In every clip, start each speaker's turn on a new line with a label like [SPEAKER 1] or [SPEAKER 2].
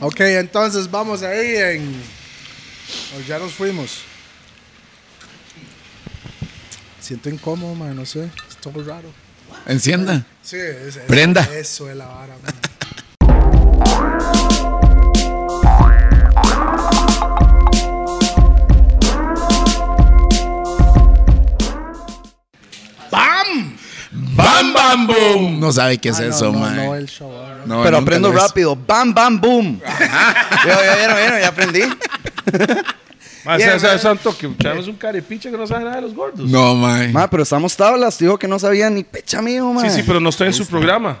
[SPEAKER 1] Ok, entonces vamos ahí en. O ya nos fuimos. Siento incómodo, man, no sé. Es todo raro.
[SPEAKER 2] Encienda.
[SPEAKER 1] Sí, es, es-
[SPEAKER 2] Prenda.
[SPEAKER 1] Eso es la vara, man. ¡Bam!
[SPEAKER 2] ¡Bam, bam, boom! No sabe qué es
[SPEAKER 1] Ah, no,
[SPEAKER 2] eso,
[SPEAKER 1] no,
[SPEAKER 2] man.
[SPEAKER 1] no, el show. ah, no.
[SPEAKER 2] No,
[SPEAKER 3] Pero
[SPEAKER 2] nunca
[SPEAKER 3] aprendo
[SPEAKER 2] lo es.
[SPEAKER 3] rápido. Bam, bam, boom. ya, ya vieron, vieron, ya aprendí.
[SPEAKER 4] Ma,
[SPEAKER 3] Yeah,
[SPEAKER 4] Ah, o sea,
[SPEAKER 3] man.
[SPEAKER 4] es un toque.
[SPEAKER 1] Eh.
[SPEAKER 4] Chavos, un carepicha que no sabe nada de los gordos.
[SPEAKER 2] No, man.
[SPEAKER 3] Ma, Ah, pero estamos tablas. Dijo que no sabía ni pecha mío, ma.
[SPEAKER 4] Sí, sí, pero no estoy en su programa.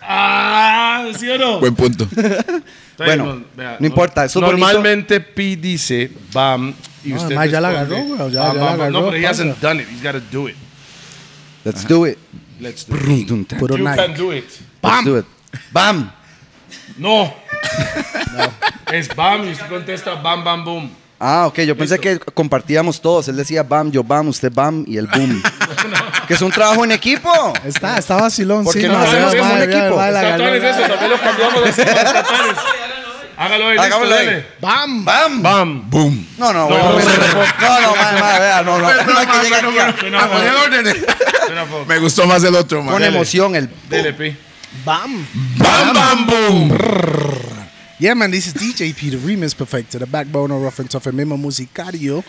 [SPEAKER 5] Ah, ¿sí o no?
[SPEAKER 2] Buen punto.
[SPEAKER 4] Está
[SPEAKER 3] Bueno,
[SPEAKER 4] bien, vea,
[SPEAKER 3] no importa, es súper
[SPEAKER 4] Normalmente P dice bam y
[SPEAKER 1] Ah,
[SPEAKER 4] usted.
[SPEAKER 1] ma, ya la
[SPEAKER 4] responde,
[SPEAKER 1] agarró, güey, ya-
[SPEAKER 4] "Bam,
[SPEAKER 1] ya
[SPEAKER 4] bam,
[SPEAKER 1] la
[SPEAKER 4] bam". No,
[SPEAKER 1] agarró,
[SPEAKER 4] pero he hasn't
[SPEAKER 1] pasa.
[SPEAKER 4] done it. He's got to do it.
[SPEAKER 3] Let's do it.
[SPEAKER 4] Let's do it.
[SPEAKER 3] Dun, tan.
[SPEAKER 1] Puro
[SPEAKER 4] You can
[SPEAKER 1] Nike.
[SPEAKER 4] do it.
[SPEAKER 3] Let's do it. Bam.
[SPEAKER 4] No. Es bam y usted contesta bam, bam, boom.
[SPEAKER 3] Ah, ok, yo pensé que compartíamos todos. Él decía bam, yo bam, usted bam y el boom. Que es un trabajo en equipo.
[SPEAKER 1] Está, está vacilón,
[SPEAKER 3] ¿Por
[SPEAKER 1] sí.
[SPEAKER 3] qué no
[SPEAKER 1] ma,
[SPEAKER 3] hacemos
[SPEAKER 1] ma,
[SPEAKER 3] eso en
[SPEAKER 1] ma,
[SPEAKER 3] equipo?
[SPEAKER 1] ma, la ganó,
[SPEAKER 4] Tatanes,
[SPEAKER 1] ma.
[SPEAKER 4] eso también lo cambiamos así con los tatanes. Hágalo ahí, listo,
[SPEAKER 3] Hagámoslo ahí.
[SPEAKER 4] dale.
[SPEAKER 1] ¡Bam!
[SPEAKER 3] Bam.
[SPEAKER 4] Bam.
[SPEAKER 2] Boom.
[SPEAKER 3] No, no,
[SPEAKER 4] No,
[SPEAKER 3] bueno,
[SPEAKER 4] no,
[SPEAKER 3] bueno, no,
[SPEAKER 4] no,
[SPEAKER 3] no, ma, ma, vea, no, no, no hay que llegar aquí a-
[SPEAKER 2] Ah, ponía órdenes. Me gustó más el otro, man.
[SPEAKER 3] con emoción el
[SPEAKER 4] Dele, P.
[SPEAKER 1] ¡Bam!
[SPEAKER 2] ¡Bam, bam, boom!
[SPEAKER 1] Yeah, man, this is DJ P, the remix perfecto, the backbone of Rough and Tough, el mismo musicario.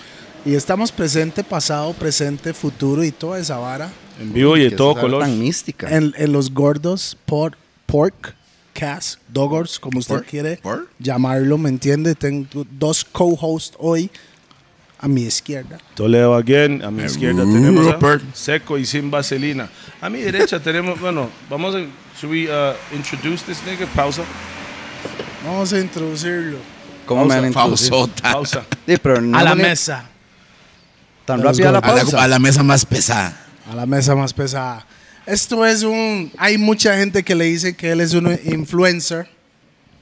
[SPEAKER 1] Y estamos presente, pasado, presente, futuro y toda esa vara
[SPEAKER 4] En vivo y de todo color.
[SPEAKER 3] tan mística.
[SPEAKER 1] en, en los gordos por pork, cast, doggers, como usted
[SPEAKER 2] Pork,
[SPEAKER 1] quiere
[SPEAKER 2] pork.
[SPEAKER 1] llamarlo, ¿me entiende? Tengo dos co-hosts hoy a mi izquierda.
[SPEAKER 4] Toledo again. A mi izquierda tenemos a
[SPEAKER 2] Rupert.
[SPEAKER 4] Seco y sin vaselina. A mi derecha tenemos, bueno, vamos a, should we uh, introduce this nigga? Pausa.
[SPEAKER 1] Vamos a introducirlo
[SPEAKER 3] ¿Cómo me han introducido?
[SPEAKER 2] Pausota.
[SPEAKER 4] Pausa.
[SPEAKER 3] Sí, pero no
[SPEAKER 1] a la
[SPEAKER 3] me-
[SPEAKER 1] mesa.
[SPEAKER 3] Tan rápida la
[SPEAKER 2] A
[SPEAKER 3] pausa.
[SPEAKER 2] la, a la mesa más pesada.
[SPEAKER 1] A la mesa más pesada. Esto es un... Hay mucha gente que le dice que él es un influencer,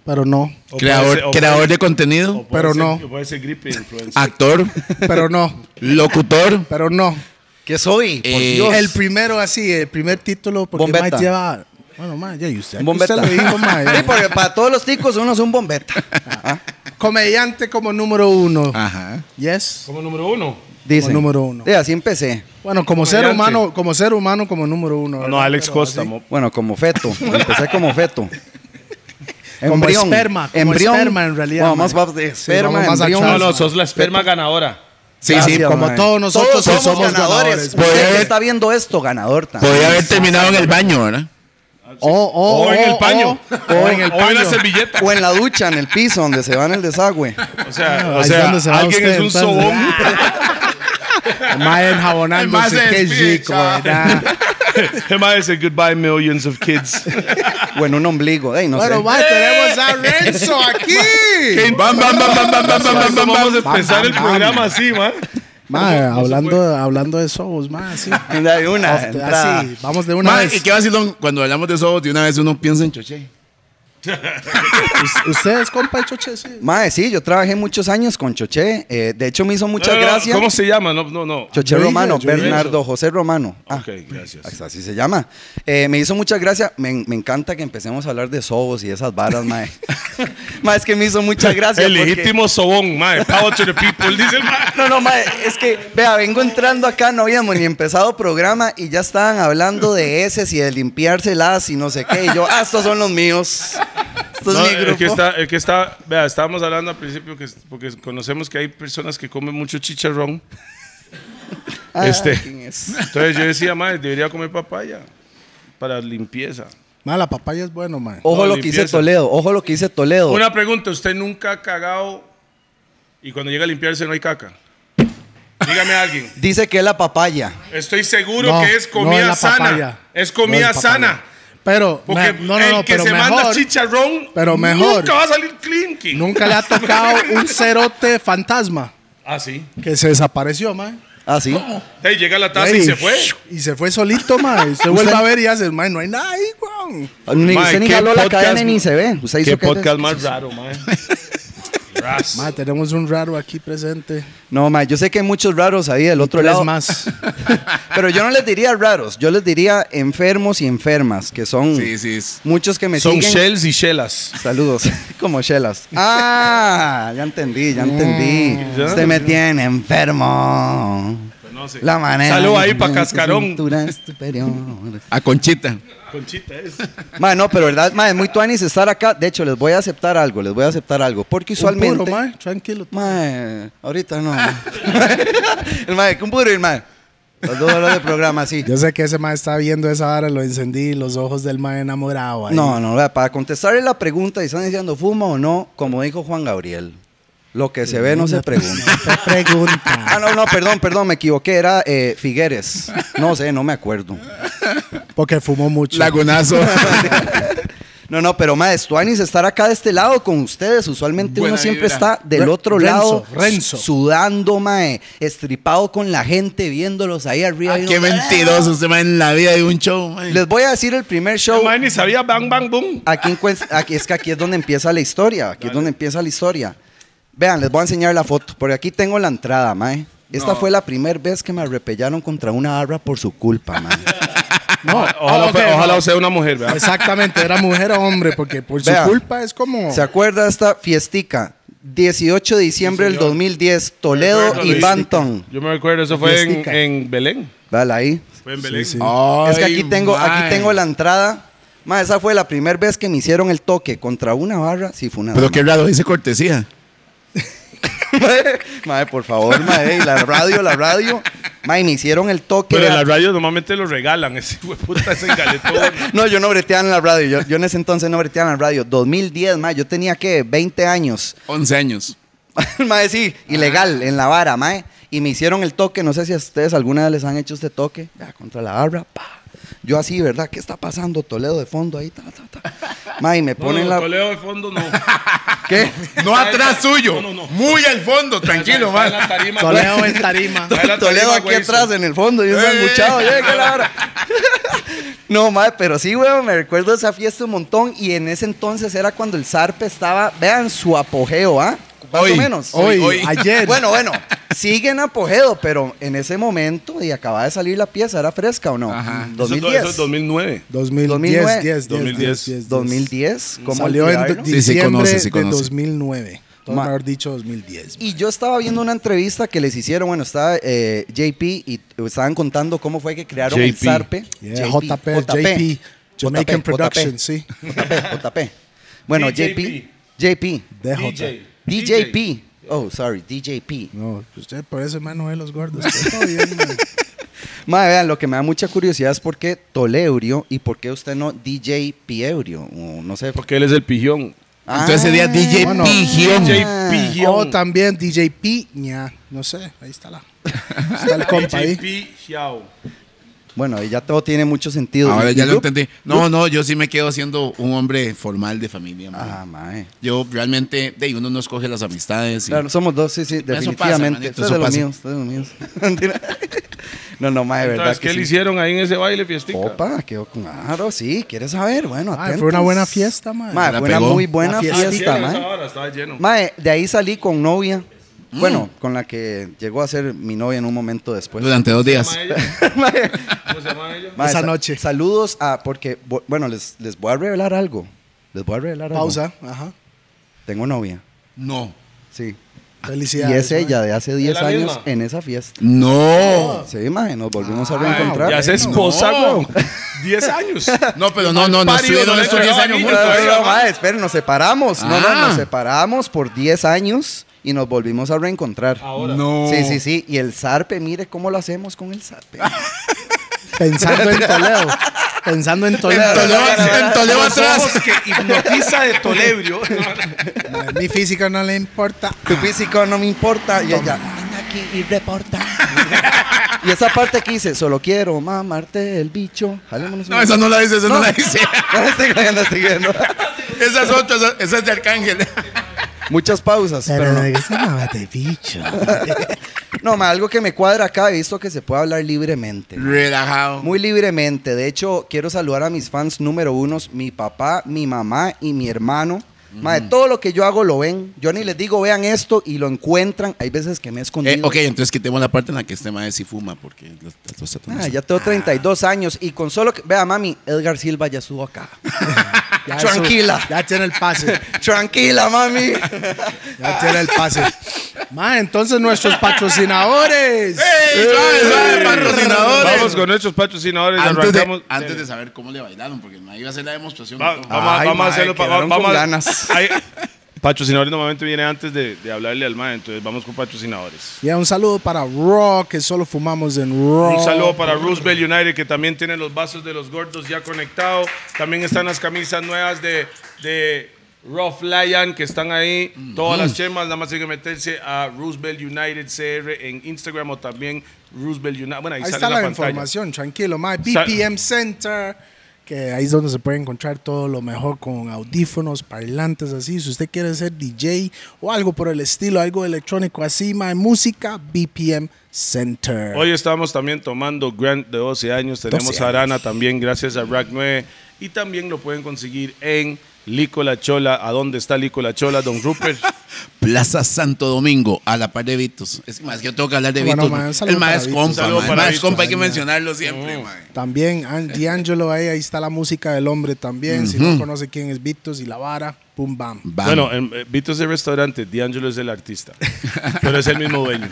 [SPEAKER 1] pero no.
[SPEAKER 4] O
[SPEAKER 2] Creador,
[SPEAKER 4] puede ser- o
[SPEAKER 2] creador
[SPEAKER 4] puede-
[SPEAKER 2] de contenido, Ah.
[SPEAKER 4] o puede
[SPEAKER 1] pero
[SPEAKER 4] ser-
[SPEAKER 1] no.
[SPEAKER 4] o Puede ser gripe influencer.
[SPEAKER 2] actor,
[SPEAKER 1] Pero no,
[SPEAKER 2] locutor.
[SPEAKER 1] pero no.
[SPEAKER 3] ¿Qué soy? Por
[SPEAKER 2] Eh,
[SPEAKER 3] Dios.
[SPEAKER 1] El primero así, el primer título, porque
[SPEAKER 3] Bombeta.
[SPEAKER 1] Mike lleva... Bueno, ma, ya y usted.
[SPEAKER 3] Un bombeta.
[SPEAKER 1] Usted lo dijo, ma, eh.
[SPEAKER 3] Sí, porque para todos los ticos uno es un bombeta.
[SPEAKER 1] Comediante como número uno.
[SPEAKER 2] Ajá.
[SPEAKER 1] Yes.
[SPEAKER 4] Como número uno.
[SPEAKER 3] Dicen.
[SPEAKER 1] Como número uno.
[SPEAKER 3] Sí, así empecé.
[SPEAKER 1] Bueno, como ser
[SPEAKER 4] Comediante.
[SPEAKER 1] humano, como ser humano, como número uno.
[SPEAKER 4] No,
[SPEAKER 1] ¿verdad?
[SPEAKER 4] Alex
[SPEAKER 1] Pero
[SPEAKER 4] Costa.
[SPEAKER 1] así.
[SPEAKER 4] mo-
[SPEAKER 3] Bueno, como feto. Empecé como feto.
[SPEAKER 1] Como esperma, como esperma en realidad,
[SPEAKER 3] Vamos más
[SPEAKER 1] madre.
[SPEAKER 3] va- de
[SPEAKER 1] Sí,
[SPEAKER 3] esperma,
[SPEAKER 1] vamos más
[SPEAKER 3] embrión.
[SPEAKER 1] atrás,
[SPEAKER 4] No, no, sos la esperma ganadora.
[SPEAKER 2] Sí,
[SPEAKER 3] Gracias,
[SPEAKER 2] sí.
[SPEAKER 1] Como
[SPEAKER 3] madre.
[SPEAKER 1] todos nosotros que
[SPEAKER 3] Todos somos, ganadores.
[SPEAKER 1] ganadores.
[SPEAKER 3] Usted
[SPEAKER 2] Podría
[SPEAKER 3] que
[SPEAKER 2] haber-
[SPEAKER 3] está viendo esto, ganador también.
[SPEAKER 2] Podría haber terminado en el baño, ¿verdad?
[SPEAKER 1] O, o-
[SPEAKER 4] O en
[SPEAKER 1] o-
[SPEAKER 4] el paño.
[SPEAKER 1] o- o oh, en el
[SPEAKER 4] O en la
[SPEAKER 1] paño.
[SPEAKER 4] servilleta.
[SPEAKER 3] O en la ducha, en el piso, donde se va en el desagüe.
[SPEAKER 4] O sea,
[SPEAKER 1] Ah,
[SPEAKER 4] o
[SPEAKER 1] ahí
[SPEAKER 4] sea,
[SPEAKER 1] es donde se va
[SPEAKER 4] alguien
[SPEAKER 1] usted,
[SPEAKER 4] es un
[SPEAKER 1] entonces. Mae
[SPEAKER 4] sobón.
[SPEAKER 2] Mae se
[SPEAKER 1] enjabonándose, qué
[SPEAKER 2] despide,
[SPEAKER 1] chico,
[SPEAKER 2] chaval.
[SPEAKER 1] ¿verdad?
[SPEAKER 4] Am I say goodbye millions of kids?
[SPEAKER 3] O en un ombligo. Ey, no
[SPEAKER 1] Bueno,
[SPEAKER 3] sé.
[SPEAKER 1] mae, tenemos a Renzo aquí.
[SPEAKER 2] Bam, bam, bam, bam, bam, bam, bam, bam, bam,
[SPEAKER 4] Vamos a
[SPEAKER 2] bam.
[SPEAKER 4] empezar el
[SPEAKER 1] bam.
[SPEAKER 4] programa así, man.
[SPEAKER 1] Mae, hablando, hablando de sobos, mae, sí.
[SPEAKER 3] Hay una entrada.
[SPEAKER 1] Así, vamos de una
[SPEAKER 2] Madre,
[SPEAKER 1] vez.
[SPEAKER 2] y qué vacilón, cuando hablamos de eso, de una vez uno piensa en Choche.
[SPEAKER 1] Ustedes, compa, el choche, sí.
[SPEAKER 3] Mae, sí, yo trabajé muchos años con Choché. Eh, de hecho, me hizo muchas
[SPEAKER 4] No, no, no,
[SPEAKER 3] gracias.
[SPEAKER 4] Ah, ¿Cómo se llama? No, no, no.
[SPEAKER 3] Choché
[SPEAKER 1] Yo dije,
[SPEAKER 3] Romano,
[SPEAKER 1] yo dije
[SPEAKER 3] Bernardo, José Romano. Ah,
[SPEAKER 4] Ok, gracias.
[SPEAKER 3] así se llama. Eh, me hizo muchas gracias. Me, me encanta que empecemos a hablar de sobos y esas varas, mae. mae, es que me hizo muchas gracias.
[SPEAKER 4] El
[SPEAKER 3] porque-
[SPEAKER 4] legítimo sobón, man. Power to the people, dice el man.
[SPEAKER 3] No, no, mae, es que, vea, vengo entrando acá, no habíamos ni empezado programa y ya estaban hablando de heces y de limpiárselas y no sé qué. Y yo, ah, estos son los míos. Estos
[SPEAKER 4] No,
[SPEAKER 3] es mi grupo.
[SPEAKER 4] el que está, el que está, vea, estábamos hablando al principio que, porque conocemos que hay personas que comen mucho chicharrón.
[SPEAKER 3] Ah,
[SPEAKER 4] este.
[SPEAKER 3] ¿quién es?
[SPEAKER 4] Entonces yo decía, madre, debería comer papaya para limpieza.
[SPEAKER 1] Mae, la papaya es bueno, mae.
[SPEAKER 3] Ojo
[SPEAKER 4] No,
[SPEAKER 3] lo que hice
[SPEAKER 4] limpieza.
[SPEAKER 3] Toledo, ojo lo que hice Toledo.
[SPEAKER 4] Una pregunta, ¿usted nunca ha cagado y cuando llega a limpiarse no hay caca? Dígame a alguien.
[SPEAKER 3] Dice que es la papaya.
[SPEAKER 4] Estoy seguro
[SPEAKER 1] No,
[SPEAKER 4] que es
[SPEAKER 1] no
[SPEAKER 4] comida
[SPEAKER 1] es la papaya.
[SPEAKER 4] sana. Es comida
[SPEAKER 1] No es papaya.
[SPEAKER 4] sana.
[SPEAKER 1] Pero,
[SPEAKER 4] Porque
[SPEAKER 1] mae, no, no,
[SPEAKER 4] el
[SPEAKER 1] no,
[SPEAKER 4] que
[SPEAKER 1] pero
[SPEAKER 4] se manda
[SPEAKER 1] mejor.
[SPEAKER 4] chicharrón
[SPEAKER 1] pero mejor.
[SPEAKER 4] nunca va a salir clinky.
[SPEAKER 1] Nunca le ha tocado un cerote fantasma
[SPEAKER 4] Ah, sí.
[SPEAKER 1] que se desapareció, mae.
[SPEAKER 3] Ah, sí.
[SPEAKER 4] Ey, llega la taza y
[SPEAKER 1] Ey,
[SPEAKER 4] se fue.
[SPEAKER 1] Y se fue solito, mae. Se vuelve a ver y hace, mae, no hay nada ahí, weón.
[SPEAKER 3] Ni,
[SPEAKER 4] Mae,
[SPEAKER 3] usted ni
[SPEAKER 4] ¿qué
[SPEAKER 3] jaló la
[SPEAKER 4] podcast-
[SPEAKER 3] cadena y ni se ve. Usted hizo este-
[SPEAKER 4] Qué
[SPEAKER 3] que-
[SPEAKER 4] podcast más raro, man. Ras.
[SPEAKER 1] Ma, tenemos un raro aquí presente.
[SPEAKER 3] No, ma, yo sé que hay muchos raros ahí del otro
[SPEAKER 1] Tres
[SPEAKER 3] lado.
[SPEAKER 1] más.
[SPEAKER 3] Pero yo no les diría raros, yo les diría enfermos y enfermas, que son
[SPEAKER 2] Sí, sí. es-
[SPEAKER 3] muchos que me
[SPEAKER 4] Son
[SPEAKER 3] siguen.
[SPEAKER 4] shells y shellas.
[SPEAKER 3] Saludos, como chelas. Ah, ya entendí, ya entendí.
[SPEAKER 4] Mm, Ya.
[SPEAKER 3] Usted me tiene enfermo. La manera.
[SPEAKER 4] Salud ahí pa'
[SPEAKER 3] Mi
[SPEAKER 4] Cascarón.
[SPEAKER 3] cintura es superior.
[SPEAKER 2] A Conchita.
[SPEAKER 4] Conchita es.
[SPEAKER 3] Mae, no, pero verdad, mae, es muy tuanis estar acá. De hecho, les voy a aceptar algo, les voy a aceptar algo. Porque usualmente.
[SPEAKER 1] Un puro, ma, tranquilo.
[SPEAKER 3] Mae, ahorita no. el mae, ¿cómo puedo ir, mae? Las dos horas de programa, sí.
[SPEAKER 1] Yo sé que ese mae está viendo esa vara, lo encendí, los ojos del mae enamorado. ahí.
[SPEAKER 3] No, no, vea, para contestarle la pregunta y están diciendo fuma o no, como dijo Juan Gabriel, lo que se ve no se pregunta. Ah,
[SPEAKER 1] Pregunta.
[SPEAKER 3] no, no, perdón, perdón, me equivoqué, era eh, Figueres. No sé, no me acuerdo.
[SPEAKER 1] Porque fumó mucho.
[SPEAKER 2] Lagunazo.
[SPEAKER 3] No, no, pero mae, Tuanis estar acá de este lado con ustedes. Usualmente
[SPEAKER 2] Buena
[SPEAKER 3] uno siempre
[SPEAKER 2] vibra.
[SPEAKER 3] está del
[SPEAKER 1] Re-
[SPEAKER 3] otro
[SPEAKER 1] Renzo,
[SPEAKER 3] lado,
[SPEAKER 1] Renzo.
[SPEAKER 3] sudando, mae, estripado con la gente, viéndolos ahí arriba. y
[SPEAKER 2] Ah, Qué
[SPEAKER 3] uno-
[SPEAKER 2] mentiroso se va en la vida de un show, man.
[SPEAKER 3] Les voy a decir el primer show.
[SPEAKER 4] Mae, ni sabía bang, bang, boom.
[SPEAKER 3] Aquí, encuent- aquí- es que aquí es donde empieza la historia. Aquí es donde empieza la historia. Vean, les voy a enseñar la foto. Por aquí tengo la entrada, mae. Esta fue la primera vez que me arrepellaron contra una barra por su culpa, mae.
[SPEAKER 1] No,
[SPEAKER 4] Ojalá,
[SPEAKER 1] ah, ok,
[SPEAKER 4] fue- ojalá
[SPEAKER 1] no.
[SPEAKER 4] sea una mujer, ¿verdad?
[SPEAKER 1] Exactamente, era mujer o hombre, porque por
[SPEAKER 3] Vea.
[SPEAKER 1] su culpa es como.
[SPEAKER 3] ¿Se acuerda esta fiestica? 18 de diciembre del 2010, Toledo y
[SPEAKER 4] Fiestica.
[SPEAKER 3] Banton.
[SPEAKER 4] Yo me recuerdo, eso fue en,
[SPEAKER 1] Fiestica.
[SPEAKER 4] en Belén.
[SPEAKER 3] Dale ahí.
[SPEAKER 4] Fue en Belén. Ah,
[SPEAKER 1] Sí, sí.
[SPEAKER 2] Ay,
[SPEAKER 3] es que aquí tengo,
[SPEAKER 2] mae.
[SPEAKER 3] aquí tengo la entrada. Mae, esa fue la primera vez que me hicieron el toque contra una barra. Sí, fue una
[SPEAKER 2] Pero
[SPEAKER 3] dama.
[SPEAKER 2] qué raro, dice cortesía.
[SPEAKER 3] Mae, por favor, mae, y la radio, la radio. Mae, me hicieron el toque.
[SPEAKER 4] Pero en
[SPEAKER 3] vea.
[SPEAKER 4] la radio normalmente lo regalan. Ese hueputa ese galetón.
[SPEAKER 3] No, yo no breteaba en la radio. Yo, yo en ese entonces no breteaba en la radio. 2010, mae, yo tenía que 20 años.
[SPEAKER 2] 11 años.
[SPEAKER 3] mae, sí, ilegal, en la vara, mae. Y me hicieron el toque. No sé si a ustedes alguna vez les han hecho este toque. Ya, contra la barra, pa. Yo así, ¿verdad? ¿Qué está pasando? Toledo de fondo ahí, ta, ta, ta. Mae, y me
[SPEAKER 4] No, no,
[SPEAKER 3] ponen la.
[SPEAKER 4] Toledo de fondo no.
[SPEAKER 3] ¿Qué?
[SPEAKER 2] No atrás suyo.
[SPEAKER 4] No, no, no.
[SPEAKER 2] Muy al fondo, tranquilo,
[SPEAKER 4] Está en
[SPEAKER 2] man.
[SPEAKER 4] la tarima,
[SPEAKER 1] Toledo en tarima.
[SPEAKER 4] Ahí la
[SPEAKER 3] Toledo
[SPEAKER 4] tenemos,
[SPEAKER 3] aquí
[SPEAKER 4] güey,
[SPEAKER 3] atrás,
[SPEAKER 4] sí.
[SPEAKER 3] en el fondo, y un
[SPEAKER 2] Eh.
[SPEAKER 3] sanguchado, ya, que la hora. No, madre, pero sí, weón, me recuerdo esa fiesta un montón. Y en ese entonces era cuando el zarpe estaba, vean, su apogeo, ¿ah? Más
[SPEAKER 2] Hoy,
[SPEAKER 3] o menos.
[SPEAKER 1] Hoy,
[SPEAKER 2] Hoy.
[SPEAKER 1] ayer.
[SPEAKER 3] Bueno, bueno, sigue en apogeo, pero en ese momento, y acababa de salir la pieza, ¿era fresca o no?
[SPEAKER 2] Ajá.
[SPEAKER 4] Eso-
[SPEAKER 3] 2010.
[SPEAKER 4] Eso es 2009.
[SPEAKER 1] 2010, 10, 2010,
[SPEAKER 4] 2010.
[SPEAKER 3] 2010, ¿cómo
[SPEAKER 1] Salió en
[SPEAKER 3] olvidarlo?
[SPEAKER 2] Sí, sí,
[SPEAKER 1] diciembre
[SPEAKER 2] conoce, sí,
[SPEAKER 1] de
[SPEAKER 2] conoce.
[SPEAKER 1] 2009. O
[SPEAKER 3] Ma-
[SPEAKER 1] mejor dicho, 2010.
[SPEAKER 3] Y yo estaba viendo una entrevista que les hicieron, bueno, estaba eh, JP y estaban contando cómo fue que crearon el
[SPEAKER 4] JP.
[SPEAKER 3] Zarpe.
[SPEAKER 1] Yeah, JP, JP, Jamaican
[SPEAKER 3] JP,
[SPEAKER 1] Production, sí.
[SPEAKER 3] JP, JP. Bueno, JP,
[SPEAKER 4] DJP.
[SPEAKER 3] JP,
[SPEAKER 1] DJ.
[SPEAKER 4] DJ.
[SPEAKER 3] DJP. Oh, sorry, DJP.
[SPEAKER 1] No, usted por eso, hermano, de los gordos. Está todo bien, man.
[SPEAKER 3] Madre, vean, lo que me da mucha curiosidad es por qué Toleurio y por qué usted no DJ Pieurio. o no sé. Ah.
[SPEAKER 4] Porque él es el pijón.
[SPEAKER 2] Entonces ese día DJ
[SPEAKER 1] bueno.
[SPEAKER 2] Pigión.
[SPEAKER 4] DJ
[SPEAKER 1] Ah, O
[SPEAKER 4] Pijón.
[SPEAKER 1] también DJ Piña. No sé, ahí está la. Está el compa
[SPEAKER 4] DJ
[SPEAKER 1] ahí.
[SPEAKER 4] Pijao.
[SPEAKER 3] Bueno, ahí ya todo tiene mucho sentido.
[SPEAKER 2] Ahora
[SPEAKER 3] ¿Y-
[SPEAKER 2] ya
[SPEAKER 3] y
[SPEAKER 2] lo
[SPEAKER 3] Luke?
[SPEAKER 2] entendí. No, no, yo sí me quedo siendo un hombre formal de familia. man.
[SPEAKER 3] Ah, mae.
[SPEAKER 2] Yo realmente, de ahí uno no escoge las amistades. y-
[SPEAKER 3] Claro, somos dos, sí, sí,
[SPEAKER 2] pasa,
[SPEAKER 3] definitivamente.
[SPEAKER 2] manito,
[SPEAKER 3] Ustedes
[SPEAKER 2] eso
[SPEAKER 3] de los
[SPEAKER 2] pasa.
[SPEAKER 3] míos, ustedes de los míos. Mentira. no, no, mae, verdad
[SPEAKER 4] Entonces, ¿qué
[SPEAKER 3] que
[SPEAKER 4] le
[SPEAKER 3] sí.
[SPEAKER 4] hicieron ahí en ese baile fiestica?
[SPEAKER 3] Opa, quedó con- claro, sí, ¿quieres saber? Bueno,
[SPEAKER 1] Ah,
[SPEAKER 3] atentos.
[SPEAKER 1] fue una buena fiesta, mae.
[SPEAKER 3] Mae,
[SPEAKER 2] La
[SPEAKER 3] fue una
[SPEAKER 2] pegó.
[SPEAKER 3] muy buena
[SPEAKER 1] La
[SPEAKER 4] Ah,
[SPEAKER 1] fiesta.
[SPEAKER 3] fiesta,
[SPEAKER 4] sí, era esa
[SPEAKER 3] mae.
[SPEAKER 4] hora, estaba lleno.
[SPEAKER 3] Mae, de ahí salí con novia. Bueno, con la que llegó a ser mi novia en un momento después.
[SPEAKER 2] Durante dos días.
[SPEAKER 4] ¿Cómo se llama ella? ¿Cómo se llama ella?
[SPEAKER 3] Mae,
[SPEAKER 1] Esa
[SPEAKER 3] sa-
[SPEAKER 1] noche.
[SPEAKER 3] Saludos a, porque, bo- bueno, les, les voy a revelar algo. Les voy a revelar algo.
[SPEAKER 1] Pausa, ajá.
[SPEAKER 3] Tengo novia,
[SPEAKER 2] No.
[SPEAKER 3] sí. Y
[SPEAKER 1] Felicidades.
[SPEAKER 3] es
[SPEAKER 1] mae.
[SPEAKER 3] ella de hace 10
[SPEAKER 4] la
[SPEAKER 3] años
[SPEAKER 4] misma?
[SPEAKER 3] en esa fiesta.
[SPEAKER 4] Oh.
[SPEAKER 2] No.
[SPEAKER 3] Sí, mae, nos volvimos a
[SPEAKER 1] Ah,
[SPEAKER 3] reencontrar.
[SPEAKER 4] Ya es
[SPEAKER 1] No.
[SPEAKER 4] esposa, güey. 10 años.
[SPEAKER 2] No, pero no, no, no
[SPEAKER 4] Parido,
[SPEAKER 2] estuvieron
[SPEAKER 4] no le
[SPEAKER 2] estos 10
[SPEAKER 4] entregaba
[SPEAKER 2] años
[SPEAKER 4] ni-
[SPEAKER 2] juntos.
[SPEAKER 3] No,
[SPEAKER 4] Todavía,
[SPEAKER 3] no, no,
[SPEAKER 4] ma.
[SPEAKER 3] madre, espere, nos separamos. No, no,
[SPEAKER 2] Ah.
[SPEAKER 3] nos separamos por 10 años y nos volvimos a reencontrar.
[SPEAKER 2] Ah,
[SPEAKER 4] Ahora.
[SPEAKER 2] No.
[SPEAKER 3] Sí, sí, sí. Y el zarpe, mire cómo lo hacemos con el zarpe.
[SPEAKER 1] Pensando en Toledo. Pensando en
[SPEAKER 2] En
[SPEAKER 1] Toledo.
[SPEAKER 2] Toledo, en Toledo
[SPEAKER 4] Los ojos
[SPEAKER 2] atrás.
[SPEAKER 4] que hipnotiza de Tolebrio.
[SPEAKER 1] Mi física no le importa.
[SPEAKER 3] Tu físico no me importa. Y ella, ven aquí y reporta. y esa parte que dice, solo quiero mamarte el bicho. Jalémonos
[SPEAKER 2] No,
[SPEAKER 3] una-
[SPEAKER 2] esa no la dice, esa no, la dice.
[SPEAKER 3] No, estoy viendo, estoy viendo.
[SPEAKER 2] Esa es otra, esa- esa es de Arcángel.
[SPEAKER 3] Muchas pausas, pero no.
[SPEAKER 1] de bicho.
[SPEAKER 3] No, ma, algo que me cuadra acá, he visto que se puede hablar libremente.
[SPEAKER 2] Relajado. Eh,
[SPEAKER 3] Muy libremente. De hecho, quiero saludar a mis fans número uno, mi papá, mi mamá y mi hermano. Mae, todo lo que yo hago lo ven. Yo ni les digo, vean esto y lo encuentran. Hay veces que me he escondido.
[SPEAKER 2] Eh, ok, entonces quitemos la parte en la que este mae sí fuma, porque los, los tatuajes
[SPEAKER 3] Ah,
[SPEAKER 2] son-
[SPEAKER 3] ya tengo 32
[SPEAKER 2] Ah.
[SPEAKER 3] años y con solo que. Vea, mami, Edgar Silva ya estuvo acá.
[SPEAKER 1] Ya
[SPEAKER 3] Tranquila.
[SPEAKER 1] eso- ya tiene el pase.
[SPEAKER 3] Tranquila, mami.
[SPEAKER 1] Ya tiene el pase. Ma, entonces nuestros patrocinadores.
[SPEAKER 2] ¡Ey, Eh, suave, suave, patrocinadores!
[SPEAKER 4] Vamos con nuestros patrocinadores.
[SPEAKER 2] Antes
[SPEAKER 4] arrancamos.
[SPEAKER 2] de, antes de saber cómo le bailaron, porque el mae iba a hacer la demostración.
[SPEAKER 4] Va-
[SPEAKER 2] y todo.
[SPEAKER 4] vamos, a-
[SPEAKER 3] Ay,
[SPEAKER 4] vamos a
[SPEAKER 3] mae,
[SPEAKER 4] hacerlo. pa-
[SPEAKER 3] quedaron
[SPEAKER 4] vamos
[SPEAKER 3] con
[SPEAKER 4] a-
[SPEAKER 3] ganas.
[SPEAKER 4] Hay- patrocinadores normalmente viene antes de, de hablarle al mae, entonces vamos con patrocinadores.
[SPEAKER 1] Y un saludo para Raw, que solo fumamos en Raw.
[SPEAKER 4] Un saludo para Roosevelt United, que también tiene los vasos de los gordos ya conectados. También están las camisas nuevas de, de Rough Lion, que están ahí. Todas
[SPEAKER 1] Mm.
[SPEAKER 4] las chemas, nada más hay que meterse a Roosevelt United CR en Instagram o también Roosevelt United. Bueno, ahí,
[SPEAKER 1] Ahí
[SPEAKER 4] sale
[SPEAKER 1] está
[SPEAKER 4] la,
[SPEAKER 1] la,
[SPEAKER 4] pantalla.
[SPEAKER 1] información, tranquilo, ma.
[SPEAKER 4] Sa-
[SPEAKER 1] BPM Center, que ahí es donde se puede encontrar todo lo mejor con audífonos, parlantes, así. Si usted quiere ser DJ o algo por el estilo, algo electrónico así, ma, música, BPM Center.
[SPEAKER 4] Hoy estamos también tomando Grant de 12 años. Tenemos
[SPEAKER 1] 12
[SPEAKER 4] a Arana también, gracias a Rack 9. Y también lo pueden conseguir en Licola Chola. ¿A dónde está Licola Chola, don Rupert?
[SPEAKER 2] Plaza Santo Domingo, a la par de Vitos. Es que, mae, es que yo tengo que hablar de
[SPEAKER 1] Bueno,
[SPEAKER 2] Vitos.
[SPEAKER 1] mae, un
[SPEAKER 2] mae.
[SPEAKER 1] saludo
[SPEAKER 2] el mae
[SPEAKER 1] para
[SPEAKER 2] es
[SPEAKER 1] Vitos.
[SPEAKER 2] compa,
[SPEAKER 4] Saludo
[SPEAKER 2] mae. El
[SPEAKER 4] para
[SPEAKER 2] mae es
[SPEAKER 4] Vitos.
[SPEAKER 2] compa, hay que
[SPEAKER 1] Ay, mae.
[SPEAKER 2] mencionarlo siempre, mae.
[SPEAKER 1] También An- D'Angelo ahí, ahí está la música del hombre también. Si no conoce quién es Vitos y la vara, pum bam.
[SPEAKER 2] Vamos.
[SPEAKER 4] Bueno, en, eh, Vito es el restaurante, D'Angelo es el artista. pero es el mismo dueño.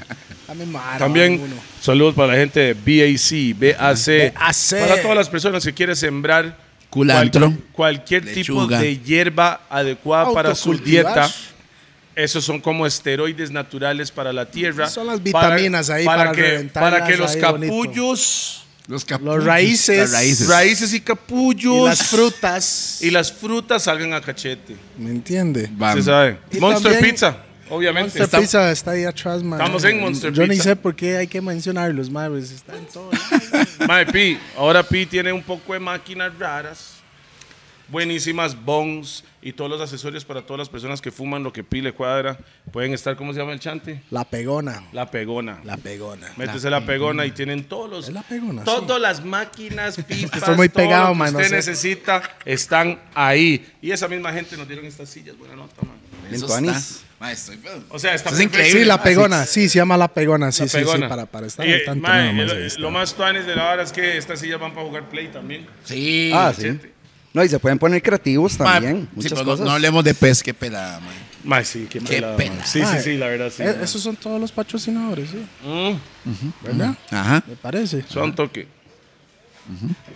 [SPEAKER 1] La misma vara,
[SPEAKER 4] También
[SPEAKER 1] uno.
[SPEAKER 4] saludos para la gente de BAC, BAC.
[SPEAKER 1] BAC.
[SPEAKER 4] Para todas las personas que quieren sembrar
[SPEAKER 2] Culantro,
[SPEAKER 4] cual- cualquier tipo
[SPEAKER 2] lechuga.
[SPEAKER 4] de hierba adecuada para su
[SPEAKER 1] Autocultivar.
[SPEAKER 4] dieta. Esos son como esteroides naturales para la tierra.
[SPEAKER 1] Son las
[SPEAKER 4] Para-
[SPEAKER 1] vitaminas ahí para
[SPEAKER 4] que,
[SPEAKER 1] reventarlas
[SPEAKER 4] para que los
[SPEAKER 1] ahí
[SPEAKER 4] capullos,
[SPEAKER 2] los, capullos,
[SPEAKER 1] Los raíces.
[SPEAKER 2] Las raíces.
[SPEAKER 4] raíces y capullos
[SPEAKER 1] Y las frutas.
[SPEAKER 4] y las frutas salgan a cachete.
[SPEAKER 1] ¿Me entiende?
[SPEAKER 2] Vamos.
[SPEAKER 4] Se sabe.
[SPEAKER 1] Y
[SPEAKER 4] Monster
[SPEAKER 1] también-
[SPEAKER 4] Pizza, obviamente.
[SPEAKER 1] Monster
[SPEAKER 2] Está-
[SPEAKER 1] Pizza está ahí atrás, man.
[SPEAKER 4] Estamos en Monster
[SPEAKER 1] Yo ni
[SPEAKER 4] Pizza.
[SPEAKER 1] sé por qué hay que mencionarlos, man. pues, está en todo.
[SPEAKER 4] Mae, Pi, ahora Pi tiene un poco de máquinas raras, buenísimas, bongs y todos los accesorios para todas las personas que fuman lo que Pi le cuadra. Pueden estar, ¿cómo se llama el chante?
[SPEAKER 1] La pegona.
[SPEAKER 4] La pegona.
[SPEAKER 1] La pegona.
[SPEAKER 4] Métese la pegona y tienen todos los.
[SPEAKER 1] Es la pegona,
[SPEAKER 4] Todas las máquinas, pipas.
[SPEAKER 1] Estoy muy
[SPEAKER 4] todo
[SPEAKER 1] pegado,
[SPEAKER 4] lo que
[SPEAKER 1] man,
[SPEAKER 4] Usted
[SPEAKER 1] no sé.
[SPEAKER 4] necesita, están ahí. Y esa misma gente nos dieron estas sillas. Buena nota, man.
[SPEAKER 2] Eso
[SPEAKER 3] Bentuanis.
[SPEAKER 2] está. Mae, estoy pedo.
[SPEAKER 4] O sea, está
[SPEAKER 2] Eso es
[SPEAKER 4] perfecto.
[SPEAKER 2] increíble. Ah,
[SPEAKER 1] Sí, la pegona. Sí, se llama la pegona. Sí,
[SPEAKER 4] Ah, La
[SPEAKER 1] sí,
[SPEAKER 4] pegona.
[SPEAKER 1] sí. Para, para estar
[SPEAKER 4] Y,
[SPEAKER 1] al tanto.
[SPEAKER 4] mae,
[SPEAKER 1] nada más
[SPEAKER 4] lo-
[SPEAKER 1] ahí está.
[SPEAKER 4] lo más tuanes de la hora es que estas sillas van para jugar play también.
[SPEAKER 2] Sí.
[SPEAKER 3] Ah, sí. No, y se pueden poner creativos
[SPEAKER 2] Mae,
[SPEAKER 3] también.
[SPEAKER 2] sí,
[SPEAKER 3] Muchas
[SPEAKER 2] pero no-
[SPEAKER 3] cosas.
[SPEAKER 2] No hablemos de pez, qué pelada, mae.
[SPEAKER 4] Mae, sí, qué, pelada,
[SPEAKER 2] pena.
[SPEAKER 4] mae. Sí, sí,
[SPEAKER 1] Mae,
[SPEAKER 4] sí, la verdad, sí.
[SPEAKER 1] eh,
[SPEAKER 4] mae.
[SPEAKER 1] esos son todos los patrocinadores, ¿sí?
[SPEAKER 4] Mm,
[SPEAKER 1] ¿verdad?
[SPEAKER 2] Ajá.
[SPEAKER 1] Me parece.
[SPEAKER 4] son toque.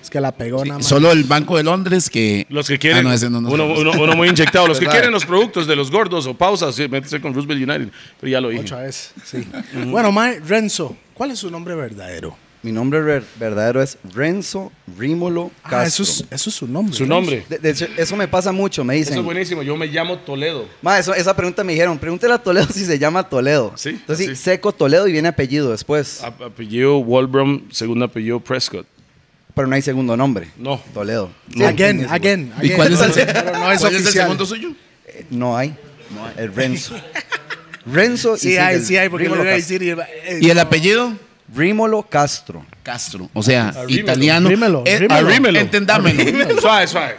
[SPEAKER 1] Es que la pegona, man.
[SPEAKER 2] Solo el Banco de Londres que.
[SPEAKER 4] Los que quieren.
[SPEAKER 2] Ah, no, ese no nos
[SPEAKER 4] uno,
[SPEAKER 2] gusta.
[SPEAKER 4] uno, uno muy inyectado. Los que
[SPEAKER 2] ¿Verdad?
[SPEAKER 4] quieren los productos de los gordos o pausas, sí, métese con Roosevelt United. Pero ya lo dije.
[SPEAKER 1] Otra vez, sí. bueno, mae, Renzo, ¿cuál es su nombre verdadero?
[SPEAKER 3] Mi nombre ver- verdadero es Renzo Rímolo Castro.
[SPEAKER 1] Ah, eso es, eso es su nombre.
[SPEAKER 4] Su
[SPEAKER 1] Renzo.
[SPEAKER 4] nombre.
[SPEAKER 3] De- de hecho, eso me pasa mucho, me
[SPEAKER 4] Eso es
[SPEAKER 3] dicen.
[SPEAKER 4] buenísimo. Yo me llamo Toledo.
[SPEAKER 3] Ma, eso- esa pregunta me dijeron, pregúntale a Toledo si se llama Toledo.
[SPEAKER 4] Sí, Ah.
[SPEAKER 3] Entonces, sí,
[SPEAKER 4] sí.
[SPEAKER 3] seco Toledo y viene apellido después.
[SPEAKER 4] A- Apellido Walbrom, segundo apellido Prescott.
[SPEAKER 3] Pero no hay segundo nombre.
[SPEAKER 4] No.
[SPEAKER 3] Toledo. Sí,
[SPEAKER 1] Again,
[SPEAKER 3] entiendes,
[SPEAKER 1] again,
[SPEAKER 2] ¿Y
[SPEAKER 1] again.
[SPEAKER 2] cuál es el,
[SPEAKER 1] Pero no es
[SPEAKER 2] cuál es el
[SPEAKER 1] oficial.
[SPEAKER 2] segundo suyo?
[SPEAKER 3] güey. Eh, No hay. El Renzo. Renzo y
[SPEAKER 1] Sí
[SPEAKER 3] sigue
[SPEAKER 1] hay,
[SPEAKER 3] el
[SPEAKER 1] sí hay, porque le
[SPEAKER 3] Rímolo
[SPEAKER 1] voy a
[SPEAKER 3] Castro.
[SPEAKER 1] decir. y- eh,
[SPEAKER 2] ¿Y el apellido?
[SPEAKER 3] Rímolo Castro.
[SPEAKER 2] Castro. O sea,
[SPEAKER 4] Arrímelo.
[SPEAKER 2] italiano.
[SPEAKER 1] Arrímelo,
[SPEAKER 2] Eh,
[SPEAKER 1] arrímelo.
[SPEAKER 2] arrímelo. Entendámelo.
[SPEAKER 4] Suave, suave.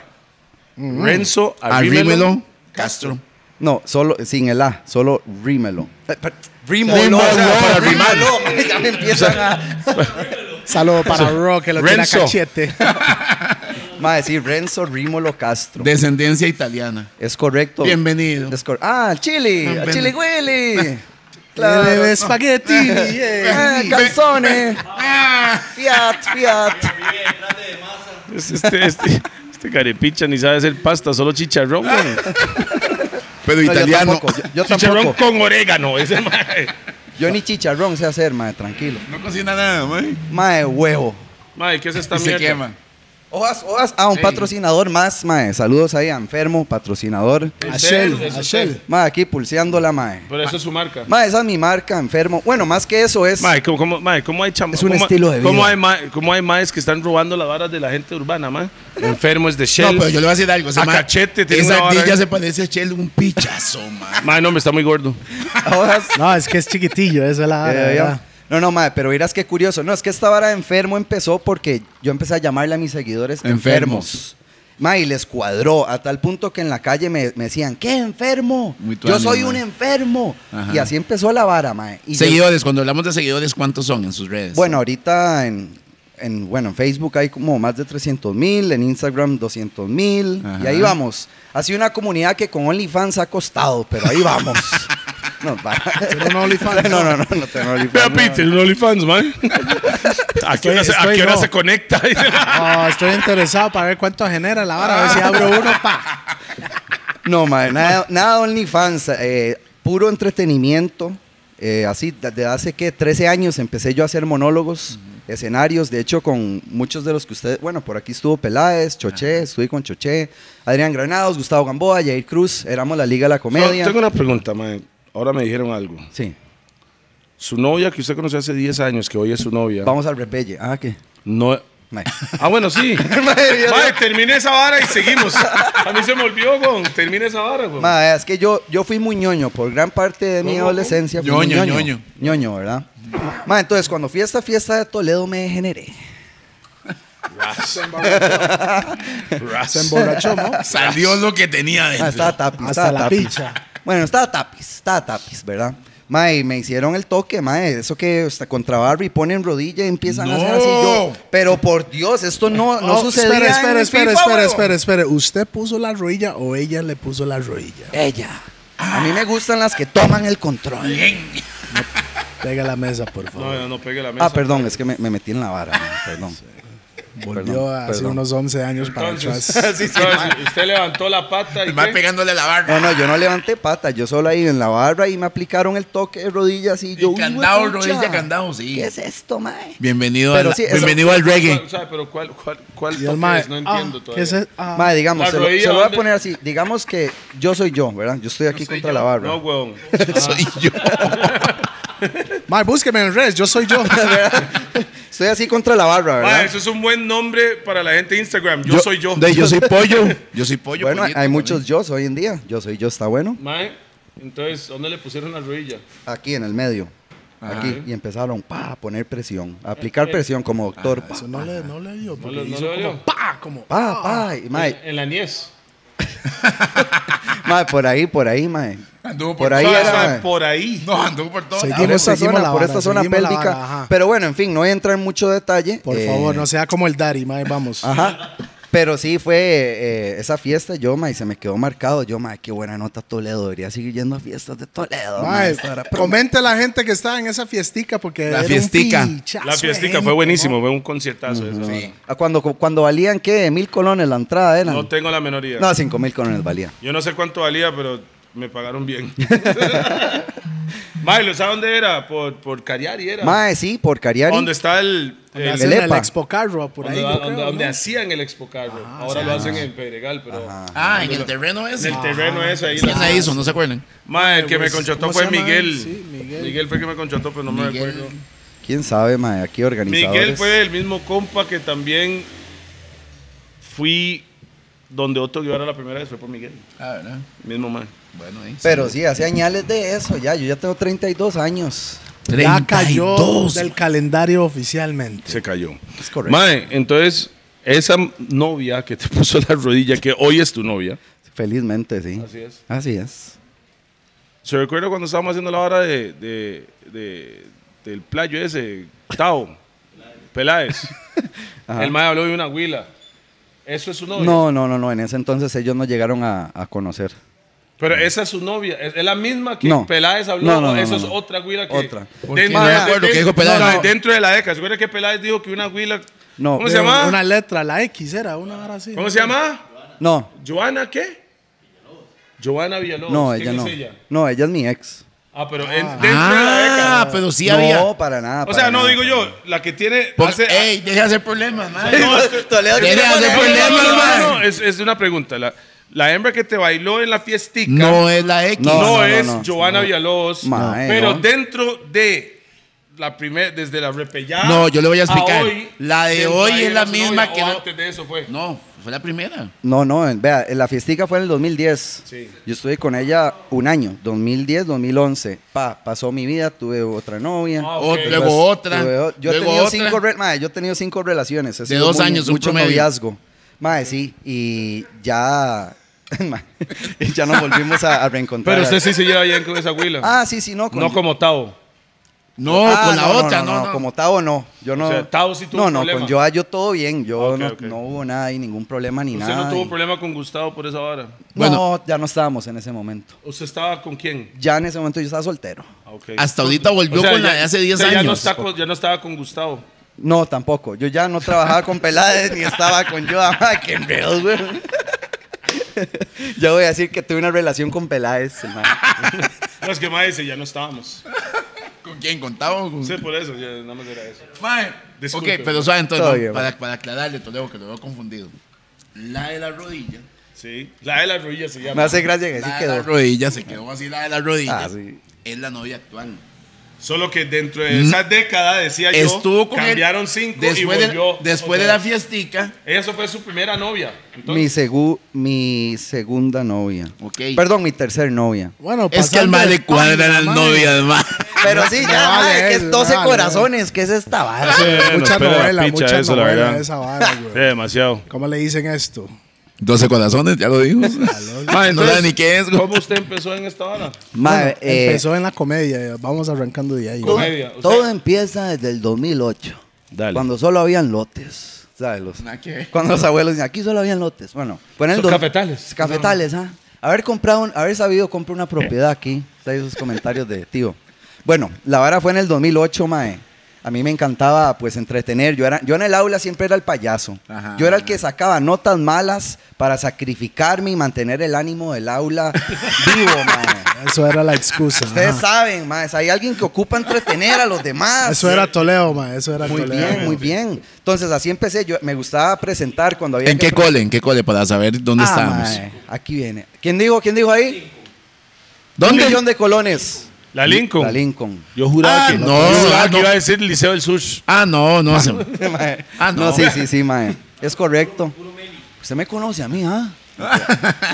[SPEAKER 4] Renzo
[SPEAKER 2] Mm-hmm. Arrímelo.
[SPEAKER 4] Arrímelo.
[SPEAKER 2] Castro.
[SPEAKER 3] No, solo, sin el A, solo Rímelo. Eh, per- Rímolo.
[SPEAKER 2] Rímolo,
[SPEAKER 3] o sea,
[SPEAKER 2] para
[SPEAKER 3] Rímolo. Ya me empiezan a...
[SPEAKER 1] Saludo para Ro, que lo tiene a
[SPEAKER 4] Renzo.
[SPEAKER 1] cachete.
[SPEAKER 3] Ma, decir Renzo Rímolo Castro.
[SPEAKER 2] Descendencia italiana.
[SPEAKER 3] Es correcto.
[SPEAKER 2] Bienvenido.
[SPEAKER 3] Es cor- ah, al Chili. al
[SPEAKER 2] Bienvenido.
[SPEAKER 3] Chili Willy.
[SPEAKER 1] Le
[SPEAKER 3] claro.
[SPEAKER 1] debe espagueti.
[SPEAKER 3] Ah,
[SPEAKER 1] yeah.
[SPEAKER 3] calzones.
[SPEAKER 4] Ah.
[SPEAKER 3] Fiat, Fiat.
[SPEAKER 4] Es- Este, este, este carepicha ni sabe hacer pasta, solo chicharrón.
[SPEAKER 2] Ah,
[SPEAKER 4] güey.
[SPEAKER 2] Pero
[SPEAKER 3] No, yo
[SPEAKER 2] italiano.
[SPEAKER 3] tampoco, Yo, yo
[SPEAKER 4] Chicharrón
[SPEAKER 3] tampoco.
[SPEAKER 4] con orégano. Ese mae.
[SPEAKER 3] Yo ni chicharrón sé hacer, mae, tranquilo.
[SPEAKER 2] No cocina nada, mae.
[SPEAKER 3] Mae, huevo.
[SPEAKER 4] Mae, ¿qué es esta
[SPEAKER 2] Y se
[SPEAKER 4] mierda?
[SPEAKER 2] quema.
[SPEAKER 3] Hojas, hojas. Ah, un
[SPEAKER 2] Sí.
[SPEAKER 3] patrocinador más, mae. Saludos ahí a Enfermo, patrocinador.
[SPEAKER 1] A Shell, a Shell.
[SPEAKER 3] Mae, aquí pulseándola, mae.
[SPEAKER 4] Pero eso es su marca.
[SPEAKER 3] Mae, esa es mi marca, Enfermo. Bueno, más que eso es...
[SPEAKER 4] Mae, ¿cómo, cómo- mae, cómo hay chamba-
[SPEAKER 3] Es un
[SPEAKER 4] cómo-
[SPEAKER 3] estilo de
[SPEAKER 4] ¿Cómo
[SPEAKER 3] vida.
[SPEAKER 4] hay, mae, cómo hay maes que están robando las varas de la gente urbana, mae? Enfermos de
[SPEAKER 2] No,
[SPEAKER 4] Shell.
[SPEAKER 2] pero yo le voy a decir algo. ese
[SPEAKER 4] A
[SPEAKER 2] mae-
[SPEAKER 4] cachete tiene una
[SPEAKER 2] Esa
[SPEAKER 4] vara
[SPEAKER 2] ardilla
[SPEAKER 4] ahí.
[SPEAKER 2] se parece a Chel un pichazo, man.
[SPEAKER 4] Mae, no, me está muy gordo.
[SPEAKER 3] Hojas.
[SPEAKER 1] No, es que es chiquitillo, eso es la
[SPEAKER 2] Ah,
[SPEAKER 4] Eh,
[SPEAKER 1] vara,
[SPEAKER 3] Ya, ya.
[SPEAKER 1] ¿verdad?
[SPEAKER 3] Eh, No, no, madre, pero verás qué curioso. No, es que esta vara de enfermo empezó porque yo empecé a llamarle a mis seguidores
[SPEAKER 2] Enfermos.
[SPEAKER 3] enfermos. Ma, y les cuadró a tal punto que en la calle me, me decían, ¡qué enfermo!
[SPEAKER 2] Muy
[SPEAKER 3] Yo
[SPEAKER 2] tuanis,
[SPEAKER 3] soy
[SPEAKER 2] ma.
[SPEAKER 3] un enfermo.
[SPEAKER 2] Ajá.
[SPEAKER 3] Y así empezó la vara, mae. Y yo-
[SPEAKER 2] Seguidores, cuando hablamos de seguidores, ¿cuántos son en sus redes?
[SPEAKER 3] Bueno, ahorita en, en, bueno, en Facebook hay como más de 300 mil, en Instagram 200 mil, y
[SPEAKER 2] Ajá.
[SPEAKER 3] ahí vamos. Ha sido una comunidad que con OnlyFans ha costado, pero ahí vamos. no, va.
[SPEAKER 1] ¿Tiene un OnlyFans?
[SPEAKER 3] no, no, no, no tengo
[SPEAKER 4] Vea,
[SPEAKER 3] OnlyFans. no.
[SPEAKER 4] Pete, un OnlyFans, man. ¿A
[SPEAKER 1] Estoy-
[SPEAKER 4] qué hora se, a
[SPEAKER 1] estoy
[SPEAKER 4] qué hora
[SPEAKER 1] no.
[SPEAKER 4] se conecta?
[SPEAKER 1] Ah, estoy interesado para ver cuánto genera la vara, a ver si abro uno, pa.
[SPEAKER 3] No, madre, nada, nada OnlyFans, eh, puro entretenimiento. eh, así, desde hace que 13 años empecé yo a hacer monólogos, escenarios. De hecho, con muchos de los que ustedes, bueno, por aquí estuvo Peláez, Choché, estuve con Choché, Adrián Granados, Gustavo Gamboa, Jair Cruz, éramos la Liga de la Comedia.
[SPEAKER 4] tengo una pregunta, man. Ahora me dijeron algo.
[SPEAKER 3] Sí,
[SPEAKER 4] Su novia, que usted conoció hace 10 años, que hoy es su novia.
[SPEAKER 3] vamos al repelle. Ah, ¿qué?
[SPEAKER 4] No.
[SPEAKER 3] Mae.
[SPEAKER 4] Ah, bueno, sí.
[SPEAKER 3] Mae,
[SPEAKER 4] Mae, termine esa vara y seguimos. A mí se me olvidó, güey. Termine esa vara, güey.
[SPEAKER 3] Mae, es que yo, yo fui muy ñoño por gran parte de mi
[SPEAKER 4] ¿Cómo?
[SPEAKER 3] adolescencia. fui
[SPEAKER 2] Ñoño,
[SPEAKER 3] muy ñoño.
[SPEAKER 2] ñoño.
[SPEAKER 3] Ñoño, ¿verdad? Mae, entonces, cuando fui a esta fiesta de Toledo me degeneré.
[SPEAKER 1] Se emborrachó, ¿no?
[SPEAKER 2] Salió lo que tenía
[SPEAKER 3] Ah,
[SPEAKER 2] dentro.
[SPEAKER 3] estaba tapis,
[SPEAKER 1] Hasta
[SPEAKER 3] estaba
[SPEAKER 1] la
[SPEAKER 3] tapis.
[SPEAKER 1] picha.
[SPEAKER 3] Bueno, estaba tapis, estaba tapis, ¿verdad? Mae, me hicieron el toque, mae, eso que hasta contra Barbie ponen rodilla y empiezan a hacer así yo. Pero por Dios, esto no, no
[SPEAKER 1] Oh,
[SPEAKER 3] sucedía
[SPEAKER 1] Espera, espera,
[SPEAKER 3] en
[SPEAKER 1] espera,
[SPEAKER 3] FIFA,
[SPEAKER 1] espera,
[SPEAKER 3] huevón.
[SPEAKER 1] espera, espera. ¿Usted puso la rodilla o ella le puso la rodilla?
[SPEAKER 3] Ella. A mí me gustan las que toman el control.
[SPEAKER 1] Pega la mesa, por
[SPEAKER 4] No,
[SPEAKER 1] favor.
[SPEAKER 4] no, no pegue la mesa.
[SPEAKER 3] Ah, perdón, es que me, me metí en la vara, mae, perdón.
[SPEAKER 1] Volvió
[SPEAKER 3] perdón,
[SPEAKER 1] hace
[SPEAKER 3] perdón.
[SPEAKER 1] unos 11 años para
[SPEAKER 4] Entonces,
[SPEAKER 1] atrás.
[SPEAKER 4] entonces, usted levantó la pata y
[SPEAKER 2] Va
[SPEAKER 4] qué?
[SPEAKER 2] pegándole a la barra.
[SPEAKER 3] No, no, yo no levanté pata, yo solo ahí en la barra y me aplicaron el toque de rodillas y
[SPEAKER 2] Y
[SPEAKER 3] yo. "Uy,
[SPEAKER 2] candado,
[SPEAKER 3] huepucha,
[SPEAKER 2] rodilla, candado, sí.
[SPEAKER 3] ¿Qué es esto, mae?
[SPEAKER 2] Bienvenido,
[SPEAKER 3] Pero
[SPEAKER 2] a la-
[SPEAKER 3] sí, eso-
[SPEAKER 2] bienvenido al reggae.
[SPEAKER 4] O sea, pero ¿cuál, cuál, cuál
[SPEAKER 1] Y el
[SPEAKER 4] toque
[SPEAKER 1] mae,
[SPEAKER 4] es? No
[SPEAKER 1] ah,
[SPEAKER 4] entiendo
[SPEAKER 1] ¿qué
[SPEAKER 4] todavía.
[SPEAKER 1] es eso? Ah.
[SPEAKER 3] Mae, digamos,
[SPEAKER 4] La
[SPEAKER 3] se lo,
[SPEAKER 4] rodilla,
[SPEAKER 3] se lo voy a
[SPEAKER 4] ¿dónde?
[SPEAKER 3] poner así. Digamos que yo soy yo, ¿verdad? Yo estoy aquí contra la barra.
[SPEAKER 4] No, weón.
[SPEAKER 3] Ah.
[SPEAKER 2] Soy yo.
[SPEAKER 1] Mae, búsqueme en redes, yo soy yo.
[SPEAKER 3] estoy así contra la barra, ¿verdad?
[SPEAKER 4] eso es un buen nombre para la gente de Instagram. Yo, soy yo.
[SPEAKER 2] De- yo soy pollo. Yo soy pollo.
[SPEAKER 3] bueno,
[SPEAKER 2] pollito
[SPEAKER 3] hay muchos
[SPEAKER 2] también.
[SPEAKER 3] yo hoy en día. Yo soy yo, está bueno.
[SPEAKER 4] Mae, entonces, ¿dónde le pusieron la rodilla?
[SPEAKER 3] Aquí en el medio. Aquí. Y empezaron pa, a poner presión, a
[SPEAKER 4] Eh,
[SPEAKER 3] aplicar presión como doctor. pa,
[SPEAKER 1] Eso no le, no le dio, porque
[SPEAKER 4] No le- Ah, no Ah.
[SPEAKER 1] hizo
[SPEAKER 4] le
[SPEAKER 1] como
[SPEAKER 4] dio.
[SPEAKER 1] pa, como
[SPEAKER 3] pa, pa. Y, mae,
[SPEAKER 4] En, en la niez.
[SPEAKER 3] mae, por ahí, por ahí, mae.
[SPEAKER 2] Anduvo por,
[SPEAKER 3] Por ahí
[SPEAKER 4] O sea,
[SPEAKER 3] era. mae.
[SPEAKER 4] por ahí.
[SPEAKER 2] No, anduvo por todo.
[SPEAKER 1] Sí.
[SPEAKER 3] Por
[SPEAKER 1] Seguimos,
[SPEAKER 3] esta
[SPEAKER 1] seguimos
[SPEAKER 3] zona,
[SPEAKER 1] la
[SPEAKER 3] por
[SPEAKER 1] vara,
[SPEAKER 3] esta zona
[SPEAKER 1] seguimos la
[SPEAKER 3] pélvica.
[SPEAKER 1] vara, ajá.
[SPEAKER 3] Pero bueno, en fin, no voy a entrar en mucho detalle.
[SPEAKER 1] Por
[SPEAKER 3] eh, Ah,
[SPEAKER 1] favor, no sea como el Dari, mae, vamos.
[SPEAKER 3] Ajá. Pero sí fue eh, esa fiesta, yo, ma, y se me quedó marcado. Yo, ma, qué buena nota Toledo. Debería seguir yendo a fiestas de Toledo. ma,
[SPEAKER 1] Mae,
[SPEAKER 3] esta era-
[SPEAKER 1] comente la gente que estaba en esa fiestica porque
[SPEAKER 2] La
[SPEAKER 1] era un
[SPEAKER 2] fiestica.
[SPEAKER 1] pichazo
[SPEAKER 4] La
[SPEAKER 1] de
[SPEAKER 4] fiestica
[SPEAKER 1] gente,
[SPEAKER 4] fue
[SPEAKER 1] ¿no?
[SPEAKER 4] buenísimo, fue un conciertazo. eso.
[SPEAKER 3] Ah, Cuando, cuando valían, ¿qué? ¿Mil colones la entrada ¿eh? eran?
[SPEAKER 4] No tengo la menor idea.
[SPEAKER 3] No, cinco mil colones valía.
[SPEAKER 4] Yo no sé cuánto valía, pero me pagaron bien. Mae, ¿lo sabe dónde era? Por, por Cariari era.
[SPEAKER 3] Mae, sí, por Cariari.
[SPEAKER 4] Donde está el...
[SPEAKER 1] Donde
[SPEAKER 4] el-
[SPEAKER 1] hacen
[SPEAKER 3] Lelepa.
[SPEAKER 1] el Expo Carro por ahí.
[SPEAKER 4] donde,
[SPEAKER 1] yo
[SPEAKER 4] donde-
[SPEAKER 1] creo,
[SPEAKER 4] donde
[SPEAKER 1] ¿no? Ah,
[SPEAKER 4] hacían el Expo Carro. Ahora lo hacen en Pedregal, pero...
[SPEAKER 2] Ah, en el terreno ese.
[SPEAKER 4] En el terreno ese ahí.
[SPEAKER 2] ¿Quién
[SPEAKER 4] la-
[SPEAKER 2] la hizo? No se acuerdan.
[SPEAKER 4] Mae, el que me
[SPEAKER 1] pues,
[SPEAKER 4] contrató
[SPEAKER 1] ¿cómo
[SPEAKER 4] fue
[SPEAKER 1] se llama?
[SPEAKER 4] Miguel.
[SPEAKER 1] Sí,
[SPEAKER 4] Miguel.
[SPEAKER 1] Miguel.
[SPEAKER 4] fue el que me contrató, pero no me
[SPEAKER 2] Miguel.
[SPEAKER 4] recuerdo.
[SPEAKER 3] ¿Quién sabe, mae? Aquí organizadores.
[SPEAKER 4] Miguel fue el mismo compa que también fui donde Otto Guevara la primera vez, fue por Miguel.
[SPEAKER 2] Ah, ¿verdad?
[SPEAKER 4] Mismo man.
[SPEAKER 2] Bueno, ahí.
[SPEAKER 3] Pero sí, hace añales de eso ya. Yo ya tengo 32 años.
[SPEAKER 1] Ya cayó
[SPEAKER 2] 32.
[SPEAKER 1] del calendario oficialmente.
[SPEAKER 4] Se cayó.
[SPEAKER 3] Es correcto.
[SPEAKER 4] Mae, entonces, esa novia que te puso la rodilla, que hoy es tu novia.
[SPEAKER 3] Felizmente, sí.
[SPEAKER 4] Así es.
[SPEAKER 3] Así es.
[SPEAKER 4] Se recuerda cuando estábamos haciendo la hora de, de- de- del playo ese, Tao, Peláez.
[SPEAKER 3] Ajá.
[SPEAKER 4] El mae habló de una huila. Eso es su novia.
[SPEAKER 3] No, no, no, no. En ese entonces ellos no llegaron a, a conocer.
[SPEAKER 4] Pero esa es su novia. Es, es la misma que
[SPEAKER 3] No.
[SPEAKER 4] Peláez habló.
[SPEAKER 3] No, no,
[SPEAKER 4] ¿o
[SPEAKER 3] no,
[SPEAKER 4] Esa
[SPEAKER 3] no,
[SPEAKER 4] es
[SPEAKER 3] no.
[SPEAKER 4] otra güila que.
[SPEAKER 3] Otra.
[SPEAKER 2] ¿Por qué? No me acuerdo qué dijo Peláez.
[SPEAKER 4] no, no,
[SPEAKER 2] No.
[SPEAKER 4] dentro de la década. ¿Se acuerda que Peláez dijo que una güila.
[SPEAKER 3] No.
[SPEAKER 4] ¿Cómo se
[SPEAKER 1] Pero
[SPEAKER 4] llama?
[SPEAKER 1] Una letra, la X era, una hora así.
[SPEAKER 4] ¿Cómo se llama?
[SPEAKER 3] No,
[SPEAKER 4] ¿Joana qué? Joana Villalobos.
[SPEAKER 3] no,
[SPEAKER 4] ¿Quién
[SPEAKER 3] ella
[SPEAKER 4] es
[SPEAKER 3] no. No, ella es mi ex.
[SPEAKER 4] Ah, pero en- dentro de la
[SPEAKER 2] Ah,
[SPEAKER 4] década.
[SPEAKER 2] pero sí
[SPEAKER 3] no,
[SPEAKER 2] había.
[SPEAKER 3] para nada.
[SPEAKER 4] O
[SPEAKER 3] para
[SPEAKER 4] sea, no
[SPEAKER 3] nada.
[SPEAKER 4] digo yo, la que tiene.
[SPEAKER 2] Por-
[SPEAKER 4] hace-
[SPEAKER 2] ¡Ey! Deja de hacer problemas, madre.
[SPEAKER 4] No, es-
[SPEAKER 3] Toledo,
[SPEAKER 2] Deja de hacer
[SPEAKER 4] no, no,
[SPEAKER 2] problemas,
[SPEAKER 4] no, no,
[SPEAKER 2] madre.
[SPEAKER 4] no, es, es una pregunta. La, la hembra que te bailó en la fiestica
[SPEAKER 2] No es la X.
[SPEAKER 4] no,
[SPEAKER 3] No, no,
[SPEAKER 4] es
[SPEAKER 3] no,
[SPEAKER 4] Joana
[SPEAKER 3] no.
[SPEAKER 4] Villalobos,
[SPEAKER 3] Mae,
[SPEAKER 4] pero
[SPEAKER 3] no.
[SPEAKER 4] dentro de la primer, desde la repellada.
[SPEAKER 2] No, yo le voy a explicar. La de
[SPEAKER 4] desde
[SPEAKER 2] hoy
[SPEAKER 4] ahí
[SPEAKER 2] es
[SPEAKER 4] era
[SPEAKER 2] la
[SPEAKER 4] su
[SPEAKER 2] misma
[SPEAKER 4] novia,
[SPEAKER 2] que
[SPEAKER 4] o
[SPEAKER 2] no-
[SPEAKER 4] antes de eso fue.
[SPEAKER 2] No, fue la primera.
[SPEAKER 4] Ah,
[SPEAKER 3] No, no, en- vea, en la fiestica fue en el 2010.
[SPEAKER 4] Sí.
[SPEAKER 3] Yo estuve con ella un año, 2010, 2011. Pa, pasó mi vida, tuve otra novia.
[SPEAKER 4] Ah,
[SPEAKER 2] O-
[SPEAKER 4] ok.
[SPEAKER 3] Después
[SPEAKER 2] luego otra.
[SPEAKER 3] tuve o- yo, he
[SPEAKER 2] luego
[SPEAKER 3] tenido
[SPEAKER 2] otra.
[SPEAKER 3] Cinco re- mae, yo he tenido cinco relaciones. he
[SPEAKER 2] De
[SPEAKER 3] sido
[SPEAKER 2] dos
[SPEAKER 3] muy-
[SPEAKER 2] años, un
[SPEAKER 3] Mucho
[SPEAKER 2] promedio.
[SPEAKER 3] noviazgo. Mae, Mae, sí, y ya. mae, y ya nos volvimos a, a reencontrar.
[SPEAKER 4] Pero usted sí se lleva bien con esa huila.
[SPEAKER 3] Ah, sí, sí, no. con-
[SPEAKER 4] no como Tao.
[SPEAKER 2] No,
[SPEAKER 3] Ah,
[SPEAKER 2] con la otra, no,
[SPEAKER 3] No,
[SPEAKER 2] no.
[SPEAKER 3] como Tavo no. Yo no.
[SPEAKER 4] O sea, Tavo sí tuvo
[SPEAKER 3] No,
[SPEAKER 4] un
[SPEAKER 3] no,
[SPEAKER 4] problema.
[SPEAKER 3] con Joa yo todo bien. Yo
[SPEAKER 4] Ah, ok,
[SPEAKER 3] no,
[SPEAKER 4] ok.
[SPEAKER 3] no hubo nada y ningún problema ni
[SPEAKER 4] Usted
[SPEAKER 3] nada.
[SPEAKER 4] no tuvo
[SPEAKER 3] y-
[SPEAKER 4] problema con Gustavo por esa hora.
[SPEAKER 2] Bueno.
[SPEAKER 3] No, ya no estábamos en ese momento.
[SPEAKER 4] ¿Usted estaba con quién?
[SPEAKER 3] Ya en ese momento yo estaba soltero.
[SPEAKER 4] Ah, ok.
[SPEAKER 2] Hasta ahorita volvió
[SPEAKER 4] O sea,
[SPEAKER 2] con la
[SPEAKER 4] ya-
[SPEAKER 2] de hace 10
[SPEAKER 4] o sea,
[SPEAKER 2] años.
[SPEAKER 4] Ya no, está con- ya no estaba con Gustavo.
[SPEAKER 3] No, tampoco. Yo ya no trabajaba con Peláez ni estaba con Joa. Ay, qué enredos, güey. Yo voy a decir que tuve una relación con Peláez. hermano.
[SPEAKER 4] No, es que más dice, ya no estábamos.
[SPEAKER 2] ¿Con quién contaba? Con...
[SPEAKER 4] Sí, por eso, ya nada más era eso.
[SPEAKER 2] Mae,
[SPEAKER 4] Disculpe.
[SPEAKER 2] ok, pero suave entonces,
[SPEAKER 3] Todo
[SPEAKER 2] no,
[SPEAKER 3] bien,
[SPEAKER 2] para, para aclararle, Toledo, que lo veo confundido. La de la rodilla.
[SPEAKER 4] Sí. La de la rodilla se
[SPEAKER 3] Me
[SPEAKER 4] llama.
[SPEAKER 3] hace gracia que
[SPEAKER 2] la
[SPEAKER 3] sí
[SPEAKER 2] de la
[SPEAKER 3] quedó.
[SPEAKER 2] rodilla, se quedó así la de la rodilla.
[SPEAKER 3] Ah, sí.
[SPEAKER 2] Es la novia actual.
[SPEAKER 4] Solo que dentro de esa década, decía yo,
[SPEAKER 2] Estuvo con él
[SPEAKER 4] cambiaron cinco
[SPEAKER 2] después
[SPEAKER 4] y
[SPEAKER 2] de-
[SPEAKER 4] volvió.
[SPEAKER 2] después de
[SPEAKER 4] otra
[SPEAKER 2] la
[SPEAKER 4] vez.
[SPEAKER 2] fiestica.
[SPEAKER 4] Ella fue su primera novia.
[SPEAKER 3] Mi,
[SPEAKER 4] Entonces,
[SPEAKER 3] segu- mi segunda novia.
[SPEAKER 2] Ok.
[SPEAKER 3] Perdón, mi tercer novia.
[SPEAKER 1] Bueno,
[SPEAKER 2] Es que
[SPEAKER 1] pasando
[SPEAKER 2] al mal
[SPEAKER 1] de
[SPEAKER 2] le cuadran
[SPEAKER 1] página,
[SPEAKER 2] al
[SPEAKER 1] mae.
[SPEAKER 2] novio, además.
[SPEAKER 3] Pero sí,
[SPEAKER 1] Me
[SPEAKER 3] ya,
[SPEAKER 1] vale
[SPEAKER 3] madre, que es
[SPEAKER 1] eso,
[SPEAKER 3] 12
[SPEAKER 1] me vale,
[SPEAKER 3] corazones, que es esta vara.
[SPEAKER 1] Ah, Mucha novela, mucha novela esa vara,
[SPEAKER 4] Sí,
[SPEAKER 1] güey.
[SPEAKER 4] demasiado.
[SPEAKER 1] ¿Cómo le dicen esto?
[SPEAKER 2] 12 corazones, ya lo dijo. Mae, no sabe ni qué es.
[SPEAKER 4] ¿Cómo usted empezó en esta hora?
[SPEAKER 3] Madre,
[SPEAKER 1] Bueno,
[SPEAKER 3] eh,
[SPEAKER 1] empezó en la comedia, vamos arrancando de ahí.
[SPEAKER 3] todo,
[SPEAKER 1] güey.
[SPEAKER 4] comedia, o
[SPEAKER 3] todo
[SPEAKER 4] sea-
[SPEAKER 3] empieza desde el 2008.
[SPEAKER 4] Dale.
[SPEAKER 3] Cuando solo habían lotes. ¿Sabes? Los,
[SPEAKER 2] Ah, ¿qué?
[SPEAKER 3] cuando los abuelos decían, aquí solo habían lotes. Bueno, fue en el
[SPEAKER 4] Son
[SPEAKER 3] dos-
[SPEAKER 4] cafetales.
[SPEAKER 3] Cafetales, ¿ah? Haber comprado, un- haber sabido comprar una propiedad aquí. ¿Sabes esos comentarios de tío? Bueno, la vara fue en el 2008, mae. A mí me encantaba, pues, entretener. Yo, era, yo en el aula siempre era el payaso.
[SPEAKER 2] Ajá.
[SPEAKER 3] Yo era el que sacaba notas malas para sacrificarme y mantener el ánimo del aula vivo, mae.
[SPEAKER 1] Eso era la excusa.
[SPEAKER 3] Ustedes
[SPEAKER 1] ajá.
[SPEAKER 3] saben, más, hay alguien que ocupa entretener a los demás.
[SPEAKER 1] Eso era Toledo, ma. Eso era
[SPEAKER 3] muy
[SPEAKER 1] Toledo.
[SPEAKER 3] bien, muy bien. Entonces así empecé. Yo me gustaba presentar cuando había.
[SPEAKER 2] ¿En
[SPEAKER 3] que-
[SPEAKER 2] qué cole? ¿En qué cole? Para saber dónde
[SPEAKER 3] Ah,
[SPEAKER 2] estábamos.
[SPEAKER 3] mae, aquí viene. ¿Quién dijo? ¿Quién dijo ahí? Un millón
[SPEAKER 2] ¿Dónde?
[SPEAKER 3] de colones.
[SPEAKER 4] La Lincoln.
[SPEAKER 3] La Lincoln.
[SPEAKER 4] Yo juraba
[SPEAKER 2] Ah,
[SPEAKER 4] que
[SPEAKER 2] no,
[SPEAKER 4] yo juraba
[SPEAKER 2] ah,
[SPEAKER 4] que
[SPEAKER 2] no.
[SPEAKER 4] iba a decir Liceo del Sush.
[SPEAKER 2] Ah, no, no. se-
[SPEAKER 3] Mae,
[SPEAKER 2] Ah, no.
[SPEAKER 3] sí, sí, sí, mae. Es correcto. Usted me conoce a mí, ¿ah?
[SPEAKER 4] A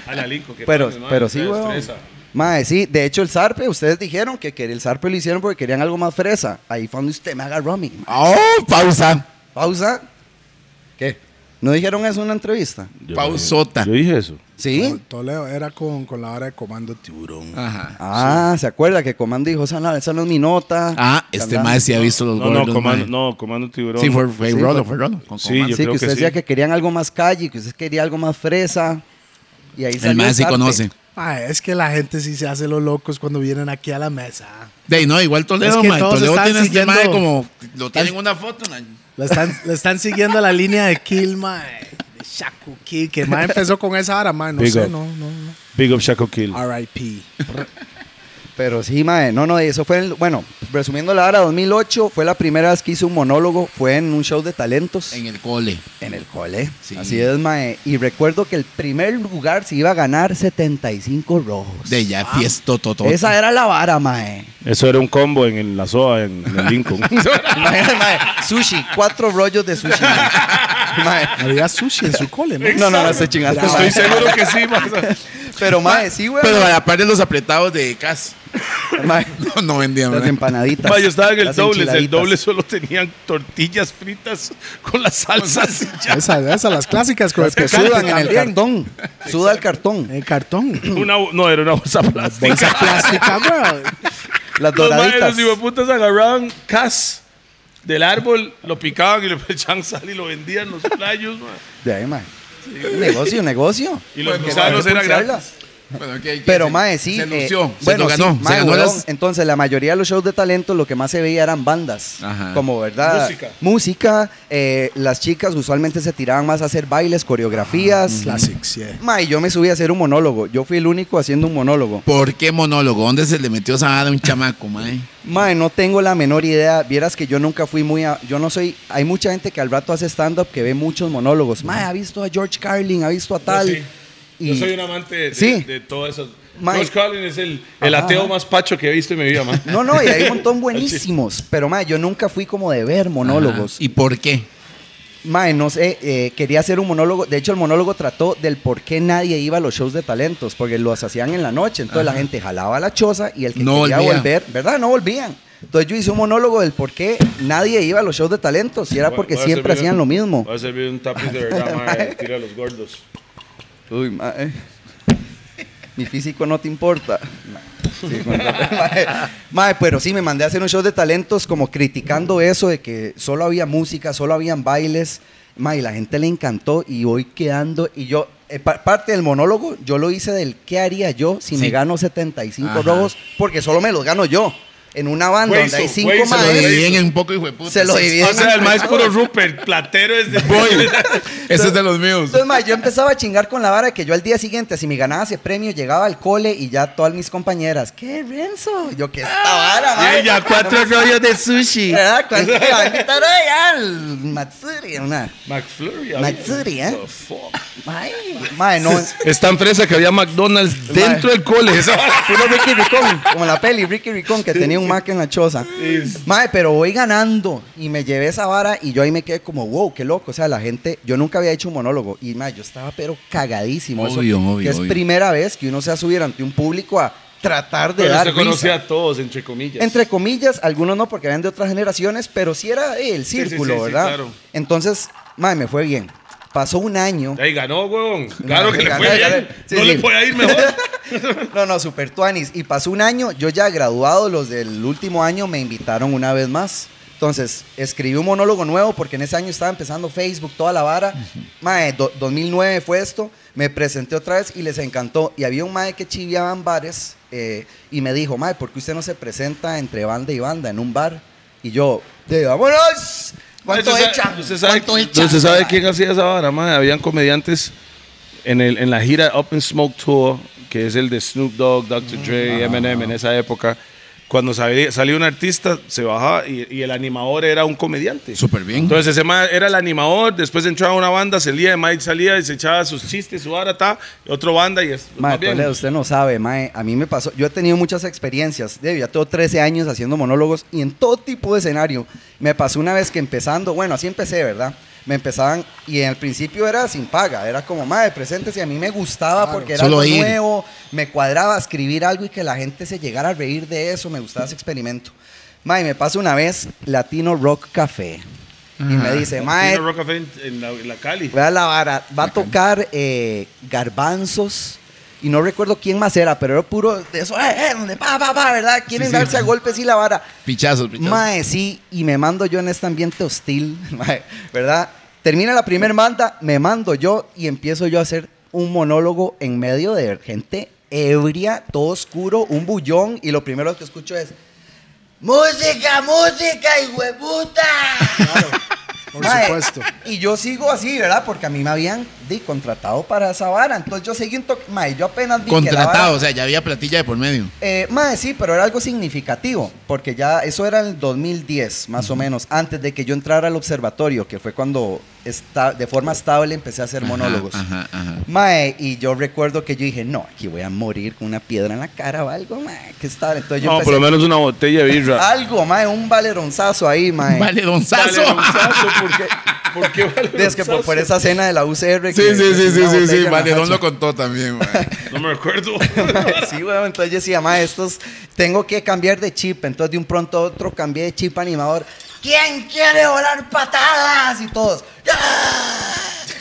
[SPEAKER 4] Ah, la Lincoln. que
[SPEAKER 3] Pero,
[SPEAKER 4] panes, madre,
[SPEAKER 3] pero sí,
[SPEAKER 4] esa
[SPEAKER 3] weón.
[SPEAKER 4] destreza.
[SPEAKER 3] Mae, sí, de hecho el zarpe, ustedes dijeron que, que el zarpe lo hicieron porque querían algo más fresa. Ahí fue donde usted me agarró a mí. mae.
[SPEAKER 2] Oh, pausa.
[SPEAKER 3] Pausa. ¿Qué? ¿No dijeron eso en una entrevista?
[SPEAKER 2] Pausota.
[SPEAKER 4] Yo dije eso.
[SPEAKER 3] Sí.
[SPEAKER 1] Toledo era con, con la hora de comando tiburón.
[SPEAKER 2] Ajá.
[SPEAKER 3] Ah, ¿se acuerda que Comando dijo, esa no, esa no es mi nota?
[SPEAKER 2] Ah, este
[SPEAKER 3] Hablando.
[SPEAKER 2] mae sí ha visto los
[SPEAKER 4] No,
[SPEAKER 2] gordos.
[SPEAKER 4] no, comando,
[SPEAKER 2] mae.
[SPEAKER 4] no, comando tiburón.
[SPEAKER 2] Sí, fue, fue
[SPEAKER 3] Sí,
[SPEAKER 2] Rolo, fue
[SPEAKER 3] fue-
[SPEAKER 2] Rolo. con
[SPEAKER 4] Sí,
[SPEAKER 2] comando.
[SPEAKER 3] Sí,
[SPEAKER 4] yo- creo
[SPEAKER 3] que
[SPEAKER 4] que
[SPEAKER 3] usted
[SPEAKER 4] sí.
[SPEAKER 3] decía que querían algo más calle, que usted quería algo más fresa. Y ahí salió
[SPEAKER 2] El mae sí
[SPEAKER 3] Zarpe.
[SPEAKER 2] conoce.
[SPEAKER 1] Ma, es que la gente sí se hace los locos cuando vienen aquí a la mesa.
[SPEAKER 2] De ahí, no, igual Toledo,
[SPEAKER 1] Es que
[SPEAKER 2] mae.
[SPEAKER 1] todos
[SPEAKER 2] Toledo
[SPEAKER 1] están
[SPEAKER 2] tiene este
[SPEAKER 1] siguiendo-
[SPEAKER 2] mae como. Lo tienen una foto, mae.
[SPEAKER 1] Le están, le están siguiendo la línea de Kill, ma. De Shaku Kid, que ma empezó con esa hora, ma. No
[SPEAKER 4] Big
[SPEAKER 1] sé,
[SPEAKER 4] up.
[SPEAKER 1] no, no, no.
[SPEAKER 4] Big Up Shaco Kill.
[SPEAKER 1] RIP.
[SPEAKER 3] Pero sí, mae, no, no, eso fue, en el- bueno, resumiendo la hora, 2008 fue la primera vez que hice un monólogo, fue en un show de talentos.
[SPEAKER 2] En el cole.
[SPEAKER 3] En el cole.
[SPEAKER 2] Sí.
[SPEAKER 3] Así es, mae. Y recuerdo que el primer lugar se iba a ganar 75 rojos.
[SPEAKER 2] De ahí ya fiesto todo.
[SPEAKER 3] Ah. Esa era la vara, mae.
[SPEAKER 4] Eso era un combo en el- la SOA, en, en el Lincoln.
[SPEAKER 3] Mae, mae, Sushi, cuatro rollos de sushi. mae.
[SPEAKER 1] Había sushi en su cole, ma.
[SPEAKER 3] No, no, no, estoy chingando.
[SPEAKER 4] Estoy seguro que sí, pasa.
[SPEAKER 3] Pero, mae, sí, güey.
[SPEAKER 2] Pero a la par de los apretados de Cas.
[SPEAKER 3] Mae,
[SPEAKER 2] No, no vendían.
[SPEAKER 3] las
[SPEAKER 2] mae.
[SPEAKER 3] empanaditas.
[SPEAKER 4] eh, Ma, yo estaba en el
[SPEAKER 3] las
[SPEAKER 4] doble. El
[SPEAKER 3] enchiladitas.
[SPEAKER 4] doble solo tenían tortillas fritas con las salsas y ya.
[SPEAKER 1] Esas, esas, las clásicas con
[SPEAKER 3] Las que
[SPEAKER 1] picantes
[SPEAKER 3] sudan en el
[SPEAKER 1] también.
[SPEAKER 3] cartón. Suda el cartón.
[SPEAKER 1] En el cartón.
[SPEAKER 4] Una, bo- no, era una bolsa plástica.
[SPEAKER 1] Bolsa plástica, bro.
[SPEAKER 3] Las
[SPEAKER 4] Los maes,
[SPEAKER 3] doraditas.
[SPEAKER 4] los hijueputas agarraban cas del árbol, lo picaban y le echaban sal y lo vendían en los playos, ma.
[SPEAKER 3] De ahí, mae. Un negocio, un negocio.
[SPEAKER 4] Y los
[SPEAKER 2] Bueno,
[SPEAKER 4] gusanos
[SPEAKER 3] Hay que
[SPEAKER 4] eran grandes.
[SPEAKER 3] pulsearlas.
[SPEAKER 2] Bueno, ok, que
[SPEAKER 3] Pero,
[SPEAKER 2] se-
[SPEAKER 3] mae, sí.
[SPEAKER 2] Se
[SPEAKER 3] eh,
[SPEAKER 2] lució. se
[SPEAKER 3] bueno,
[SPEAKER 2] lo
[SPEAKER 3] sí,
[SPEAKER 2] ganó.
[SPEAKER 3] mae, eh.
[SPEAKER 2] se ganó
[SPEAKER 3] weón,
[SPEAKER 2] las.
[SPEAKER 3] Entonces, la mayoría de los shows de talento lo que más se veía eran bandas.
[SPEAKER 2] Ajá.
[SPEAKER 3] Como, ¿verdad?
[SPEAKER 4] Música.
[SPEAKER 3] Música. eh, las chicas usualmente se tiraban más a hacer bailes, coreografías.
[SPEAKER 4] Ah,
[SPEAKER 1] Classics, yeah.
[SPEAKER 3] Mae, yo me subí a hacer un monólogo. Yo fui el único haciendo un monólogo.
[SPEAKER 2] ¿Por qué monólogo? ¿Dónde se le metió esa vara a un chamaco, mae?
[SPEAKER 3] Mae, no tengo la menor idea. Vieras que yo nunca fui muy. a- yo no soy. Hay mucha gente que al rato hace stand-up que ve muchos monólogos. Mae, ha visto a George Carlin, ha visto a tal.
[SPEAKER 4] sí. Yo
[SPEAKER 3] Y-
[SPEAKER 4] soy un amante de, de-
[SPEAKER 3] Sí.
[SPEAKER 4] de todo eso.
[SPEAKER 3] Ma-
[SPEAKER 4] George Carlin es el, el
[SPEAKER 3] Ajá.
[SPEAKER 4] ateo más pacho que he visto en mi vida, man.
[SPEAKER 3] No, no, y hay un montón buenísimos. Pero, mae, yo nunca fui como de ver monólogos.
[SPEAKER 2] Ajá. Ah, ¿Y por qué?
[SPEAKER 3] Mae, no sé, eh, quería hacer un monólogo. De hecho, el monólogo trató del por qué nadie iba a los shows de talentos, porque los hacían en la noche. Entonces la gente jalaba la choza y el que
[SPEAKER 2] No
[SPEAKER 3] quería
[SPEAKER 2] volvía.
[SPEAKER 3] volver, ¿verdad? No volvían. Entonces yo hice un monólogo del por qué nadie iba a los shows de talentos. Si era porque
[SPEAKER 4] Voy a
[SPEAKER 3] siempre
[SPEAKER 4] servir
[SPEAKER 3] hacían
[SPEAKER 4] un-
[SPEAKER 3] lo mismo.
[SPEAKER 4] Voy a servir un tapiz de verdad, mae. Tira a los gordos.
[SPEAKER 3] Uy, mae. Mi físico no te importa. Sí, con- mae. Mae, pero sí, me mandé a hacer un show de talentos como criticando eso de que solo había música, solo habían bailes. Mae, y la gente le encantó y voy quedando. Y yo, eh, pa- parte del monólogo, yo lo hice del qué haría yo si me
[SPEAKER 2] Sí.
[SPEAKER 3] gano 75
[SPEAKER 2] Ajá.
[SPEAKER 3] robos, porque solo me los gano yo. En una banda
[SPEAKER 4] Güey,
[SPEAKER 3] donde hay
[SPEAKER 4] so-
[SPEAKER 3] cinco
[SPEAKER 4] güey, se lo
[SPEAKER 2] Se lo
[SPEAKER 3] maes,
[SPEAKER 4] dividí
[SPEAKER 2] dividen en poco, hijo de puta.
[SPEAKER 3] eh, se lo
[SPEAKER 2] Sí.
[SPEAKER 3] dividen.
[SPEAKER 4] O sea, el
[SPEAKER 3] en-
[SPEAKER 4] mae es puro Rupert, platero es de.
[SPEAKER 2] Voy. Ese es de los míos.
[SPEAKER 3] Entonces, mae, yo empezaba a chingar con la vara de que yo al día siguiente, si me ganaba ese premio, llegaba al cole y ya todas mis compañeras, ¿qué, Renzo? Yo, ¿qué esta vara, mae?
[SPEAKER 4] Y ya cuatro rollos de sushi.
[SPEAKER 3] ¿Verdad? ¿Cuánto te va a invitar hoy al Matsuri? Una...
[SPEAKER 4] McFlurry.
[SPEAKER 3] McFlurry, ¿eh?
[SPEAKER 4] The fuck.
[SPEAKER 3] Mae, mae, no.
[SPEAKER 4] Es tan fresa que había McDonald's dentro del cole.
[SPEAKER 3] Puro Ricky Ricón, como la peli Ricky Ricón que tenía un Mac en la choza. Mae, pero voy ganando y me llevé esa vara y yo ahí me quedé como, wow, qué loco. O sea, la gente, yo nunca había hecho un monólogo y mae, yo estaba pero cagadísimo. Eso
[SPEAKER 2] Obvio,
[SPEAKER 3] que-
[SPEAKER 2] obvio,
[SPEAKER 3] Que es
[SPEAKER 2] obvio.
[SPEAKER 3] primera vez que uno se va a subir ante un público a tratar de
[SPEAKER 4] Pero
[SPEAKER 3] dar
[SPEAKER 4] se conocía
[SPEAKER 3] risa.
[SPEAKER 4] a todos, entre comillas.
[SPEAKER 3] Entre comillas, algunos no porque eran de otras generaciones, pero sí era eh, el
[SPEAKER 4] sí,
[SPEAKER 3] círculo,
[SPEAKER 4] sí, sí,
[SPEAKER 3] ¿verdad?
[SPEAKER 4] claro.
[SPEAKER 3] Entonces, mae, me fue bien. Pasó un año.
[SPEAKER 4] Ahí ganó, weón.
[SPEAKER 3] No,
[SPEAKER 4] Claro que le
[SPEAKER 3] ganó,
[SPEAKER 4] fue
[SPEAKER 3] ganó.
[SPEAKER 4] bien.
[SPEAKER 3] Sí,
[SPEAKER 4] no
[SPEAKER 3] sí.
[SPEAKER 4] le podía ir mejor.
[SPEAKER 3] No, no, super tuanis. Y pasó un año, yo ya graduado, los del último año me invitaron una vez más. Entonces, escribí un monólogo nuevo porque en ese año estaba empezando Facebook, toda la vara. Mae, do- 2009 fue esto. Me presenté otra vez y les encantó. Y había un mae que chiviaban bares eh, y me dijo, mae, ¿por qué usted no se presenta entre banda y banda en un bar? Y yo, "De, vámonos. ¿Cuánto
[SPEAKER 4] Usted sabe-
[SPEAKER 3] echan?
[SPEAKER 4] usted sabe-
[SPEAKER 3] ¿Cuánto
[SPEAKER 4] no,
[SPEAKER 3] echan?
[SPEAKER 4] ¿Usted sabe quién hacía esa vara, madre? Habían comediantes en, el, en la gira Up and Smoke Tour, que es el de Snoop Dogg, Dr.
[SPEAKER 3] Mm. Ah.
[SPEAKER 4] Dre, Eminem en esa época. Cuando salía, salía un artista, se bajaba y, y el animador era un comediante.
[SPEAKER 2] Súper bien.
[SPEAKER 4] Entonces ese mae era el animador, después entraba una banda, salía, Mike salía y se echaba sus chistes, su vara, ta, y otro banda y es
[SPEAKER 3] Mae,
[SPEAKER 4] más bien.
[SPEAKER 3] Toledo, usted no sabe, mae. A mí me pasó. Yo he tenido muchas experiencias. De, ya tengo 13 años haciendo monólogos y en todo tipo de escenario. Me pasó una vez que empezando, bueno, así empecé, ¿verdad? Me empezaban, y al principio era sin paga. Era como, mae, presente. Si a mí me gustaba
[SPEAKER 1] Claro.
[SPEAKER 3] porque era
[SPEAKER 2] Solo
[SPEAKER 3] algo
[SPEAKER 2] ir.
[SPEAKER 3] nuevo, me cuadraba escribir algo y que la gente se llegara a reír de eso. Me gustaba ese experimento. Mae, me pasó una vez Latino Rock Café. Y me dice, mae,
[SPEAKER 4] Tino Rock Café en, en la, en la Cali.
[SPEAKER 3] Vea la vara. Va a tocar eh, garbanzos. Y no recuerdo quién más era, pero era puro de eso. Eh, eh, donde pa, pa, pa, ¿verdad? Quieren
[SPEAKER 2] Sí, sí.
[SPEAKER 3] darse a golpes y la vara.
[SPEAKER 2] Pichazos, pichazos.
[SPEAKER 3] Mae, sí. Y me mando yo en este ambiente hostil, mae, ¿verdad? Termina la primera banda, me mando yo y empiezo yo a hacer un monólogo en medio de gente ebria, todo oscuro, un bullón. Y lo primero que escucho es. ¡Música, música, hijueputa!
[SPEAKER 1] Por
[SPEAKER 3] Mae,
[SPEAKER 1] supuesto.
[SPEAKER 3] Y yo sigo así, ¿verdad? Porque a mí me habían di, contratado para esa vara. Entonces yo seguí un toque. Mae, yo apenas vi que la vara-
[SPEAKER 2] Contratado, o sea, ya había platilla de por medio.
[SPEAKER 3] eh, mae, sí, pero era algo significativo, porque ya eso era en el 2010, más o menos, antes de que yo entrara al observatorio, que fue cuando esta- de forma estable empecé a hacer monólogos.
[SPEAKER 2] Ajá, ajá.
[SPEAKER 3] Mae, y yo recuerdo que yo dije, no, aquí voy a morir con una piedra en la cara o algo, mae, que estaba. Entonces yo
[SPEAKER 4] No,
[SPEAKER 3] empecé- ¡Ah,
[SPEAKER 4] por lo menos una botella de birra.
[SPEAKER 3] algo, mae, un valeronzazo ahí, mae.
[SPEAKER 2] Vale, donzazo.
[SPEAKER 4] Dale, Gonzazo, ¿por qué? ¿Por qué vale
[SPEAKER 3] Es que por, por esa cena de la UCR.
[SPEAKER 2] Sí,
[SPEAKER 3] que-
[SPEAKER 2] sí, sí,
[SPEAKER 3] una
[SPEAKER 2] sí, sí,
[SPEAKER 3] botella
[SPEAKER 2] sí.
[SPEAKER 3] en la
[SPEAKER 2] Vale, don
[SPEAKER 3] hacha.
[SPEAKER 2] lo contó también, man.
[SPEAKER 4] No me recuerdo.
[SPEAKER 3] sí, weón. Entonces yo decía, ma, estos tengo que cambiar de chip. Entonces de un pronto a otro cambié de chip animador. ¿Quién quiere volar patadas? Y todos. ¡ah!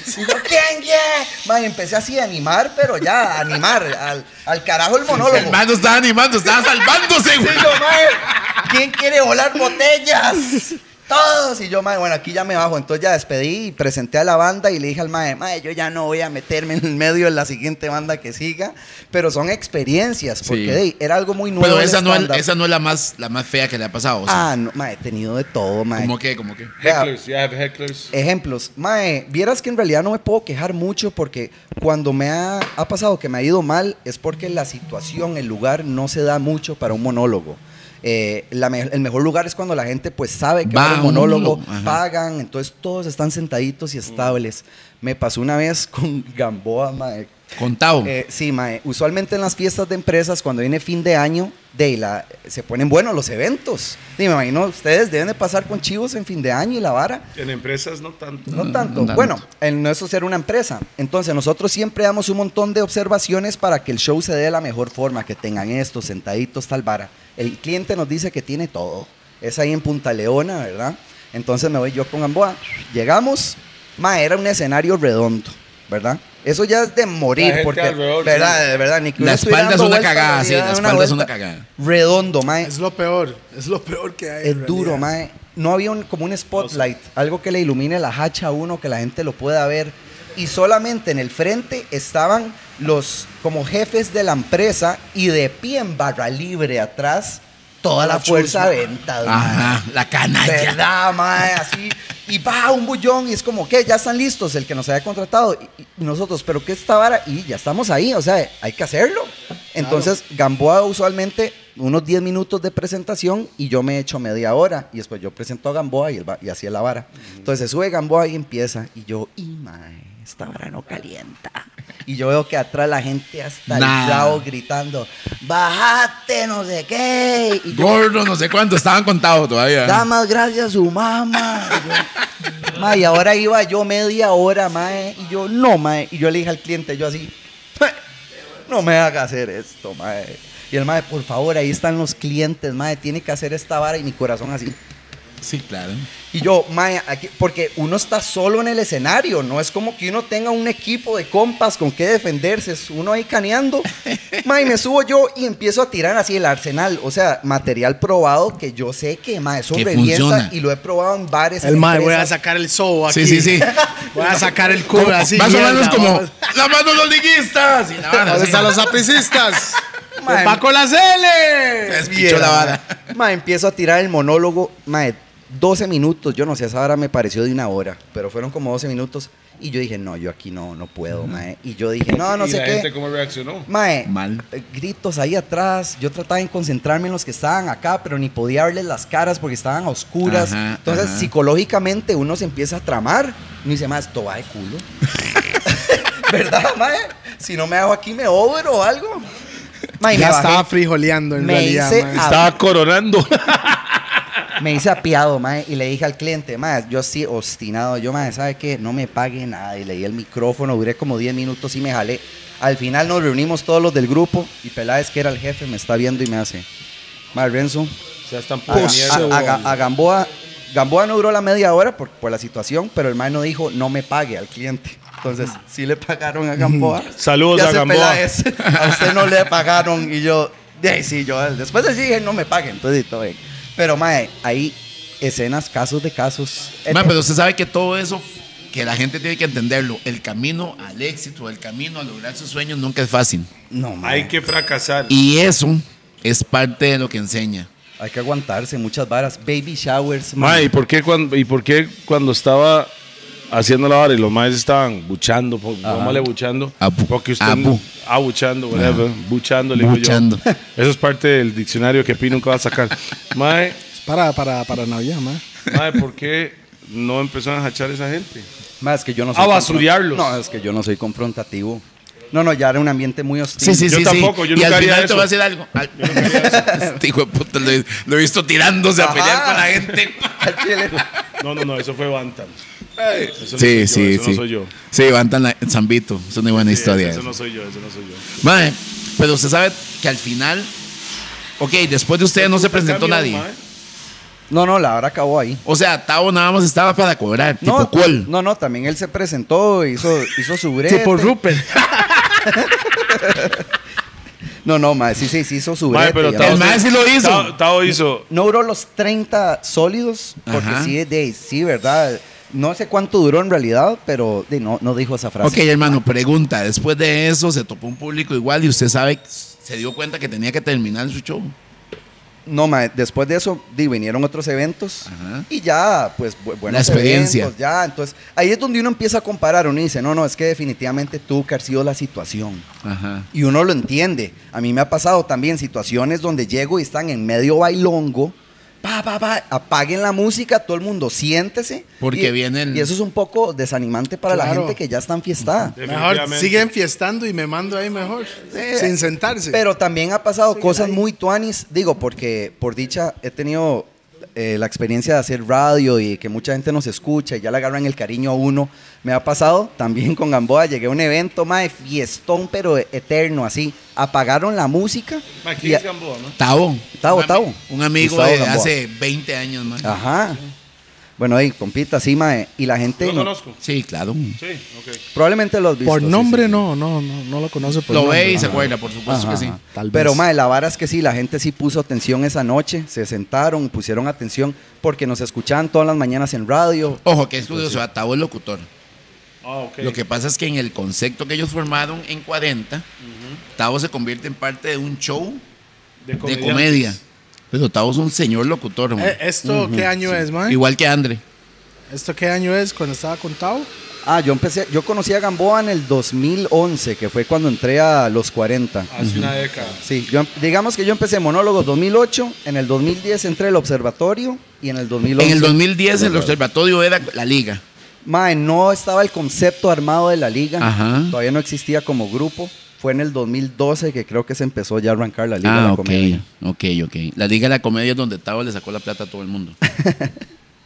[SPEAKER 3] Y yo, ¿Quién quiere? Ma, y empecé así a animar, pero ya, a animar. Al, al carajo el monólogo.
[SPEAKER 2] El mando estaba animando, estaba salvándose, güey.
[SPEAKER 3] Y yo, mae, ¿quién quiere volar botellas? Todos. Y yo, mae, bueno, aquí ya me bajo. Entonces ya despedí y presenté a la banda y le dije al mae, mae, yo ya no voy a meterme en el medio de la siguiente banda que siga. Pero son experiencias, porque
[SPEAKER 2] Sí.
[SPEAKER 3] de, era algo muy nuevo.
[SPEAKER 2] Pero
[SPEAKER 3] el
[SPEAKER 2] esa no, es,
[SPEAKER 3] stand-up.
[SPEAKER 2] esa no es la más, la más fea que le ha pasado. O sea,
[SPEAKER 3] Ah, no, mae, he tenido de todo, mae.
[SPEAKER 2] como que, como que.
[SPEAKER 3] Vea,
[SPEAKER 4] Hecklers, you have hecklers.
[SPEAKER 3] Ejemplos. Mae, vieras que en realidad no me puedo quejar mucho porque cuando me ha, ha pasado que me ha ido mal es porque la situación, el lugar no se da mucho para un monólogo. Eh, la me- el mejor lugar es cuando la gente pues sabe que
[SPEAKER 2] Va
[SPEAKER 3] va a
[SPEAKER 2] a
[SPEAKER 3] un
[SPEAKER 2] un
[SPEAKER 3] monólogo,
[SPEAKER 2] monólogo, ajá.
[SPEAKER 3] pagan, entonces todos están sentaditos y estables. Me pasó una vez con Gamboa, mae,
[SPEAKER 2] Contado.
[SPEAKER 3] Eh, sí, mae. Usualmente en las fiestas de empresas, cuando viene fin de año, de la, se ponen buenos los eventos. Sí, me imagino, ustedes deben de pasar con chivos en fin de año y la vara.
[SPEAKER 4] En empresas no tanto.
[SPEAKER 3] No
[SPEAKER 2] No,
[SPEAKER 3] tanto.
[SPEAKER 2] no tanto.
[SPEAKER 3] Bueno, el nuestro ser una empresa. Entonces, nosotros siempre damos un montón de observaciones para que el show se dé de la mejor forma, que tengan estos sentaditos, tal vara. El cliente nos dice que tiene todo. Es ahí en Punta Leona, ¿verdad? Entonces me voy yo con Gamboa. Llegamos, ma, era un escenario redondo, ¿verdad? Eso ya es de
[SPEAKER 4] La
[SPEAKER 3] morir,
[SPEAKER 4] gente
[SPEAKER 3] porque,
[SPEAKER 4] alrededor,
[SPEAKER 3] ¿verdad? De verdad, ni que
[SPEAKER 2] La
[SPEAKER 3] uno estuviera
[SPEAKER 2] espalda es
[SPEAKER 3] dando
[SPEAKER 2] una
[SPEAKER 3] vueltas,
[SPEAKER 2] cagada,
[SPEAKER 3] la
[SPEAKER 2] sí, la
[SPEAKER 3] vida,
[SPEAKER 2] espalda es una
[SPEAKER 3] vuelta.
[SPEAKER 2] cagada.
[SPEAKER 3] Redondo, mae.
[SPEAKER 1] Es lo peor, es lo peor que hay. en
[SPEAKER 3] Es duro,
[SPEAKER 1] realidad.
[SPEAKER 3] mae. No había un, como un spotlight, algo que le ilumine la hacha a uno, que la gente lo pueda ver. Y solamente en el frente estaban los como jefes de la empresa y de pie en barra libre atrás toda la,
[SPEAKER 1] La
[SPEAKER 3] fuerza
[SPEAKER 1] chusma.
[SPEAKER 3] de venta. mae.
[SPEAKER 2] Ajá, la canalla.
[SPEAKER 3] ¿Verdad, mae? Así. Y va un bullón y es como, ¿qué? Ya están listos, el que nos había contratado. Y, y nosotros, ¿pero qué esta vara? Y ya estamos ahí, o sea, hay que hacerlo. Entonces, Gamboa usualmente unos 10 minutos de presentación y yo me echo media hora. Y después yo presento a Gamboa y, él va- y así es la vara. Entonces, se sube Gamboa y empieza. Y yo, y mae, esta vara no calienta. Y yo veo que atrás la gente hasta
[SPEAKER 2] Nah.
[SPEAKER 3] el rabo gritando, bajate, no sé qué. Y yo,
[SPEAKER 2] Gordo, no sé cuánto, estaban contados todavía.
[SPEAKER 3] Damas, gracias a su mamá. Y yo, "Ma, y ahora iba yo media hora, mae. Y yo, no, mae. Y yo le dije al cliente, yo así, "Mae, no me haga hacer esto, mae. Y el mae, por favor, ahí están los clientes, mae. Tiene que hacer esta vara y mi corazón así.
[SPEAKER 2] Sí, claro.
[SPEAKER 3] Y yo, mae, aquí, porque uno está solo en el escenario, no es como que uno tenga un equipo de compas con que defenderse, es uno ahí caneando. mae, me subo yo y empiezo a tirar así el arsenal, o sea, material probado que yo sé que, mae, eso
[SPEAKER 2] Que
[SPEAKER 3] revienta
[SPEAKER 2] funciona.
[SPEAKER 3] y lo he probado en bares.
[SPEAKER 1] El
[SPEAKER 3] en
[SPEAKER 1] mae, voy a
[SPEAKER 3] empresas.
[SPEAKER 1] sacar el sobo aquí.
[SPEAKER 2] Sí, sí, sí.
[SPEAKER 1] Voy a sacar el cubo así.
[SPEAKER 2] Más o
[SPEAKER 1] mierda,
[SPEAKER 2] menos como.
[SPEAKER 1] vamos.
[SPEAKER 2] ¡La mano los liguistas! Y la vara,
[SPEAKER 1] ¿Dónde
[SPEAKER 2] sí.
[SPEAKER 1] están los apicistas?
[SPEAKER 3] Mae,
[SPEAKER 1] ¡Va con las L!
[SPEAKER 2] Despichó la vara.
[SPEAKER 3] mae, empiezo a tirar el monólogo, mae, 12 minutos, yo no sé, esa hora me pareció de una hora, pero fueron como 12 minutos. Y yo dije, no, yo aquí no, no puedo, mae. Y yo dije, no, no
[SPEAKER 4] y
[SPEAKER 3] sé
[SPEAKER 4] la
[SPEAKER 3] qué.
[SPEAKER 4] gente cómo reaccionó.
[SPEAKER 3] Mae,
[SPEAKER 2] Mal.
[SPEAKER 3] eh, gritos ahí atrás. Yo trataba de concentrarme en los que estaban acá, pero ni podía verles las caras porque estaban a oscuras.
[SPEAKER 2] Ajá,
[SPEAKER 3] Entonces,
[SPEAKER 2] ajá.
[SPEAKER 3] psicológicamente uno se empieza a tramar. Uno dice, más, esto va de culo. ¿Verdad, mae? Si no me hago aquí, me obro o algo. Mae, me
[SPEAKER 1] Ya
[SPEAKER 3] bajé.
[SPEAKER 1] estaba frijoleando en
[SPEAKER 3] Me
[SPEAKER 1] realidad,
[SPEAKER 3] hice
[SPEAKER 1] mae.
[SPEAKER 3] a-
[SPEAKER 4] Estaba coronando.
[SPEAKER 3] Me hice apiado, mae, y le dije al cliente, mae, yo así obstinado, yo, mae, ¿sabe qué? No me pague nada. Y le di el micrófono, duré como 10 minutos y me jalé. Al final nos reunimos todos los del grupo y Peláez, que era el jefe, me está viendo y me hace, mae, Renzo,
[SPEAKER 4] Ya están
[SPEAKER 3] a,
[SPEAKER 4] pura
[SPEAKER 3] a-
[SPEAKER 4] mierda.
[SPEAKER 3] Pues, a- a- a Gamboa, Gamboa no duró la media hora por, por la situación, pero el mae no dijo, no me pague al cliente. Entonces, sí le pagaron a Gamboa.
[SPEAKER 4] Mm. Saludos
[SPEAKER 3] Ya
[SPEAKER 4] a
[SPEAKER 3] sé,
[SPEAKER 4] Gamboa.
[SPEAKER 3] Peláez, a usted no le pagaron. Y yo, de ahí sí, yo después de sí dije, no me paguen. Entonces, todo bien. Pero, mae, hay escenas, casos de casos.
[SPEAKER 2] Ma, pero usted sabe que todo eso, que la gente tiene que entenderlo. El camino al éxito, el camino a lograr sus sueños nunca es fácil.
[SPEAKER 3] no, mae.
[SPEAKER 4] Hay que fracasar.
[SPEAKER 2] Y eso es parte de lo que enseña.
[SPEAKER 3] Hay que aguantarse muchas varas. Baby showers,
[SPEAKER 4] Ma,
[SPEAKER 3] mae.
[SPEAKER 4] ¿y por qué cuando, y por qué cuando estaba haciendo la vara y los maes estaban buchando, po- pongámosle buchando?
[SPEAKER 2] Abu.
[SPEAKER 4] Porque usted.
[SPEAKER 2] Abu.
[SPEAKER 4] Ah, buchando, whatever. Buchando, le
[SPEAKER 2] Buchando.
[SPEAKER 4] digo yo. Eso es parte del diccionario que Pi nunca va a sacar. Mae,
[SPEAKER 1] Para, para, para Navidad, mae.
[SPEAKER 4] mae, ¿por qué no empezó a hachar esa gente?
[SPEAKER 3] Mae, es que yo no
[SPEAKER 4] A
[SPEAKER 3] confron-
[SPEAKER 4] Ah, basurearlos.
[SPEAKER 3] No, es que yo no soy confrontativo. No, no, ya era un ambiente muy hostil.
[SPEAKER 2] Sí, sí,
[SPEAKER 4] Yo
[SPEAKER 2] sí.
[SPEAKER 4] tampoco,
[SPEAKER 2] sí.
[SPEAKER 4] yo
[SPEAKER 2] y
[SPEAKER 4] nunca
[SPEAKER 2] al
[SPEAKER 4] haría
[SPEAKER 2] final te
[SPEAKER 4] eso.
[SPEAKER 2] voy a decir algo. Al- Este hijo de puta lo, he- lo he visto tirándose a
[SPEAKER 3] Ajá.
[SPEAKER 2] pelear con la gente.
[SPEAKER 3] Al chile.
[SPEAKER 4] No, no, no, eso fue Bantam. Eso no soy
[SPEAKER 2] Sí,
[SPEAKER 4] yo,
[SPEAKER 2] sí,
[SPEAKER 4] eso
[SPEAKER 2] sí.
[SPEAKER 4] No soy yo.
[SPEAKER 2] Sí, levantan la- Zambito. Es una buena historia.
[SPEAKER 4] Eso no soy yo, eso no soy yo.
[SPEAKER 2] Mae, pero usted sabe que al final. Ok, después de usted no se presentó
[SPEAKER 4] Cambio,
[SPEAKER 2] nadie.
[SPEAKER 4] mae.
[SPEAKER 3] No, no, la hora acabó ahí.
[SPEAKER 2] O sea, Tavo nada más estaba para cobrar.
[SPEAKER 3] No,
[SPEAKER 2] tipo cuál.
[SPEAKER 3] no, no, también él se presentó, hizo, hizo su brete.
[SPEAKER 1] Rupert.
[SPEAKER 3] No, no, mae, sí, sí, sí, hizo su
[SPEAKER 4] Mae,
[SPEAKER 3] brete.
[SPEAKER 4] pero
[SPEAKER 3] ya
[SPEAKER 4] Tao
[SPEAKER 2] eh, El
[SPEAKER 3] no
[SPEAKER 4] se-
[SPEAKER 2] mae sí lo hizo.
[SPEAKER 4] Tao- Tao hizo.
[SPEAKER 3] No duró los 30 sólidos, porque
[SPEAKER 2] Ajá.
[SPEAKER 3] sí, de, sí, ¿verdad? No sé cuánto duró en realidad, pero de, no, no dijo esa frase.
[SPEAKER 2] Ok, hermano, pregunta. Después de eso, se topó un público igual y usted sabe, se dio cuenta que tenía que terminar su show.
[SPEAKER 3] No, mae, después de eso di, vinieron otros eventos
[SPEAKER 2] Ajá.
[SPEAKER 3] y ya, pues, bu- buenos
[SPEAKER 2] La experiencia.
[SPEAKER 3] eventos, ya, entonces, ahí es donde uno empieza a comparar, uno dice, no, no, es que definitivamente tuvo que haber sido la situación.
[SPEAKER 2] Ajá.
[SPEAKER 3] Y uno lo entiende. A mí me ha pasado también situaciones donde llego y están en medio bailongo Pa, pa, pa, apaguen la música, todo el mundo siéntese.
[SPEAKER 2] Porque
[SPEAKER 3] y,
[SPEAKER 2] vienen-
[SPEAKER 3] Y eso es un poco desanimante para la
[SPEAKER 1] Claro.
[SPEAKER 3] gente que ya está enfiestada.
[SPEAKER 1] Mejor
[SPEAKER 4] Definitivamente.
[SPEAKER 1] sigue enfiestando y me mando ahí mejor. sin sentarse.
[SPEAKER 3] Pero también ha pasado cosas muy tuanis, digo, porque por dicha he tenido eh, la experiencia de hacer radio y que mucha gente nos escucha y ya le agarran el cariño a uno. Me ha pasado también con Gamboa, llegué a un evento, mae, fiestón, pero eterno, así. Apagaron la música.
[SPEAKER 4] Ma, ¿quién
[SPEAKER 3] y-
[SPEAKER 4] es Gamboa, no?
[SPEAKER 2] Tavo.
[SPEAKER 3] Tavo,
[SPEAKER 2] Un ami-
[SPEAKER 3] Tavo.
[SPEAKER 2] Un amigo
[SPEAKER 3] Gustavo
[SPEAKER 2] de
[SPEAKER 3] Gamboa.
[SPEAKER 2] hace 20 años, man.
[SPEAKER 1] Ah.
[SPEAKER 3] Ajá. Bueno, ahí, compita, sí, mae. Y la gente.
[SPEAKER 4] Lo
[SPEAKER 3] no-
[SPEAKER 4] conozco.
[SPEAKER 2] Sí, claro.
[SPEAKER 1] Pues
[SPEAKER 4] Sí, ok.
[SPEAKER 3] probablemente los
[SPEAKER 1] por nombre no, no, no, no lo conoce por
[SPEAKER 2] Lo
[SPEAKER 1] nombre. Ah.
[SPEAKER 2] ve y se
[SPEAKER 1] Ajá.
[SPEAKER 2] acuerda, por supuesto que sí.
[SPEAKER 1] Tal
[SPEAKER 3] Pero,
[SPEAKER 1] vez.
[SPEAKER 3] mae, la vara es que sí, la gente sí puso atención esa noche, se sentaron, pusieron atención, porque nos escuchaban todas las mañanas en radio.
[SPEAKER 2] Ojo, que es
[SPEAKER 1] Pues
[SPEAKER 2] curioso, a Tavo es locutor.
[SPEAKER 4] Ah, ok.
[SPEAKER 2] Lo que pasa es que en el concepto que ellos formaron en 40, Tavo se convierte en parte de un show
[SPEAKER 4] de
[SPEAKER 2] de comedia. Pero Tavo es un señor locutor, man.
[SPEAKER 1] Eh, ¿Esto qué año es, mae?
[SPEAKER 2] Igual que Andre.
[SPEAKER 1] ¿Esto qué año es cuando estaba contado?
[SPEAKER 3] Ah, yo empecé, yo conocí a Gamboa en el 2011, que fue cuando entré a los 40.
[SPEAKER 4] Hace una década.
[SPEAKER 3] Sí, yo em- digamos que yo empecé monólogos 2008, en el 2010 entré al observatorio y en el 2011...
[SPEAKER 2] En el 2010 el observatorio era la liga.
[SPEAKER 3] Mae, no estaba el concepto armado de la liga,
[SPEAKER 2] Ajá.
[SPEAKER 3] todavía no existía como grupo. Fue en el 2012 que creo que se empezó ya a arrancar la liga de la
[SPEAKER 2] Ah, ok,
[SPEAKER 3] comedia.
[SPEAKER 2] ok, ok. La liga de la comedia es donde Tavo le sacó la plata a todo el mundo.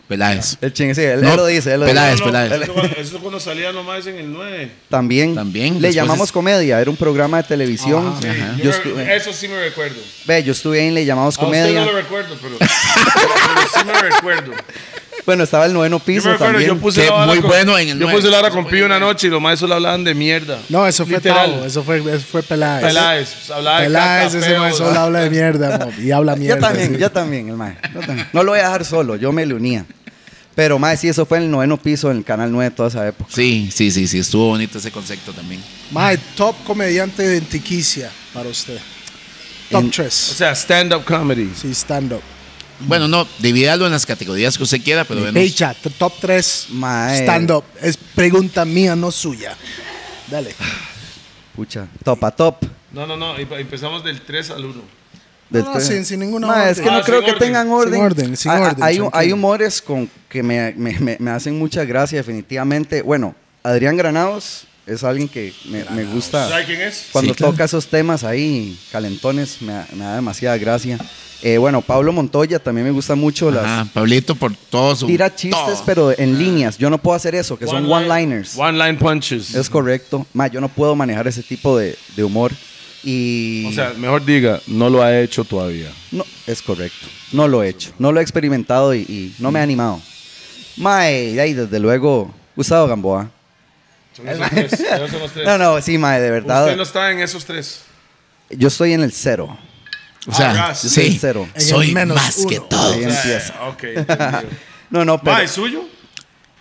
[SPEAKER 2] Peláez.
[SPEAKER 3] El ching, sí, él,
[SPEAKER 2] No,
[SPEAKER 3] él lo dice, él lo
[SPEAKER 2] Peláez,
[SPEAKER 3] dice.
[SPEAKER 4] No, no,
[SPEAKER 2] Peláez.
[SPEAKER 4] eso cuando- Eso cuando salía nomás en el 9.
[SPEAKER 3] También.
[SPEAKER 2] También,
[SPEAKER 3] Le
[SPEAKER 2] después
[SPEAKER 3] llamamos
[SPEAKER 2] es- Ah,
[SPEAKER 3] comedia, era un programa de televisión.
[SPEAKER 4] Sí,
[SPEAKER 2] Ajá.
[SPEAKER 4] yo
[SPEAKER 3] Yo
[SPEAKER 4] creo-
[SPEAKER 3] estuve,
[SPEAKER 4] eso sí me recuerdo.
[SPEAKER 3] ve, yo estuve ahí en Le llamamos
[SPEAKER 4] A Ah, usted no
[SPEAKER 3] comedia.
[SPEAKER 4] lo recuerdo, pero, pero sí me recuerdo.
[SPEAKER 3] Bueno, estaba el noveno
[SPEAKER 4] Yo me
[SPEAKER 3] piso
[SPEAKER 4] recuerdo,
[SPEAKER 3] también.
[SPEAKER 4] yo puse
[SPEAKER 2] que
[SPEAKER 4] la vara
[SPEAKER 2] muy
[SPEAKER 4] con-
[SPEAKER 2] bueno en el
[SPEAKER 4] Yo
[SPEAKER 2] nueve.
[SPEAKER 4] puse la hora con Pío una noche y los maestros le hablaban de mierda.
[SPEAKER 1] No, eso fue
[SPEAKER 4] Literal.
[SPEAKER 1] Tavo, eso fue, eso fue Peláez.
[SPEAKER 4] Peláez, hablaba de
[SPEAKER 1] Peláez,
[SPEAKER 4] caca,
[SPEAKER 1] ese
[SPEAKER 4] peos,
[SPEAKER 1] mae solo habla de mierda, mo, y habla mierda.
[SPEAKER 3] Yo también,
[SPEAKER 1] sí.
[SPEAKER 3] yo también, el mae, yo también. No lo voy a dejar solo, yo me le unía. Pero mae, sí, eso fue en el noveno piso, en el canal 9 toda esa época.
[SPEAKER 2] Sí, sí, sí, sí. Estuvo bonito ese concepto también.
[SPEAKER 1] Mae, top comediante de Antiquicia para usted. Top
[SPEAKER 3] En-
[SPEAKER 1] 3.
[SPEAKER 4] O sea, stand-up comedy.
[SPEAKER 1] sí, stand-up.
[SPEAKER 2] Bueno, no, divídalo en las categorías que usted quiera, pero
[SPEAKER 1] Mm. Hey,
[SPEAKER 2] venos.
[SPEAKER 1] chat, top 3
[SPEAKER 3] Mae.
[SPEAKER 1] stand-up. Es pregunta mía, no suya. Dale.
[SPEAKER 3] Pucha, top a top.
[SPEAKER 4] No, no, no, empe- empezamos del 3 al 1.
[SPEAKER 1] No, no,
[SPEAKER 3] Después-
[SPEAKER 1] sin- sin ninguna
[SPEAKER 3] Mae, es
[SPEAKER 1] orden.
[SPEAKER 3] que
[SPEAKER 4] Ah,
[SPEAKER 3] no
[SPEAKER 4] sin
[SPEAKER 3] creo que
[SPEAKER 4] orden.
[SPEAKER 3] tengan
[SPEAKER 1] Sin
[SPEAKER 3] orden.
[SPEAKER 1] orden, sin
[SPEAKER 3] Ah, ah,
[SPEAKER 1] orden,
[SPEAKER 3] hay, un- hay
[SPEAKER 1] tranquilo.
[SPEAKER 3] humores con que me, me- me- me hacen mucha gracia, definitivamente. Bueno, Adrián Granados es alguien que me, me gusta.
[SPEAKER 4] ¿Sabe quién es?
[SPEAKER 3] Cuando
[SPEAKER 2] Sí, claro.
[SPEAKER 3] toca esos temas ahí, calentones, me, da- me da demasiada gracia. Eh, bueno, Pablo Montoya también me gusta mucho. Las,
[SPEAKER 2] Ajá, Pablito por todo su.
[SPEAKER 3] Tira chistes,
[SPEAKER 2] todo.
[SPEAKER 3] pero en líneas. Yo no puedo hacer eso, que son
[SPEAKER 4] One line-
[SPEAKER 3] one-liners.
[SPEAKER 4] One-line punches.
[SPEAKER 3] Es correcto. Ma, yo no puedo manejar ese tipo de, de humor. Y.
[SPEAKER 4] O sea, mejor diga, no lo ha hecho todavía.
[SPEAKER 3] No, es correcto. No lo he hecho. No lo he experimentado y, y no me he animado. Mae, y ahí, desde luego, Gustavo Gamboa.
[SPEAKER 4] Son esos tres, esos son los tres.
[SPEAKER 3] No, no, sí, mae, de verdad.
[SPEAKER 4] Usted no está en esos tres.
[SPEAKER 3] Yo estoy en el cero.
[SPEAKER 2] O sea,
[SPEAKER 4] Ah,
[SPEAKER 3] Yo soy el
[SPEAKER 2] sí.
[SPEAKER 3] cero.
[SPEAKER 1] En el
[SPEAKER 2] Soy
[SPEAKER 1] menos
[SPEAKER 2] más que
[SPEAKER 1] uno.
[SPEAKER 2] todo.
[SPEAKER 3] Ahí empieza.
[SPEAKER 4] Ah, ok, entendido.
[SPEAKER 3] No, no, pero.
[SPEAKER 4] Ma, ¿es suyo?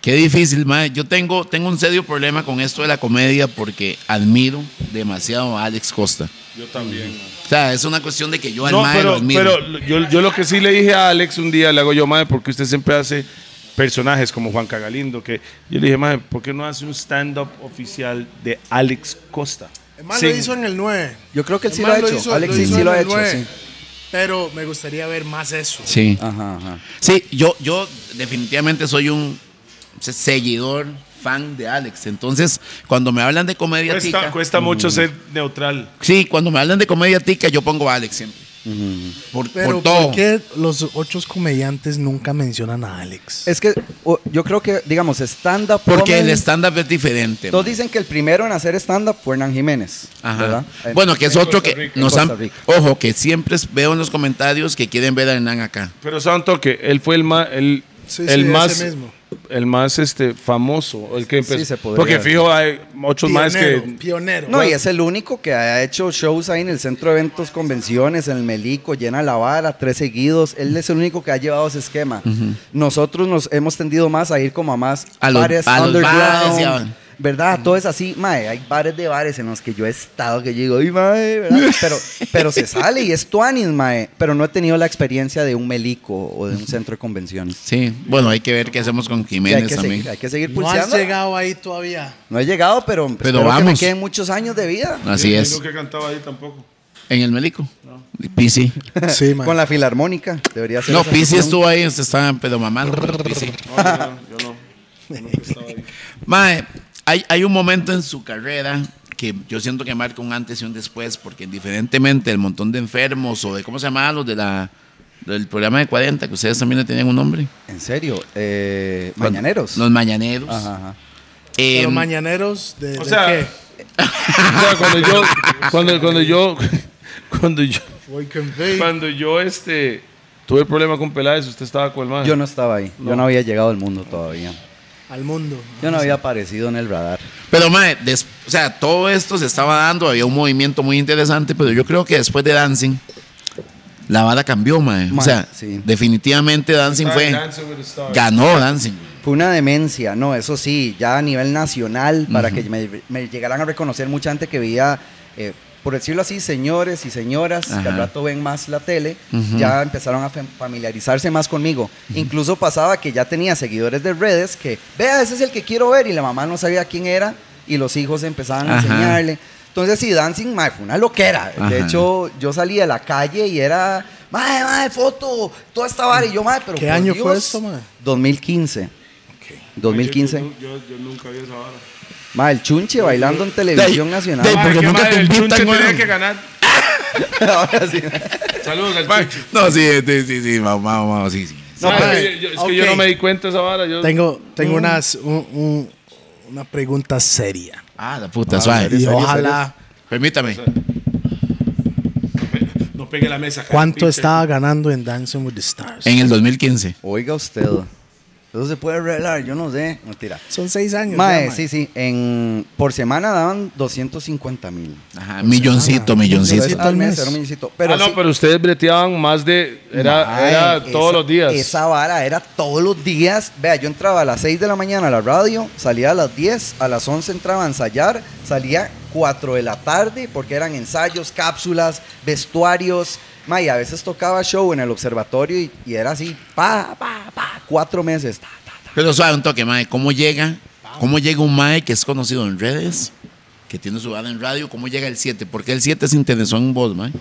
[SPEAKER 2] Qué difícil, mae. Yo tengo, tengo un serio problema con esto de la comedia porque admiro demasiado a Alex Costa.
[SPEAKER 4] Yo también.
[SPEAKER 3] Mm.
[SPEAKER 2] O sea, es una cuestión de que yo al
[SPEAKER 4] No,
[SPEAKER 2] mae lo
[SPEAKER 4] pero,
[SPEAKER 2] admiro.
[SPEAKER 4] pero yo, yo lo que sí le dije a Alex un día, le hago yo, madre, porque usted siempre hace personajes como Juan Cagalindo, que yo le dije, madre, ¿por qué no hace un stand-up oficial de Alex Costa?
[SPEAKER 1] El man lo
[SPEAKER 4] Sin-
[SPEAKER 1] hizo en el 9.
[SPEAKER 3] Yo creo que él sí lo ha hecho. Alex sí, lo ha hecho, sí.
[SPEAKER 1] Pero me gustaría ver más eso.
[SPEAKER 2] Sí.
[SPEAKER 3] Ajá, ajá.
[SPEAKER 2] Sí, yo, yo definitivamente soy un se- seguidor, fan de Alex. Entonces, cuando me hablan de comedia
[SPEAKER 4] Cuesta,
[SPEAKER 2] tica.
[SPEAKER 4] cuesta
[SPEAKER 3] Mm.
[SPEAKER 4] mucho ser neutral.
[SPEAKER 2] Sí, cuando me hablan de comedia tica, yo pongo a Alex siempre. Por,
[SPEAKER 1] Pero
[SPEAKER 2] por todo.
[SPEAKER 1] ¿por qué los otros comediantes nunca mencionan a Alex?
[SPEAKER 3] Es que o- yo creo que, digamos, stand-up.
[SPEAKER 2] Porque el
[SPEAKER 3] comedy-
[SPEAKER 2] stand-up es diferente.
[SPEAKER 3] Todos
[SPEAKER 2] mae.
[SPEAKER 3] dicen que el primero en hacer stand-up fue Hernán Jiménez.
[SPEAKER 2] Ajá.
[SPEAKER 3] ¿verdad? Eh,
[SPEAKER 2] Bueno, que es
[SPEAKER 4] en
[SPEAKER 2] otro
[SPEAKER 4] Costa
[SPEAKER 2] que
[SPEAKER 4] Rica.
[SPEAKER 2] nos
[SPEAKER 3] En
[SPEAKER 2] han.
[SPEAKER 3] Costa Rica.
[SPEAKER 2] Ojo, que siempre veo en los comentarios que quieren ver a Hernán acá.
[SPEAKER 4] Pero Santo, que él fue el más, el,
[SPEAKER 1] Sí,
[SPEAKER 4] el
[SPEAKER 1] sí,
[SPEAKER 4] más,
[SPEAKER 1] ese mismo.
[SPEAKER 4] el más este famoso, el que empezó.
[SPEAKER 3] se podría
[SPEAKER 4] porque
[SPEAKER 3] decir.
[SPEAKER 4] fijo hay muchos más
[SPEAKER 1] Pionero,
[SPEAKER 4] que
[SPEAKER 1] Pionero.
[SPEAKER 3] No, y es el único que ha hecho shows ahí en el centro de eventos, convenciones, en el Melico, llena la vara, tres seguidos. Él es el único que ha llevado ese esquema. Nosotros nos hemos tendido más a ir como a más
[SPEAKER 2] A los- a los bares y a-
[SPEAKER 3] ¿Verdad? Todo es así, mae. Hay bares de bares en los que yo he estado que yo digo, ¡ay, mae! ¿verdad? Pero, pero se sale y es tuanis, mae. Pero no he tenido la experiencia de un melico o de un centro de convenciones.
[SPEAKER 2] Sí. Bueno, hay que ver qué hacemos con
[SPEAKER 3] O sea, hay,
[SPEAKER 2] Jiménez
[SPEAKER 3] que
[SPEAKER 2] también.
[SPEAKER 3] seguir, hay que seguir
[SPEAKER 1] no has
[SPEAKER 3] pulseando.
[SPEAKER 1] llegado ahí todavía.
[SPEAKER 3] No he llegado, pero, espero que me
[SPEAKER 2] vamos.
[SPEAKER 3] queden muchos años de vida.
[SPEAKER 2] Así
[SPEAKER 4] Yo
[SPEAKER 2] es.
[SPEAKER 4] nunca he cantado ahí tampoco.
[SPEAKER 2] en el Melico. Pisi.
[SPEAKER 1] Sí, mae.
[SPEAKER 3] Con la filarmónica, debería ser.
[SPEAKER 2] No,
[SPEAKER 3] esa
[SPEAKER 2] Pisi
[SPEAKER 3] canción.
[SPEAKER 2] estuvo ahí, se estaban pedo mamando. Pisi. Mae, hay, hay un momento en su carrera que yo siento que marca un antes y un después, porque indiferentemente el montón de enfermos o de, ¿cómo se llamaban los de la, del programa de 40, que ustedes también le tenían un nombre?
[SPEAKER 3] En serio, eh, mañaneros.
[SPEAKER 2] Los mañaneros.
[SPEAKER 3] Ajá, ajá. Em.
[SPEAKER 2] Eh,
[SPEAKER 1] Los mañaneros de,
[SPEAKER 4] O
[SPEAKER 1] de
[SPEAKER 4] sea,
[SPEAKER 1] qué?
[SPEAKER 4] O sea, cuando yo, cuando, cuando yo, cuando yo,
[SPEAKER 1] We can be.
[SPEAKER 4] cuando yo, este, tuve problema con Peláez, usted estaba con el man.
[SPEAKER 3] Yo no estaba ahí. Yo no había llegado al mundo todavía.
[SPEAKER 1] al mundo.
[SPEAKER 3] Yo no había aparecido en el radar.
[SPEAKER 2] Pero, mae, des- o sea, todo esto se estaba dando, había un movimiento muy interesante, pero yo creo que después de Dancing, la vara cambió, mae. O
[SPEAKER 3] Mae,
[SPEAKER 2] sea,
[SPEAKER 3] sí.
[SPEAKER 2] definitivamente Dancing
[SPEAKER 4] Ah, Estaba en
[SPEAKER 2] fue.
[SPEAKER 4] Dancing with the Stars.
[SPEAKER 2] Ganó Dancing.
[SPEAKER 3] Fue una demencia, no, eso sí, ya a nivel nacional, para que me, me llegaran a reconocer mucha gente que veía, eh, por decirlo así, señores y señoras que
[SPEAKER 2] Ajá.
[SPEAKER 3] al rato ven más la tele,
[SPEAKER 2] Ujú.
[SPEAKER 3] ya empezaron a fam- familiarizarse más conmigo. Incluso pasaba que ya tenía seguidores de redes que, vea, ese es el que quiero ver, y la mamá no sabía quién era, y los hijos empezaban a
[SPEAKER 2] Ajá.
[SPEAKER 3] enseñarle. Entonces, sí, Dancing, mae, fue una loquera. De
[SPEAKER 2] Ajá.
[SPEAKER 3] hecho, yo salía a la calle y era, mae, mae, foto, toda esta vara, y yo, mae, pero
[SPEAKER 1] ¿Qué
[SPEAKER 3] por
[SPEAKER 1] año fue
[SPEAKER 3] Dios".
[SPEAKER 1] esto, mae?
[SPEAKER 3] 2015. 2015.
[SPEAKER 4] Yo, yo nunca vi esa vara.
[SPEAKER 3] Ma, el chunche bailando en televisión nacional.
[SPEAKER 2] Del- Ey,
[SPEAKER 4] Madre,
[SPEAKER 2] porque
[SPEAKER 4] qué
[SPEAKER 2] nunca
[SPEAKER 4] madre,
[SPEAKER 2] te
[SPEAKER 4] el
[SPEAKER 2] invitan,
[SPEAKER 4] chunche
[SPEAKER 2] weón.
[SPEAKER 4] tenía que ganar.
[SPEAKER 3] Ahora sí.
[SPEAKER 4] Saludos al
[SPEAKER 2] Mae,
[SPEAKER 4] chunche.
[SPEAKER 2] No, sí, sí, sí, sí, mamá, mamá, sí, sí.
[SPEAKER 3] No,
[SPEAKER 4] Mae,
[SPEAKER 3] pero-
[SPEAKER 4] es que yo- es que yo no
[SPEAKER 1] ok.
[SPEAKER 4] me di cuenta de esa vara. Yo,
[SPEAKER 1] Tengo,
[SPEAKER 3] Mm.
[SPEAKER 1] tengo unas, un- un- una pregunta seria.
[SPEAKER 2] Ah, la puta,
[SPEAKER 1] Y
[SPEAKER 2] suave.
[SPEAKER 3] serio,
[SPEAKER 1] ojalá,
[SPEAKER 2] Permítame.
[SPEAKER 4] no pegué la mesa. cara,
[SPEAKER 1] ¿cuánto
[SPEAKER 4] pinche.
[SPEAKER 1] estaba ganando en Dancing with the Stars?
[SPEAKER 2] En el 2015.
[SPEAKER 3] Oiga usted. oh. Eso se puede arreglar, yo no sé. Mentira.
[SPEAKER 1] Son seis años. ya,
[SPEAKER 3] Mae,
[SPEAKER 1] mae.
[SPEAKER 3] sí, sí. En, por semana daban 250 mil.
[SPEAKER 2] Ajá, milloncito, milloncito.
[SPEAKER 1] Milloncito. al mes.
[SPEAKER 3] Era un milloncito. Pero
[SPEAKER 4] ah, no,
[SPEAKER 3] sí-
[SPEAKER 4] pero ustedes breteaban más de. Era,
[SPEAKER 3] Mae,
[SPEAKER 4] era
[SPEAKER 3] esa-
[SPEAKER 4] todos los días.
[SPEAKER 3] Esa vara era todos los días. Vea, yo entraba a las 6 de la mañana a la radio, salía a las 10, a las 11 entraba a ensayar, salía 4 de la tarde porque eran ensayos, cápsulas, vestuarios. Ma, y a veces tocaba show en el observatorio y, y era así, pa, pa, pa, cuatro meses. ta, ta, ta.
[SPEAKER 2] Pero suave, un toque, mae. ¿Cómo llega? ¿Cómo llega un mae que es conocido en redes? Que tiene su banda en radio. ¿Cómo llega el 7? Porque el 7 se interesó en vos, mae.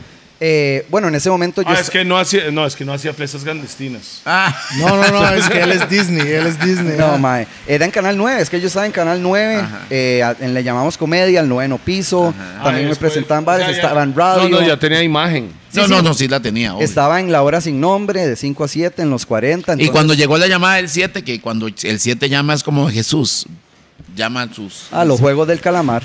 [SPEAKER 3] Eh, bueno, en ese momento yo...
[SPEAKER 4] Ah,
[SPEAKER 3] est-
[SPEAKER 4] es que no hacía, no, es que no hacía flesas clandestinas.
[SPEAKER 2] Ah,
[SPEAKER 1] No, no, no, es que él es Disney, él es Disney.
[SPEAKER 3] No,
[SPEAKER 1] ah.
[SPEAKER 3] mae. Era en Canal 9, es que yo estaba en Canal 9,
[SPEAKER 2] Ajá.
[SPEAKER 3] eh, a- en Le Llamamos Comedia, el noveno piso, también
[SPEAKER 4] Ah,
[SPEAKER 3] me
[SPEAKER 4] después-
[SPEAKER 3] presentaban
[SPEAKER 4] o
[SPEAKER 3] bares,
[SPEAKER 4] sea, ya-
[SPEAKER 3] estaba en radio.
[SPEAKER 4] No, no, ya tenía imagen.
[SPEAKER 2] no, no, no, sí la tenía. obvio.
[SPEAKER 3] Estaba en la hora sin nombre, de 5 a 7, en los 40.
[SPEAKER 2] Y
[SPEAKER 3] entonces-
[SPEAKER 2] cuando llegó la llamada del 7, que cuando el 7 llama es como Jesús. Llama a sus.
[SPEAKER 3] A ah, los Juegos del Calamar.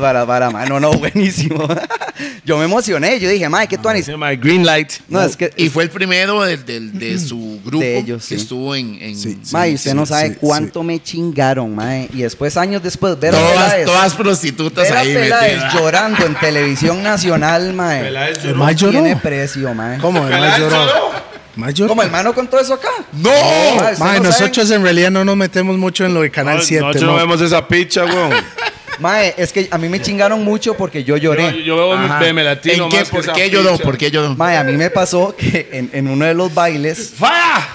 [SPEAKER 3] para, para, ma. No, no, buenísimo. yo me emocioné, yo dije, mae, qué tú
[SPEAKER 4] Se llama Green Light.
[SPEAKER 3] No, Ah, es que...
[SPEAKER 2] Ah, Y fue el primero del- del- de, su grupo
[SPEAKER 3] De ellos,
[SPEAKER 2] que
[SPEAKER 3] sí.
[SPEAKER 2] estuvo en. en-
[SPEAKER 1] Sí, sí.
[SPEAKER 3] Mae, usted no sabe
[SPEAKER 1] sí,
[SPEAKER 3] cuánto me chingaron, mae. Y después, años después, ver a
[SPEAKER 2] Todas,
[SPEAKER 3] Peláez,
[SPEAKER 2] todas prostitutas
[SPEAKER 3] ver a
[SPEAKER 2] ahí
[SPEAKER 3] Peláez
[SPEAKER 2] metidas.
[SPEAKER 3] llorando en televisión nacional, mae.
[SPEAKER 4] Peláez
[SPEAKER 1] El
[SPEAKER 4] lloró.
[SPEAKER 1] mae lloró.
[SPEAKER 3] Tiene precio, mae.
[SPEAKER 1] ¿Cómo? El mae
[SPEAKER 4] Peláez
[SPEAKER 1] lloró.
[SPEAKER 4] lloró.
[SPEAKER 1] Mae lloró.
[SPEAKER 3] ¿Cómo, hermano, con todo eso acá?
[SPEAKER 2] ¡No!
[SPEAKER 3] mae, usted
[SPEAKER 1] Mae,
[SPEAKER 3] no sabe-
[SPEAKER 1] nosotros en realidad no nos metemos mucho en lo de Canal 7.
[SPEAKER 4] Nosotros no vemos esa picha, weón.
[SPEAKER 3] Mae, es que a mí me chingaron mucho porque yo lloré.
[SPEAKER 4] Yo, yo veo mi
[SPEAKER 2] Ajá.
[SPEAKER 4] PM latino.
[SPEAKER 2] ¿En qué?
[SPEAKER 4] más que
[SPEAKER 2] ¿Por
[SPEAKER 4] esa
[SPEAKER 2] qué lloró?
[SPEAKER 4] picha.
[SPEAKER 2] ¿Por qué lloró?
[SPEAKER 3] Mae, a mí me pasó que en, en uno de los bailes,
[SPEAKER 4] ¡Falla!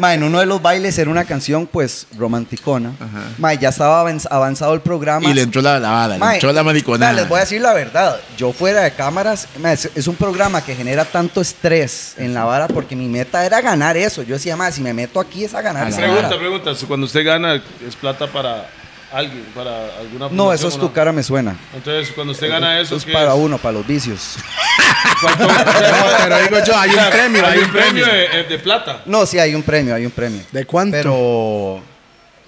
[SPEAKER 3] mae, en uno de los bailes era una canción pues romanticona. Mae, ya estaba avanz- avanzado el programa.
[SPEAKER 2] Y le entró la lavada, le
[SPEAKER 3] Mae,
[SPEAKER 2] entró la mariconada.
[SPEAKER 3] mae, les voy a decir la verdad. Yo fuera de cámaras, mae, es, es un programa que genera tanto estrés en la vara porque mi meta era ganar eso. Yo decía, mae, si me meto aquí es a ganar
[SPEAKER 2] A
[SPEAKER 3] esa
[SPEAKER 2] la
[SPEAKER 3] vara.
[SPEAKER 4] Pregunta, pregunta. si Cuando usted gana, ¿es plata para alguien? ¿Para
[SPEAKER 3] No,
[SPEAKER 4] alguna fundación
[SPEAKER 3] eso es
[SPEAKER 4] o
[SPEAKER 3] tu cara me suena.
[SPEAKER 4] Entonces, cuando usted gana eso,
[SPEAKER 3] es
[SPEAKER 4] ¿qué
[SPEAKER 3] para
[SPEAKER 4] es?
[SPEAKER 3] uno, para los vicios.
[SPEAKER 4] ¿Cuánto?
[SPEAKER 1] pero digo yo, hay un premio,
[SPEAKER 4] Hay un premio de, de plata.
[SPEAKER 3] No, sí, hay un premio, hay un premio.
[SPEAKER 1] ¿De cuánto?
[SPEAKER 3] Pero.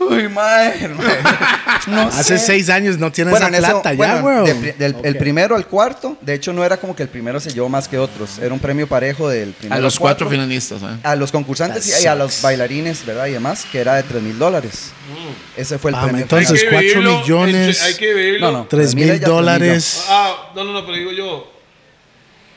[SPEAKER 3] Uy, madre. madre. No
[SPEAKER 1] Hace
[SPEAKER 3] sé.
[SPEAKER 1] seis años no tienes
[SPEAKER 3] Bueno,
[SPEAKER 1] esa
[SPEAKER 3] en ese-
[SPEAKER 1] plata ya,
[SPEAKER 3] bueno,
[SPEAKER 1] weón.
[SPEAKER 3] de pri- del el primero al cuarto, de hecho no era como que el primero se llevó más que otros, era un premio parejo del primero
[SPEAKER 2] A
[SPEAKER 3] al
[SPEAKER 2] los
[SPEAKER 3] cuarto,
[SPEAKER 2] cuatro finalistas, ¿eh?
[SPEAKER 3] a los concursantes y- y a los bailarines, ¿verdad? Y demás, que era de 3 mil dólares.
[SPEAKER 2] Mm.
[SPEAKER 3] Ese fue el
[SPEAKER 1] Ah,
[SPEAKER 3] premio.
[SPEAKER 1] entonces,
[SPEAKER 4] Hay que
[SPEAKER 1] cuatro
[SPEAKER 4] dividirlo,
[SPEAKER 1] millones.
[SPEAKER 4] Hay que verlo.
[SPEAKER 3] No, no.
[SPEAKER 1] Tres
[SPEAKER 3] Mira,
[SPEAKER 1] mil
[SPEAKER 3] ya te
[SPEAKER 1] dólares.
[SPEAKER 4] Ah, no, no, no, pero digo yo.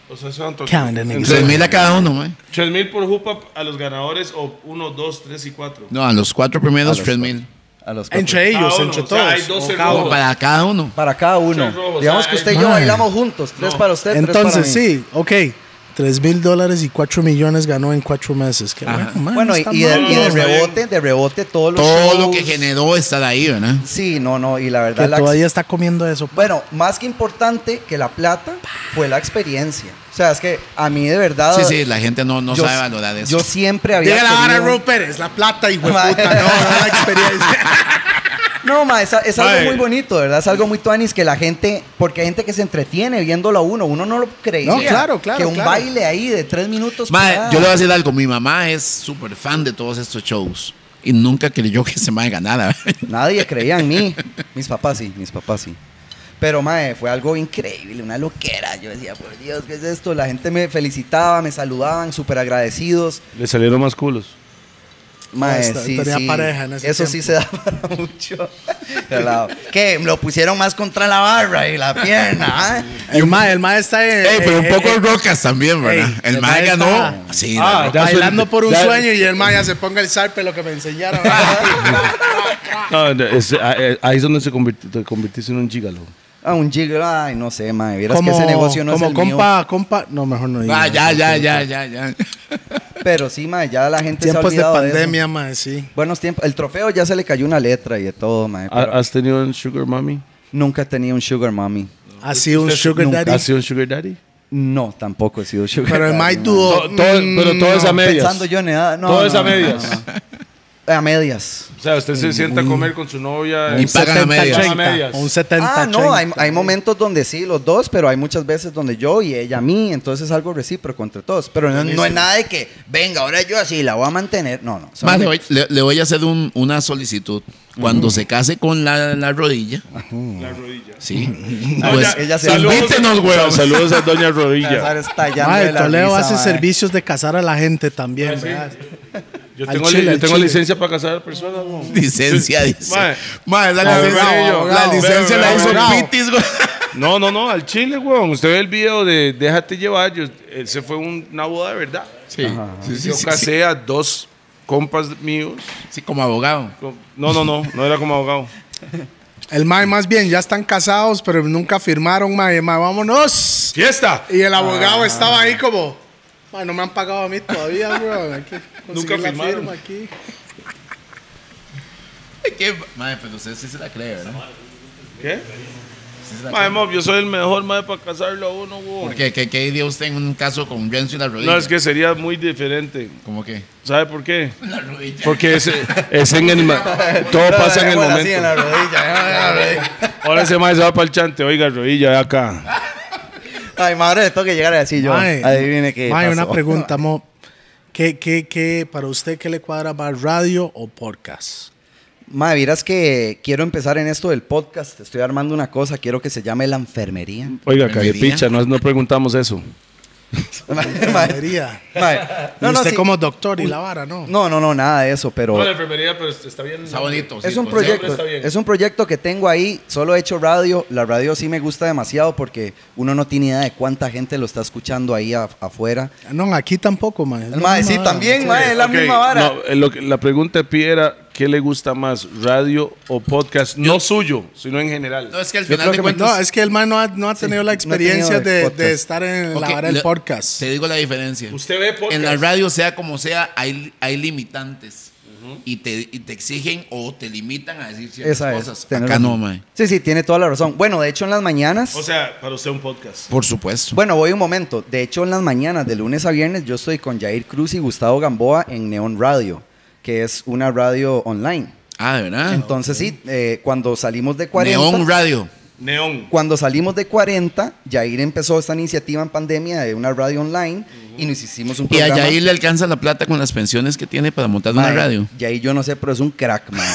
[SPEAKER 4] O sea, eso es
[SPEAKER 1] Count the niggas.
[SPEAKER 2] Tres mil a cada uno, mae.
[SPEAKER 4] 3 mil por Jupa a los ganadores o 1, 2, 3 y 4.
[SPEAKER 2] No, a los cuatro
[SPEAKER 3] A
[SPEAKER 2] primeros,
[SPEAKER 3] los
[SPEAKER 2] tres
[SPEAKER 3] cuatro.
[SPEAKER 2] mil.
[SPEAKER 3] A los cuatro.
[SPEAKER 1] Entre ellos,
[SPEAKER 4] uno,
[SPEAKER 1] entre
[SPEAKER 4] o
[SPEAKER 1] todos.
[SPEAKER 4] sea, hay doce
[SPEAKER 1] O cada uno.
[SPEAKER 4] rojos.
[SPEAKER 2] Para cada uno.
[SPEAKER 3] Para cada uno.
[SPEAKER 4] Tres rojos,
[SPEAKER 3] Digamos
[SPEAKER 4] ah,
[SPEAKER 3] que usted y
[SPEAKER 1] hay-
[SPEAKER 3] yo
[SPEAKER 1] Madre.
[SPEAKER 3] bailamos juntos, tres
[SPEAKER 4] No.
[SPEAKER 3] para usted, tres para
[SPEAKER 1] Entonces,
[SPEAKER 3] mí.
[SPEAKER 1] sí, ok. 3 mil dólares y 4 millones ganó en 4 meses. Qué bueno, man,
[SPEAKER 3] Bueno,
[SPEAKER 1] no
[SPEAKER 3] y,
[SPEAKER 1] está
[SPEAKER 3] y de,
[SPEAKER 1] mal.
[SPEAKER 3] y de
[SPEAKER 4] No, no,
[SPEAKER 3] rebote, de rebote, todos los
[SPEAKER 2] Todo lo que
[SPEAKER 3] shows.
[SPEAKER 2] generó está ahí, ¿verdad?
[SPEAKER 3] Sí, no, no, y la verdad.
[SPEAKER 1] que
[SPEAKER 3] la ex-
[SPEAKER 1] todavía está comiendo eso.
[SPEAKER 3] Bueno, más que importante que la plata fue la experiencia. O sea, es que a mí de verdad.
[SPEAKER 2] Sí, sí, la gente no, no sabe valorar eso.
[SPEAKER 3] Yo siempre había.
[SPEAKER 1] Diga la vara,
[SPEAKER 3] querido-
[SPEAKER 1] Rob Pérez, la plata, hijo de
[SPEAKER 3] Ma-
[SPEAKER 1] puta, no, no la experiencia.
[SPEAKER 3] No, ma, es, es algo
[SPEAKER 4] Mae.
[SPEAKER 3] muy bonito, ¿verdad? Es algo muy tuanis que la gente, porque hay gente que se entretiene viéndolo a uno, uno no lo creía.
[SPEAKER 1] No, claro, claro,
[SPEAKER 3] Que un
[SPEAKER 1] claro.
[SPEAKER 3] baile ahí de tres minutos.
[SPEAKER 2] Mae,
[SPEAKER 3] para-
[SPEAKER 2] yo le voy a decir algo. Mi mamá es súper fan de todos estos shows y nunca creyó que se me ganara.
[SPEAKER 3] Nadie creía en mí. Mis papás sí, mis papás sí. Pero, mae, fue algo increíble, una loquera. Yo decía, por Dios, ¿qué es esto? La gente me felicitaba, me saludaban, súper agradecidos.
[SPEAKER 4] Le salieron más culos.
[SPEAKER 3] Mae,
[SPEAKER 1] Ah, está-
[SPEAKER 3] sí,
[SPEAKER 1] tenía
[SPEAKER 3] sí.
[SPEAKER 1] pareja en ese
[SPEAKER 3] Eso sí se da para mucho. Pero la- que lo pusieron más contra la barra y la pierna, ¿eh?
[SPEAKER 1] El mae, el mae está en-
[SPEAKER 2] Ey, pero un
[SPEAKER 1] eh,
[SPEAKER 2] poco
[SPEAKER 1] eh,
[SPEAKER 2] rocas también, ¿verdad?
[SPEAKER 1] ey,
[SPEAKER 2] el
[SPEAKER 1] el
[SPEAKER 2] mae
[SPEAKER 1] mae
[SPEAKER 2] ganó.
[SPEAKER 1] está-
[SPEAKER 2] Sí,
[SPEAKER 4] Ah,
[SPEAKER 2] la roca.
[SPEAKER 4] ya soy-
[SPEAKER 1] bailando por un
[SPEAKER 4] ya-
[SPEAKER 1] sueño y el mae ya se ponga el zarpe lo que me enseñaron. Ah,
[SPEAKER 4] No, no, es- ah, eh, ahí es donde se convirti- te convertiste en un gigalo.
[SPEAKER 3] Ah, un jiggle, ay, no sé, mae. Vieras que ese negocio no
[SPEAKER 1] como
[SPEAKER 3] es el mío.
[SPEAKER 1] compa, compa, no, mejor no diga.
[SPEAKER 2] Ah, ya,
[SPEAKER 1] eso,
[SPEAKER 2] ya,
[SPEAKER 1] sí.
[SPEAKER 2] ya, ya, ya.
[SPEAKER 3] Pero sí, mae, ya la gente se ha
[SPEAKER 1] Tiempos de
[SPEAKER 3] olvidado eso.
[SPEAKER 1] pandemia, mae, sí.
[SPEAKER 3] Buenos tiempos. El trofeo ya se le cayó una letra y de todo, mae.
[SPEAKER 6] Ah,
[SPEAKER 4] ¿Ha-
[SPEAKER 3] pero
[SPEAKER 4] ¿Has tenido un sugar mommy?
[SPEAKER 3] Nunca tenía un sugar mommy.
[SPEAKER 1] Ha sido un
[SPEAKER 4] ¿Usted
[SPEAKER 1] sugar
[SPEAKER 4] nunca
[SPEAKER 1] daddy.
[SPEAKER 4] ¿Has sido un sugar daddy?
[SPEAKER 3] No, tampoco he sido sugar
[SPEAKER 1] Pero el
[SPEAKER 3] daddy,
[SPEAKER 1] mae
[SPEAKER 3] man.
[SPEAKER 1] tuvo.
[SPEAKER 4] To- todo- pero todo es a medias.
[SPEAKER 3] Pensando yo en edad. No,
[SPEAKER 4] Todo es
[SPEAKER 3] no,
[SPEAKER 4] a
[SPEAKER 3] no,
[SPEAKER 4] medias.
[SPEAKER 3] no, no. A medias.
[SPEAKER 4] O sea, usted se sienta a comer con su novia.
[SPEAKER 2] Y
[SPEAKER 4] eh,
[SPEAKER 2] pagan a medias.
[SPEAKER 4] A medias.
[SPEAKER 1] Un 70
[SPEAKER 3] Ah, no, hay, hay momentos donde sí, los dos, pero hay muchas veces donde yo y ella a mí, entonces es algo recíproco entre todos. Pero no, no es nada de que, venga, ahora yo así la voy a mantener. No, no. son-
[SPEAKER 2] Mae, le, voy, le- le voy a hacer un- una solicitud. Cuando se case con la, la rodilla,
[SPEAKER 4] La rodilla.
[SPEAKER 2] sí.
[SPEAKER 3] Ah,
[SPEAKER 2] Pues,
[SPEAKER 3] ya- ella se-
[SPEAKER 2] invítenos,
[SPEAKER 4] Sa-
[SPEAKER 2] güey.
[SPEAKER 4] Saludos a Doña
[SPEAKER 3] César
[SPEAKER 4] Rodilla.
[SPEAKER 3] está llando de
[SPEAKER 1] Mae,
[SPEAKER 3] la
[SPEAKER 1] Toledo
[SPEAKER 3] risa,
[SPEAKER 1] hace
[SPEAKER 3] mae.
[SPEAKER 1] servicios de casar a la gente también,
[SPEAKER 4] Ah, sí.
[SPEAKER 1] ¿verdad?
[SPEAKER 4] Yo
[SPEAKER 1] Al
[SPEAKER 4] tengo, li-
[SPEAKER 1] chile,
[SPEAKER 4] yo
[SPEAKER 1] al
[SPEAKER 4] tengo
[SPEAKER 1] chile.
[SPEAKER 4] licencia para casar a personas. ¿no?
[SPEAKER 2] Licencia,
[SPEAKER 4] Sí.
[SPEAKER 2] dice.
[SPEAKER 4] Mae,
[SPEAKER 2] Mae, la
[SPEAKER 4] Abogado,
[SPEAKER 2] licencia, la
[SPEAKER 4] abogado.
[SPEAKER 2] licencia la hizo
[SPEAKER 1] Abogado.
[SPEAKER 2] Pitis, güey.
[SPEAKER 4] No, no, no, al chile, weón. Usted ve el video de Déjate llevar. Yo, ese fue un- una boda de verdad.
[SPEAKER 2] Sí, sí, sí,
[SPEAKER 4] Yo
[SPEAKER 2] sí,
[SPEAKER 4] casé
[SPEAKER 2] sí,
[SPEAKER 4] a dos compas míos.
[SPEAKER 2] sí, como abogado.
[SPEAKER 4] Con- No, no, no, no era como abogado.
[SPEAKER 1] El mae, más bien, ya están casados, pero nunca firmaron, mae. Mae, vámonos.
[SPEAKER 4] ¡Fiesta!
[SPEAKER 1] Y el abogado estaba ahí como, "Mae, no me han pagado a mí todavía, bro. Hay que
[SPEAKER 4] Nunca
[SPEAKER 1] conseguir la
[SPEAKER 4] firmaron.
[SPEAKER 1] firma aquí.
[SPEAKER 2] Es que, Mae, pero usted sí se la cree, ¿verdad?
[SPEAKER 4] ¿Qué?
[SPEAKER 2] Sí se la
[SPEAKER 4] Mae,
[SPEAKER 2] cree.
[SPEAKER 4] mob, yo soy el mejor, mae, para casarlo a uno, weón.
[SPEAKER 2] Porque, ¿qué, ¿Qué idea usted en un caso con Renzo y la rodilla?
[SPEAKER 4] No, es que sería muy diferente.
[SPEAKER 2] ¿Cómo qué?
[SPEAKER 4] ¿Sabe por qué?
[SPEAKER 2] La rodilla.
[SPEAKER 4] Porque es, es en el... ma- Todo pasa en el
[SPEAKER 3] Bueno, así, en la
[SPEAKER 4] momento.
[SPEAKER 3] rodilla, en la rodilla.
[SPEAKER 4] Ahora ese mae se va para el chante. Oiga, rodilla, ve acá.
[SPEAKER 3] Ay, madre, le tengo que llegar así yo.
[SPEAKER 1] Mae,
[SPEAKER 3] Adivine qué.
[SPEAKER 1] mae,
[SPEAKER 3] pasó.
[SPEAKER 1] una pregunta, mo. ¿Qué, qué, qué, para usted, qué le cuadra más, radio o podcast?
[SPEAKER 3] Mae, vieras que quiero empezar en esto del podcast. Estoy armando una cosa, quiero que se llame la enfermería.
[SPEAKER 4] Oiga,
[SPEAKER 2] Enfermería.
[SPEAKER 4] cajepicha, no, no preguntamos eso.
[SPEAKER 3] Mae, mae,
[SPEAKER 1] Enfermería.
[SPEAKER 3] mae.
[SPEAKER 1] Y
[SPEAKER 3] No, no,
[SPEAKER 1] usted
[SPEAKER 3] sí.
[SPEAKER 1] como doctor y la vara, ¿no?
[SPEAKER 3] No, no, no, nada de eso, pero...
[SPEAKER 4] enfermería, pero este, está bien.
[SPEAKER 2] Está bonito. sí,
[SPEAKER 3] Es un
[SPEAKER 2] por ejemplo,
[SPEAKER 3] proyecto,
[SPEAKER 4] pues, está bien.
[SPEAKER 3] es un proyecto que tengo ahí, solo he hecho radio, la radio sí me gusta demasiado porque uno no tiene idea de cuánta gente lo está escuchando ahí af- afuera.
[SPEAKER 1] No, aquí tampoco, mae. Es la
[SPEAKER 3] El mae,
[SPEAKER 1] misma
[SPEAKER 3] sí,
[SPEAKER 1] vara.
[SPEAKER 3] también, mae, es la
[SPEAKER 4] Ok,
[SPEAKER 3] misma vara.
[SPEAKER 4] no, eh, lo que- la pregunta de Pi era, ¿qué le gusta más, radio o podcast? No suyo, sino en general.
[SPEAKER 2] No, es que pues, al
[SPEAKER 4] Yo
[SPEAKER 2] final
[SPEAKER 4] creo
[SPEAKER 2] de
[SPEAKER 4] que-
[SPEAKER 2] cuentas.
[SPEAKER 1] No, es que el man no ha, no ha tenido la
[SPEAKER 3] no ha tenido
[SPEAKER 1] experiencia
[SPEAKER 3] el
[SPEAKER 1] de,
[SPEAKER 3] podcast.
[SPEAKER 1] de estar en
[SPEAKER 2] Ok,
[SPEAKER 1] la vara del
[SPEAKER 2] le-
[SPEAKER 1] podcast.
[SPEAKER 2] Te digo la diferencia.
[SPEAKER 4] Usted ve podcast.
[SPEAKER 2] En la radio, sea como sea, hay, hay limitantes. y, te, y te exigen o te limitan a decir ciertas
[SPEAKER 3] Esa es.
[SPEAKER 2] cosas.
[SPEAKER 3] tener
[SPEAKER 2] Acá
[SPEAKER 3] razón.
[SPEAKER 2] no, Mae.
[SPEAKER 3] Sí, sí, tiene toda la razón. Bueno, de hecho en las mañanas...
[SPEAKER 4] O sea, para usted un podcast.
[SPEAKER 2] Por supuesto.
[SPEAKER 3] Bueno, voy un momento. De hecho, en las mañanas, de lunes a viernes, yo estoy con Jair Cruz y Gustavo Gamboa en Neon Radio, que es una radio online.
[SPEAKER 2] Ah, de verdad.
[SPEAKER 3] Entonces, sí, eh, cuando salimos de 40...
[SPEAKER 2] Neón Radio.
[SPEAKER 4] Neón.
[SPEAKER 3] Cuando salimos de 40, Jair empezó esta iniciativa en pandemia de una radio online y nos hicimos un
[SPEAKER 2] Y a
[SPEAKER 3] programa.
[SPEAKER 2] Yair le alcanza la plata con las pensiones que tiene para montar una
[SPEAKER 3] Mae,
[SPEAKER 2] radio.
[SPEAKER 3] Yair yo no sé, pero es un crack, man.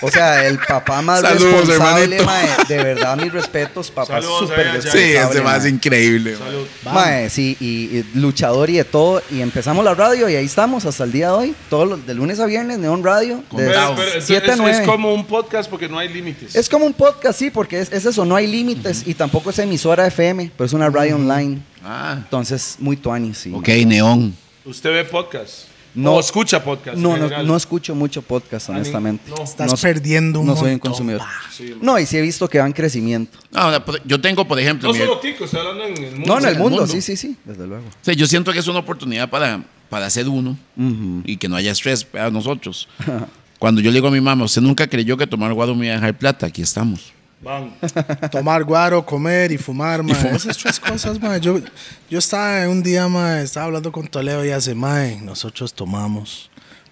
[SPEAKER 3] O sea, el papá más
[SPEAKER 2] Saludos,
[SPEAKER 3] responsable,
[SPEAKER 2] hermanito.
[SPEAKER 3] mae. De verdad, mis respetos, papá
[SPEAKER 4] Saludos
[SPEAKER 3] súper
[SPEAKER 4] ahí a Yair.
[SPEAKER 3] responsable, mae.
[SPEAKER 2] increíble.
[SPEAKER 3] Mae, sí, y, y luchador y de todo. Y empezamos la radio y ahí estamos hasta el día de hoy. Todos los, de lunes a viernes, Neon Radio.
[SPEAKER 2] Con
[SPEAKER 3] De
[SPEAKER 2] Bravo.
[SPEAKER 4] pero, es,
[SPEAKER 3] 7 a
[SPEAKER 4] es-
[SPEAKER 3] 9.
[SPEAKER 4] es como un podcast porque no hay límites.
[SPEAKER 3] Es como un podcast, sí, porque es, es eso, no hay límites. Y tampoco es emisora FM, pero es una radio online.
[SPEAKER 2] Ah,
[SPEAKER 3] Entonces, muy tuani, sí.
[SPEAKER 2] ok, Neón.
[SPEAKER 4] Usted ve podcast.
[SPEAKER 3] No.
[SPEAKER 4] o escucha podcast.
[SPEAKER 3] No,
[SPEAKER 4] en
[SPEAKER 3] no,
[SPEAKER 4] general.
[SPEAKER 3] no escucho mucho podcast, honestamente.
[SPEAKER 4] no.
[SPEAKER 1] Estás
[SPEAKER 3] No-
[SPEAKER 1] perdiendo un
[SPEAKER 3] No soy un
[SPEAKER 1] montón,
[SPEAKER 3] consumidor.
[SPEAKER 1] pa.
[SPEAKER 4] Sí,
[SPEAKER 3] No, y sí he visto que van crecimiento.
[SPEAKER 2] No, o sea, por- yo tengo, por ejemplo,
[SPEAKER 4] No
[SPEAKER 2] mi-
[SPEAKER 4] solo Tico, estoy hablando en el mundo.
[SPEAKER 3] No, en el
[SPEAKER 2] el
[SPEAKER 3] mundo,
[SPEAKER 2] mundo.
[SPEAKER 3] sí, sí, sí, desde luego.
[SPEAKER 2] o sea, yo siento que es una oportunidad para, para ser uno y que no haya estrés para nosotros. Cuando yo le digo a mi mamá, usted nunca creyó que tomar guado me iba a dejar plata, aquí estamos.
[SPEAKER 4] Van.
[SPEAKER 1] Tomar guaro, comer y fumar, mae. Esas tres cosas, mae. Yo, yo estaba un día, mae, estaba hablando con Toledo y hace, mae, nosotros tomamos,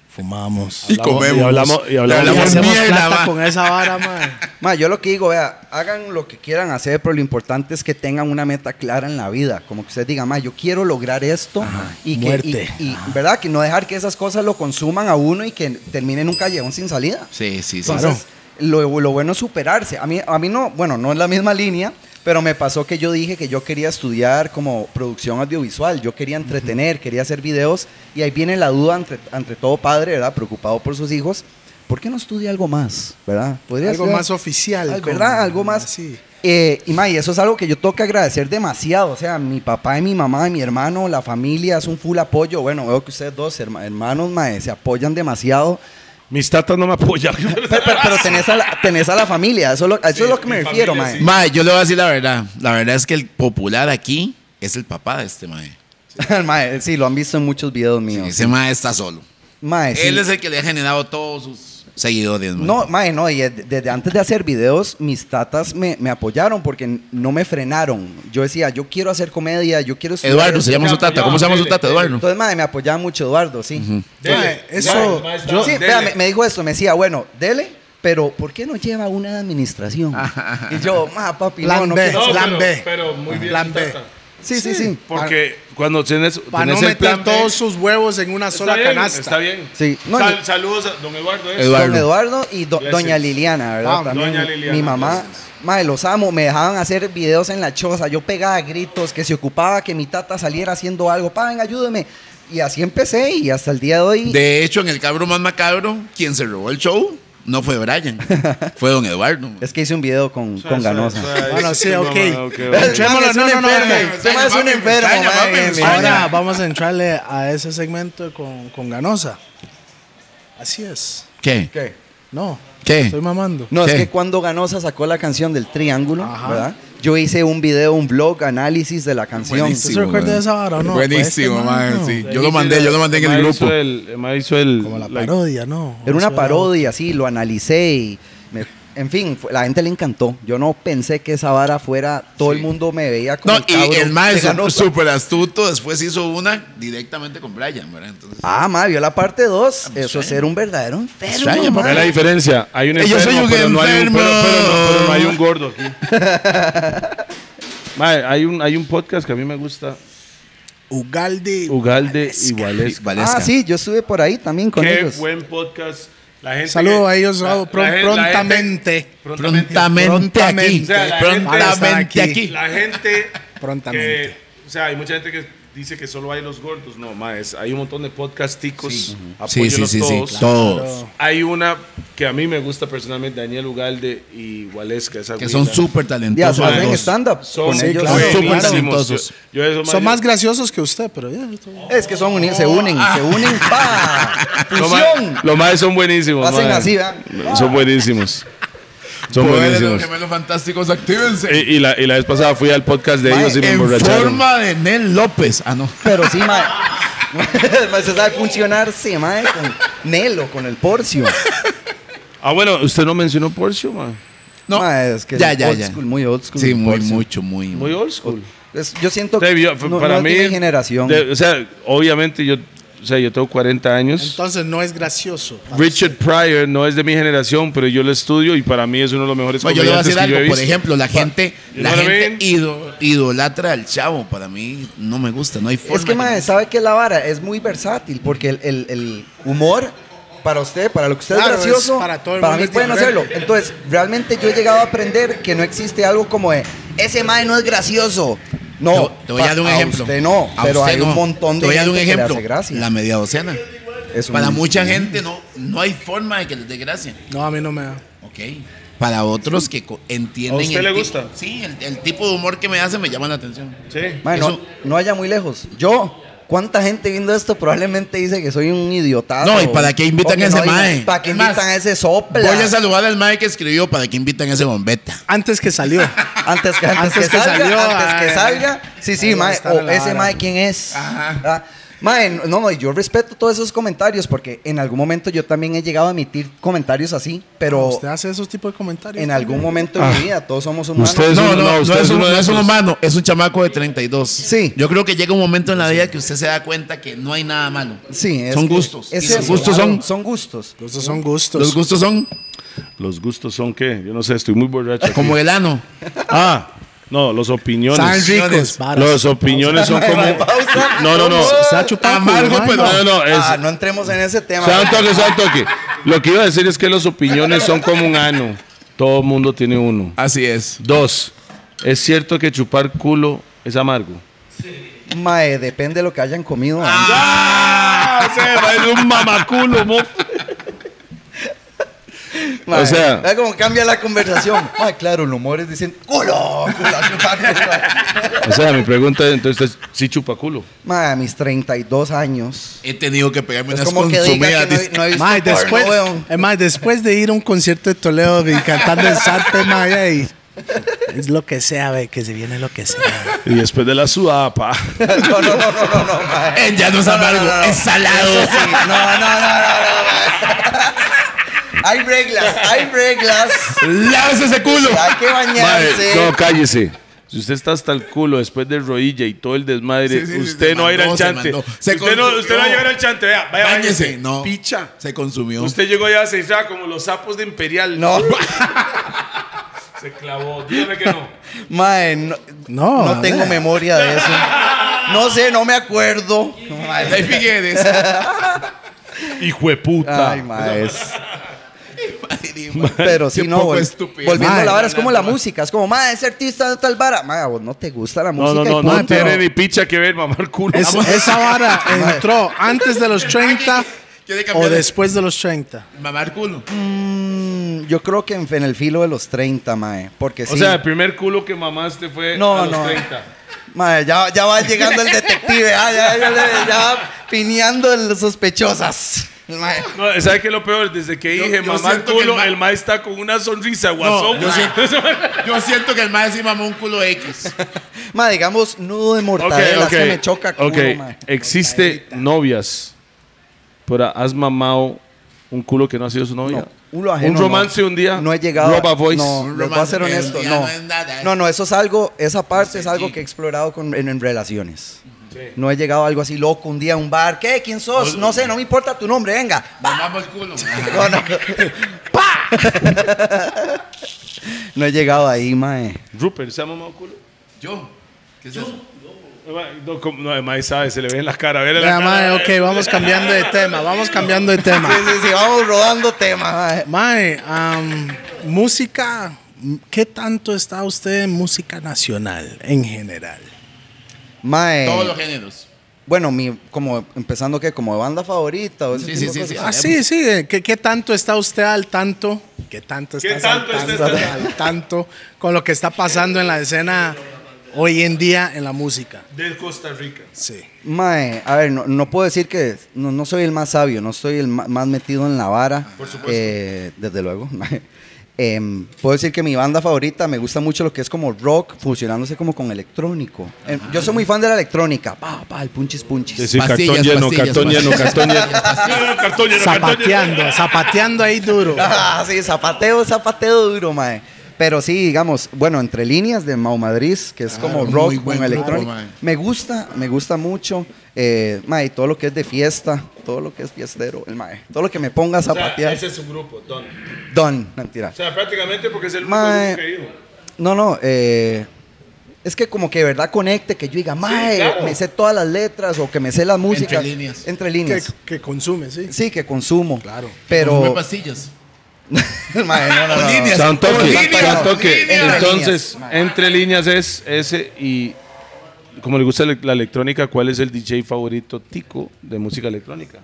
[SPEAKER 1] fumamos.
[SPEAKER 2] Y comemos.
[SPEAKER 1] Y hablamos,
[SPEAKER 4] hablamos- y hablamos-
[SPEAKER 1] y hacemos
[SPEAKER 2] mierda,
[SPEAKER 1] plata
[SPEAKER 2] mae.
[SPEAKER 1] con esa vara, mae.
[SPEAKER 3] Ma, yo lo que digo, vea, hagan lo que quieran hacer, pero lo importante es que tengan una meta clara en la vida. Como que usted diga, ma, yo quiero lograr esto y que,
[SPEAKER 1] muerte.
[SPEAKER 3] y- y, ¿verdad? Que no dejar que esas cosas lo consuman a uno y que termine en un callejón sin salida.
[SPEAKER 2] Sí, sí, sí.
[SPEAKER 3] Entonces, lo, lo bueno es superarse. A mí, a mí no, bueno, no es la misma línea, pero me pasó que yo dije que yo quería estudiar como producción audiovisual, yo quería entretener, quería hacer videos, y ahí viene la duda entre, entre todo padre, ¿verdad? Preocupado por sus hijos, ¿por qué no estudia algo más, ¿verdad? Podría
[SPEAKER 1] Algo
[SPEAKER 3] estudiar-
[SPEAKER 1] más oficial.
[SPEAKER 3] al-
[SPEAKER 1] con-
[SPEAKER 3] ¿Verdad? Algo más.
[SPEAKER 1] Sí.
[SPEAKER 3] Eh, y ma, y eso es algo que yo tengo que agradecer demasiado. O sea, mi papá y mi mamá, y mi hermano, la familia es un full apoyo. Bueno, veo que ustedes dos herma- hermanos ma, eh, se apoyan demasiado.
[SPEAKER 4] Mis tatas no me apoyan.
[SPEAKER 3] Pero, pero- pero tenés, a la, tenés a la familia, eso, es lo- a eso
[SPEAKER 4] Sí,
[SPEAKER 3] es lo que me
[SPEAKER 4] mi
[SPEAKER 3] refiero,
[SPEAKER 4] familia,
[SPEAKER 3] mae.
[SPEAKER 4] sí.
[SPEAKER 2] Mae, yo le voy a decir la verdad. La verdad es que el popular aquí es el papá de este mae.
[SPEAKER 3] Mae, sí, lo han visto en muchos videos míos.
[SPEAKER 2] Ese mae está solo.
[SPEAKER 3] Mae, Eh, sí.
[SPEAKER 2] Él es el que le ha generado todos sus seguidores. mae.
[SPEAKER 3] No, mae, no, y desde desde antes de hacer videos, mis tatas me, me apoyaron porque no me frenaron. Yo decía, yo quiero hacer comedia, yo quiero estudiar
[SPEAKER 2] Eduardo,
[SPEAKER 3] esto.
[SPEAKER 2] se llama su tata. ¿Cómo se llama su tata, Eduardo?
[SPEAKER 3] Entonces, mae, me apoyaba mucho Eduardo, sí.
[SPEAKER 4] Dele,
[SPEAKER 1] Mae, eso-
[SPEAKER 4] dele, maestra,
[SPEAKER 1] yo-
[SPEAKER 3] Sí,
[SPEAKER 4] dele.
[SPEAKER 3] vea, me, me dijo esto, me decía, bueno, dele, pero ¿por qué no lleva una de administración? y yo, ma, papi,
[SPEAKER 1] Plan
[SPEAKER 3] no, no
[SPEAKER 1] B.
[SPEAKER 3] quiero-
[SPEAKER 4] No,
[SPEAKER 1] Plan
[SPEAKER 4] pero-
[SPEAKER 1] B.
[SPEAKER 4] Pero muy bien.
[SPEAKER 1] Plan B.
[SPEAKER 4] tata.
[SPEAKER 3] Sí, sí, sí.
[SPEAKER 4] Porque
[SPEAKER 2] Ah.
[SPEAKER 4] cuando tienes,
[SPEAKER 1] Para
[SPEAKER 4] tenés
[SPEAKER 1] no
[SPEAKER 4] el
[SPEAKER 1] meter
[SPEAKER 4] plan B,
[SPEAKER 1] todos sus huevos en una
[SPEAKER 4] está
[SPEAKER 1] sola
[SPEAKER 4] bien,
[SPEAKER 1] canasta.
[SPEAKER 4] Está bien.
[SPEAKER 3] Sí, no,
[SPEAKER 4] Sal-
[SPEAKER 3] y-
[SPEAKER 4] saludos a don Eduardo. ¿eh?
[SPEAKER 2] Eduardo.
[SPEAKER 3] Don Eduardo y do-
[SPEAKER 4] Blessings.
[SPEAKER 3] Doña Liliana, ¿verdad?
[SPEAKER 1] Ah,
[SPEAKER 3] También
[SPEAKER 4] Doña
[SPEAKER 3] mi-
[SPEAKER 4] Liliana,
[SPEAKER 3] Mi mamá,
[SPEAKER 4] blessings.
[SPEAKER 3] madre, los amo, me dejaban hacer videos en la choza, yo pegaba gritos, que se ocupaba que mi tata saliera haciendo algo, paren, ayúdeme. Y así empecé y hasta el día de hoy.
[SPEAKER 2] De hecho, en el cabro más macabro, quien se robó el show no fue Brian, fue don Eduardo. mae.
[SPEAKER 3] Es que hice un video con,
[SPEAKER 4] Suave,
[SPEAKER 3] con
[SPEAKER 4] suave,
[SPEAKER 3] Ganosa.
[SPEAKER 4] suave.
[SPEAKER 1] Bueno, sí,
[SPEAKER 4] No,
[SPEAKER 1] ok.
[SPEAKER 4] no, ok, ok.
[SPEAKER 1] Entrémoslo,
[SPEAKER 3] Es un
[SPEAKER 1] no, no, no,
[SPEAKER 3] enfermo,
[SPEAKER 1] no, no.
[SPEAKER 3] este mae es un
[SPEAKER 2] Mami, me
[SPEAKER 3] enfermo,
[SPEAKER 2] extraña,
[SPEAKER 3] mae,
[SPEAKER 2] mami, me
[SPEAKER 3] mi
[SPEAKER 2] extraña.
[SPEAKER 3] madre.
[SPEAKER 1] Ahora vamos a entrarle a ese segmento con, con Ganosa. Así es.
[SPEAKER 2] ¿Qué?
[SPEAKER 3] ¿Qué?
[SPEAKER 1] No.
[SPEAKER 2] ¿Qué?
[SPEAKER 1] Estoy mamando.
[SPEAKER 3] No, es
[SPEAKER 2] ¿Qué?
[SPEAKER 3] que cuando Ganosa sacó la canción del Triángulo,
[SPEAKER 1] Ajá.
[SPEAKER 3] ¿verdad? Yo hice un video, un blog, análisis de la canción.
[SPEAKER 1] ¿Usted se recuerda de esa vara o no?
[SPEAKER 2] Buenísimo,
[SPEAKER 1] Pues,
[SPEAKER 2] mae,
[SPEAKER 1] no.
[SPEAKER 2] sí. Yo lo mandé, yo lo mandé en
[SPEAKER 4] Ma
[SPEAKER 2] el
[SPEAKER 4] hizo
[SPEAKER 2] grupo.
[SPEAKER 4] el- ma hizo el-
[SPEAKER 1] Como la
[SPEAKER 4] la-
[SPEAKER 1] parodia, ¿no?
[SPEAKER 3] Era
[SPEAKER 1] Eso
[SPEAKER 3] una parodia, sí, lo analicé y... me- en fin, fue- la gente le encantó. Yo no pensé que esa vara fuera... Todo el mundo me veía como
[SPEAKER 2] No,
[SPEAKER 3] el
[SPEAKER 2] y
[SPEAKER 3] cabro
[SPEAKER 2] el mae pues,
[SPEAKER 3] de
[SPEAKER 2] es un-
[SPEAKER 3] Ganosa.
[SPEAKER 2] súper astuto. Después hizo una directamente con Brian, ¿verdad? Entonces,
[SPEAKER 3] Ah, ma, vio la parte 2. Eso es
[SPEAKER 2] extraña.
[SPEAKER 3] ser un verdadero enfermo, Ah,
[SPEAKER 2] Extraña,
[SPEAKER 3] ma.
[SPEAKER 2] papá.
[SPEAKER 4] Ve la diferencia. Hay un
[SPEAKER 2] Eh, yo
[SPEAKER 4] enfermo,
[SPEAKER 2] soy un
[SPEAKER 4] pero, No hay un, pero, pero no, pero no hay un
[SPEAKER 2] enfermo.
[SPEAKER 4] gordo aquí. Ma, hay, un, hay un podcast que a mí me gusta,
[SPEAKER 1] Ugalde.
[SPEAKER 2] Ah,
[SPEAKER 4] Ugalde y Wales.
[SPEAKER 2] Valesca.
[SPEAKER 3] Ah, sí, yo estuve por ahí también con
[SPEAKER 4] Qué
[SPEAKER 3] ellos.
[SPEAKER 4] buen podcast. La gente
[SPEAKER 1] Saludo
[SPEAKER 4] que-
[SPEAKER 1] a ellos
[SPEAKER 4] la-
[SPEAKER 1] ah, pron-
[SPEAKER 4] la gen- la gente-
[SPEAKER 1] prontamente.
[SPEAKER 2] oh, Prontamente aquí.
[SPEAKER 1] O sea,
[SPEAKER 4] la
[SPEAKER 2] Prontamente
[SPEAKER 1] gente-
[SPEAKER 2] aquí.
[SPEAKER 4] La gente
[SPEAKER 1] Prontamente.
[SPEAKER 4] que, o sea, hay mucha gente que dice que solo hay los gordos. No, ma, es- hay un montón de podcasticos.
[SPEAKER 2] Sí, sí,
[SPEAKER 4] Apóyenlos
[SPEAKER 2] sí, sí.
[SPEAKER 4] todos.
[SPEAKER 2] Todos.
[SPEAKER 4] Hay una que a mí me gusta personalmente, Daniel Ugalde y Waleska. Esa
[SPEAKER 2] Que son
[SPEAKER 4] güila.
[SPEAKER 2] súper
[SPEAKER 3] Ya,
[SPEAKER 2] talentosos. los
[SPEAKER 3] hacen
[SPEAKER 2] dos.
[SPEAKER 3] stand-up
[SPEAKER 4] Son
[SPEAKER 3] con
[SPEAKER 1] Sí,
[SPEAKER 3] ellos.
[SPEAKER 1] claro.
[SPEAKER 4] buenísimos.
[SPEAKER 2] Súper talentosos.
[SPEAKER 4] Yo, yo eso,
[SPEAKER 1] Son
[SPEAKER 4] ma,
[SPEAKER 1] más graciosos que usted, pero ya.
[SPEAKER 3] Es que son unidos, se unen,
[SPEAKER 4] Ah.
[SPEAKER 3] se unen, pa.
[SPEAKER 4] Los ma-
[SPEAKER 3] Fusión.
[SPEAKER 4] Los maes son buenísimos.
[SPEAKER 3] Hacen
[SPEAKER 4] ma.
[SPEAKER 3] así, ¿verdad?
[SPEAKER 4] Son buenísimos. Son
[SPEAKER 2] Poderes de los
[SPEAKER 4] buenísimos.
[SPEAKER 2] gemelos fantásticos, actívense.
[SPEAKER 4] Y, y la, y la vez pasada fui al podcast de
[SPEAKER 3] Ma,
[SPEAKER 4] ellos y me
[SPEAKER 2] en
[SPEAKER 4] emborracharon.
[SPEAKER 2] forma de Nel López. Ah, no.
[SPEAKER 3] Pero sí, mae. mae, se sabe funcionar, sí, mae, con Nelo, con el Porcio.
[SPEAKER 4] Ah, bueno, usted no mencionó Porcio, man.
[SPEAKER 2] No.
[SPEAKER 3] Mae, es que
[SPEAKER 2] ya, ya,
[SPEAKER 3] old
[SPEAKER 2] ya.
[SPEAKER 3] school, muy old school.
[SPEAKER 2] Sí,
[SPEAKER 3] el
[SPEAKER 2] muy,
[SPEAKER 3] Porcio.
[SPEAKER 2] mucho, muy.
[SPEAKER 4] Muy old school.
[SPEAKER 3] Es- yo siento que
[SPEAKER 4] Usted vio-
[SPEAKER 3] no,
[SPEAKER 4] para
[SPEAKER 3] no es
[SPEAKER 4] mí,
[SPEAKER 3] de mi generación.
[SPEAKER 4] de- o sea, obviamente yo, o sea, yo tengo 40 años.
[SPEAKER 1] Entonces no es gracioso.
[SPEAKER 4] Richard Pryor no es de mi generación, pero yo lo estudio y para mí es uno de los mejores
[SPEAKER 2] No, yo le voy a
[SPEAKER 4] comediantes
[SPEAKER 2] decir
[SPEAKER 4] que yo
[SPEAKER 2] algo,
[SPEAKER 4] he
[SPEAKER 2] por
[SPEAKER 4] visto.
[SPEAKER 2] ejemplo, la gente,
[SPEAKER 4] You
[SPEAKER 2] la
[SPEAKER 4] know what I
[SPEAKER 2] gente
[SPEAKER 4] mean?
[SPEAKER 2] ido- idolatra al chavo, para mí no me gusta, no hay forma.
[SPEAKER 3] es que, mae, sabe que la vara es muy versátil porque el, el- el humor. Para usted, para lo que usted
[SPEAKER 1] Claro,
[SPEAKER 3] es
[SPEAKER 1] es
[SPEAKER 3] gracioso,
[SPEAKER 1] para todo el mundo
[SPEAKER 3] mí
[SPEAKER 1] es
[SPEAKER 3] pueden
[SPEAKER 1] diferente.
[SPEAKER 3] hacerlo. Entonces, realmente yo he llegado a aprender que no existe algo como de, ese mae no es gracioso. No,
[SPEAKER 2] te, te voy a dar un
[SPEAKER 3] pa-
[SPEAKER 2] ejemplo.
[SPEAKER 3] usted no,
[SPEAKER 2] A
[SPEAKER 3] pero
[SPEAKER 2] usted
[SPEAKER 3] hay un
[SPEAKER 2] no.
[SPEAKER 3] montón de
[SPEAKER 2] Te voy a dar
[SPEAKER 3] gente
[SPEAKER 2] un
[SPEAKER 3] que le
[SPEAKER 2] ejemplo,
[SPEAKER 3] hace gracia.
[SPEAKER 2] la media docena.
[SPEAKER 3] Es un-
[SPEAKER 2] Para mucha gente no, no hay forma de que les dé gracia.
[SPEAKER 1] No, a mí no me da.
[SPEAKER 2] Ok. Para otros que co- entienden.
[SPEAKER 4] ¿A usted
[SPEAKER 2] el
[SPEAKER 4] le
[SPEAKER 2] ti-
[SPEAKER 4] gusta?
[SPEAKER 2] Sí, el, el tipo de humor que me hace me llama la atención.
[SPEAKER 4] Sí.
[SPEAKER 3] Mae, no-
[SPEAKER 2] Eso-
[SPEAKER 3] no, haya muy lejos. Yo, ¿Cuánta gente viendo esto probablemente dice que soy un idiotado?
[SPEAKER 2] No, ¿y para qué invitan
[SPEAKER 3] O que
[SPEAKER 2] a ese
[SPEAKER 3] hay-
[SPEAKER 2] mae?
[SPEAKER 3] ¿Para qué
[SPEAKER 2] Es más,
[SPEAKER 3] invitan a ese sopla?
[SPEAKER 2] Voy a saludar al Mike que escribió para que invitan a ese bombeta.
[SPEAKER 1] Antes que salió.
[SPEAKER 3] Antes que, antes
[SPEAKER 1] Antes
[SPEAKER 3] que,
[SPEAKER 1] que
[SPEAKER 3] salga,
[SPEAKER 1] salió,
[SPEAKER 3] antes que
[SPEAKER 1] ay,
[SPEAKER 3] salga. Sí, sí,
[SPEAKER 1] ahí va a
[SPEAKER 3] mae,
[SPEAKER 1] estar
[SPEAKER 3] o
[SPEAKER 1] la
[SPEAKER 3] ese
[SPEAKER 1] vara.
[SPEAKER 3] mae, ¿quién es? Ah, Mae, no, no, yo respeto todos esos comentarios porque en algún momento yo también he llegado a emitir comentarios así, pero
[SPEAKER 1] Ah, ¿Usted hace esos tipos de comentarios?
[SPEAKER 3] en algún momento
[SPEAKER 2] Ah.
[SPEAKER 3] de mi vida todos somos humanos.
[SPEAKER 6] Ustedes- Es
[SPEAKER 2] No,
[SPEAKER 6] un- no,
[SPEAKER 2] no, no
[SPEAKER 6] usted
[SPEAKER 2] es un,
[SPEAKER 6] uno de
[SPEAKER 2] no es un
[SPEAKER 6] esos.
[SPEAKER 2] humano, es un chamaco de 32.
[SPEAKER 3] Sí.
[SPEAKER 2] Yo creo que llega un momento en la vida que usted se da cuenta que no hay nada malo.
[SPEAKER 3] Sí, es
[SPEAKER 2] Son
[SPEAKER 3] que-
[SPEAKER 2] gustos.
[SPEAKER 3] es
[SPEAKER 2] Y sus
[SPEAKER 3] eso,
[SPEAKER 2] gustos
[SPEAKER 3] claro,
[SPEAKER 2] son-
[SPEAKER 3] son gustos.
[SPEAKER 1] Los dos son gustos.
[SPEAKER 2] Los gustos son
[SPEAKER 6] Los gustos son qué? Yo no sé, estoy muy borracho. aquí.
[SPEAKER 2] como el ano.
[SPEAKER 6] Ah, no, los
[SPEAKER 1] Están
[SPEAKER 6] opiniones.
[SPEAKER 1] ricos. varas.
[SPEAKER 6] Los opiniones son como. No, no, no.
[SPEAKER 1] Está chupando.
[SPEAKER 2] Amargo,
[SPEAKER 1] ¿no?
[SPEAKER 2] pero-
[SPEAKER 1] No.
[SPEAKER 6] No, no, no. Es,
[SPEAKER 3] Ah, no entremos en ese tema.
[SPEAKER 6] Sea un toque, sea un toque. Lo que iba a decir es que las opiniones son como un ano. Todo mundo tiene uno.
[SPEAKER 2] Así es.
[SPEAKER 6] Dos, es cierto que chupar culo es amargo.
[SPEAKER 3] Mae, depende de lo que hayan comido.
[SPEAKER 6] ¡Ah! Se va a ir un mamaculo, mo.
[SPEAKER 3] Mae,
[SPEAKER 6] o sea-
[SPEAKER 3] vea cómo cambia la conversación. Mae, claro, el humor es diciendo, culo, culo, culo".
[SPEAKER 6] O sea, mi pregunta es, entonces, ¿sí chupa culo?
[SPEAKER 3] Mae, a mis 32 años.
[SPEAKER 2] He tenido que pegarme
[SPEAKER 3] Es
[SPEAKER 2] unas
[SPEAKER 3] como que diga que
[SPEAKER 2] consumidas.
[SPEAKER 3] no, he- no he visto
[SPEAKER 1] Mae,
[SPEAKER 3] porno,
[SPEAKER 1] después,
[SPEAKER 3] weón.
[SPEAKER 1] eh, mae, después de ir a un concierto de Toledo y cantando el Sarte, mae, y- es lo que sea, ve, que se viene lo que sea.
[SPEAKER 6] Y después de la sudapa.
[SPEAKER 3] No, no, no, no, no, no, mae.
[SPEAKER 2] Eh, ya no es amargo, es salado.
[SPEAKER 3] Eso sí, No, no, no, no, no, mae. Hay reglas, hay reglas.
[SPEAKER 2] ¡Lávese ese culo!
[SPEAKER 3] Hay que bañarse.
[SPEAKER 6] no, cállese. Si usted está hasta el culo después de rodilla y todo el desmadre,
[SPEAKER 2] Sí, sí, sí,
[SPEAKER 6] usted
[SPEAKER 2] se
[SPEAKER 6] no va a ir al
[SPEAKER 2] mandó, se
[SPEAKER 6] chante.
[SPEAKER 2] mandó. Se
[SPEAKER 6] usted, no, usted no va a llegar al chante, vea. Vaya,
[SPEAKER 2] Báñese, no.
[SPEAKER 6] Picha.
[SPEAKER 2] Se consumió.
[SPEAKER 6] Usted llegó ya a cifrar como los sapos de Imperial.
[SPEAKER 3] No,
[SPEAKER 6] Se clavó. Dígame que no.
[SPEAKER 3] mae, no,
[SPEAKER 1] No,
[SPEAKER 3] no tengo
[SPEAKER 1] mae.
[SPEAKER 3] memoria de eso. No sé, no me acuerdo. Mae,
[SPEAKER 2] Ay, Figueres.
[SPEAKER 6] Hijo de puta.
[SPEAKER 3] Ay, maes.
[SPEAKER 2] Ay, di, man.
[SPEAKER 3] Pero
[SPEAKER 2] Qué
[SPEAKER 3] sí, no,
[SPEAKER 2] poco
[SPEAKER 3] vol-
[SPEAKER 2] estúpido.
[SPEAKER 3] volviendo a
[SPEAKER 1] Mae.
[SPEAKER 3] la vara, es como la música. Es como, ma, ese artista de tal vara. Ma, a vos no te gusta la
[SPEAKER 6] No,
[SPEAKER 3] música.
[SPEAKER 6] no,
[SPEAKER 3] y
[SPEAKER 6] no, no
[SPEAKER 3] punto.
[SPEAKER 6] tiene ni picha que ver, mamar culo.
[SPEAKER 1] Es-
[SPEAKER 6] Vamos.
[SPEAKER 1] esa vara entró antes de los 30
[SPEAKER 2] Quiere
[SPEAKER 1] o
[SPEAKER 2] cambiar de
[SPEAKER 1] después de los 30.
[SPEAKER 2] mamar culo.
[SPEAKER 3] Mm, Yo creo que en, en el filo de los 30, mae. Porque sí.
[SPEAKER 6] O sea, el primer culo que mamaste fue
[SPEAKER 3] No,
[SPEAKER 6] a los
[SPEAKER 3] no.
[SPEAKER 6] 30.
[SPEAKER 3] mae, ya, ya va llegando el detective. ah, ya, ya, ya- ya va pineando las sospechosas. Mae.
[SPEAKER 6] No, ¿Sabes qué es lo peor? Desde que
[SPEAKER 2] Yo-
[SPEAKER 6] dije
[SPEAKER 2] yo
[SPEAKER 6] mamar
[SPEAKER 2] siento que el
[SPEAKER 6] culo,
[SPEAKER 2] ma-
[SPEAKER 6] el maestro está con una sonrisa guasón.
[SPEAKER 2] yo Yo siento que el mae sí mamó un culo X.
[SPEAKER 3] Mae, digamos, nudo de
[SPEAKER 6] ok,
[SPEAKER 3] mortadela. es
[SPEAKER 6] ok.
[SPEAKER 3] que me choca culo,
[SPEAKER 6] ok.
[SPEAKER 3] mae.
[SPEAKER 6] Existe novias. Pero has mamado un culo que no ha sido su novia.
[SPEAKER 3] No, culo ajeno,
[SPEAKER 6] un
[SPEAKER 3] no.
[SPEAKER 6] romance un día.
[SPEAKER 3] No he llegado.
[SPEAKER 6] Roba voice.
[SPEAKER 3] No,
[SPEAKER 2] Un
[SPEAKER 3] les voy a
[SPEAKER 2] romance
[SPEAKER 3] ser
[SPEAKER 2] que un
[SPEAKER 3] honesto.
[SPEAKER 2] día
[SPEAKER 3] No.
[SPEAKER 2] no es nada, ¿eh?
[SPEAKER 3] no, no, eso es algo, esa parte es algo que he explorado con- en, en relaciones. No he llegado a algo así loco un día a un bar. ¿Qué? ¿Quién sos? No sé, no me importa tu nombre, venga.
[SPEAKER 2] Mamamos el culo. Ajá.
[SPEAKER 3] No, no. ¡Pa! No he llegado ahí, mae.
[SPEAKER 6] Rupert, ¿se ha mamado culo?
[SPEAKER 2] Yo. ¿Qué es eso?
[SPEAKER 6] No, como- no, el maestro sabe, se le ve en la cara. Vele la
[SPEAKER 1] Vea,
[SPEAKER 6] cara.
[SPEAKER 1] mae, ok, vamos cambiando de tema, vamos cambiando de tema.
[SPEAKER 3] Sí, sí, sí, vamos rodando temas, mae.
[SPEAKER 1] Mae, am, música, ¿qué tanto está usted en música nacional en general?
[SPEAKER 3] Mae,
[SPEAKER 2] Todos los géneros.
[SPEAKER 3] Bueno, mi, como empezando que como banda favorita. o ese
[SPEAKER 2] Sí,
[SPEAKER 3] tipo
[SPEAKER 2] sí,
[SPEAKER 3] de
[SPEAKER 2] sí,
[SPEAKER 3] cosas.
[SPEAKER 2] sí.
[SPEAKER 1] Ah, sí, sí, eh, ¿qué, qué tanto está usted al tanto? ¿Qué tanto
[SPEAKER 6] ¿Qué
[SPEAKER 1] está
[SPEAKER 6] tanto
[SPEAKER 1] al,
[SPEAKER 6] usted
[SPEAKER 1] tanto,
[SPEAKER 6] está-
[SPEAKER 1] al tanto con lo que está pasando en la escena hoy en día en la música?
[SPEAKER 6] De Costa Rica.
[SPEAKER 1] Sí.
[SPEAKER 3] Mae, a ver, no, no puedo decir que no, no soy el más sabio, no soy el ma- más metido en la vara.
[SPEAKER 6] Ah, Por supuesto.
[SPEAKER 3] eh, desde luego. Em, puedo decir que mi banda favorita me gusta mucho lo que es como rock fusionándose como con electrónico. Em, yo soy muy fan de la electrónica. Pa, pa, el punchis punchis.
[SPEAKER 6] Sí, sí,
[SPEAKER 2] Pastillas,
[SPEAKER 6] cartón lleno,
[SPEAKER 2] pastillas,
[SPEAKER 6] cartón lleno,
[SPEAKER 2] pastillas.
[SPEAKER 6] cartón lleno. No, no, cartón lleno, cartón lleno.
[SPEAKER 1] Zapateando, zapateando ahí duro.
[SPEAKER 3] Ah, sí, zapateo, zapateo duro, mae. Pero sí, digamos, bueno, entre líneas de Mau Madrid, que es como
[SPEAKER 2] Claro, Ah, muy
[SPEAKER 3] rock
[SPEAKER 2] buen grupo,
[SPEAKER 3] con electrónica.
[SPEAKER 2] mae.
[SPEAKER 3] Me gusta, me gusta mucho. Eh, mae, todo lo que es de fiesta, todo lo que es fiestero, el mae. Todo lo que me ponga a
[SPEAKER 6] O sea,
[SPEAKER 3] zapatear.
[SPEAKER 6] ese es su grupo, Don.
[SPEAKER 3] Don, mentira.
[SPEAKER 6] O sea, prácticamente porque es el único
[SPEAKER 3] Mae.
[SPEAKER 6] grupo que dijo.
[SPEAKER 3] No, no, eh, es que como que de verdad conecte, que yo diga, mae,
[SPEAKER 6] claro.
[SPEAKER 3] me sé todas las letras o que me sé la música.
[SPEAKER 2] líneas.
[SPEAKER 3] Entre
[SPEAKER 1] Que,
[SPEAKER 3] líneas.
[SPEAKER 1] que consume, sí.
[SPEAKER 3] Sí, que consumo.
[SPEAKER 1] Claro.
[SPEAKER 2] Consume
[SPEAKER 3] Pero.
[SPEAKER 2] pastillas.
[SPEAKER 3] Mae, no, no, no, no.
[SPEAKER 2] Líneas.
[SPEAKER 6] San
[SPEAKER 2] Con
[SPEAKER 6] Toque,
[SPEAKER 2] líneas,
[SPEAKER 6] San
[SPEAKER 2] con
[SPEAKER 6] Toque.
[SPEAKER 2] líneas.
[SPEAKER 6] Entonces, entre líneas es ese y como le gusta la electrónica, ¿cuál es el DJ favorito tico de música electrónica?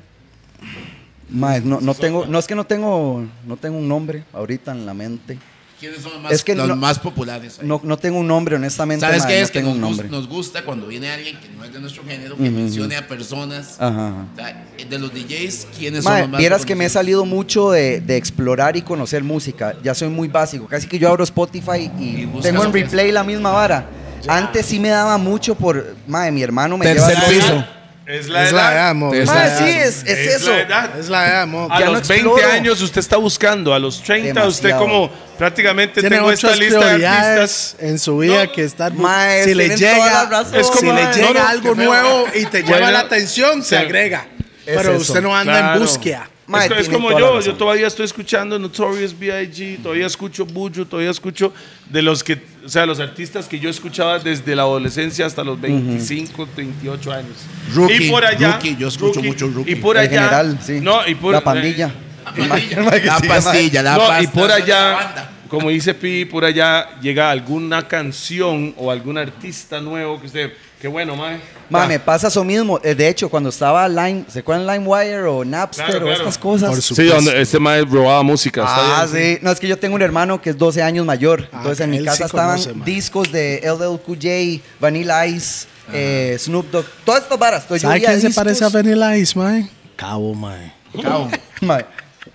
[SPEAKER 3] Mae, no, no tengo, no es que no tengo, no tengo un nombre ahorita en la mente.
[SPEAKER 2] ¿Quiénes son los más,
[SPEAKER 3] Es que
[SPEAKER 2] los
[SPEAKER 3] no-
[SPEAKER 2] más populares? ahí?
[SPEAKER 3] No, no tengo un nombre, honestamente.
[SPEAKER 2] ¿Sabes
[SPEAKER 3] madre,
[SPEAKER 2] qué
[SPEAKER 3] no
[SPEAKER 2] es? Que
[SPEAKER 3] tengo
[SPEAKER 2] nos,
[SPEAKER 3] un
[SPEAKER 2] gus-
[SPEAKER 3] nombre.
[SPEAKER 2] nos gusta cuando viene alguien que no es de nuestro género, que mencione a personas.
[SPEAKER 3] Ajá, ajá.
[SPEAKER 2] O sea, De los DJs, ¿quiénes
[SPEAKER 3] Mae,
[SPEAKER 2] son los más
[SPEAKER 3] vieras que me he
[SPEAKER 2] reconocidos?
[SPEAKER 3] salido mucho de, de explorar y conocer música. Ya soy muy básico. Casi que yo abro Spotify
[SPEAKER 2] Y
[SPEAKER 3] y,
[SPEAKER 2] buscas
[SPEAKER 3] tengo
[SPEAKER 2] lo
[SPEAKER 3] en
[SPEAKER 2] que es.
[SPEAKER 3] replay la misma vara. Antes sí me daba mucho por. Madre, mi hermano me
[SPEAKER 1] Tercer
[SPEAKER 3] lleva.
[SPEAKER 1] piso.
[SPEAKER 4] Es la
[SPEAKER 1] Es la edad,
[SPEAKER 4] edad. Ah,
[SPEAKER 1] mo.
[SPEAKER 2] Es
[SPEAKER 1] la
[SPEAKER 3] Mae,
[SPEAKER 1] edad.
[SPEAKER 3] sí, es, es
[SPEAKER 4] Es
[SPEAKER 3] eso.
[SPEAKER 4] la edad.
[SPEAKER 1] Es la edad, mo.
[SPEAKER 4] A
[SPEAKER 3] Ya no
[SPEAKER 4] los 20
[SPEAKER 3] exploro.
[SPEAKER 4] años usted está buscando, a los 30 usted
[SPEAKER 3] Demasiado.
[SPEAKER 4] como prácticamente
[SPEAKER 1] Tiene
[SPEAKER 4] tengo esta
[SPEAKER 1] otras
[SPEAKER 4] lista de
[SPEAKER 1] prioridades
[SPEAKER 4] artistas.
[SPEAKER 1] en su vida
[SPEAKER 4] No.
[SPEAKER 1] que estar bu-
[SPEAKER 3] Mae,
[SPEAKER 1] si le
[SPEAKER 3] tienen toda
[SPEAKER 1] llega
[SPEAKER 3] la razón.
[SPEAKER 4] Es
[SPEAKER 1] si
[SPEAKER 4] como-
[SPEAKER 1] le
[SPEAKER 4] no,
[SPEAKER 1] llega
[SPEAKER 4] no,
[SPEAKER 1] algo
[SPEAKER 4] qué feo.
[SPEAKER 1] nueva y te lleva
[SPEAKER 4] Bueno,
[SPEAKER 1] la atención se
[SPEAKER 4] sí.
[SPEAKER 1] agrega
[SPEAKER 3] Es
[SPEAKER 1] pero
[SPEAKER 3] eso.
[SPEAKER 1] usted no anda en
[SPEAKER 4] Claro.
[SPEAKER 1] búsqueda
[SPEAKER 3] Mae,
[SPEAKER 4] es, es
[SPEAKER 3] tienen
[SPEAKER 4] como
[SPEAKER 3] toda la
[SPEAKER 4] yo,
[SPEAKER 3] razón.
[SPEAKER 4] yo todavía estoy escuchando Notorious B.I.G., todavía escucho Buju, todavía escucho de los que, o sea, los artistas que yo escuchaba desde la adolescencia hasta los 25, 28 años.
[SPEAKER 2] Rookie, Rookie, yo escucho mucho Rookie.
[SPEAKER 4] Y por
[SPEAKER 3] El
[SPEAKER 4] allá,
[SPEAKER 3] general, sí.
[SPEAKER 4] no, y por
[SPEAKER 3] la pandilla.
[SPEAKER 2] Ah, La pastilla, la
[SPEAKER 4] No,
[SPEAKER 2] pasta,
[SPEAKER 4] y por
[SPEAKER 2] la banda.
[SPEAKER 4] allá, eh, como dice Pi, por allá llega alguna canción o algún artista nuevo que usted, qué bueno, mae.
[SPEAKER 3] Mae, me pasa eso mismo. Eh, De hecho, cuando estaba Line, ¿se acuerdan LimeWire o Napster
[SPEAKER 4] Claro,
[SPEAKER 3] o
[SPEAKER 4] claro.
[SPEAKER 3] estas cosas?
[SPEAKER 1] Por Sí, supuesto. donde
[SPEAKER 4] este mae robaba música.
[SPEAKER 3] Ah, sí. No, es que yo tengo un hermano que es 12 años mayor.
[SPEAKER 1] Ah,
[SPEAKER 3] Entonces en
[SPEAKER 1] él sí
[SPEAKER 3] mi casa estaban
[SPEAKER 1] conoce, man.
[SPEAKER 3] discos de LL Cool J, Vanilla Ice, eh, Snoop Dogg, todas estas varas. Entonces, yo
[SPEAKER 1] ¿sabe
[SPEAKER 3] oía
[SPEAKER 1] quién se
[SPEAKER 3] discos.
[SPEAKER 1] parece a Vanilla Ice, mae? Cabo, mae
[SPEAKER 2] Cabo.
[SPEAKER 3] Mae,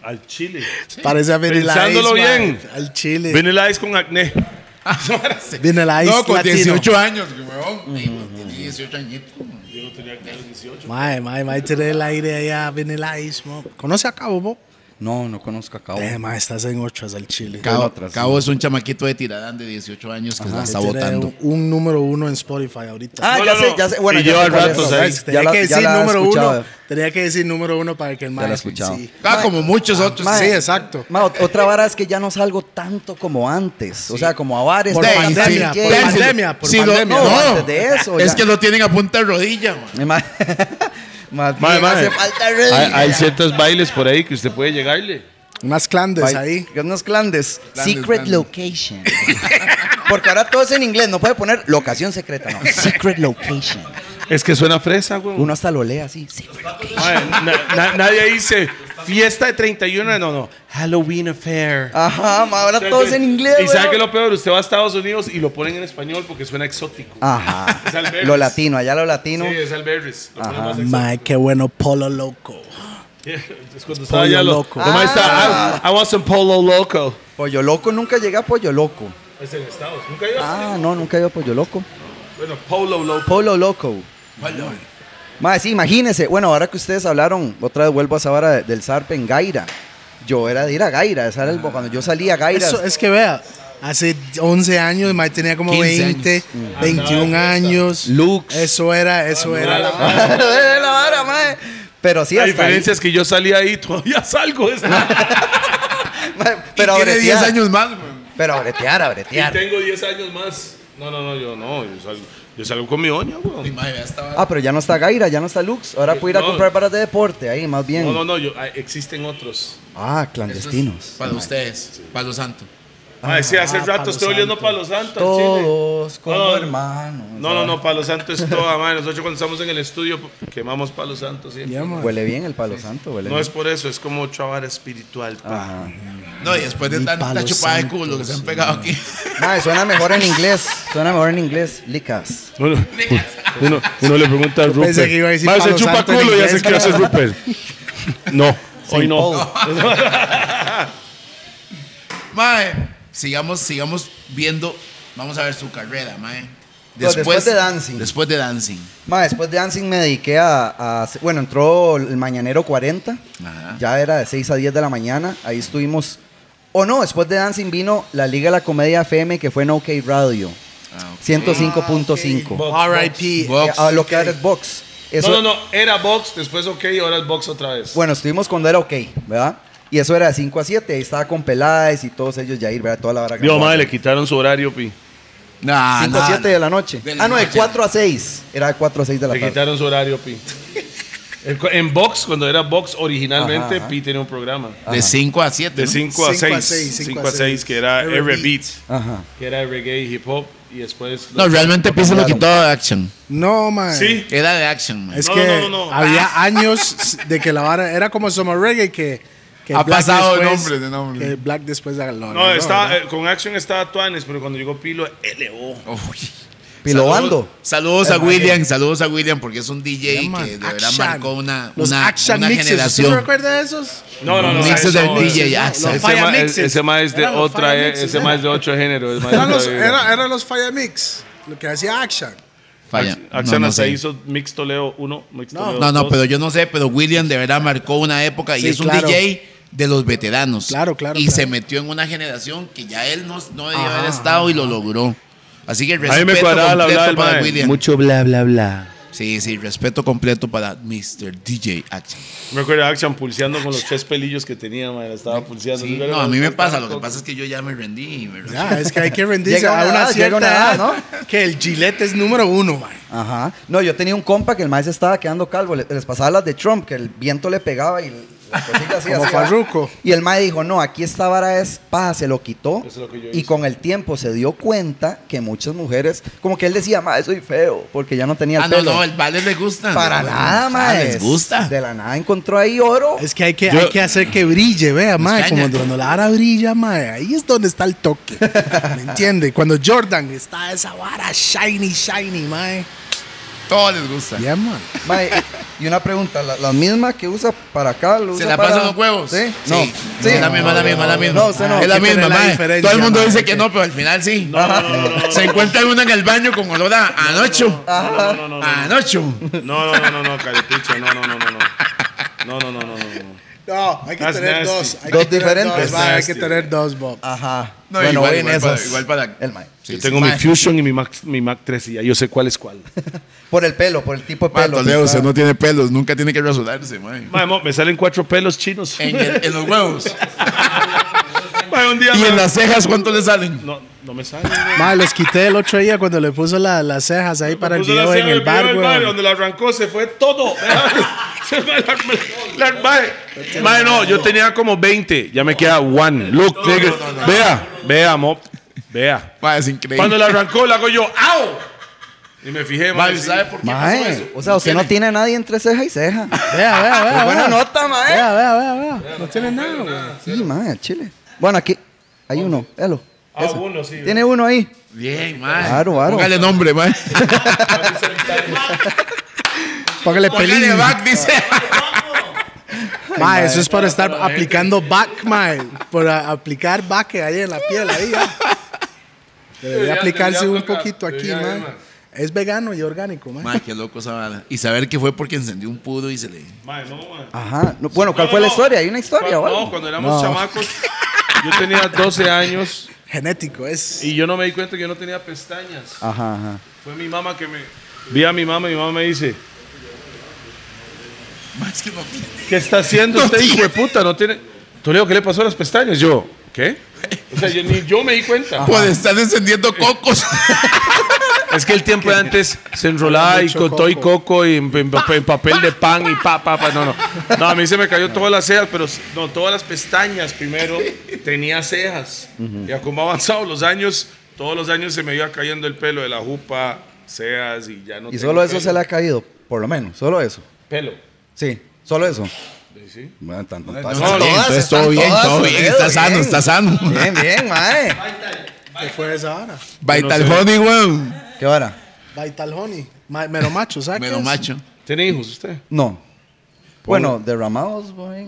[SPEAKER 4] Al chile.
[SPEAKER 1] parece a Vanilla
[SPEAKER 4] Pensándolo
[SPEAKER 1] Ice, mae.
[SPEAKER 4] bien.
[SPEAKER 1] al chile
[SPEAKER 4] Vanilla Ice con acné.
[SPEAKER 2] Ah,
[SPEAKER 1] Vanilla Ice
[SPEAKER 2] No, con
[SPEAKER 1] latino.
[SPEAKER 2] 18 años, weón. Sí, pues, Tiene 18 añitos.
[SPEAKER 1] mae mae mae tiene el aire allá Vanilla Ice mo. conoce a Cabo mo
[SPEAKER 3] No, no conozco a Cabo.
[SPEAKER 1] eh, mae estás en otras al chile
[SPEAKER 2] Cabo,
[SPEAKER 3] otras,
[SPEAKER 2] Cabo es un chamaquito de tiradán de 18 años que la está
[SPEAKER 1] Tiene
[SPEAKER 2] votando.
[SPEAKER 1] un, un número uno en Spotify ahorita
[SPEAKER 3] Ah,
[SPEAKER 4] No,
[SPEAKER 3] ya
[SPEAKER 4] no,
[SPEAKER 3] sé,
[SPEAKER 4] no.
[SPEAKER 3] ya sé. Bueno,
[SPEAKER 4] Y
[SPEAKER 3] ya
[SPEAKER 4] yo
[SPEAKER 3] sé
[SPEAKER 4] al
[SPEAKER 3] cuál es.
[SPEAKER 4] rato,
[SPEAKER 3] Ya
[SPEAKER 4] ¿sabes?
[SPEAKER 3] la-
[SPEAKER 1] Tenía que
[SPEAKER 3] ya
[SPEAKER 1] decir
[SPEAKER 3] la he
[SPEAKER 1] número
[SPEAKER 3] escuchado.
[SPEAKER 1] uno. Tenía que decir número uno para que el
[SPEAKER 3] la he
[SPEAKER 1] maestro.
[SPEAKER 3] escuchado.
[SPEAKER 1] Sí.
[SPEAKER 2] Ah, como muchos otros.
[SPEAKER 3] Mae,
[SPEAKER 1] Sí, exacto.
[SPEAKER 3] mae, ot- otra vara es que ya no salgo tanto como antes. O sea, como a bares.
[SPEAKER 1] Por
[SPEAKER 3] no
[SPEAKER 2] Ey,
[SPEAKER 3] tanto
[SPEAKER 1] pandemia,
[SPEAKER 3] DJ.
[SPEAKER 1] por
[SPEAKER 2] Ey, si-
[SPEAKER 1] pandemia, por
[SPEAKER 2] si lo-
[SPEAKER 1] pandemia.
[SPEAKER 3] No,
[SPEAKER 2] no.
[SPEAKER 3] antes de eso.
[SPEAKER 2] Es
[SPEAKER 3] ya.
[SPEAKER 2] que lo tienen a punta de rodilla, man.
[SPEAKER 3] Mae, más
[SPEAKER 4] Mae,
[SPEAKER 3] bien
[SPEAKER 4] mae.
[SPEAKER 3] hace falta
[SPEAKER 4] Hay,
[SPEAKER 3] reír.
[SPEAKER 4] hay ciertos bailes por ahí que usted puede llegarle.
[SPEAKER 1] Unas clandes
[SPEAKER 3] Bye.
[SPEAKER 1] ahí.
[SPEAKER 3] Que Unos clandes.
[SPEAKER 2] Clandes,
[SPEAKER 3] Secret
[SPEAKER 2] clandes.
[SPEAKER 3] location. Porque ahora todo es en inglés. No puede poner locación secreta, no. Secret location.
[SPEAKER 4] Es que suena fresa, güey.
[SPEAKER 3] Uno hasta lo lee así. Secret location.
[SPEAKER 4] nadie dice fiesta de 31, no, no. Halloween affair.
[SPEAKER 3] Ajá, ma, ahora todo es en inglés.
[SPEAKER 4] Y sabe
[SPEAKER 3] weón.
[SPEAKER 4] que lo peor, usted va a Estados Unidos y lo ponen en español porque suena
[SPEAKER 3] Ah.
[SPEAKER 4] exótico.
[SPEAKER 3] Ajá.
[SPEAKER 4] Es albergues.
[SPEAKER 3] Lo latino, allá lo latino.
[SPEAKER 4] Sí, es albergues. Lo ponen más exótico.
[SPEAKER 1] Mae, qué bueno Polo Loco.
[SPEAKER 4] Es cuando estaba allá
[SPEAKER 1] Pollo
[SPEAKER 4] lo-
[SPEAKER 1] loco.
[SPEAKER 4] lo más está, I, I want some polo loco.
[SPEAKER 3] Pollo loco, nunca llegué a pollo loco.
[SPEAKER 4] Es en Estados. Nunca iba.
[SPEAKER 3] Ah, no, nunca llegué a pollo loco.
[SPEAKER 4] Bueno, polo loco.
[SPEAKER 3] Polo loco. Mae, sí, imagínense. Bueno, ahora que ustedes hablaron, otra vez vuelvo a esa vara de- del zarpe en Gaira. Yo era de ir a Gaira. esa era el- cuando yo salía a Gaira.
[SPEAKER 1] Eso, es que vea, hace 11 años, Mae tenía como
[SPEAKER 2] 15
[SPEAKER 1] 20,
[SPEAKER 2] Ah,
[SPEAKER 1] 21 años.
[SPEAKER 3] Lux.
[SPEAKER 1] Eso era, eso era. la-
[SPEAKER 3] Era la vara, mae. Pero sí,
[SPEAKER 4] La
[SPEAKER 3] hasta ahí. Ah.
[SPEAKER 4] diferencia es que yo salí ahí, todavía salgo. de esa-
[SPEAKER 3] Mae,
[SPEAKER 2] Y
[SPEAKER 3] Pero
[SPEAKER 2] tiene 10
[SPEAKER 3] abretear,
[SPEAKER 2] años más, weón.
[SPEAKER 3] pero abretear,
[SPEAKER 4] y
[SPEAKER 3] abretear.
[SPEAKER 4] tengo 10 años más. No, no, no, yo no. Yo salgo, yo salgo con mi oña,
[SPEAKER 2] Y,
[SPEAKER 4] weón.
[SPEAKER 2] mae, vea esta vara.
[SPEAKER 3] Ah, pero ya no está Gaira, ya no está Lux. Ahora puedo ir a
[SPEAKER 4] No.
[SPEAKER 3] comprar varas de deporte ahí, más bien.
[SPEAKER 4] No, no, no. Yo, ah, existen otros.
[SPEAKER 3] Ah,
[SPEAKER 2] Eso es
[SPEAKER 3] clandestinos.
[SPEAKER 2] Para ustedes, para los santos.
[SPEAKER 4] Ah, sí, hace
[SPEAKER 1] ah,
[SPEAKER 4] rato
[SPEAKER 1] Palo
[SPEAKER 4] estoy oliendo
[SPEAKER 1] Santo.
[SPEAKER 4] Palo Santo. al chile.
[SPEAKER 3] Todos como
[SPEAKER 4] No, no.
[SPEAKER 3] hermanos.
[SPEAKER 4] No, no, no, Palo Santo es toda madre. Nosotros cuando estamos en el estudio quemamos Palo Santo siempre.
[SPEAKER 1] Ya, mae.
[SPEAKER 3] Huele bien el palo santo, huele
[SPEAKER 4] No
[SPEAKER 3] bien.
[SPEAKER 4] es por eso, es como otra vara espiritual. pa.
[SPEAKER 3] Ajá.
[SPEAKER 2] No, y después de
[SPEAKER 1] Ni
[SPEAKER 2] tanta
[SPEAKER 1] palos
[SPEAKER 2] chupada de
[SPEAKER 1] santos,
[SPEAKER 2] culo que se han pegado aquí.
[SPEAKER 3] Mae, suena mejor en inglés. Suena mejor en inglés. Licas.
[SPEAKER 4] Uno, uno- uno le pregunta a Rupert.
[SPEAKER 1] pensé que iba a decir
[SPEAKER 4] "Mae,
[SPEAKER 1] Palo
[SPEAKER 4] se chupa
[SPEAKER 1] Santo en
[SPEAKER 4] culo y
[SPEAKER 1] inglés,
[SPEAKER 4] hace que hace Rupert. No, hoy no.
[SPEAKER 2] Mae, sigamos, sigamos viendo, vamos a ver su carrera, mae.
[SPEAKER 3] Pues, después de Dancing.
[SPEAKER 2] Después de Dancing.
[SPEAKER 3] Ma, después de Dancing me dediqué a, a hacer- Bueno, entró el Mañanero 40.
[SPEAKER 2] Ajá.
[SPEAKER 3] Ya era de 6 a 10 de la mañana. Ahí estuvimos. O no, después de Dancing vino la Liga de la Comedia FM, que fue en OK Radio.
[SPEAKER 2] Ah, ok.
[SPEAKER 3] 105.5.
[SPEAKER 1] RIP.
[SPEAKER 2] Ah, Box.
[SPEAKER 3] Eh, a lo que ahora es Box. Eso-
[SPEAKER 4] No, no, no, era box, después ok, ahora es box otra vez.
[SPEAKER 3] Bueno, estuvimos cuando era OK, ¿verdad? Y eso era de 5 a 7. Ahí estaba con Peláez y todos ellos, Jair, ¿verdad? Toda la vara.
[SPEAKER 4] Dios, madre, le quitaron su horario, Pi.
[SPEAKER 2] Nah,
[SPEAKER 3] 5
[SPEAKER 2] nah,
[SPEAKER 3] a 7
[SPEAKER 2] nah.
[SPEAKER 3] de la noche.
[SPEAKER 2] De
[SPEAKER 3] ah, no, de
[SPEAKER 2] noche.
[SPEAKER 3] 4 a 6. Era de 4 a 6 de la
[SPEAKER 4] Le
[SPEAKER 3] tarde.
[SPEAKER 4] quitaron su horario, Pi. El cu- En box, cuando era box
[SPEAKER 3] Ajá,
[SPEAKER 4] originalmente,
[SPEAKER 3] ajá.
[SPEAKER 4] Pi tenía un programa.
[SPEAKER 2] De 5 a 7.
[SPEAKER 4] De 5 a
[SPEAKER 1] Cinco a
[SPEAKER 4] 6.
[SPEAKER 1] seis,
[SPEAKER 4] 5 a 6, que era
[SPEAKER 1] R&B.
[SPEAKER 4] R Beats,
[SPEAKER 3] Ajá.
[SPEAKER 4] que era reggae hip hop, y después.
[SPEAKER 2] No, realmente Pi se lo
[SPEAKER 3] cambiaron.
[SPEAKER 2] quitó de Action.
[SPEAKER 1] No, mae.
[SPEAKER 4] Sí.
[SPEAKER 2] Era de Action, mae.
[SPEAKER 1] Es
[SPEAKER 4] No, Ah.
[SPEAKER 1] que
[SPEAKER 4] no, no, no, no.
[SPEAKER 1] había años de que la vara era como Summer Reggae que que
[SPEAKER 2] Ha
[SPEAKER 1] Black
[SPEAKER 2] pasado de
[SPEAKER 1] después-
[SPEAKER 2] nombres, de nombres.
[SPEAKER 1] Que Black después haga lo-
[SPEAKER 4] No,
[SPEAKER 1] lo-
[SPEAKER 4] está, eh, con Action estaba Tuanes, pero cuando llegó Pilo, elevó.
[SPEAKER 2] Uy.
[SPEAKER 3] Pilobando.
[SPEAKER 2] Saludos, saludos a William, saludos a William, porque es un DJ
[SPEAKER 1] Llaman
[SPEAKER 2] que de verdad
[SPEAKER 1] Action.
[SPEAKER 2] marcó una,
[SPEAKER 1] Los
[SPEAKER 2] una,
[SPEAKER 1] Action
[SPEAKER 2] una
[SPEAKER 1] mixes. ¿Usted se
[SPEAKER 2] generación.
[SPEAKER 1] recuerda de esos?
[SPEAKER 4] No, no, no.
[SPEAKER 2] Los mixes
[SPEAKER 4] eso-
[SPEAKER 2] del DJ, ya,
[SPEAKER 1] no, los
[SPEAKER 2] exacto.
[SPEAKER 1] Fire
[SPEAKER 4] Ese ma-
[SPEAKER 1] Mixes.
[SPEAKER 4] Ese más es de
[SPEAKER 1] Eran los
[SPEAKER 4] otra,
[SPEAKER 1] Fire
[SPEAKER 4] eh,
[SPEAKER 1] Mixes,
[SPEAKER 4] ese más es de otro género. es más de
[SPEAKER 1] Eran los, e.
[SPEAKER 4] otra- e.
[SPEAKER 1] era- eran los Fire Mix, lo que hacía Action.
[SPEAKER 2] Falla.
[SPEAKER 4] Axana
[SPEAKER 2] No, no
[SPEAKER 4] se
[SPEAKER 2] sé.
[SPEAKER 4] hizo Mix Toledo 1, Mix
[SPEAKER 1] No.
[SPEAKER 4] Toledo
[SPEAKER 2] No, no,
[SPEAKER 4] 2.
[SPEAKER 2] pero yo no sé, pero William de verdad marcó una época y
[SPEAKER 1] Sí,
[SPEAKER 2] es un
[SPEAKER 1] claro.
[SPEAKER 2] DJ de los veteranos.
[SPEAKER 1] Claro, claro,
[SPEAKER 2] Y
[SPEAKER 1] claro.
[SPEAKER 2] se metió en una generación que ya él no, no debió
[SPEAKER 1] Ajá,
[SPEAKER 2] haber estado y lo logró. Así que
[SPEAKER 4] me
[SPEAKER 2] respeto
[SPEAKER 4] cuadraba el
[SPEAKER 2] completo
[SPEAKER 4] hablar del
[SPEAKER 2] para
[SPEAKER 4] mae.
[SPEAKER 2] William.
[SPEAKER 3] Mucho bla, bla, bla.
[SPEAKER 2] Sí, sí, respeto completo para Mr. DJ Action.
[SPEAKER 4] Me acuerdo de Action pulseando con los tres pelillos que tenía, man. Estaba pulseando.
[SPEAKER 2] Sí, no, a mí me pasa, lo que pasa es que yo ya me rendí. ¿verdad?
[SPEAKER 1] Ya, es que hay que rendirse
[SPEAKER 3] Llega una
[SPEAKER 1] a una
[SPEAKER 3] edad,
[SPEAKER 1] cierta
[SPEAKER 3] llega una edad,
[SPEAKER 1] edad, Que el Gillette es número uno, man.
[SPEAKER 3] Ajá. No, yo tenía un compa que el maestro estaba quedando calvo. le- Les pasaba las de Trump, que el viento le pegaba y la cosita así.
[SPEAKER 1] Como
[SPEAKER 3] así, ¿verdad?
[SPEAKER 1] Farruko.
[SPEAKER 3] Y el maestro dijo, no, aquí esta vara es pa, se lo quitó.
[SPEAKER 4] Eso es lo que yo
[SPEAKER 3] y
[SPEAKER 4] hice.
[SPEAKER 3] con el tiempo se dio cuenta que muchas mujeres, como que él decía, ma, soy feo, porque ya no tenía el
[SPEAKER 2] Ah, no,
[SPEAKER 3] pelo.
[SPEAKER 2] no, el vale les gusta.
[SPEAKER 3] Para
[SPEAKER 2] No,
[SPEAKER 3] nada,
[SPEAKER 2] ah,
[SPEAKER 3] maestro.
[SPEAKER 2] Les gusta.
[SPEAKER 3] De la nada encontró ahí oro.
[SPEAKER 1] Es que hay que,
[SPEAKER 4] Yo-
[SPEAKER 1] hay que hacer que brille, vea, mae.
[SPEAKER 2] caña.
[SPEAKER 1] Como cuando la vara brilla, mae. Ahí es donde está el toque. ¿Me entiende? Cuando Jordan está esa vara shiny, shiny, mae.
[SPEAKER 2] Todo les gusta.
[SPEAKER 1] Ya, man.
[SPEAKER 3] Ma, y- y una pregunta, la, la misma que usa para acá, lo
[SPEAKER 2] ¿Se
[SPEAKER 3] usa
[SPEAKER 2] la
[SPEAKER 3] para-
[SPEAKER 2] pasan los huevos?
[SPEAKER 3] ¿Sí?
[SPEAKER 2] No.
[SPEAKER 3] No. Sí.
[SPEAKER 2] Es la misma, es la misma, es la misma.
[SPEAKER 3] No, usted no.
[SPEAKER 2] Es la
[SPEAKER 1] Hay que
[SPEAKER 2] misma,
[SPEAKER 1] tener la
[SPEAKER 2] mae.
[SPEAKER 1] diferencia,
[SPEAKER 2] Todo el mundo
[SPEAKER 1] mae,
[SPEAKER 2] dice
[SPEAKER 1] hay
[SPEAKER 2] que
[SPEAKER 1] que-
[SPEAKER 2] no, pero al final sí.
[SPEAKER 4] No, no, no, no, no, no.
[SPEAKER 2] Se encuentra una en el baño con olor a anocho.
[SPEAKER 4] No, no, no, no, no.
[SPEAKER 2] Anocho.
[SPEAKER 4] No, no, no, no, no, carepicho, no, no, no, no, no. No, no, no, no, no, no.
[SPEAKER 1] No, hay que
[SPEAKER 4] That's
[SPEAKER 1] tener
[SPEAKER 4] nasty.
[SPEAKER 1] dos. Hay
[SPEAKER 3] Dos
[SPEAKER 1] que tener
[SPEAKER 3] diferentes.
[SPEAKER 1] dos, mae, hay que
[SPEAKER 4] Nasty.
[SPEAKER 1] tener dos, Bob.
[SPEAKER 3] Ajá.
[SPEAKER 2] No,
[SPEAKER 3] bueno,
[SPEAKER 2] igual-
[SPEAKER 3] hoy en
[SPEAKER 2] igual para-
[SPEAKER 3] esas-
[SPEAKER 2] igual para-
[SPEAKER 3] El maestro.
[SPEAKER 2] Sí,
[SPEAKER 4] Yo
[SPEAKER 2] sí,
[SPEAKER 4] tengo mi Fusion y mi Max, mi Mac 3 y ya yo sé cuál es cuál.
[SPEAKER 3] Por el pelo, por el tipo de
[SPEAKER 2] Mae,
[SPEAKER 3] pelo.
[SPEAKER 2] Toledo,
[SPEAKER 3] ¿sí?
[SPEAKER 2] usted no tiene pelos, nunca tiene que rasurarse, mae.
[SPEAKER 4] Mae, mo, me salen cuatro pelos chinos.
[SPEAKER 2] En, el- en los huevos.
[SPEAKER 4] Mae, un día
[SPEAKER 2] y
[SPEAKER 4] me-
[SPEAKER 2] en las cejas, ¿cuánto le salen?
[SPEAKER 4] No, no me salen. güey.
[SPEAKER 1] Mae, los quité el otro día cuando le puso la- las cejas ahí para el
[SPEAKER 4] Puso la
[SPEAKER 1] video en
[SPEAKER 4] sierra
[SPEAKER 1] el bar,
[SPEAKER 4] del
[SPEAKER 1] weón.
[SPEAKER 4] Donde la arrancó se fue todo. Se fue la- la- mae. Mae, no, yo tenía como 20. Ya me queda one. Look, nigga. Vea, vea, mop. Vea.
[SPEAKER 2] Mae, es increíble.
[SPEAKER 4] Cuando la arrancó, la hago yo. ¡Au! Y me fijé, mae.
[SPEAKER 2] Mae,
[SPEAKER 4] sí.
[SPEAKER 2] ¿sabe por qué
[SPEAKER 3] Mae,
[SPEAKER 2] pasó eso?
[SPEAKER 3] o sea, usted no tiene a nadie entre ceja y ceja. Pues
[SPEAKER 1] Vea, vea, vea.
[SPEAKER 3] Buena
[SPEAKER 1] vea.
[SPEAKER 3] nota, mae.
[SPEAKER 1] Vea, vea, vea, vea. No tiene nada, weón.
[SPEAKER 3] Sí, mae, chile. Bueno, aquí hay uno, éalo.
[SPEAKER 4] Ah,
[SPEAKER 3] Ese.
[SPEAKER 4] uno, sí.
[SPEAKER 3] Tiene uno ahí.
[SPEAKER 2] Bien, mae.
[SPEAKER 3] Claro, claro.
[SPEAKER 2] Póngale nombre, mae.
[SPEAKER 1] Póngale
[SPEAKER 2] Póngale
[SPEAKER 1] pelín.
[SPEAKER 2] back, dice.
[SPEAKER 1] Mae, eso es para estar aplicando back, mae. Por a- aplicar back que hay en la piel ahí. ya. Debería
[SPEAKER 4] Debería-
[SPEAKER 1] aplicarse
[SPEAKER 4] debería
[SPEAKER 1] un
[SPEAKER 4] tocar,
[SPEAKER 1] poquito aquí,
[SPEAKER 4] debería,
[SPEAKER 1] mae.
[SPEAKER 4] mae.
[SPEAKER 1] Es vegano y orgánico, mae.
[SPEAKER 2] Mae, qué loco esa vara. Y saber que fue porque encendió un pudo y se le...
[SPEAKER 4] Mae, no, mae.
[SPEAKER 3] Ajá. No, bueno, ¿cuál
[SPEAKER 4] No,
[SPEAKER 3] fue la
[SPEAKER 4] no.
[SPEAKER 3] historia? ¿Hay una historia o
[SPEAKER 4] Cuando-
[SPEAKER 3] algo?
[SPEAKER 4] No, cuando éramos chamacos, yo tenía 12 años
[SPEAKER 1] Genético es.
[SPEAKER 4] y yo no me di cuenta que yo no tenía pestañas.
[SPEAKER 3] Ajá, ajá.
[SPEAKER 4] Fue mi mamá que me. Vi a mi mamá y mi mamá me dice:
[SPEAKER 2] Mae, es que no tiene.
[SPEAKER 4] ¿Qué está haciendo
[SPEAKER 2] No
[SPEAKER 4] usted,
[SPEAKER 2] tiene.
[SPEAKER 4] hijo de puta? No tiene. Toledo, ¿qué le pasó a las pestañas? Yo, ¿qué? O sea, yo, ni yo me di cuenta.
[SPEAKER 2] Puede estar Pues encendiendo cocos.
[SPEAKER 4] Es que el tiempo de antes se enrolaba y
[SPEAKER 1] Mucho
[SPEAKER 4] con todo y
[SPEAKER 1] coco.
[SPEAKER 4] coco y en, en- en papel de pan y pa, pa, pa. No, no. No, a mí se me cayó todas las cejas, pero s- no, todas las pestañas primero tenía cejas. Y a como avanzados los años, todos los años se me iba cayendo el pelo de la jupa, cejas y ya no
[SPEAKER 3] Y
[SPEAKER 4] tengo
[SPEAKER 3] solo eso
[SPEAKER 4] pelo.
[SPEAKER 3] se le ha caído, por lo menos, solo eso.
[SPEAKER 4] Pelo.
[SPEAKER 3] Sí, solo eso.
[SPEAKER 4] Sí.
[SPEAKER 3] Bueno, tanto
[SPEAKER 2] no, bien, entonces todo bien, todo bien, está sano, está sano.
[SPEAKER 3] Bien, bien, mae.
[SPEAKER 1] ¿Qué fue esa hora?
[SPEAKER 2] Vital Honey, weón.
[SPEAKER 3] ¿Qué vara?
[SPEAKER 1] Vital Honey. Ma- mero macho, ¿sabes? qué
[SPEAKER 2] Mero
[SPEAKER 1] es?
[SPEAKER 2] macho.
[SPEAKER 4] ¿Tiene hijos usted?
[SPEAKER 3] No. Bueno, derramados, güey.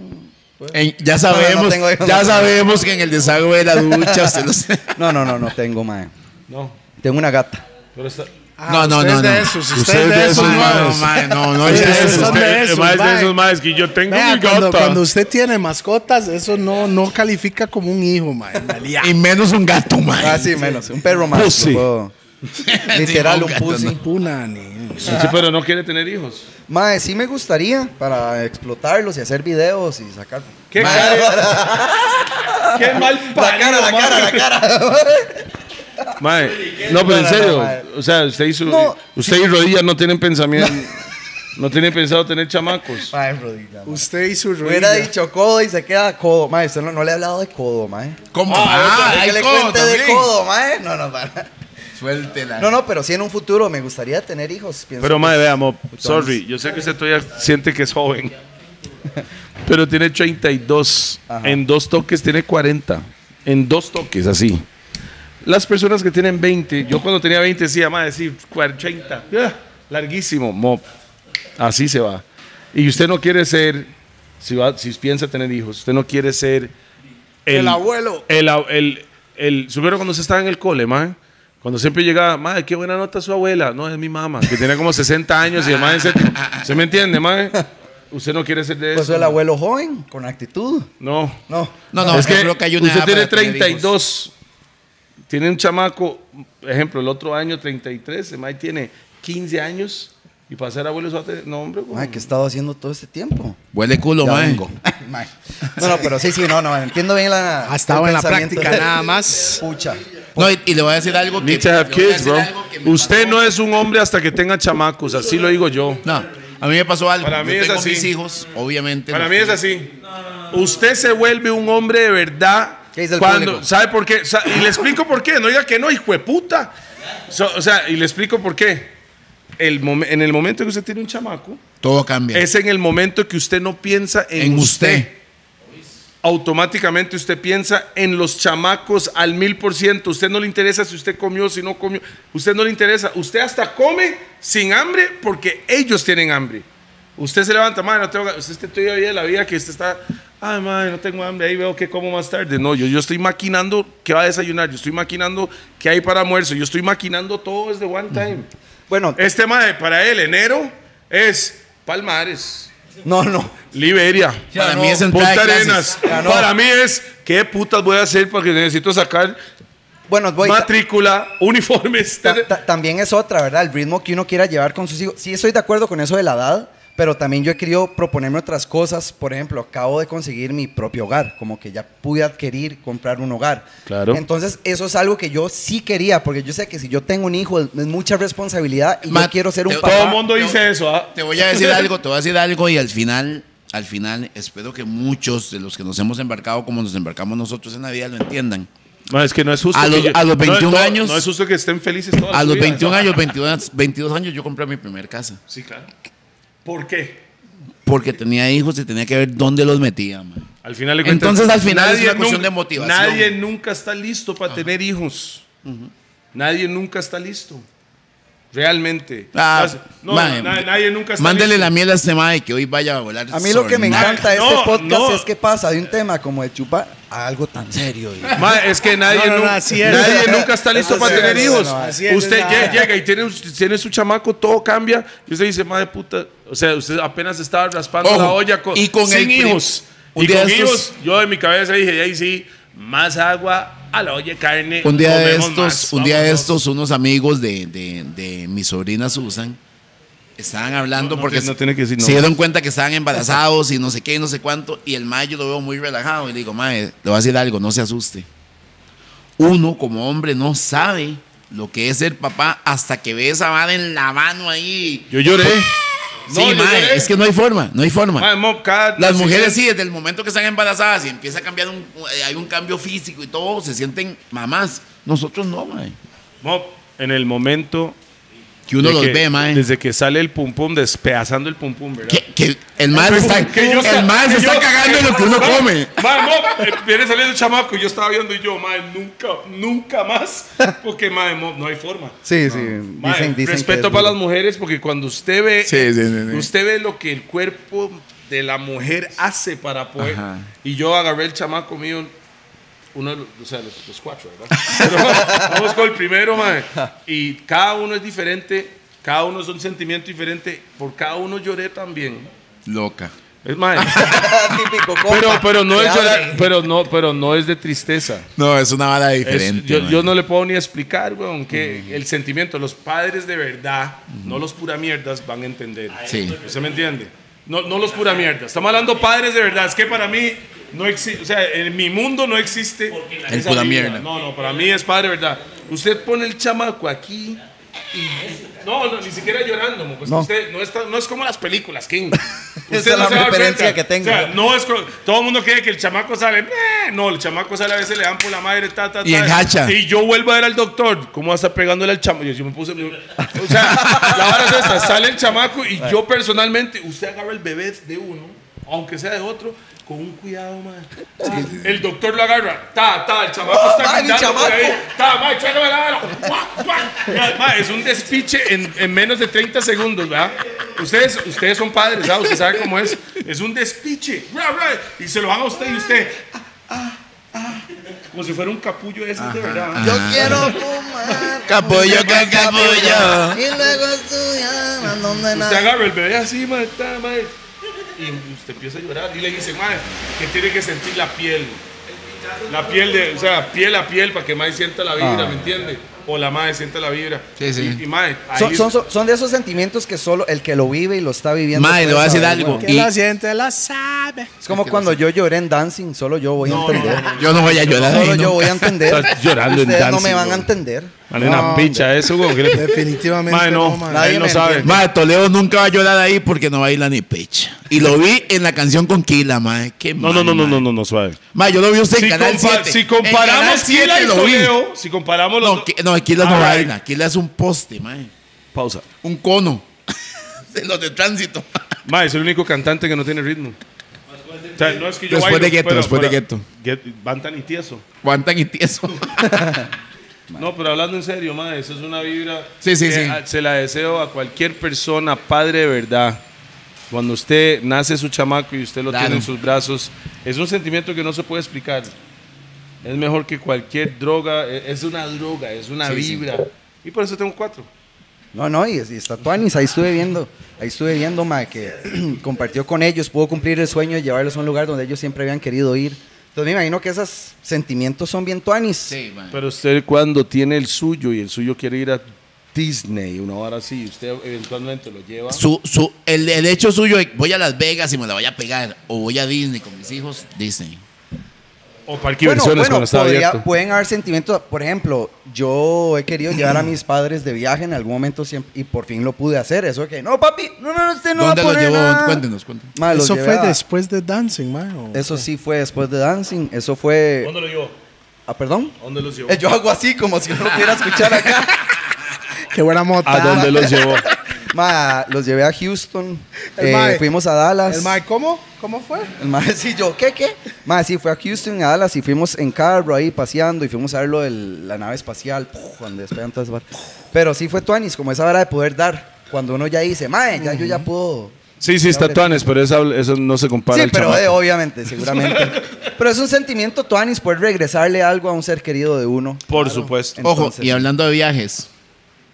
[SPEAKER 2] En- ya sabemos,
[SPEAKER 3] no tengo hijos,
[SPEAKER 2] ya
[SPEAKER 3] no tengo.
[SPEAKER 2] sabemos que en el desagüe de la ducha usted los...
[SPEAKER 3] No, no, no, no tengo, mae.
[SPEAKER 4] No.
[SPEAKER 3] Tengo una gata.
[SPEAKER 4] Pero está.
[SPEAKER 1] Ah,
[SPEAKER 2] No, no,
[SPEAKER 1] usted
[SPEAKER 2] no,
[SPEAKER 1] es de
[SPEAKER 2] no.
[SPEAKER 1] esos, usted
[SPEAKER 4] Usted
[SPEAKER 1] es de esos,
[SPEAKER 2] no,
[SPEAKER 1] mae.
[SPEAKER 2] mae, no, no es
[SPEAKER 1] Ustedes
[SPEAKER 2] de esos.
[SPEAKER 1] son de
[SPEAKER 4] Usted-
[SPEAKER 1] esos,
[SPEAKER 4] mae, es de
[SPEAKER 1] mae.
[SPEAKER 4] esos más que yo tengo
[SPEAKER 1] Vea,
[SPEAKER 4] mi
[SPEAKER 1] cuando,
[SPEAKER 4] gata.
[SPEAKER 1] cuando usted tiene mascotas, eso no, no califica como un hijo, mae. Me lía.
[SPEAKER 2] Y menos un gato, mae.
[SPEAKER 3] Ah, sí, menos. Un perro más.
[SPEAKER 4] Pussy.
[SPEAKER 3] lo puedo- Literal, un
[SPEAKER 2] gato,
[SPEAKER 3] pussy.
[SPEAKER 2] no.
[SPEAKER 1] Puna, ni-
[SPEAKER 4] Sí, pero no quiere tener hijos.
[SPEAKER 3] Mae, sí me gustaría para explotarlos y hacer videos y sacar.
[SPEAKER 4] ¿Qué cara? Qué mal parido, mae.
[SPEAKER 3] cara.
[SPEAKER 4] Mae, no, pero en
[SPEAKER 3] No, no, no,
[SPEAKER 4] serio,
[SPEAKER 3] mae.
[SPEAKER 4] o sea, usted hizo,
[SPEAKER 3] No.
[SPEAKER 4] usted y rodillas no tienen pensamiento, no tienen pensado tener chamacos.
[SPEAKER 3] Mae, rodilla. mae.
[SPEAKER 1] Usted y su
[SPEAKER 3] Hubiera
[SPEAKER 1] rueda.
[SPEAKER 3] dicho codo y se queda codo. Mae, usted no, no le ha hablado de codo, mae.
[SPEAKER 2] ¿Cómo?
[SPEAKER 3] Ah,
[SPEAKER 2] Ah,
[SPEAKER 3] que
[SPEAKER 2] hay
[SPEAKER 3] le
[SPEAKER 2] codo
[SPEAKER 3] cuente de
[SPEAKER 2] también.
[SPEAKER 3] codo, mae. No, no, para.
[SPEAKER 2] Suéltela.
[SPEAKER 3] No, no, pero sí en un futuro me gustaría tener hijos. pienso
[SPEAKER 4] Pero
[SPEAKER 3] que
[SPEAKER 4] mae,
[SPEAKER 3] es-
[SPEAKER 4] veamos, sorry, yo sé que usted todavía siente que es joven,
[SPEAKER 6] Pero tiene 32.
[SPEAKER 3] Ajá.
[SPEAKER 6] En dos toques tiene 40. En dos toques, así. Las personas que tienen 20, yo cuando tenía 20 decía, más decir 40. Ah, Larguísimo, mo. Así se va. Y usted no quiere ser, si, va, si piensa tener hijos, usted no quiere ser. El, abuelo. El, a- el, el- supieron cuando se estaba en el cole, man. Cuando siempre llegaba, madre, qué buena nota su abuela. No, es mi mamá, que tiene como 60 años y el mae se- ¿Se me entiende, man? Usted no quiere ser de eso.
[SPEAKER 3] Pues el abuelo joven, con actitud.
[SPEAKER 6] No.
[SPEAKER 3] No.
[SPEAKER 2] No, no,
[SPEAKER 6] es
[SPEAKER 2] yo
[SPEAKER 6] que,
[SPEAKER 2] creo que hay una
[SPEAKER 6] usted
[SPEAKER 2] edad
[SPEAKER 6] tiene
[SPEAKER 2] para tener hijos.
[SPEAKER 6] 32. Tiene un chamaco, ejemplo, el otro año 33, el mae tiene 15 años y para ser abuelo eso va a tener- No, hombre, güey.
[SPEAKER 3] Mae, ¿qué he estado haciendo todo este tiempo?
[SPEAKER 2] Huele culo,
[SPEAKER 3] Ya
[SPEAKER 2] mae.
[SPEAKER 3] vengo. Mae. No, no, pero sí, sí, no, no, entiendo bien la.
[SPEAKER 1] Ah, estaba
[SPEAKER 3] el
[SPEAKER 1] en la
[SPEAKER 3] pensamiento.
[SPEAKER 1] práctica nada más.
[SPEAKER 3] Pucha.
[SPEAKER 2] No, y, y le voy a decir algo que.
[SPEAKER 6] Need to have
[SPEAKER 2] le voy a
[SPEAKER 6] kids,
[SPEAKER 2] decir
[SPEAKER 6] bro.
[SPEAKER 2] algo que me
[SPEAKER 6] Usted
[SPEAKER 2] pasó.
[SPEAKER 6] no es un hombre hasta que tenga chamacos, así lo digo yo.
[SPEAKER 2] No, a mí me pasó algo.
[SPEAKER 6] Para mí
[SPEAKER 2] Yo
[SPEAKER 6] es
[SPEAKER 2] tengo
[SPEAKER 6] así.
[SPEAKER 2] mis hijos, obviamente.
[SPEAKER 6] Para
[SPEAKER 2] los
[SPEAKER 6] mí es
[SPEAKER 2] tuve.
[SPEAKER 6] así. Usted se vuelve un hombre de verdad
[SPEAKER 3] ¿Qué dice el
[SPEAKER 6] cuando
[SPEAKER 3] público?
[SPEAKER 6] sabe por qué Sa- y le explico por qué. No diga que no, hijo de puta. So- o sea, y le explico por qué. El momen- en el momento que usted tiene un chamaco,
[SPEAKER 2] Todo cambia.
[SPEAKER 6] es en el momento que usted no piensa en,
[SPEAKER 2] en
[SPEAKER 6] usted.
[SPEAKER 2] usted.
[SPEAKER 6] Automáticamente usted piensa en los chamacos al mil por ciento. Usted no le interesa si usted comió, si no comió. Usted no le interesa. Usted hasta come sin hambre porque ellos tienen hambre. Usted se levanta, madre, no tengo ga- Usted está todavía de la vida que usted está. Ay, madre, no tengo hambre. Ahí veo que como más tarde. No, yo, yo estoy maquinando qué va a desayunar. Yo estoy maquinando qué hay para almuerzo. Yo estoy maquinando todo desde one time.
[SPEAKER 3] Bueno,
[SPEAKER 6] Este madre, para él, enero es Palmares,
[SPEAKER 3] no, no.
[SPEAKER 6] Liberia.
[SPEAKER 3] Ya
[SPEAKER 2] Para
[SPEAKER 3] no.
[SPEAKER 2] mí es entrada
[SPEAKER 6] Punta
[SPEAKER 2] de clases.
[SPEAKER 6] Arenas.
[SPEAKER 3] Ya no.
[SPEAKER 6] Para mí es, ¿qué putas voy a hacer porque necesito sacar
[SPEAKER 3] Bueno, voy. ta-
[SPEAKER 6] matrícula, uniformes?
[SPEAKER 3] ta- ta- también es otra, ¿verdad? El ritmo que uno quiera llevar con sus hijos. Sí, estoy de acuerdo con eso de la edad, pero también yo he querido proponerme otras cosas. Por ejemplo, acabo de conseguir mi propio hogar, como que ya pude adquirir, comprar un hogar.
[SPEAKER 6] Claro.
[SPEAKER 3] Entonces, eso es algo que yo sí quería, porque yo sé que si yo tengo un hijo, es es mucha responsabilidad y
[SPEAKER 2] Ma-
[SPEAKER 3] yo quiero ser un
[SPEAKER 2] te-
[SPEAKER 3] papá.
[SPEAKER 6] Todo el mundo
[SPEAKER 2] Yo-
[SPEAKER 6] dice eso, ¿ah?
[SPEAKER 2] Te voy a decir algo, te voy a decir algo y al final, al final, espero que muchos de los que nos hemos embarcado como nos embarcamos nosotros en la vida lo entiendan.
[SPEAKER 6] No, es que no es justo.
[SPEAKER 2] A
[SPEAKER 6] que
[SPEAKER 2] los- a los
[SPEAKER 6] no es
[SPEAKER 2] 21
[SPEAKER 6] todo-
[SPEAKER 2] años-
[SPEAKER 6] No es justo que estén felices todos.
[SPEAKER 2] A los 21 años, 22, 22 años, yo compré mi primer casa.
[SPEAKER 6] Sí, claro. ¿Por qué?
[SPEAKER 2] Porque tenía hijos y tenía que ver dónde los metía, man.
[SPEAKER 6] Al final de
[SPEAKER 2] Entonces, al final es una
[SPEAKER 6] nunca-
[SPEAKER 2] cuestión de motivación. Ah.
[SPEAKER 6] Nadie nunca está listo para tener hijos. Nadie nunca está listo. Realmente.
[SPEAKER 2] Ah,
[SPEAKER 6] no,
[SPEAKER 2] mae,
[SPEAKER 6] na- nadie nunca está
[SPEAKER 2] Mándele
[SPEAKER 6] listo.
[SPEAKER 2] la miel a este mae que hoy vaya a volar.
[SPEAKER 3] A mí lo que me
[SPEAKER 2] sobre-
[SPEAKER 3] encanta de este
[SPEAKER 6] No,
[SPEAKER 3] podcast
[SPEAKER 6] no.
[SPEAKER 3] es que pasa de un tema como de chupa a algo tan serio. güey.
[SPEAKER 6] Ma, es que nadie,
[SPEAKER 1] No, no, no,
[SPEAKER 6] nun-
[SPEAKER 1] así es.
[SPEAKER 6] nadie nunca está listo
[SPEAKER 3] Así
[SPEAKER 6] para
[SPEAKER 3] es,
[SPEAKER 6] tener
[SPEAKER 3] no,
[SPEAKER 6] hijos.
[SPEAKER 3] no,
[SPEAKER 1] así es,
[SPEAKER 6] usted
[SPEAKER 1] es la-
[SPEAKER 6] lle- llega y tiene, un- tiene su chamaco, todo cambia. Y usted dice, madre puta, o sea, usted apenas estaba raspando
[SPEAKER 2] Ojo,
[SPEAKER 6] la olla con,
[SPEAKER 2] y con el
[SPEAKER 6] sin
[SPEAKER 2] prim-
[SPEAKER 6] hijos.
[SPEAKER 2] un
[SPEAKER 6] Y
[SPEAKER 2] día
[SPEAKER 6] con
[SPEAKER 2] de
[SPEAKER 6] hijos,
[SPEAKER 2] estos-
[SPEAKER 6] yo en mi cabeza dije, y ahí sí, más agua a la olla de carne.
[SPEAKER 2] Un día de
[SPEAKER 6] comemos
[SPEAKER 2] estos,
[SPEAKER 6] más,
[SPEAKER 2] un día de
[SPEAKER 6] vámonos.
[SPEAKER 2] estos, unos amigos de, de, de mi sobrina Susan estaban hablando
[SPEAKER 6] no
[SPEAKER 2] porque
[SPEAKER 6] tiene- no tiene que decir
[SPEAKER 2] se
[SPEAKER 6] nombres.
[SPEAKER 2] dieron cuenta que estaban embarazados y no sé qué y no sé cuánto. Y el mae yo lo veo muy relajado y le digo, mae, le voy a decir algo, no se asuste. Uno como hombre no sabe lo que es ser papá hasta que ve esa vara en la mano ahí.
[SPEAKER 6] Yo lloré.
[SPEAKER 2] Sí,
[SPEAKER 6] No, yo
[SPEAKER 2] mae,
[SPEAKER 6] lloré.
[SPEAKER 2] es que no hay forma, no hay forma.
[SPEAKER 6] Mae, mo, cada-
[SPEAKER 2] Las mujeres sí, desde el momento que están embarazadas y empieza a cambiar, un, eh, hay un cambio físico y todo, se sienten mamás. Nosotros no, mae.
[SPEAKER 6] Mo, en el momento.
[SPEAKER 2] Que uno
[SPEAKER 6] de
[SPEAKER 2] los
[SPEAKER 6] que-
[SPEAKER 2] ve, mae.
[SPEAKER 6] Desde que sale el pum pum, despedazando el pum pum, ¿verdad?
[SPEAKER 2] Que, que el mae Ah, se está,
[SPEAKER 6] Que yo sa-
[SPEAKER 2] el mae se
[SPEAKER 6] que
[SPEAKER 2] está
[SPEAKER 6] yo-
[SPEAKER 2] cagando en lo que uno
[SPEAKER 6] Ma-
[SPEAKER 2] come.
[SPEAKER 6] ma, mo, eh, viene saliendo el chamaco y yo estaba viendo y yo, madre, nunca, nunca más. Porque, madre, mo, no hay forma.
[SPEAKER 3] Sí, sí.
[SPEAKER 6] Ma,
[SPEAKER 3] Dicen, dicen que
[SPEAKER 6] respeto
[SPEAKER 3] es
[SPEAKER 6] para
[SPEAKER 3] duro.
[SPEAKER 6] las mujeres porque cuando usted ve,
[SPEAKER 2] Sí, sí, sí, sí.
[SPEAKER 6] usted ve lo que el cuerpo de la mujer hace para poder.
[SPEAKER 2] Ajá.
[SPEAKER 6] Y yo agarré el chamaco mío, uno de los, o sea, los, los cuatro, ¿verdad? Pero vamos con el primero, mae. Y cada uno es diferente, cada uno es un sentimiento diferente. Por cada uno lloré también.
[SPEAKER 2] Loca.
[SPEAKER 6] Es mae.
[SPEAKER 3] Típico compa,
[SPEAKER 6] Pero, pero no
[SPEAKER 3] que
[SPEAKER 6] es llorar-
[SPEAKER 2] eh.
[SPEAKER 3] hable.
[SPEAKER 6] pero no, pero no es de tristeza.
[SPEAKER 2] No, es una vara
[SPEAKER 6] Es-
[SPEAKER 2] diferente.
[SPEAKER 6] yo,
[SPEAKER 2] mae. Mm.
[SPEAKER 6] yo no le puedo ni explicar, weón, que el sentimiento, los padres de verdad, no los pura mierdas van a entender.
[SPEAKER 2] Sí.
[SPEAKER 6] ¿Usted me entiende? No, no los pura mierdas. Estamos hablando padres de verdad. Es que para mí no existe, o sea, en mi mundo no existe
[SPEAKER 2] El
[SPEAKER 6] esa
[SPEAKER 2] pura
[SPEAKER 6] figura.
[SPEAKER 2] mierda.
[SPEAKER 6] No, no, para mí es padre de verdad. Usted pone el chamaco aquí y... No, no, ni siquiera llorando, mo, pues
[SPEAKER 3] No.
[SPEAKER 6] Usted no, está- no es como las películas, King.
[SPEAKER 3] Esa
[SPEAKER 6] Usted
[SPEAKER 3] es
[SPEAKER 6] no
[SPEAKER 3] la
[SPEAKER 6] se va a dar
[SPEAKER 3] referencia
[SPEAKER 6] cuenta.
[SPEAKER 3] que tengo.
[SPEAKER 6] O sea, no es co- todo el mundo cree que el chamaco sale. "Meh". No, el chamaco sale a veces le dan por la madre, ta, ta, ta.
[SPEAKER 2] Y enjacha.
[SPEAKER 6] Y yo vuelvo a ver al doctor, ¿cómo va a estar pegándole al chamaco? Yo, yo me puse. yo- o sea, la vara es esta: sale el chamaco y yo personalmente, usted agarra el bebé de uno
[SPEAKER 4] aunque sea de otro, con un cuidado, madre. El doctor lo agarra, ta, ta, el chamaco está
[SPEAKER 3] mae, mi
[SPEAKER 4] gritando por
[SPEAKER 3] chamaco.
[SPEAKER 4] ahí, ta, mae, chágame la vara, guac, guac. Ya, mae, es un despiche en, en menos de 30 segundos, ¿verdad? Ustedes, ustedes son padres, ¿verdad? Ustedes saben cómo es. Es un despiche, ra, ra, y se lo van a usted y usted, ah, ah, ah, como si fuera un capullo de esos de verdad.
[SPEAKER 3] Yo quiero fumar.
[SPEAKER 2] Capullo que capullo.
[SPEAKER 3] Y luego estudiar a donde
[SPEAKER 4] Usted
[SPEAKER 3] nada.
[SPEAKER 4] agarra el bebé así, madre, ta, madre. Y usted empieza a llorar. Y le dice, madre, que tiene que sentir la piel. La piel de, o sea, piel a piel para que madre sienta la vibra, ¿me entiende? O la madre sienta la vibra.
[SPEAKER 2] Sí, sí.
[SPEAKER 4] Y, y, mae, ahí
[SPEAKER 3] Son,
[SPEAKER 4] es-
[SPEAKER 3] son, son- son de esos sentimientos que solo el que lo vive y lo está viviendo.
[SPEAKER 2] Mae, le
[SPEAKER 3] puede
[SPEAKER 2] voy a decir
[SPEAKER 3] saber,
[SPEAKER 2] algo.
[SPEAKER 3] güey.
[SPEAKER 1] Que
[SPEAKER 2] Y-
[SPEAKER 1] la gente la sabe.
[SPEAKER 3] Es como cuando yo lloré en Dancing, solo yo voy a
[SPEAKER 4] No, no,
[SPEAKER 3] entender.
[SPEAKER 4] no, no.
[SPEAKER 2] Yo no voy a llorar.
[SPEAKER 3] Solo
[SPEAKER 2] ahí
[SPEAKER 3] yo voy a
[SPEAKER 2] nunca.
[SPEAKER 3] entender.
[SPEAKER 4] Estás llorando en
[SPEAKER 3] Ustedes no
[SPEAKER 4] Dancing,
[SPEAKER 3] me van a
[SPEAKER 4] güey.
[SPEAKER 3] entender.
[SPEAKER 4] Mae, una
[SPEAKER 1] No,
[SPEAKER 4] picha eso, güey. ¿qué le-
[SPEAKER 1] Definitivamente
[SPEAKER 4] Mae,
[SPEAKER 1] no,
[SPEAKER 4] no,
[SPEAKER 1] mae.
[SPEAKER 4] nadie
[SPEAKER 3] Nadie
[SPEAKER 4] no
[SPEAKER 3] me
[SPEAKER 4] sabe.
[SPEAKER 3] entiende.
[SPEAKER 2] Mae, Toledo nunca va a llorar ahí porque no baila ni pecha. Y lo vi en la canción con Kila, mae. Qué
[SPEAKER 4] No,
[SPEAKER 2] mal,
[SPEAKER 4] no, no, no,
[SPEAKER 2] mae.
[SPEAKER 4] no, no, no, suave.
[SPEAKER 2] Mae, yo lo vi usted
[SPEAKER 4] Si,
[SPEAKER 2] en Canal
[SPEAKER 4] compa-
[SPEAKER 2] 7.
[SPEAKER 4] si
[SPEAKER 2] En Canal
[SPEAKER 4] comparamos
[SPEAKER 2] 7
[SPEAKER 4] Kila y
[SPEAKER 2] lo vi.
[SPEAKER 4] Toledo, si comparamos los
[SPEAKER 2] No,
[SPEAKER 4] dos-
[SPEAKER 2] que- no, Kila no
[SPEAKER 4] Ah,
[SPEAKER 2] baila. Kila es un poste, mae.
[SPEAKER 4] Pausa.
[SPEAKER 2] Un cono. De los de tránsito.
[SPEAKER 4] Mae, es el único cantante que no tiene ritmo. O sea, no es que yo
[SPEAKER 2] Después de
[SPEAKER 4] bailo,
[SPEAKER 2] gueto,
[SPEAKER 4] pero-
[SPEAKER 2] después de
[SPEAKER 4] pero-
[SPEAKER 2] gueto.
[SPEAKER 4] Get- Van tan y tieso.
[SPEAKER 2] Guantan y tieso.
[SPEAKER 4] No, pero hablando en serio, madre, eso es una vibra.
[SPEAKER 2] Sí, sí,
[SPEAKER 4] que
[SPEAKER 2] sí.
[SPEAKER 4] a- Se la deseo a cualquier persona, padre de verdad. Cuando usted nace su chamaco y usted lo
[SPEAKER 2] Claro.
[SPEAKER 4] tiene en sus brazos, es un sentimiento que no se puede explicar. Es mejor que cualquier droga, e- es una droga, es una
[SPEAKER 2] Sí, sí.
[SPEAKER 4] vibra. Y por eso tengo cuatro.
[SPEAKER 3] No, no, y, y está Tuanis, ahí estuve viendo, ahí estuve viendo, ma, que compartió con ellos, pudo cumplir el sueño de llevarlos a un lugar donde ellos siempre habían querido ir. Entonces me imagino que esos sentimientos son bien Tuanis.
[SPEAKER 2] Sí, mae.
[SPEAKER 4] Pero usted cuando tiene el suyo y el suyo quiere ir a Disney, una hora así, usted eventualmente lo lleva.
[SPEAKER 2] Su, su, el, el hecho suyo, de voy a Las Vegas y me la voy a pegar, o voy a Disney con mis hijos, Disney.
[SPEAKER 4] O parque de diversiones cuando está
[SPEAKER 3] podría-
[SPEAKER 4] abierto.
[SPEAKER 3] pueden haber sentimientos. Por ejemplo, yo he querido llevar a mis padres de viaje en algún momento siempre, y por fin lo pude hacer. Eso que, no, papi, no, no, no, usted no va a
[SPEAKER 2] ¿Dónde los
[SPEAKER 3] poner
[SPEAKER 2] llevó?
[SPEAKER 3] nada".
[SPEAKER 2] Cuéntenos, cuéntenos.
[SPEAKER 3] Ma, los
[SPEAKER 1] Eso
[SPEAKER 3] llevé
[SPEAKER 1] fue
[SPEAKER 3] a-
[SPEAKER 1] después de Dancing, mae. o-
[SPEAKER 3] Eso sí fue después de Dancing. Eso fue.
[SPEAKER 4] ¿Dónde lo llevó?
[SPEAKER 3] Ah, perdón.
[SPEAKER 4] ¿Dónde lo llevó?
[SPEAKER 3] Eh, Yo hago así como si no lo quiera escuchar acá.
[SPEAKER 1] Qué buena mota.
[SPEAKER 4] ¿A dónde los llevó?
[SPEAKER 3] Ma, los llevé a Houston.
[SPEAKER 1] El
[SPEAKER 3] eh,
[SPEAKER 1] mae.
[SPEAKER 3] fuimos a Dallas.
[SPEAKER 1] El mae, ¿cómo? ¿Cómo fue?
[SPEAKER 3] El mae, sí, yo, ¿qué, qué? Ma, sí, fue a Houston, a Dallas y fuimos en carro ahí paseando y fuimos a ver lo de la nave espacial, puf, donde despegan todas esas varas. Pero sí fue Tuanis, como esa hora de poder dar. Cuando uno ya dice, mae, ya yo ya puedo.
[SPEAKER 4] Sí, sí, está Tuanes, pero esa- eso no se compara
[SPEAKER 3] sí,
[SPEAKER 4] al
[SPEAKER 3] pero
[SPEAKER 4] chamaco.
[SPEAKER 3] eh, obviamente, seguramente. pero es un sentimiento Tuanis poder regresarle algo a un ser querido de uno.
[SPEAKER 4] Por supuesto.
[SPEAKER 2] Ojo,
[SPEAKER 3] Entonces-
[SPEAKER 2] y hablando de viajes,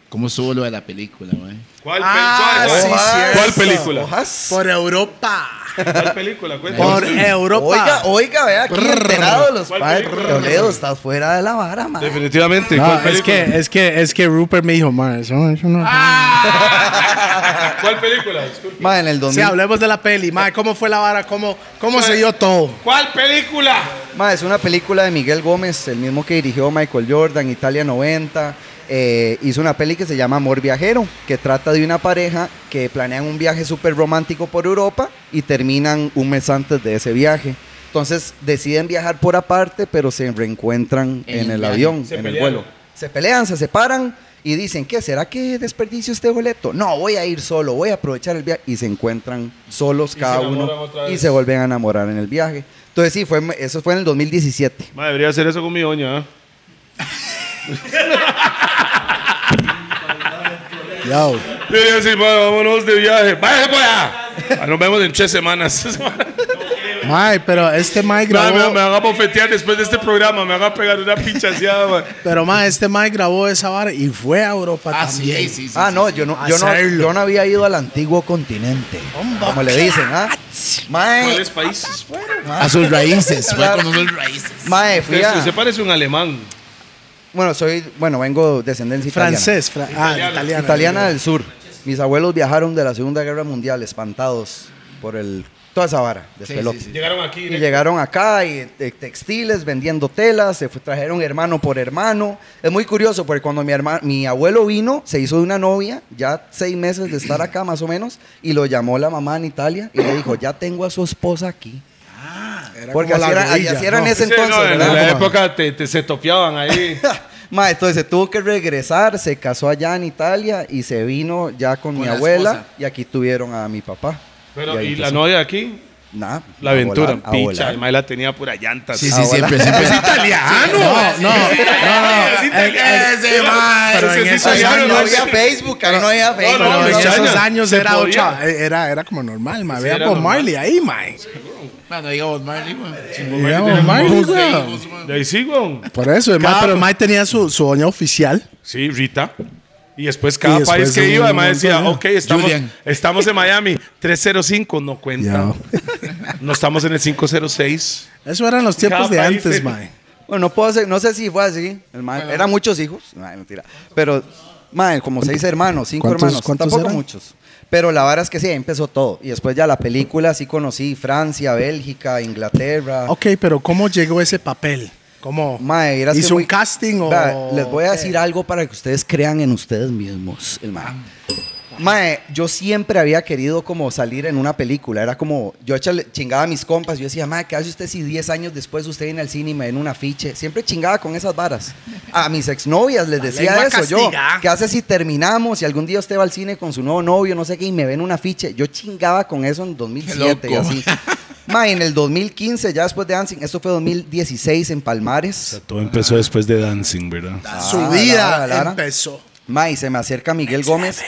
[SPEAKER 2] ¿cómo estuvo lo de la película, mae?
[SPEAKER 4] ¿Cuál,
[SPEAKER 1] Ah,
[SPEAKER 4] pel-
[SPEAKER 1] sí,
[SPEAKER 4] ¿cuál-
[SPEAKER 1] cierto.
[SPEAKER 4] ¿Cuál película?
[SPEAKER 3] Ojas.
[SPEAKER 1] Por Europa.
[SPEAKER 4] ¿Cuál película? Cuéntame.
[SPEAKER 1] Por Europa.
[SPEAKER 3] Oiga, oiga, vea, aquí enterado de los
[SPEAKER 4] ¿Cuál
[SPEAKER 3] padres.
[SPEAKER 4] película?
[SPEAKER 3] Toledo, estás fuera de la vara, mae.
[SPEAKER 4] Definitivamente.
[SPEAKER 1] No,
[SPEAKER 4] ¿Cuál
[SPEAKER 1] es
[SPEAKER 4] película?
[SPEAKER 1] que, es que, es que Rupert me dijo, mae, eso, eso no.
[SPEAKER 4] ¿Cuál película? Disculpe.
[SPEAKER 3] Mae, en el 2000.
[SPEAKER 1] Ah, Sí, hablemos de la peli, mae, ¿cómo fue la vara? ¿Cómo, cómo se dio todo?
[SPEAKER 4] ¿Cuál película?
[SPEAKER 3] Ma, es una película de Miguel Gómez, el mismo que dirigió Michael Jordan, Italia 90. Eh, hizo una peli que se llama Amor Viajero, que trata de una pareja que planean un viaje súper romántico por Europa y terminan un mes antes de ese viaje. Entonces deciden viajar por aparte, pero se reencuentran
[SPEAKER 2] En
[SPEAKER 3] en,
[SPEAKER 2] el
[SPEAKER 3] el
[SPEAKER 2] viaje.
[SPEAKER 3] avión,
[SPEAKER 4] Se
[SPEAKER 3] en el
[SPEAKER 4] pelearon.
[SPEAKER 3] vuelo. Se pelean, se separan y dicen, ¿qué? ¿Será que desperdicio este boleto? No, voy a ir solo, voy a aprovechar el viaje. Y se encuentran solos
[SPEAKER 4] Y
[SPEAKER 3] cada
[SPEAKER 4] se enamoran
[SPEAKER 3] uno
[SPEAKER 4] otra
[SPEAKER 3] y
[SPEAKER 4] vez.
[SPEAKER 3] se vuelven a enamorar en el viaje. Entonces sí, fue, eso fue en el 2017.
[SPEAKER 4] Ma, debería hacer eso con mi doña. ¿eh?
[SPEAKER 1] Yo.
[SPEAKER 4] Debería decir, ma, pues, vámonos de viaje. ¡Váyase para allá! Ah, Nos vemos en tres semanas.
[SPEAKER 1] Mae, pero este mae
[SPEAKER 4] Ma, me, me
[SPEAKER 1] grabó,
[SPEAKER 4] van a bofetear después de este programa. Me van a pegar una pinchaseada, ma.
[SPEAKER 1] pero mae, este mae grabó esa vara y fue a Europa
[SPEAKER 2] Ah, sí,
[SPEAKER 1] también.
[SPEAKER 2] sí, sí, sí,
[SPEAKER 3] ah, no,
[SPEAKER 2] sí.
[SPEAKER 3] yo no, yo no,
[SPEAKER 1] Hacerlo.
[SPEAKER 3] yo no había ido al antiguo continente. Como le dicen, ¿ah? Mae,
[SPEAKER 4] ¿Cuáles países Pues, fueron?
[SPEAKER 2] A sus raíces, fue con sus raíces.
[SPEAKER 3] mae, fui
[SPEAKER 4] Usted,
[SPEAKER 3] a-
[SPEAKER 4] usted parece un alemán.
[SPEAKER 3] Bueno, soy, bueno, vengo de descendencia italiana.
[SPEAKER 1] Francés, fra- ah, italiana.
[SPEAKER 3] Italiana del sur. Mis abuelos viajaron de la Segunda Guerra Mundial espantados por el toda esa vara de
[SPEAKER 2] Sí, sí, sí.
[SPEAKER 4] Llegaron aquí.
[SPEAKER 3] Y llegaron acá y eh, textiles, vendiendo telas, se fue- trajeron hermano por hermano. Es muy curioso porque cuando mi, herma- mi abuelo vino, se hizo de una novia, ya seis meses de estar acá más o menos, y lo llamó la mamá en Italia y le dijo, ya tengo a su esposa aquí.
[SPEAKER 1] Era
[SPEAKER 3] Porque
[SPEAKER 1] como
[SPEAKER 3] así
[SPEAKER 1] la
[SPEAKER 3] era,
[SPEAKER 1] rodilla,
[SPEAKER 3] así era en
[SPEAKER 1] ¿no?
[SPEAKER 3] ese
[SPEAKER 4] Sí, no,
[SPEAKER 3] entonces,
[SPEAKER 4] en
[SPEAKER 3] ¿verdad?
[SPEAKER 4] la
[SPEAKER 1] Como-
[SPEAKER 4] época ah, te, te- se topeaban ahí.
[SPEAKER 3] Ma, entonces se tuvo que regresar, se casó allá en Italia y se vino ya con,
[SPEAKER 2] Con
[SPEAKER 3] mi
[SPEAKER 2] la
[SPEAKER 3] abuela
[SPEAKER 2] esposa.
[SPEAKER 3] y aquí tuvieron a mi papá.
[SPEAKER 4] Pero,
[SPEAKER 3] ahí
[SPEAKER 4] ¿y la
[SPEAKER 3] empezó.
[SPEAKER 4] novia aquí?
[SPEAKER 3] nada.
[SPEAKER 4] La
[SPEAKER 3] a
[SPEAKER 4] aventura,
[SPEAKER 3] volar, a
[SPEAKER 4] picha.
[SPEAKER 3] volar.
[SPEAKER 4] El mae la tenía pura llanta.
[SPEAKER 2] Sí,
[SPEAKER 3] Ah,
[SPEAKER 2] sí, siempre, siempre.
[SPEAKER 4] Es italiano.
[SPEAKER 1] No, no,
[SPEAKER 4] Es italiano.
[SPEAKER 2] Ese mae,
[SPEAKER 4] Pero en
[SPEAKER 2] ese
[SPEAKER 4] esos
[SPEAKER 2] mae.
[SPEAKER 3] Ahí
[SPEAKER 4] años-
[SPEAKER 3] no había Facebook, ahí no había Facebook.
[SPEAKER 4] no,
[SPEAKER 1] Pero en
[SPEAKER 4] Luis
[SPEAKER 1] esos
[SPEAKER 4] Años
[SPEAKER 1] años
[SPEAKER 4] se
[SPEAKER 1] era,
[SPEAKER 4] podía.
[SPEAKER 1] ocho- era, era como normal, mae. Vea
[SPEAKER 4] era
[SPEAKER 1] Bob
[SPEAKER 4] normal.
[SPEAKER 1] Marley ahí, mae.
[SPEAKER 2] Bueno, diga Bob Marley, güey.
[SPEAKER 1] Vea Bob Marley, weón.
[SPEAKER 4] De ahí sí, weón.
[SPEAKER 1] Por eso, mae, pero mae tenía su, su doña oficial.
[SPEAKER 4] Sí, Rita. Y después cada
[SPEAKER 1] Y después
[SPEAKER 4] país que
[SPEAKER 1] un
[SPEAKER 4] iba, además
[SPEAKER 1] montón,
[SPEAKER 4] decía,
[SPEAKER 1] ¿no?
[SPEAKER 4] ok, estamos,
[SPEAKER 2] Julian.
[SPEAKER 4] estamos en Miami, 305, no cuenta.
[SPEAKER 1] Ya.
[SPEAKER 4] No estamos en el 506.
[SPEAKER 1] Eso eran los tiempos
[SPEAKER 4] Cada
[SPEAKER 1] de
[SPEAKER 4] país
[SPEAKER 1] antes,
[SPEAKER 4] tiene-
[SPEAKER 1] mae.
[SPEAKER 3] Bueno, no puedo hacer- no sé si fue así. El mae- eran muchos hijos. No, mentira. Pero, mae, como seis hermanos, cinco
[SPEAKER 1] cuántos-
[SPEAKER 3] hermanos.
[SPEAKER 1] cuántos
[SPEAKER 3] Tampoco
[SPEAKER 1] eran?
[SPEAKER 3] muchos. Pero la vara es que sí, ahí empezó todo. Y después ya la película sí conocí Francia, Bélgica, Inglaterra.
[SPEAKER 1] Ok, pero ¿cómo llegó ese papel? ¿Cómo?
[SPEAKER 3] Mae, vieras que
[SPEAKER 1] ¿Hizo
[SPEAKER 3] muy-
[SPEAKER 1] un casting o...?
[SPEAKER 3] Vea, Les voy a decir algo para que ustedes crean en ustedes mismos, el mae. Mae, yo siempre había querido como salir en una película. Era como, yo échale- chingaba a mis compas. Yo decía, mae, ¿qué hace usted si 10 años después usted viene al cine y me den un afiche? Siempre chingaba con esas varas. A mis exnovias les decía
[SPEAKER 1] lengua
[SPEAKER 3] eso. Yo,
[SPEAKER 1] castiga.
[SPEAKER 3] ¿qué hace si terminamos? Si algún día usted va al cine con su nuevo novio, no sé qué, y me ven un afiche. Yo chingaba con eso en 2007 y
[SPEAKER 2] loco.
[SPEAKER 3] así. Mae, en el 2015, ya después de Dancing, esto fue 2016 en Palmares.
[SPEAKER 4] Todo empezó después de Dancing, ¿verdad?
[SPEAKER 1] Su
[SPEAKER 3] Ah,
[SPEAKER 1] vida
[SPEAKER 3] Lara, Lara.
[SPEAKER 1] empezó.
[SPEAKER 3] May, se me acerca Miguel Gómez.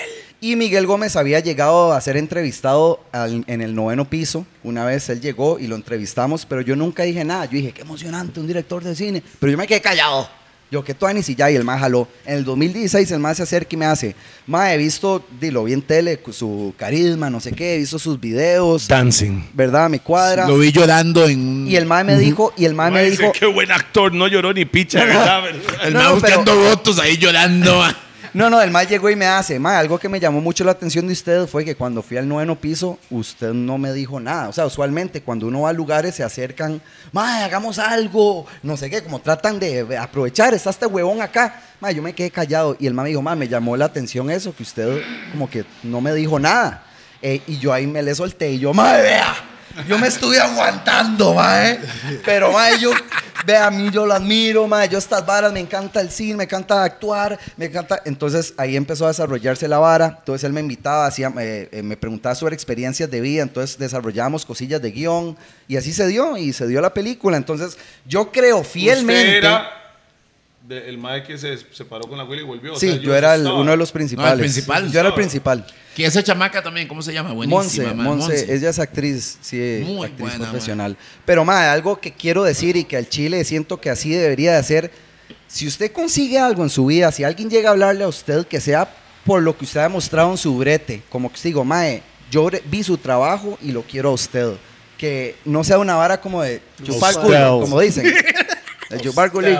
[SPEAKER 3] Y Miguel Gómez había llegado a ser entrevistado al- en el noveno piso. Una vez él llegó y lo entrevistamos, pero yo nunca dije nada. Yo dije, qué emocionante, un director de cine. Pero yo me quedé callado. Yo, que tú, y ya, y el más jaló. En el 2016 el más se acerca y me hace, ma, he visto, di, lo vi en tele, cu- su carisma, no sé qué, he visto sus videos,
[SPEAKER 4] Dancing.
[SPEAKER 3] ¿verdad? Me cuadra.
[SPEAKER 2] Lo vi llorando en un...
[SPEAKER 3] Y el más me dijo, y el más me dijo,
[SPEAKER 4] qué buen actor, no lloró ni picha, ¿verdad?
[SPEAKER 2] El
[SPEAKER 3] No,
[SPEAKER 2] mae
[SPEAKER 3] no, pero- eh,
[SPEAKER 2] buscando votos ahí llorando. mae.
[SPEAKER 3] No, no, el mae llegó y me hace, mae, algo que me llamó mucho la atención de ustedes fue que cuando fui al noveno piso, usted no me dijo nada. O sea, usualmente cuando uno va a lugares se acercan, mae, hagamos algo, no sé qué, como tratan de aprovechar, está este huevón acá. Mae, yo me quedé callado y el mae me dijo, mae, me llamó la atención eso, que usted como que no me dijo nada. Eh, y yo ahí me le solté y yo, mae, vea. Yo me estuve aguantando, mae. Pero, mae, yo, ve a mí, yo lo admiro, mae. Yo estas varas, me encanta el cine, me encanta actuar, me encanta. Entonces ahí empezó a desarrollarse la vara. Entonces él me invitaba, hacía, eh, eh, me preguntaba sobre experiencias de vida. Entonces desarrollábamos cosillas de guión. Y así se dio, y se dio la película. Entonces yo creo
[SPEAKER 4] Usted
[SPEAKER 3] fielmente.
[SPEAKER 4] era de- el mae que se separó con la Willy y volvió. o
[SPEAKER 3] Sí,
[SPEAKER 4] sea,
[SPEAKER 3] yo, era el-
[SPEAKER 4] estaba-
[SPEAKER 3] uno de los principales.
[SPEAKER 2] principal.
[SPEAKER 3] Yo era el principal.
[SPEAKER 2] Que esa chamaca también, ¿cómo se llama?
[SPEAKER 3] Monse,
[SPEAKER 2] Buenísima, mae,
[SPEAKER 3] Monse,
[SPEAKER 2] Monse.
[SPEAKER 3] ella es actriz, sí,
[SPEAKER 2] Muy
[SPEAKER 3] actriz
[SPEAKER 2] buena,
[SPEAKER 3] profesional. Pero, ma, algo que quiero decir y que al Chile siento que así debería de ser, si usted consigue algo en su vida, si alguien llega a hablarle a usted que sea por lo que usted ha demostrado en su brete, como que usted digo, mae, yo re- vi su trabajo y lo quiero a usted. Que no sea una vara como de chupar
[SPEAKER 1] Usted.
[SPEAKER 3] culo, como dicen. El chupar culillo.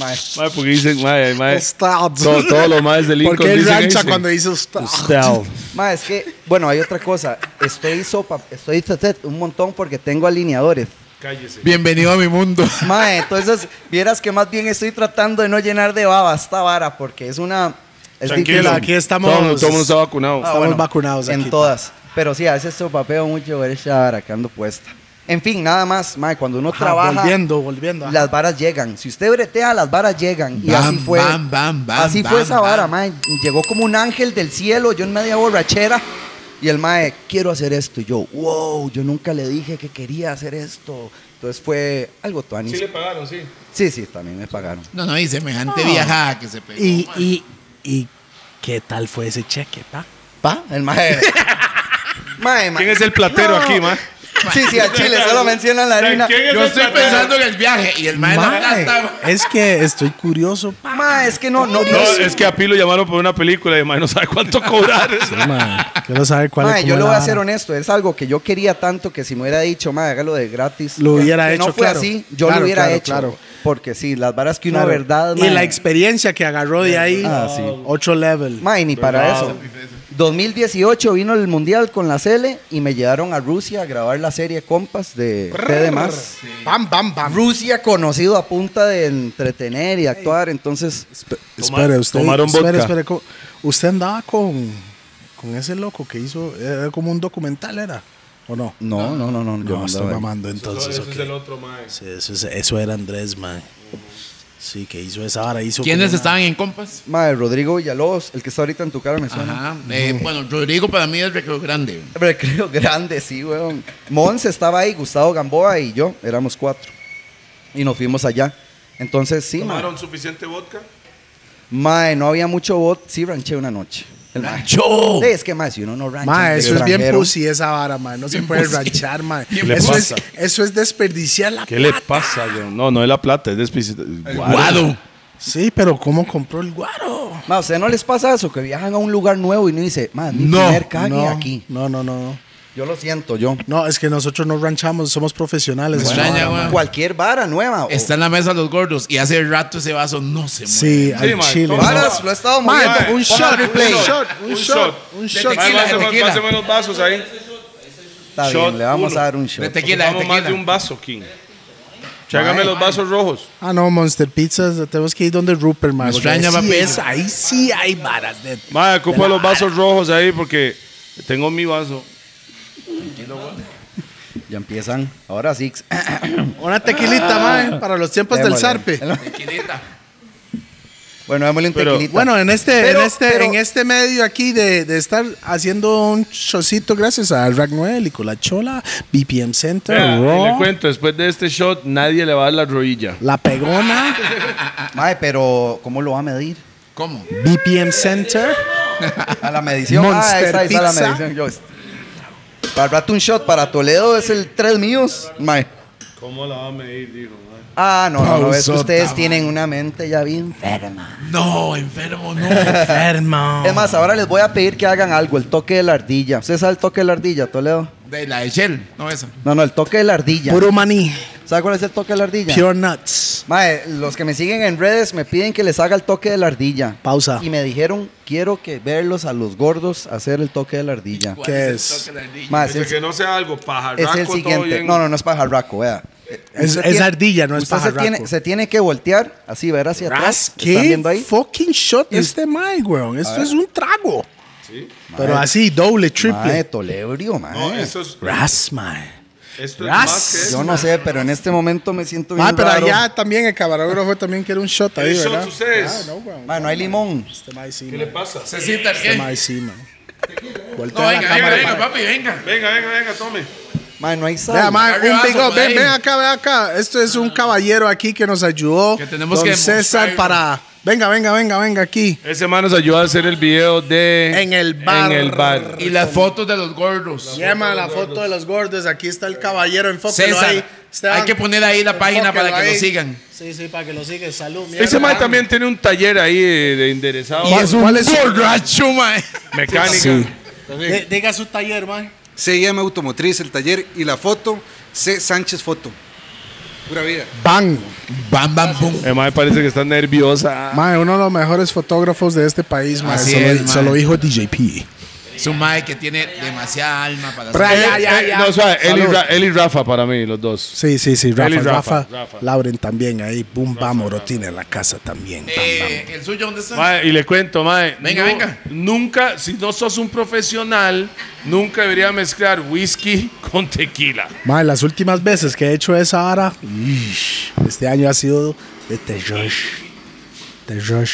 [SPEAKER 3] Mae,
[SPEAKER 4] Mae, porque dicen, mae, hay maes-
[SPEAKER 1] Stout.
[SPEAKER 4] todo- todos los maes de Lincoln
[SPEAKER 1] ¿Por qué
[SPEAKER 4] dicen
[SPEAKER 1] rancha
[SPEAKER 4] eso.
[SPEAKER 1] cuando dice stout?
[SPEAKER 4] Stout.
[SPEAKER 3] Ma, es que, bueno, hay otra cosa. Estoy sopa, estoy tetet un montón porque tengo alineadores.
[SPEAKER 4] Cállese.
[SPEAKER 2] Bienvenido a mi mundo.
[SPEAKER 3] Mae, entonces, vieras que más bien estoy tratando de no llenar de baba esta vara porque es una. Es
[SPEAKER 4] Tranquilo.
[SPEAKER 1] Tranquila,
[SPEAKER 3] difícil. Ah,
[SPEAKER 1] aquí estamos.
[SPEAKER 4] Todo, todo el mundo está vacunado.
[SPEAKER 1] estamos vacunados
[SPEAKER 3] En
[SPEAKER 1] aquí, pa.
[SPEAKER 3] todas. Pero sí, a veces sopapeo mucho ver esa vara que ando puesta. En fin, nada más, mae, cuando uno
[SPEAKER 1] Ajá,
[SPEAKER 3] trabaja.
[SPEAKER 1] Volviendo, volviendo. ajá.
[SPEAKER 3] Las varas llegan. Si usted bretea, las varas llegan. Y
[SPEAKER 2] Bam,
[SPEAKER 3] así fue.
[SPEAKER 2] bam, bam, bam,
[SPEAKER 3] así fue
[SPEAKER 2] bam,
[SPEAKER 3] esa vara,
[SPEAKER 2] bam.
[SPEAKER 3] mae. Llegó como un ángel del cielo, yo en media borrachera. Y el mae, quiero hacer esto. Y yo, wow, yo nunca le dije que quería hacer esto. Entonces fue algo tuanis.
[SPEAKER 4] Sí
[SPEAKER 3] Sí,
[SPEAKER 4] le pagaron, sí.
[SPEAKER 3] sí, también me pagaron.
[SPEAKER 2] No, no, y semejante viajada que se pegó.
[SPEAKER 1] y,
[SPEAKER 2] mae.
[SPEAKER 1] y, y qué tal fue ese cheque, pa?
[SPEAKER 3] ¿Pa? El mae. mae, mae.
[SPEAKER 4] ¿Quién es el platero
[SPEAKER 3] No.
[SPEAKER 4] aquí, mae?
[SPEAKER 3] Sí, sí, al chile, solo mencionan la harina.
[SPEAKER 4] ¿Quién es
[SPEAKER 2] Yo
[SPEAKER 4] el
[SPEAKER 2] estoy
[SPEAKER 4] platero?
[SPEAKER 2] pensando en el viaje y el mae la
[SPEAKER 1] Mae,
[SPEAKER 2] plata.
[SPEAKER 1] es que estoy curioso, pa.
[SPEAKER 3] Mae, es que no, no,
[SPEAKER 4] No,
[SPEAKER 3] no-
[SPEAKER 4] es que a Pi lo llamaron por una película y mae, no sabe cuánto cobrar.
[SPEAKER 1] Mae, Quiero saber cuál
[SPEAKER 3] Mae,
[SPEAKER 1] es.
[SPEAKER 3] yo
[SPEAKER 1] cómo
[SPEAKER 3] lo voy a
[SPEAKER 1] la-
[SPEAKER 3] ser honesto, es algo que yo quería tanto que si me hubiera dicho, madre, hágalo de gratis.
[SPEAKER 1] Lo
[SPEAKER 3] que-
[SPEAKER 1] hubiera
[SPEAKER 3] que
[SPEAKER 1] hecho,
[SPEAKER 3] no fue
[SPEAKER 1] claro.
[SPEAKER 3] así, yo
[SPEAKER 1] Claro,
[SPEAKER 3] lo hubiera
[SPEAKER 1] claro,
[SPEAKER 3] hecho.
[SPEAKER 1] claro.
[SPEAKER 3] Porque sí, las varas que una
[SPEAKER 1] Claro.
[SPEAKER 3] verdad,
[SPEAKER 1] Y la
[SPEAKER 3] mae.
[SPEAKER 1] experiencia que agarró de ahí,
[SPEAKER 3] Ah, sí.
[SPEAKER 1] otro level.
[SPEAKER 3] Mae, ni para eso. 2018 vino el mundial con la Cele y me llevaron a Rusia a grabar la serie Compas de TD Más.
[SPEAKER 1] Bam, bam, bam.
[SPEAKER 3] Rusia conocido a punta de entretener y actuar, entonces
[SPEAKER 1] Espe- espere, usted.
[SPEAKER 4] tomaron
[SPEAKER 1] espere,
[SPEAKER 4] vodka.
[SPEAKER 1] espere, co- usted andaba con, con ese loco que hizo. Era como un documental, ¿era? ¿O no?
[SPEAKER 3] no, no, no, no, yo
[SPEAKER 1] No,
[SPEAKER 3] no
[SPEAKER 1] estoy
[SPEAKER 3] andaba ahí.
[SPEAKER 1] mamando entonces. ok.
[SPEAKER 4] otro, mae.
[SPEAKER 1] Sí, eso, es- eso era Andrés, man. Sí, que hizo esa vara. Hizo
[SPEAKER 2] ¿Quiénes
[SPEAKER 1] como una-
[SPEAKER 2] estaban en compas?
[SPEAKER 3] Madre, Rodrigo Villalobos, el que está ahorita en tu cara me suena.
[SPEAKER 2] Ajá. Eh, bueno, Rodrigo para mí es recreo grande.
[SPEAKER 3] Recreo grande, sí, weón. Mons estaba ahí, Gustavo Gamboa y yo, éramos cuatro. Y nos fuimos allá. Entonces, sí, mae.
[SPEAKER 4] ¿Tomaron suficiente vodka?
[SPEAKER 3] Mae, no había mucho bot, sí ranché una noche. El mae.
[SPEAKER 2] ¡Ranchó!
[SPEAKER 3] Sí, Es que, mae, si uno no rancha.
[SPEAKER 1] Oh. Ma,
[SPEAKER 3] en el
[SPEAKER 1] eso es bien
[SPEAKER 3] extranjero-
[SPEAKER 1] pussy esa vara, ma. No se puede
[SPEAKER 2] pussy.
[SPEAKER 1] ranchar, ma.
[SPEAKER 2] ¿Qué
[SPEAKER 1] Eso
[SPEAKER 2] le
[SPEAKER 1] es,
[SPEAKER 4] pasa?
[SPEAKER 1] eso es desperdiciar la
[SPEAKER 4] ¿Qué le
[SPEAKER 1] plata.
[SPEAKER 4] pasa, yo? No, no es la plata, es despicita.
[SPEAKER 2] Guado.
[SPEAKER 3] Oh.
[SPEAKER 1] Sí, pero ¿cómo compró el guaro?
[SPEAKER 3] Ma, ¿a ustedes no les pasa eso? Que viajan a un lugar nuevo y no dice, ma, mi
[SPEAKER 2] No,
[SPEAKER 3] primer cague
[SPEAKER 1] no,
[SPEAKER 3] aquí.
[SPEAKER 1] No, no, no.
[SPEAKER 3] Yo lo siento, yo.
[SPEAKER 1] No, es que nosotros no ranchamos, somos profesionales.
[SPEAKER 2] Me
[SPEAKER 1] ma.
[SPEAKER 2] extraña, güey.
[SPEAKER 3] Cualquier vara nueva. o-
[SPEAKER 2] Está en la mesa los gordos y hace rato ese vaso no se mueve.
[SPEAKER 1] Sí,
[SPEAKER 4] Sí,
[SPEAKER 1] al
[SPEAKER 4] ma,
[SPEAKER 1] chile.
[SPEAKER 4] toma.
[SPEAKER 1] ma.
[SPEAKER 3] Varas, lo he estado
[SPEAKER 1] Ma,
[SPEAKER 3] moviendo.
[SPEAKER 1] un
[SPEAKER 3] Ponga
[SPEAKER 1] shot,
[SPEAKER 3] replay.
[SPEAKER 1] un shot, un shot, un shot.
[SPEAKER 3] tequila,
[SPEAKER 4] Más,
[SPEAKER 3] de tequila.
[SPEAKER 4] menos vasos ahí.
[SPEAKER 3] Está bien,
[SPEAKER 4] Shot
[SPEAKER 3] le vamos
[SPEAKER 4] uno.
[SPEAKER 3] a dar un
[SPEAKER 2] De
[SPEAKER 3] shot.
[SPEAKER 2] tequila, de
[SPEAKER 4] Ocupamos más de
[SPEAKER 2] tequila.
[SPEAKER 4] un vaso, King. Chágame los vasos rojos.
[SPEAKER 1] Ah, no, Monster Pizza, tenemos que ir donde Rupert, ma.
[SPEAKER 2] Me
[SPEAKER 1] porque
[SPEAKER 2] extraña,
[SPEAKER 1] ahí sí
[SPEAKER 2] papi.
[SPEAKER 1] es- Ahí sí hay varas de...
[SPEAKER 4] Mae, ocupa los vasos rojos ahí porque tengo mi vaso.
[SPEAKER 3] Ya empiezan. Ahora sí.
[SPEAKER 1] Una tequilita, ma, para los tiempos del
[SPEAKER 3] Démosle.
[SPEAKER 1] zarpe.
[SPEAKER 2] Tequilita.
[SPEAKER 3] Bueno, démosle un
[SPEAKER 4] Pero-
[SPEAKER 3] tequilita.
[SPEAKER 1] Bueno, en este,
[SPEAKER 3] Pero-
[SPEAKER 1] en este,
[SPEAKER 3] pero-
[SPEAKER 1] en este medio aquí de, de estar haciendo un chocito gracias a Rack 9, Nicola Chola, BPM Center,
[SPEAKER 4] Vea, y
[SPEAKER 1] Raw,
[SPEAKER 4] Ah, le cuento, después de este shot, nadie le va a dar la rodilla.
[SPEAKER 1] La Pegona, Ah,
[SPEAKER 3] Mae, pero ¿cómo lo va a medir?
[SPEAKER 2] ¿Cómo?
[SPEAKER 1] BPM Center.
[SPEAKER 3] A la medición. ah, ahí
[SPEAKER 1] Monster
[SPEAKER 3] está, ahí está la
[SPEAKER 1] Pizza.
[SPEAKER 3] medición. Yo, para el rato un shot, para Toledo es el tres míos. Mae.
[SPEAKER 4] ¿Cómo la va a medir, dijo?
[SPEAKER 3] Ah, no, no, no, es que
[SPEAKER 1] Pausota,
[SPEAKER 3] ustedes
[SPEAKER 1] mae.
[SPEAKER 3] tienen una mente ya bien ferma.
[SPEAKER 2] No, enfermo, no.
[SPEAKER 1] Enfermo.
[SPEAKER 3] Es más, ahora les voy a pedir que hagan algo, el toque de la ardilla. ¿Usted sabe el toque de la ardilla, Toledo?
[SPEAKER 2] De la de Shell, no esa.
[SPEAKER 3] No, no, el toque de la ardilla.
[SPEAKER 1] Puro maní,
[SPEAKER 3] ¿Sabe cuál es el toque de la ardilla?
[SPEAKER 1] pure nuts.
[SPEAKER 3] Mae, los que me siguen en redes me piden que les haga el toque de la ardilla.
[SPEAKER 1] Pausa.
[SPEAKER 3] Y me dijeron, quiero que verlos a los gordos hacer el toque de la ardilla.
[SPEAKER 2] ¿Cuál
[SPEAKER 1] ¿Qué
[SPEAKER 2] el
[SPEAKER 1] es?
[SPEAKER 2] toque de la niña?
[SPEAKER 3] Mae, es
[SPEAKER 4] Desde
[SPEAKER 3] el,
[SPEAKER 4] que no sea algo
[SPEAKER 3] es
[SPEAKER 4] pajarraco,
[SPEAKER 3] el
[SPEAKER 4] todo
[SPEAKER 3] siguiente.
[SPEAKER 4] bien.
[SPEAKER 3] No, no, no es pajarraco, vea.
[SPEAKER 1] Es-
[SPEAKER 3] Usted
[SPEAKER 1] es ardilla, no es
[SPEAKER 3] usted
[SPEAKER 1] pajarraco.
[SPEAKER 3] Se tiene, se tiene que voltear, así, ver hacia
[SPEAKER 1] Ras,
[SPEAKER 3] atrás. ¿Están
[SPEAKER 1] ¿Qué
[SPEAKER 3] viendo ahí?
[SPEAKER 1] fucking shot este mae, weón? Esto es un trago. Pero
[SPEAKER 3] Mae.
[SPEAKER 1] así, doble,
[SPEAKER 3] Mae,
[SPEAKER 1] triple.
[SPEAKER 3] Tolebrio, mae.
[SPEAKER 4] No, eso es,
[SPEAKER 1] Ras, mae.
[SPEAKER 4] esto es
[SPEAKER 1] Ras.
[SPEAKER 4] más que eso.
[SPEAKER 3] Yo no sé, pero en este momento me siento bien
[SPEAKER 1] Ah, pero
[SPEAKER 3] raro.
[SPEAKER 1] allá también el camarógrafo también quiere un shot ahí,
[SPEAKER 4] ¿Qué shots
[SPEAKER 1] ¿verdad?
[SPEAKER 4] ustedes?
[SPEAKER 1] Ah, no, weón.
[SPEAKER 3] Mae, no hay limón.
[SPEAKER 1] Este mae sí,
[SPEAKER 4] ¿Qué
[SPEAKER 1] mae.
[SPEAKER 4] le pasa?
[SPEAKER 2] Cecita, ¿qué?
[SPEAKER 1] Este mae sí, man.
[SPEAKER 2] Eh. No,
[SPEAKER 1] Voltea la
[SPEAKER 2] venga, venga,
[SPEAKER 1] cámara.
[SPEAKER 2] venga,
[SPEAKER 1] para-
[SPEAKER 2] papi, venga.
[SPEAKER 4] Venga, venga, venga, tome.
[SPEAKER 3] Mae, no hay sal.
[SPEAKER 1] Vea, mae,
[SPEAKER 2] Arriba,
[SPEAKER 1] un big
[SPEAKER 2] por
[SPEAKER 1] up. Ven,
[SPEAKER 2] ahí.
[SPEAKER 1] ven acá, ven acá. Esto es un caballero aquí que nos ayudó.
[SPEAKER 2] Que tenemos
[SPEAKER 1] don
[SPEAKER 2] que
[SPEAKER 1] César
[SPEAKER 2] demostrarlo.
[SPEAKER 1] para. Venga, venga, venga, venga aquí.
[SPEAKER 4] Ese man nos ayuda a hacer el video de...
[SPEAKER 1] En el bar.
[SPEAKER 4] En el bar.
[SPEAKER 2] Y las fotos de los gordos.
[SPEAKER 1] Llama la foto de los gordos. Aquí está el caballero. Enfóquelo ahí.
[SPEAKER 2] César,
[SPEAKER 1] Esteban,
[SPEAKER 2] hay que poner ahí la página para
[SPEAKER 1] enfóquelo
[SPEAKER 2] que lo
[SPEAKER 1] ahí.
[SPEAKER 2] sigan.
[SPEAKER 1] Sí, sí, para que lo sigan. Salud.
[SPEAKER 4] Ese man
[SPEAKER 1] mierda.
[SPEAKER 4] también tiene un taller ahí de, de enderezado.
[SPEAKER 1] Y es un ¿Cuál es su-
[SPEAKER 2] borracho, mae.
[SPEAKER 4] Mecánica.
[SPEAKER 1] D- Diga su taller, mae.
[SPEAKER 5] CIM Automotriz, el taller y la foto, C. Sánchez Foto. Pura vida.
[SPEAKER 1] Bang.
[SPEAKER 2] Bam, bam, boom.
[SPEAKER 4] El man parece que está nerviosa.
[SPEAKER 1] Mae, uno de los mejores fotógrafos de este país, mae.
[SPEAKER 2] Así
[SPEAKER 1] Se,
[SPEAKER 2] es,
[SPEAKER 1] lo,
[SPEAKER 2] mae.
[SPEAKER 1] se lo dijo DJP.
[SPEAKER 2] Es un mae que tiene demasiada alma para
[SPEAKER 1] Bra-
[SPEAKER 2] hacer-
[SPEAKER 1] Ya, ya, ya.
[SPEAKER 4] Eh, No, suave, él, y
[SPEAKER 1] Salud.
[SPEAKER 4] Ra- él y Rafa para mí, los dos.
[SPEAKER 1] Sí, sí, sí. Rafa,
[SPEAKER 4] Él y Rafa,
[SPEAKER 1] Rafa,
[SPEAKER 4] Rafa.
[SPEAKER 1] Lauren también ahí. Boom, bam, Oro tiene en la casa también. Bam,
[SPEAKER 2] Eh, ¿El suyo dónde está?
[SPEAKER 4] Mae, y le cuento, mae.
[SPEAKER 2] Venga,
[SPEAKER 4] no-
[SPEAKER 2] venga.
[SPEAKER 4] Nunca, si no sos un profesional, nunca debería mezclar whisky con tequila.
[SPEAKER 1] Mae, las últimas veces que he hecho esa vara, ish, este año ha sido de terror. Terror.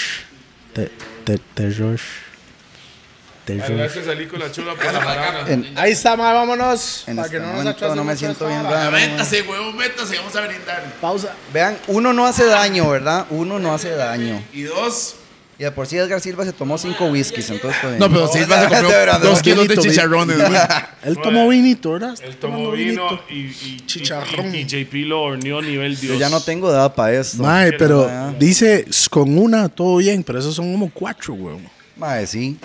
[SPEAKER 1] Te- te- Terror. Terror.
[SPEAKER 4] Gracias a Nicola Chula por la banana.
[SPEAKER 1] Ahí está, mae, vámonos.
[SPEAKER 3] En
[SPEAKER 1] para
[SPEAKER 3] este
[SPEAKER 1] que no nos
[SPEAKER 3] momento no me
[SPEAKER 1] atrasemos
[SPEAKER 3] siento
[SPEAKER 1] esta
[SPEAKER 3] bien
[SPEAKER 1] vara.
[SPEAKER 3] raro.
[SPEAKER 2] Métase, huevón, métase, vamos a brindar.
[SPEAKER 1] Pausa.
[SPEAKER 3] Vean, uno no hace daño, ¿verdad? Uno no hace daño.
[SPEAKER 2] Y dos.
[SPEAKER 3] Y de por sí Edgar Silva se tomó cinco whiskies, entonces pues,
[SPEAKER 2] No, pero Silva se compró
[SPEAKER 3] De verdad,
[SPEAKER 2] dos
[SPEAKER 3] no.
[SPEAKER 2] kilos de
[SPEAKER 1] kilito, vi.
[SPEAKER 2] chicharrones, güey.
[SPEAKER 1] Él tomó vinito, ¿verdad? Está
[SPEAKER 4] El tomó
[SPEAKER 1] tomando
[SPEAKER 4] vino
[SPEAKER 1] vinito.
[SPEAKER 4] y, y- y-
[SPEAKER 1] Chicharrón.
[SPEAKER 4] Y, JP lo horneó nivel Dios.
[SPEAKER 3] Yo ya no tengo edad para esto.
[SPEAKER 1] Mae, pero
[SPEAKER 3] Ah.
[SPEAKER 1] dice "S- con una todo bien, pero esos son como cuatro, weón.
[SPEAKER 3] Mae, sí.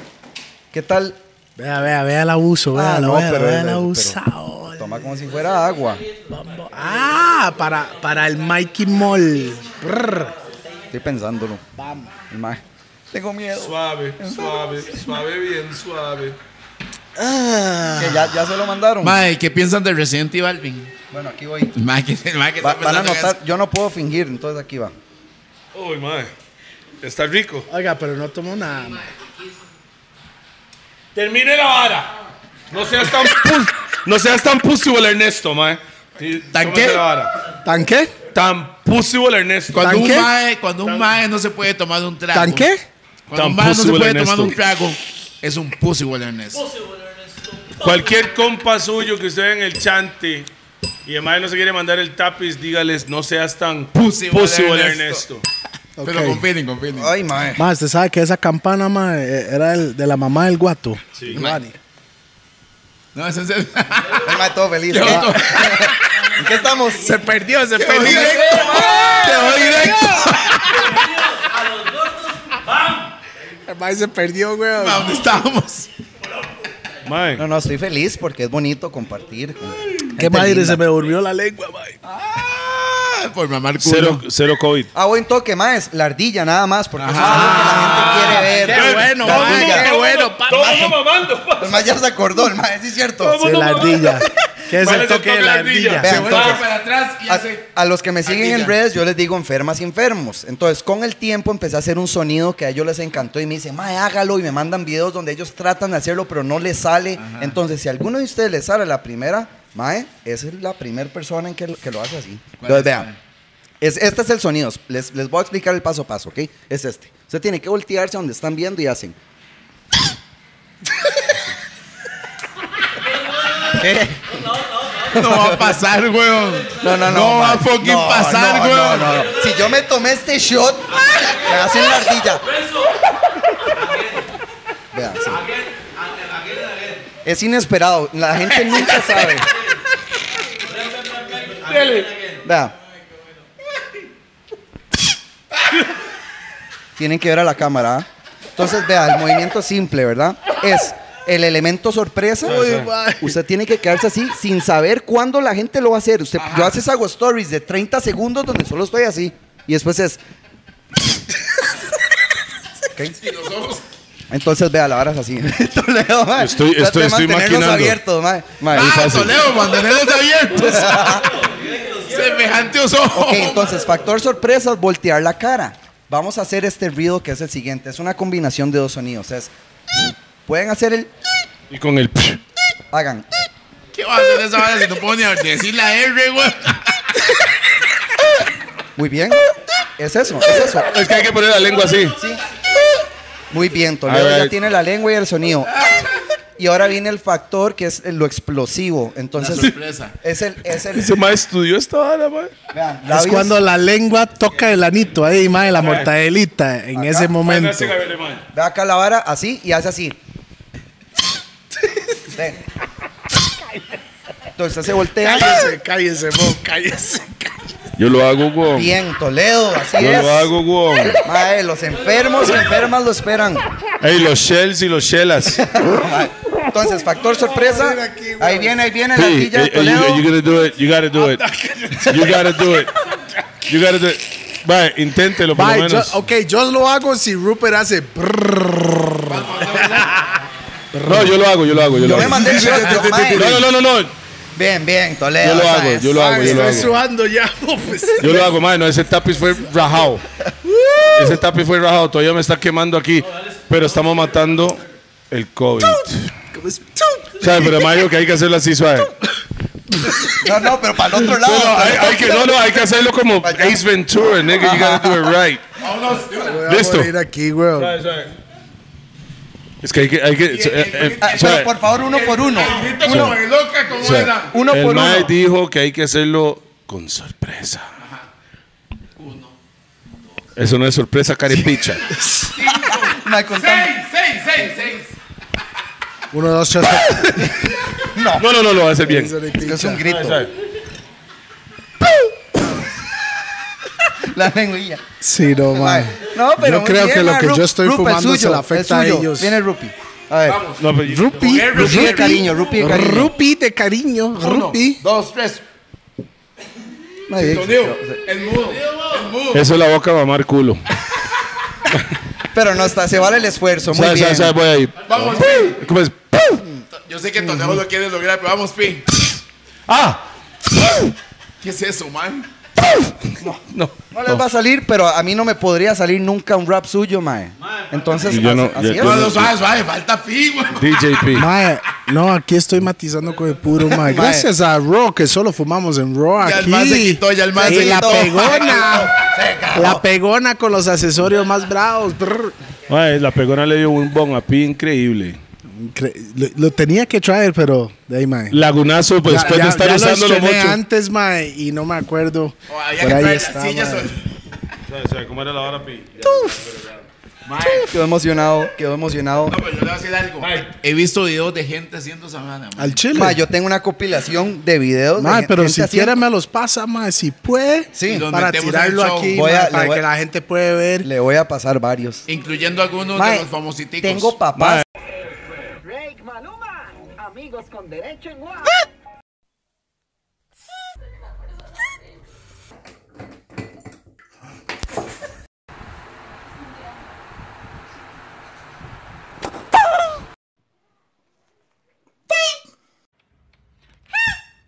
[SPEAKER 3] ¿Qué tal?
[SPEAKER 1] Vea, vea, vea el abuso, vea,
[SPEAKER 3] Ah,
[SPEAKER 1] la
[SPEAKER 3] no,
[SPEAKER 1] vea,
[SPEAKER 3] pero-
[SPEAKER 1] vea el
[SPEAKER 3] pero-
[SPEAKER 1] abusado.
[SPEAKER 3] Toma como si fuera agua.
[SPEAKER 1] Vamos. Ah, para, para el Mikey Moll. Brr.
[SPEAKER 3] Estoy pensándolo. Vamos. Tengo miedo.
[SPEAKER 4] Suave, suave, suave, bien suave.
[SPEAKER 3] Que ya, ya se lo mandaron.
[SPEAKER 2] Mae, ¿qué piensan de Resident Evil? Vin?
[SPEAKER 3] Bueno, aquí voy.
[SPEAKER 2] Mae, que el mae que
[SPEAKER 3] Va-
[SPEAKER 2] está
[SPEAKER 3] van a
[SPEAKER 2] pensando en
[SPEAKER 3] notar, yo no puedo fingir, entonces aquí va.
[SPEAKER 4] Uy, madre. Está rico.
[SPEAKER 1] Oiga, pero no tomó nada. ma.
[SPEAKER 4] Termine la vara. No seas tan pus- no seas tan pussy, Ernesto, mae. Sí,
[SPEAKER 2] ¿Tan
[SPEAKER 4] tómate
[SPEAKER 2] qué?
[SPEAKER 4] la vara.
[SPEAKER 1] ¿Tan qué?
[SPEAKER 6] Tan pusible Ernesto.
[SPEAKER 2] Cuando
[SPEAKER 1] ¿Tan
[SPEAKER 2] un,
[SPEAKER 1] qué?
[SPEAKER 2] mae, cuando un mae no se puede tomar un trago.
[SPEAKER 1] ¿Tan qué?
[SPEAKER 2] Cuando
[SPEAKER 6] Tan
[SPEAKER 2] un mae no se
[SPEAKER 6] pussy
[SPEAKER 2] puede
[SPEAKER 6] Will
[SPEAKER 2] tomar un
[SPEAKER 6] Ernesto.
[SPEAKER 2] trago, es un pussy Will Ernesto.
[SPEAKER 6] Cualquier compa suyo que usted vea en el chante y además no se quiere mandar el tapiz, dígales, no seas tan
[SPEAKER 2] Pussy,
[SPEAKER 6] pusible
[SPEAKER 2] Ernesto.
[SPEAKER 6] Ernesto.
[SPEAKER 2] Pero confíen, confíen.
[SPEAKER 3] Ay, mae.
[SPEAKER 1] Más, usted sabe que esa campana, mae, eh, era el- de la mamá del guato. Sí.
[SPEAKER 2] No, es en serio.
[SPEAKER 3] El mae todo feliz.
[SPEAKER 2] Yo-
[SPEAKER 3] Ah. ¿En qué estamos?
[SPEAKER 2] Se perdió, se
[SPEAKER 3] Te
[SPEAKER 2] perdió.
[SPEAKER 3] voy directo. Te voy directo.
[SPEAKER 1] El mae se perdió, güey.
[SPEAKER 2] ¿A dónde estábamos?
[SPEAKER 6] Mae.
[SPEAKER 3] No, no, estoy feliz porque es bonito compartir. con
[SPEAKER 1] Qué
[SPEAKER 3] gente
[SPEAKER 1] madre,
[SPEAKER 3] linda.
[SPEAKER 1] se me durmió la lengua, mae.
[SPEAKER 2] Ah, por mamar culo.
[SPEAKER 6] Cero, cero COVID.
[SPEAKER 3] Ah, buen toque, más. La ardilla, nada más, porque eso es algo que la gente quiere ver.
[SPEAKER 2] bueno,
[SPEAKER 3] La
[SPEAKER 2] mae,
[SPEAKER 3] ardilla.
[SPEAKER 2] qué bueno,
[SPEAKER 6] Todo el mundo mamando. pa.
[SPEAKER 3] El mae ya se acordó, el mae, sí es cierto.
[SPEAKER 6] Todo
[SPEAKER 1] Sí,
[SPEAKER 6] el
[SPEAKER 1] la
[SPEAKER 6] mundo
[SPEAKER 1] ardilla.
[SPEAKER 6] mamando.
[SPEAKER 1] ¿Qué es
[SPEAKER 6] ¿Cuál
[SPEAKER 1] el toque de la ardilla?
[SPEAKER 3] Vean,
[SPEAKER 2] Se vuelve
[SPEAKER 3] entonces,
[SPEAKER 2] para atrás y
[SPEAKER 3] A,
[SPEAKER 2] hace.
[SPEAKER 3] a los que me siguen
[SPEAKER 2] Ardilla.
[SPEAKER 3] en redes, yo les digo enfermas y enfermos. Entonces, con el tiempo empecé a hacer un sonido que a ellos les encantó y me dicen, mae, hágalo. Y me mandan videos donde ellos tratan de hacerlo, pero no les sale. Entonces, si a alguno de ustedes les sale la primera, mae, esa es la primera persona en que lo, que lo hace así.
[SPEAKER 2] ¿Cuál es,
[SPEAKER 3] Entonces, vean.
[SPEAKER 2] mae?
[SPEAKER 3] Es, este es el sonido. Les, les voy a explicar el paso a paso, ¿ok? Es este. Usted tiene que voltearse a donde están viendo y hacen. ¿Qué?
[SPEAKER 2] No va a pasar, weón.
[SPEAKER 3] No, no, no.
[SPEAKER 2] No va a
[SPEAKER 3] man.
[SPEAKER 2] fucking
[SPEAKER 3] No,
[SPEAKER 2] pasar,
[SPEAKER 3] no,
[SPEAKER 2] weón.
[SPEAKER 3] no, no, no. Si yo me tomé este shot, me hacen la ardilla. Vean, sí. Es inesperado. La gente nunca sabe. Vean. Tienen que ver a la cámara. ¿ah? Entonces, vea, el movimiento simple, ¿verdad? Es el elemento sorpresa. Usted tiene que quedarse así sin saber cuándo la gente lo va a hacer. Usted, yo haces hago stories de 30 segundos donde solo estoy así. Y después es. Ok. Entonces, vea, la vara es así. Toledo, mae.
[SPEAKER 6] Estoy-
[SPEAKER 3] Trate
[SPEAKER 6] estoy-
[SPEAKER 3] de
[SPEAKER 6] estoy
[SPEAKER 3] mantenerlos
[SPEAKER 6] maquinando.
[SPEAKER 3] abiertos, mae. Mae, es
[SPEAKER 2] Ah,
[SPEAKER 3] fácil.
[SPEAKER 2] Toledo, mantenerlos abiertos. Semejante oso.
[SPEAKER 3] Ok, entonces, factor sorpresa, voltear la cara. Vamos a hacer este ruido que es el siguiente. Es una combinación de dos sonidos. Es, pueden hacer el...
[SPEAKER 6] Y con el.
[SPEAKER 3] Hagan.
[SPEAKER 2] ¿Qué va a hacer esa vara si no puedo ni decir la R, weón?
[SPEAKER 3] Muy bien. Es eso, es eso.
[SPEAKER 6] Es que hay que poner la lengua así.
[SPEAKER 3] Sí. Muy bien, Toledo ya
[SPEAKER 6] Alright.
[SPEAKER 3] tiene la lengua y el sonido. Y ahora viene el factor que es lo explosivo. Entonces,
[SPEAKER 2] La sorpresa.
[SPEAKER 3] es el... Es el
[SPEAKER 6] Ese mae estudió esta vara, mae.
[SPEAKER 3] vean,
[SPEAKER 1] Es
[SPEAKER 3] labios.
[SPEAKER 1] cuando la lengua toca el anito ahí, mae, la mortadelita, en ese momento.
[SPEAKER 3] Ve acá la vara así y hace así. Ven. Entonces se voltea.
[SPEAKER 1] cállese, mo, cállese.
[SPEAKER 6] Yo lo hago, weón.
[SPEAKER 3] Bien, Toledo, así
[SPEAKER 6] Yo
[SPEAKER 3] es.
[SPEAKER 6] lo hago, weón.
[SPEAKER 3] Mae, los enfermos y enfermas lo esperan.
[SPEAKER 6] Ey, los shells y los shellas.
[SPEAKER 3] Entonces, factor sorpresa. Ahí viene, ahí viene la
[SPEAKER 6] Sí,
[SPEAKER 3] ardilla de
[SPEAKER 6] eh, eh, you, you
[SPEAKER 3] Toledo.
[SPEAKER 6] gotta do it. You gotta do it. You gotta do it. You gotta do it. Bye, inténtelo por lo
[SPEAKER 1] Mae, yo,
[SPEAKER 6] menos.
[SPEAKER 1] ok, yo lo hago si Rupert hace. brrrr.
[SPEAKER 6] No, yo lo hago, yo lo hago, yo lo
[SPEAKER 3] Yo me
[SPEAKER 6] hago.
[SPEAKER 3] mandé el shot, yo, mae.
[SPEAKER 6] No, no, no, no, no.
[SPEAKER 3] Bien, bien, Toledo.
[SPEAKER 6] Yo lo
[SPEAKER 3] esa
[SPEAKER 6] hago,
[SPEAKER 3] es.
[SPEAKER 6] yo lo hago, yo lo
[SPEAKER 1] Eh, Estoy
[SPEAKER 6] hago.
[SPEAKER 1] sudando ya, mo, pues.
[SPEAKER 6] Yo lo hago, mano. Ese tapiz fue rajado. Ese tapiz fue rajado. Todavía me está quemando aquí. Pero estamos matando el COVID. ¿Sabes? Pero Mayo que hay que hacerlo así suave.
[SPEAKER 3] No, no, pero para el otro
[SPEAKER 6] No,
[SPEAKER 3] lado.
[SPEAKER 6] no, hay, hay que, no, no, hay que hacerlo como
[SPEAKER 3] Allá.
[SPEAKER 6] Ace Ventura, nigga. You gotta do it right.
[SPEAKER 1] Voy a
[SPEAKER 6] Listo.
[SPEAKER 1] morir aquí, weón.
[SPEAKER 6] Es que hay que. Hay que eh, eh,
[SPEAKER 3] Ah,
[SPEAKER 6] suave.
[SPEAKER 3] Pero por favor, uno por uno.
[SPEAKER 2] Uno me loca como
[SPEAKER 6] O sea,
[SPEAKER 2] era.
[SPEAKER 3] Uno
[SPEAKER 6] el
[SPEAKER 3] por
[SPEAKER 6] mae
[SPEAKER 3] uno.
[SPEAKER 6] dijo que hay que hacerlo con sorpresa. Eso no es sorpresa, carepicha.
[SPEAKER 3] Mae, con tan-
[SPEAKER 2] Seis, seis, seis, seis.
[SPEAKER 1] Uno, dos, tres. cuatro.
[SPEAKER 6] No, no, no, lo va a hacer bien.
[SPEAKER 3] Es un grito. La lengüilla.
[SPEAKER 1] Sí, no, mae.
[SPEAKER 3] Mae. No, pero.
[SPEAKER 1] Yo
[SPEAKER 3] muy
[SPEAKER 1] creo
[SPEAKER 3] bien,
[SPEAKER 1] que lo
[SPEAKER 3] mae,
[SPEAKER 1] que
[SPEAKER 3] Rup-
[SPEAKER 1] yo estoy
[SPEAKER 3] Rup, el
[SPEAKER 1] fumando se
[SPEAKER 3] suyo,
[SPEAKER 1] le
[SPEAKER 3] el
[SPEAKER 1] afecta a
[SPEAKER 3] suyo.
[SPEAKER 1] ellos.
[SPEAKER 3] Viene el Rupi. A ver.
[SPEAKER 6] No, pero-
[SPEAKER 1] Rupi,
[SPEAKER 2] Con R,
[SPEAKER 3] Rupi de
[SPEAKER 2] Rupi.
[SPEAKER 3] cariño, Rupi de cariño.
[SPEAKER 1] Rupi de cariño, Rupi.
[SPEAKER 2] Dos, tres.
[SPEAKER 3] Mae, bien.
[SPEAKER 2] Sonido. El mudo. El mudo.
[SPEAKER 6] Eso es la boca a mamar culo.
[SPEAKER 3] Pero no está, se vale el esfuerzo. Muy
[SPEAKER 6] ¿Sabes?
[SPEAKER 3] bien.
[SPEAKER 6] ¿Sabes? ¿Sabes? Voy ahí.
[SPEAKER 2] Vamos, Pi.
[SPEAKER 6] ¿Cómo es?
[SPEAKER 2] Yo sé que Toledo lo quiere lograr, pero vamos, Pi.
[SPEAKER 6] ¡Ah!
[SPEAKER 2] ¿Qué es eso, man?
[SPEAKER 4] No.
[SPEAKER 3] No les va a salir, pero a mí no me podría salir nunca un rap suyo, mae. Entonces,
[SPEAKER 6] Y yo no-
[SPEAKER 3] así, así
[SPEAKER 6] yo-
[SPEAKER 3] es.
[SPEAKER 2] No, no, suave, suave, falta fin, güey.
[SPEAKER 6] DJP.
[SPEAKER 1] Mae, no, aquí estoy matizando con el puro, mae. Gracias a Raw, que solo fumamos en Raw
[SPEAKER 2] Ya el
[SPEAKER 1] aquí.
[SPEAKER 2] man se quitó, ya el man
[SPEAKER 1] Y
[SPEAKER 2] se
[SPEAKER 1] la
[SPEAKER 2] quitó.
[SPEAKER 1] pegona. La pegona con los accesorios más bravos. brr.
[SPEAKER 6] Mae, la pegona le dio un bon a pi increíble.
[SPEAKER 1] Incre- Lo, lo tenía que traer, pero de ahí, mae.
[SPEAKER 6] Lagunazo, pues,
[SPEAKER 1] Ya-
[SPEAKER 6] después
[SPEAKER 1] ya-
[SPEAKER 6] de estar
[SPEAKER 1] ya lo
[SPEAKER 6] usándolo
[SPEAKER 1] estrené
[SPEAKER 6] mucho.
[SPEAKER 1] antes, mae, y no me acuerdo.
[SPEAKER 2] Oh, había
[SPEAKER 1] Por
[SPEAKER 2] que
[SPEAKER 1] ahí
[SPEAKER 2] traer
[SPEAKER 1] está,
[SPEAKER 2] las sillas.
[SPEAKER 1] mae.
[SPEAKER 2] o-
[SPEAKER 4] O sea, ¿cómo era la hora, Pi?
[SPEAKER 3] Quedó emocionado, quedó emocionado.
[SPEAKER 2] No, pero pues, yo le voy a decir algo.
[SPEAKER 4] Ay.
[SPEAKER 2] He visto videos de gente haciendo esa vara, mae.
[SPEAKER 1] Al chile.
[SPEAKER 3] Mae, yo tengo una compilación de videos. de
[SPEAKER 1] Mae,
[SPEAKER 3] gen-
[SPEAKER 1] pero
[SPEAKER 3] gente
[SPEAKER 1] si
[SPEAKER 3] haciendo-
[SPEAKER 1] quiere me los pasa, mae, si puede.
[SPEAKER 3] Sí,
[SPEAKER 2] Y los
[SPEAKER 1] para
[SPEAKER 2] metemos en el
[SPEAKER 1] tirarlo
[SPEAKER 2] show.
[SPEAKER 1] aquí,
[SPEAKER 3] Voy
[SPEAKER 1] mae,
[SPEAKER 3] a- le
[SPEAKER 1] para
[SPEAKER 3] voy-
[SPEAKER 1] que la gente puede ver.
[SPEAKER 3] le voy a pasar varios.
[SPEAKER 2] Incluyendo algunos
[SPEAKER 3] Mae,
[SPEAKER 2] de los famositicos.
[SPEAKER 3] tengo papás.
[SPEAKER 7] Drake Maluma, amigos con derecho en guau.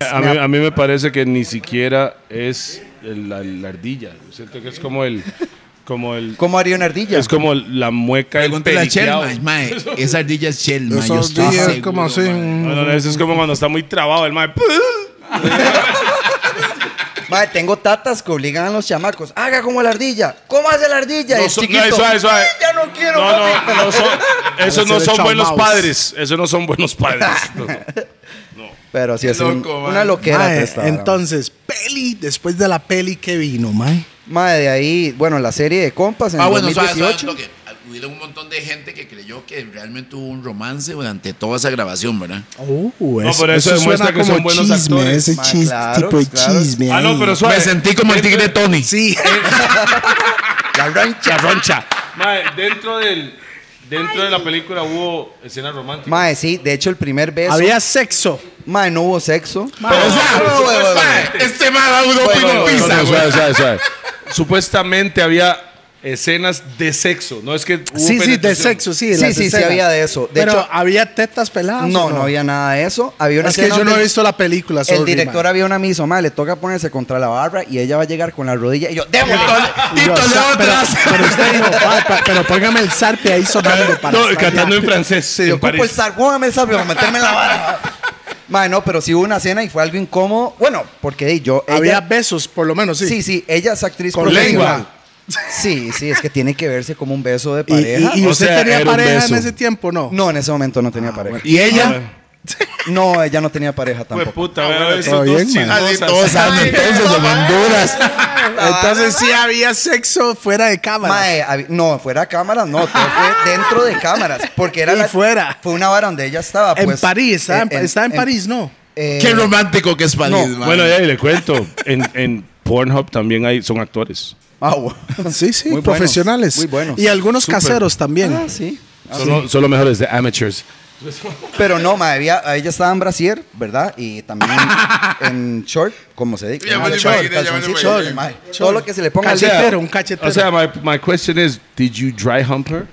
[SPEAKER 4] A mí, a mí me parece que ni siquiera es el- la, la ardilla. Siento que es como el. Como el
[SPEAKER 3] ¿Cómo haría una ardilla?
[SPEAKER 4] es como la mueca del
[SPEAKER 2] Pregúntale a Chel,
[SPEAKER 4] periqueado.
[SPEAKER 2] mae, mae. Esa ardilla es Chel, mae. Yo
[SPEAKER 1] Esos
[SPEAKER 2] estoy
[SPEAKER 1] días
[SPEAKER 2] seguro,
[SPEAKER 1] como así.
[SPEAKER 2] mae.
[SPEAKER 4] No, no, no, eso es como cuando está muy trabado el mae.
[SPEAKER 3] Mae, tengo tatas que obligan a los chamacos. Haga como la ardilla. ¿Cómo hace la ardilla?
[SPEAKER 4] No
[SPEAKER 3] El
[SPEAKER 4] so- no,
[SPEAKER 3] chiquito.
[SPEAKER 4] suave, suave.
[SPEAKER 3] Ya no quiero,
[SPEAKER 4] No,
[SPEAKER 3] papi.
[SPEAKER 4] no, no son, esos no
[SPEAKER 1] Parece
[SPEAKER 4] son
[SPEAKER 1] de
[SPEAKER 4] buenos
[SPEAKER 1] chamaos.
[SPEAKER 4] padres. Esos no son buenos padres. No, no.
[SPEAKER 3] Pero sí es un-
[SPEAKER 2] Loco, mae.
[SPEAKER 3] una loquera.
[SPEAKER 1] Mae,
[SPEAKER 3] esta vara, mae.
[SPEAKER 1] eh, entonces, peli, después de la peli que vino, mae.
[SPEAKER 3] Mae, de ahí, bueno, la serie de compas en
[SPEAKER 2] Ah,
[SPEAKER 3] el
[SPEAKER 2] bueno, sabes,
[SPEAKER 3] 2018.
[SPEAKER 2] sabes lo que hubo un montón de gente que creyó que realmente hubo un romance durante toda esa grabación, ¿verdad?
[SPEAKER 1] Oh,
[SPEAKER 4] pero Uh, eso demuestra que son buenos
[SPEAKER 1] chisme,
[SPEAKER 4] actores.
[SPEAKER 1] ese
[SPEAKER 3] Ma,
[SPEAKER 1] chis-
[SPEAKER 3] claro,
[SPEAKER 1] tipo de
[SPEAKER 3] claro.
[SPEAKER 1] chisme.
[SPEAKER 4] Ah, no,
[SPEAKER 1] ahí.
[SPEAKER 4] pero suave.
[SPEAKER 2] Me sentí como el tigre Tony.
[SPEAKER 1] Sí.
[SPEAKER 3] La rancha.
[SPEAKER 4] roncha. Mae, dentro del. Dentro de la película hubo escenas románticas.
[SPEAKER 3] Mae, eh, sí, de hecho el primer beso.
[SPEAKER 1] Había sexo.
[SPEAKER 3] Mae, no hubo sexo.
[SPEAKER 2] O sea,
[SPEAKER 3] Bueno, bueno, bueno, bueno.
[SPEAKER 2] este man da un
[SPEAKER 3] Bueno,
[SPEAKER 2] open
[SPEAKER 3] bueno,
[SPEAKER 2] pizza,
[SPEAKER 6] No, no,
[SPEAKER 2] güey.
[SPEAKER 6] suave, suave, suave.
[SPEAKER 4] Supuestamente había escenas de sexo. No es que. hubo
[SPEAKER 1] Sí, sí, de
[SPEAKER 4] penetración.
[SPEAKER 1] sexo, sí.
[SPEAKER 3] Sí,
[SPEAKER 1] las
[SPEAKER 3] sí, sí,
[SPEAKER 1] escenas.
[SPEAKER 3] había de eso. De
[SPEAKER 1] pero
[SPEAKER 3] hecho-
[SPEAKER 1] había tetas peladas.
[SPEAKER 3] No,
[SPEAKER 1] ¿o
[SPEAKER 3] no había nada de eso. Había una
[SPEAKER 1] Es que
[SPEAKER 3] escena
[SPEAKER 1] yo no he
[SPEAKER 3] donde
[SPEAKER 1] visto la película.
[SPEAKER 3] El
[SPEAKER 1] sorry,
[SPEAKER 3] director
[SPEAKER 1] ma.
[SPEAKER 3] había una miso, mae, le toca ponerse contra la barra y ella va a llegar con la rodilla. Y yo,
[SPEAKER 2] Y
[SPEAKER 3] démosle.
[SPEAKER 2] Tony- Y
[SPEAKER 1] Yo,
[SPEAKER 2] Toledo
[SPEAKER 1] sa- pero,
[SPEAKER 2] atrás.
[SPEAKER 1] pero usted dijo, "Pa- pa- pero póngame el zarpe ahí sonando para
[SPEAKER 4] No,
[SPEAKER 1] estar
[SPEAKER 4] cantando
[SPEAKER 1] ya".
[SPEAKER 4] en francés.
[SPEAKER 3] Se
[SPEAKER 4] en
[SPEAKER 3] dio
[SPEAKER 4] París.
[SPEAKER 3] como el zar, póngame el zar para meterme en la barra. mae, no, pero sí hubo una escena y fue algo incómodo. Bueno, porque di, yo. ella-
[SPEAKER 1] Había besos, por lo menos, sí.
[SPEAKER 3] Sí, sí, ella es actriz
[SPEAKER 1] Con
[SPEAKER 3] profesional.
[SPEAKER 1] lengua.
[SPEAKER 3] Sí, sí, es que tiene que verse como un beso de
[SPEAKER 1] Y, y-
[SPEAKER 3] pareja.
[SPEAKER 1] y Ah,
[SPEAKER 6] O
[SPEAKER 1] usted
[SPEAKER 6] sea,
[SPEAKER 1] tenía
[SPEAKER 6] era un
[SPEAKER 1] pareja en
[SPEAKER 6] beso.
[SPEAKER 1] ese tiempo, ¿no?
[SPEAKER 3] No, en ese momento no tenía pareja.
[SPEAKER 2] Y ella.
[SPEAKER 3] No, ella no tenía pareja
[SPEAKER 4] Fue
[SPEAKER 3] tampoco.
[SPEAKER 4] puta, veo esos
[SPEAKER 1] todo
[SPEAKER 4] dos
[SPEAKER 1] bien, man.
[SPEAKER 2] Así
[SPEAKER 4] chismosas.
[SPEAKER 2] todos saben, entonces en Honduras.
[SPEAKER 1] Entonces sí había sexo fuera de cámara.
[SPEAKER 3] Mae, hab- no, fuera de cámaras, no, todo fue dentro de cámaras, porque era
[SPEAKER 1] Y
[SPEAKER 3] la-
[SPEAKER 1] fuera.
[SPEAKER 3] Fue una vara donde ella estaba,
[SPEAKER 1] en
[SPEAKER 3] pues,
[SPEAKER 1] París, estaba en,
[SPEAKER 3] eh,
[SPEAKER 1] estaba en París, ¿no?
[SPEAKER 3] eh,
[SPEAKER 2] Qué romántico que es París,
[SPEAKER 3] No,
[SPEAKER 2] man.
[SPEAKER 4] Bueno, ya y le cuento. En, en Pornhub también hay, son actores.
[SPEAKER 3] ah, bueno.
[SPEAKER 1] Sí, sí,
[SPEAKER 3] Muy buenos,
[SPEAKER 1] profesionales.
[SPEAKER 3] muy buenos.
[SPEAKER 1] Y algunos
[SPEAKER 4] Súper.
[SPEAKER 1] caseros también.
[SPEAKER 3] Ah, sí. Ah, sí.
[SPEAKER 6] Solo, solo mejores de amateurs.
[SPEAKER 3] Pero no, mae, había- ella estaba en brasier, ¿verdad? Y también en short, como se dice.
[SPEAKER 2] Ya me lo imaginé, ya me lo
[SPEAKER 3] calzoncillo,
[SPEAKER 2] imaginé.
[SPEAKER 3] mae. Todo lo que se le ponga al
[SPEAKER 1] Cachetero,
[SPEAKER 3] dedo.
[SPEAKER 1] un cachetero.
[SPEAKER 4] O sea, my, my question is, did you dry hump her?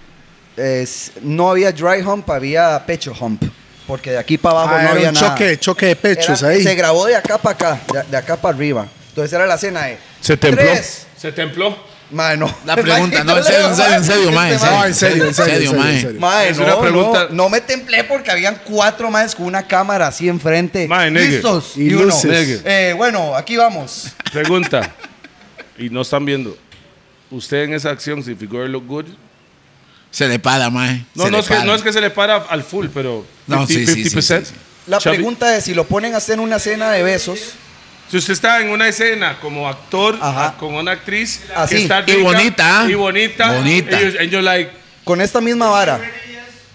[SPEAKER 3] Es- no había dry hump, había pecho hump. Porque de aquí para abajo
[SPEAKER 1] Ah,
[SPEAKER 3] no
[SPEAKER 1] era
[SPEAKER 3] había
[SPEAKER 1] un
[SPEAKER 3] nada.
[SPEAKER 1] choque, choque de pechos
[SPEAKER 3] Era-
[SPEAKER 1] ahí.
[SPEAKER 3] Se grabó de acá para acá, de, de acá para arriba. Entonces era la escena de.
[SPEAKER 6] Se templó.
[SPEAKER 3] Tres.
[SPEAKER 4] ¿Se templó?
[SPEAKER 3] Mano.
[SPEAKER 2] La pregunta, no, en serio, en serio, en
[SPEAKER 3] este
[SPEAKER 2] serio, mae, en
[SPEAKER 1] No, en serio, en serio, en
[SPEAKER 2] Serio,
[SPEAKER 1] serio,
[SPEAKER 2] mae.
[SPEAKER 1] en serio.
[SPEAKER 3] Mae,
[SPEAKER 4] Es
[SPEAKER 3] no,
[SPEAKER 4] una pregunta-
[SPEAKER 3] no, no me templé porque habían cuatro más con una cámara así enfrente.
[SPEAKER 4] Mae, nigga.
[SPEAKER 3] Listos.
[SPEAKER 1] Y
[SPEAKER 3] Y, uno.
[SPEAKER 1] luces.
[SPEAKER 4] Nigga.
[SPEAKER 3] Eh, bueno, aquí vamos.
[SPEAKER 4] Pregunta. y no están viendo. ¿Usted en esa acción, si figure look good?
[SPEAKER 2] Se le para, mae.
[SPEAKER 4] No, no es, que, no es que se le para al full, pero 50%.
[SPEAKER 2] No, sí, sí, sí, sí, sí.
[SPEAKER 3] La
[SPEAKER 4] Chavi-
[SPEAKER 3] pregunta es si lo ponen a hacer una cena de besos.
[SPEAKER 4] Si usted está en una escena como actor,
[SPEAKER 3] Ajá.
[SPEAKER 4] con una actriz,
[SPEAKER 3] Así.
[SPEAKER 4] que está
[SPEAKER 2] Y bonita, ¿ah?
[SPEAKER 4] Y bonita.
[SPEAKER 2] Bonita.
[SPEAKER 4] And you- and you're like,
[SPEAKER 3] Con esta misma vara.